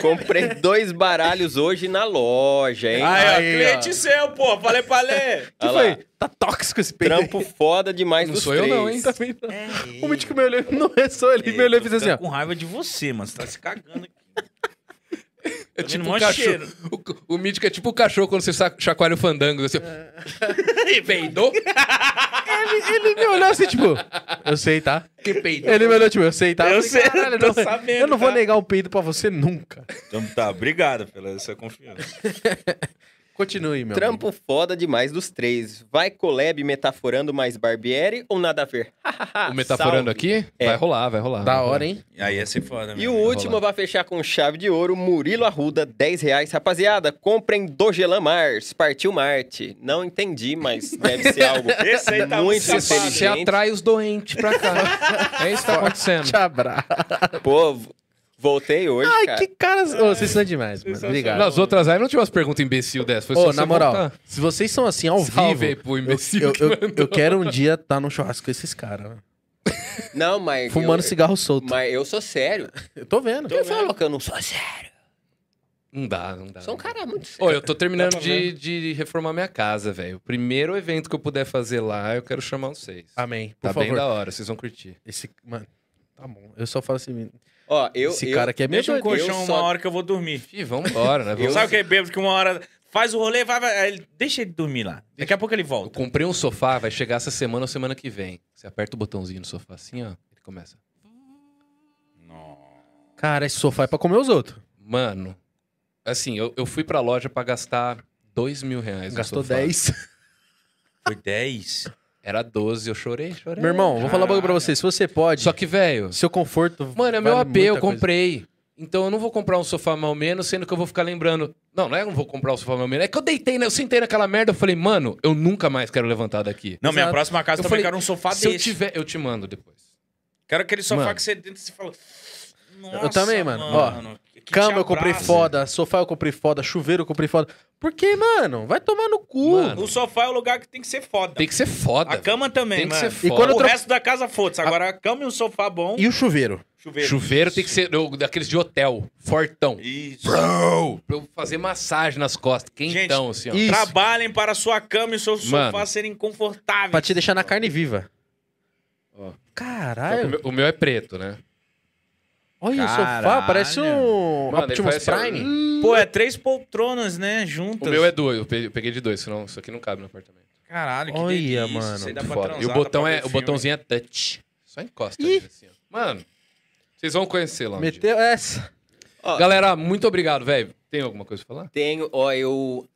Speaker 4: Comprei dois baralhos hoje na loja,
Speaker 3: Ah,
Speaker 4: hein?
Speaker 1: Aí, ó,
Speaker 2: Aí, ó.
Speaker 1: cliente seu, pô. Falei pra ler.
Speaker 2: que
Speaker 4: Olha
Speaker 2: foi?
Speaker 4: lá.
Speaker 2: Tá tóxico esse peito. Tá
Speaker 4: Trampo foda demais
Speaker 3: Não
Speaker 4: dos
Speaker 3: sou eu não,
Speaker 4: três.
Speaker 3: hein?
Speaker 2: Também não.
Speaker 1: É
Speaker 2: O mítico me olhou, não é só ele, me olhou e fez assim, ó.
Speaker 1: com raiva de você, mano. Você tá se cagando aqui.
Speaker 3: É
Speaker 1: Tá vendo
Speaker 3: tipo um
Speaker 1: mó
Speaker 3: cachorro.
Speaker 1: cheiro.
Speaker 3: O, o mítico é tipo o cachorro quando você sa- chacoalha o fandango. Assim, ó. Peidou?
Speaker 2: Ele, ele me olhou assim, tipo, eu sei, tá?
Speaker 3: Que peidou?
Speaker 2: Ele me olhou, tipo, eu sei, tá?
Speaker 1: Eu
Speaker 2: falei,
Speaker 1: sei,
Speaker 2: "Caralho,
Speaker 1: tô
Speaker 2: não,
Speaker 1: sabendo,
Speaker 2: Eu não vou
Speaker 1: tá?"
Speaker 2: negar o peito pra você nunca.
Speaker 1: Então tá, obrigado pela essa confiança.
Speaker 2: Continue, meu
Speaker 4: Trampo foda demais dos três. Vai collab metaforando mais Barbieri ou nada a ver?
Speaker 3: O metaforando
Speaker 4: Salve.
Speaker 3: aqui?
Speaker 4: É.
Speaker 3: Vai rolar, vai rolar.
Speaker 2: amigo. Da
Speaker 3: vai rolar.
Speaker 2: hora, hein?
Speaker 1: E aí ia ser foda, né?
Speaker 4: E
Speaker 1: mesmo.
Speaker 4: o último vai fechar com chave de ouro, Murilo Arruda, 10 reais. Rapaziada, comprem Dogelan Mars, partiu Marte. Não entendi, mas deve ser algo
Speaker 1: Esse aí tá
Speaker 4: muito
Speaker 1: muito
Speaker 3: Você,
Speaker 1: safado.
Speaker 3: você
Speaker 4: inteligente.
Speaker 3: atrai os doentes pra cá. é isso que tá acontecendo.
Speaker 2: Te abraço.
Speaker 4: Pô, v- voltei hoje,
Speaker 2: Ai,
Speaker 4: cara.
Speaker 2: que caras... Ô, vocês são demais, mano. Obrigado.
Speaker 3: Nas outras lives não tinha umas perguntas imbecil dessa. Foi só
Speaker 2: Ô,
Speaker 3: você
Speaker 2: na moral,
Speaker 3: voltar.
Speaker 2: se vocês são assim ao
Speaker 3: Salve aí
Speaker 2: vivo,
Speaker 3: pro imbecil
Speaker 2: eu,
Speaker 3: que
Speaker 2: eu,
Speaker 3: mandou.
Speaker 2: eu quero um dia estar tá num churrasco com esses caras. né?
Speaker 4: Não, mas...
Speaker 2: Fumando
Speaker 4: eu,
Speaker 2: cigarro solto.
Speaker 4: Mas eu sou sério.
Speaker 2: Eu tô vendo.
Speaker 4: Eu falo que eu não sou sério.
Speaker 3: Não dá, não dá.
Speaker 4: Sou um cara muito sério.
Speaker 3: Ô, eu tô terminando de, de reformar minha casa, velho. O primeiro evento que eu puder fazer lá, eu quero chamar vocês.
Speaker 2: Amém. Ah, Por
Speaker 3: tá bem
Speaker 2: favor.
Speaker 3: da hora, vocês vão curtir.
Speaker 2: Esse... Mano, tá bom. Eu só falo assim...
Speaker 4: Ó, eu...
Speaker 2: esse
Speaker 4: eu-
Speaker 2: cara aqui é meio
Speaker 1: Deixa um
Speaker 2: doido.
Speaker 1: colchão
Speaker 4: Eu
Speaker 1: uma
Speaker 4: só-
Speaker 1: hora que eu vou dormir.
Speaker 3: Ih, vambora, né? Vamos...
Speaker 1: Sabe o que é bêbado? Que uma hora faz o rolê, vai, vai. aí ele- Deixa ele dormir lá. Daqui a pouco ele
Speaker 3: Eu
Speaker 1: volta.
Speaker 3: comprei um sofá, vai chegar essa semana ou semana que vem. Você aperta o botãozinho no sofá assim, ó. Ele começa.
Speaker 2: Cara, esse sofá é pra comer os outros.
Speaker 3: Mano, assim, eu, eu fui pra loja pra gastar dois mil reais. no
Speaker 2: Gastou
Speaker 3: é sofá.
Speaker 2: 10.
Speaker 1: Foi 10.
Speaker 3: Era 12, eu chorei, chorei.
Speaker 2: Meu irmão, vou falar um bagulho pra você. Se você pode,
Speaker 3: Só que, velho.
Speaker 2: seu conforto.
Speaker 3: Mano, é meu
Speaker 2: vale
Speaker 3: AP, eu
Speaker 2: muita coisa.
Speaker 3: comprei. Então eu não vou comprar um sofá mal menos, sendo que eu vou ficar lembrando. Não, não é que eu não vou comprar um sofá mal menos. É que eu deitei, né? Eu sentei naquela merda, eu falei, mano, eu nunca mais quero levantar daqui.
Speaker 1: Não, minha
Speaker 3: Exato.
Speaker 1: próxima casa
Speaker 3: Eu
Speaker 1: também
Speaker 3: falei,
Speaker 1: quero um sofá
Speaker 3: Se eu
Speaker 1: desse.
Speaker 3: tiver, eu te mando depois.
Speaker 1: Quero aquele sofá
Speaker 3: Mano.
Speaker 1: que você dentro e você fala. Nossa,
Speaker 2: também, mano. Ó,
Speaker 1: que- que
Speaker 2: Cama
Speaker 1: te
Speaker 2: eu comprei
Speaker 1: abraça.
Speaker 2: foda, sofá eu comprei foda, chuveiro eu comprei foda. Por que, mano? Vai tomar no cu.
Speaker 3: Mano,
Speaker 1: O sofá é o lugar que tem que ser foda.
Speaker 3: Tem que ser foda.
Speaker 1: a cama também,
Speaker 3: tem que
Speaker 1: mano.
Speaker 3: ser foda.
Speaker 2: E quando eu
Speaker 1: o
Speaker 2: troco-
Speaker 1: resto da casa, foda-se. Agora a cama e um sofá bom.
Speaker 2: E o chuveiro?
Speaker 1: Chuveiro.
Speaker 3: Chuveiro tem que ser eu- daqueles de hotel, fortão.
Speaker 1: Isso.
Speaker 3: Bro! Pra eu fazer massagem nas costas, quentão, assim, ó.
Speaker 2: e- Isso.
Speaker 1: Trabalhem para sua cama e seu sofá
Speaker 3: Mano.
Speaker 1: serem confortáveis.
Speaker 2: Pra te deixar na carne viva.
Speaker 3: Ó. Só que o,
Speaker 2: Caralho.
Speaker 3: meu, o meu é preto, né?
Speaker 2: Olha o sofá,
Speaker 1: Caralho.
Speaker 2: parece um
Speaker 3: Mano, ele assim,
Speaker 2: Optimus
Speaker 3: parece-
Speaker 2: Prime.
Speaker 1: Pô, é três poltronas, né?
Speaker 3: O
Speaker 1: Juntas.
Speaker 3: meu é dois, eu pe- eu peguei de dois, senão isso aqui não cabe no apartamento.
Speaker 1: Caralho, que
Speaker 2: Olha,
Speaker 1: delícia.
Speaker 2: mano.
Speaker 1: Isso aí dá pra
Speaker 3: Foda.
Speaker 1: transar,
Speaker 3: E o
Speaker 1: dá
Speaker 3: botão
Speaker 1: pra
Speaker 3: é,
Speaker 1: ver
Speaker 3: o
Speaker 1: filme.
Speaker 3: botãozinho é touch. Só encosta
Speaker 2: Ih!
Speaker 3: nele, assim, ó. Mano, vocês vão conhecer lá. um dia.
Speaker 2: Meteu essa.
Speaker 4: Ó,
Speaker 3: Galera, muito obrigado, velho. Tem alguma coisa pra falar?
Speaker 4: Tenho, ó, eu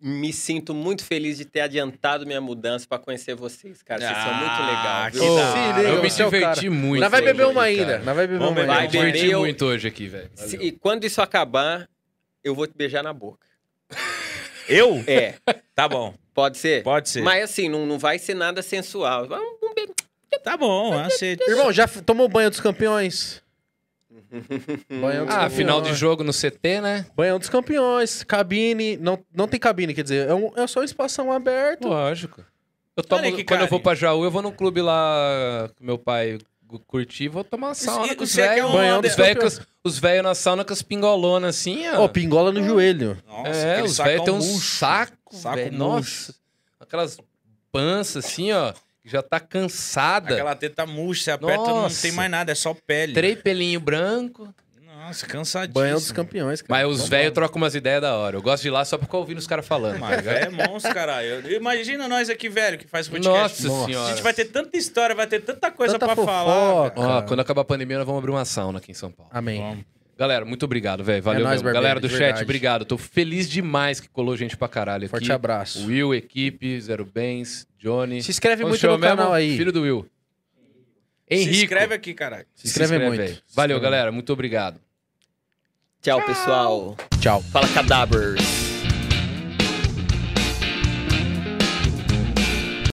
Speaker 4: me sinto muito feliz de ter adiantado minha mudança pra conhecer vocês,
Speaker 3: é-
Speaker 4: cara. Vocês são muito
Speaker 1: Ah,
Speaker 4: legais.
Speaker 1: que
Speaker 4: viu?
Speaker 1: da
Speaker 2: Ô,
Speaker 1: hora.
Speaker 2: se liga,
Speaker 3: eu me
Speaker 2: você é o
Speaker 3: diverti
Speaker 2: cara.
Speaker 3: muito.
Speaker 2: Nós vai beber
Speaker 3: hoje,
Speaker 2: uma
Speaker 3: cara.
Speaker 2: ainda. Nós vai beber
Speaker 1: Vamos
Speaker 2: uma
Speaker 1: beber.
Speaker 3: Eu
Speaker 4: Vai
Speaker 3: me
Speaker 2: ainda.
Speaker 4: beber.
Speaker 3: diverti
Speaker 4: eu-
Speaker 3: muito hoje aqui, velho.
Speaker 4: Se- e quando isso acabar, eu vou te beijar na boca.
Speaker 1: Eu?
Speaker 4: É,
Speaker 1: Tá bom.
Speaker 4: pode ser?
Speaker 1: Pode ser.
Speaker 4: Mas assim, não, não vai ser nada sensual. Vai um- um beijo.
Speaker 1: Tá bom, eu aceito.
Speaker 2: Irmão, já f- tomou banho dos campeões? banho
Speaker 3: Ah, final de
Speaker 2: campeões.
Speaker 3: jogo no CT, né?
Speaker 2: Banhão dos campeões, cabine. Não, não tem cabine, quer dizer, é, um- é só um espação aberto.
Speaker 3: Lógico. Eu tomo,
Speaker 1: Olha que
Speaker 3: quando eu vou
Speaker 1: carinho.
Speaker 3: pra Jaú, eu vou num clube lá que meu pai gu- curtir, vou tomar uma sauna
Speaker 1: e-
Speaker 3: com os
Speaker 1: você quer
Speaker 2: é
Speaker 3: velhos.
Speaker 1: um
Speaker 3: banhando Os
Speaker 1: ande-
Speaker 3: velhos com as- os velhos na sauna com as pingolonas assim, ó.
Speaker 2: Ó, pingola no joelho.
Speaker 1: Nossa,
Speaker 3: é,
Speaker 1: aquele
Speaker 3: os
Speaker 1: sacão
Speaker 3: velhos tem um
Speaker 1: murcho.
Speaker 3: saco,
Speaker 1: né? Saco
Speaker 3: velho.
Speaker 1: murcho.
Speaker 3: Nossa. Aquelas panças assim, ó, que já tá cansada.
Speaker 1: Aquela teta murcha, você aperta, não
Speaker 3: Nossa.
Speaker 1: tem mais nada, é só pele.
Speaker 3: Três pelinho branco.
Speaker 1: Nossa, cansadíssimo.
Speaker 2: Banhão dos campeões, cara.
Speaker 3: Mas os velhos trocam umas ideias da hora. Eu gosto de ir lá só pra ficar ouvindo os caras falando.
Speaker 1: Mas velho, é monstro, caralho. Eu- Imagina nós aqui, velho, que faz podcast.
Speaker 3: Nossa,
Speaker 2: Nossa.
Speaker 3: senhora.
Speaker 1: A gente vai ter tanta história, vai ter tanta coisa
Speaker 2: Tanta
Speaker 1: pra
Speaker 2: fofoca.
Speaker 1: falar. velho.
Speaker 3: Ó, quando acabar a pandemia, nós vamos abrir uma sauna aqui em São Paulo.
Speaker 2: Amém.
Speaker 1: Vamos.
Speaker 3: Galera, muito obrigado, velho. Valeu
Speaker 2: Ah. nóis,
Speaker 3: mesmo.
Speaker 2: Barbeiro,
Speaker 3: Galera do
Speaker 2: de
Speaker 3: chat,
Speaker 2: verdade.
Speaker 3: obrigado. Tô feliz demais que colou gente pra caralho aqui.
Speaker 2: Forte abraço.
Speaker 3: Will, equipe, Zero Bens, Johnny.
Speaker 2: Se inscreve
Speaker 3: Como
Speaker 2: muito
Speaker 3: se chama
Speaker 2: no canal
Speaker 3: mesmo?
Speaker 2: aí.
Speaker 3: Filho do Will. Henrique.
Speaker 1: Se inscreve aqui, caralho.
Speaker 2: Se inscreve muito.
Speaker 3: velho.
Speaker 2: Se
Speaker 3: Valeu,
Speaker 2: inscreve
Speaker 3: galera. Muito obrigado.
Speaker 4: Tchau, pessoal.
Speaker 2: Tchau.
Speaker 4: Fala cadáveres.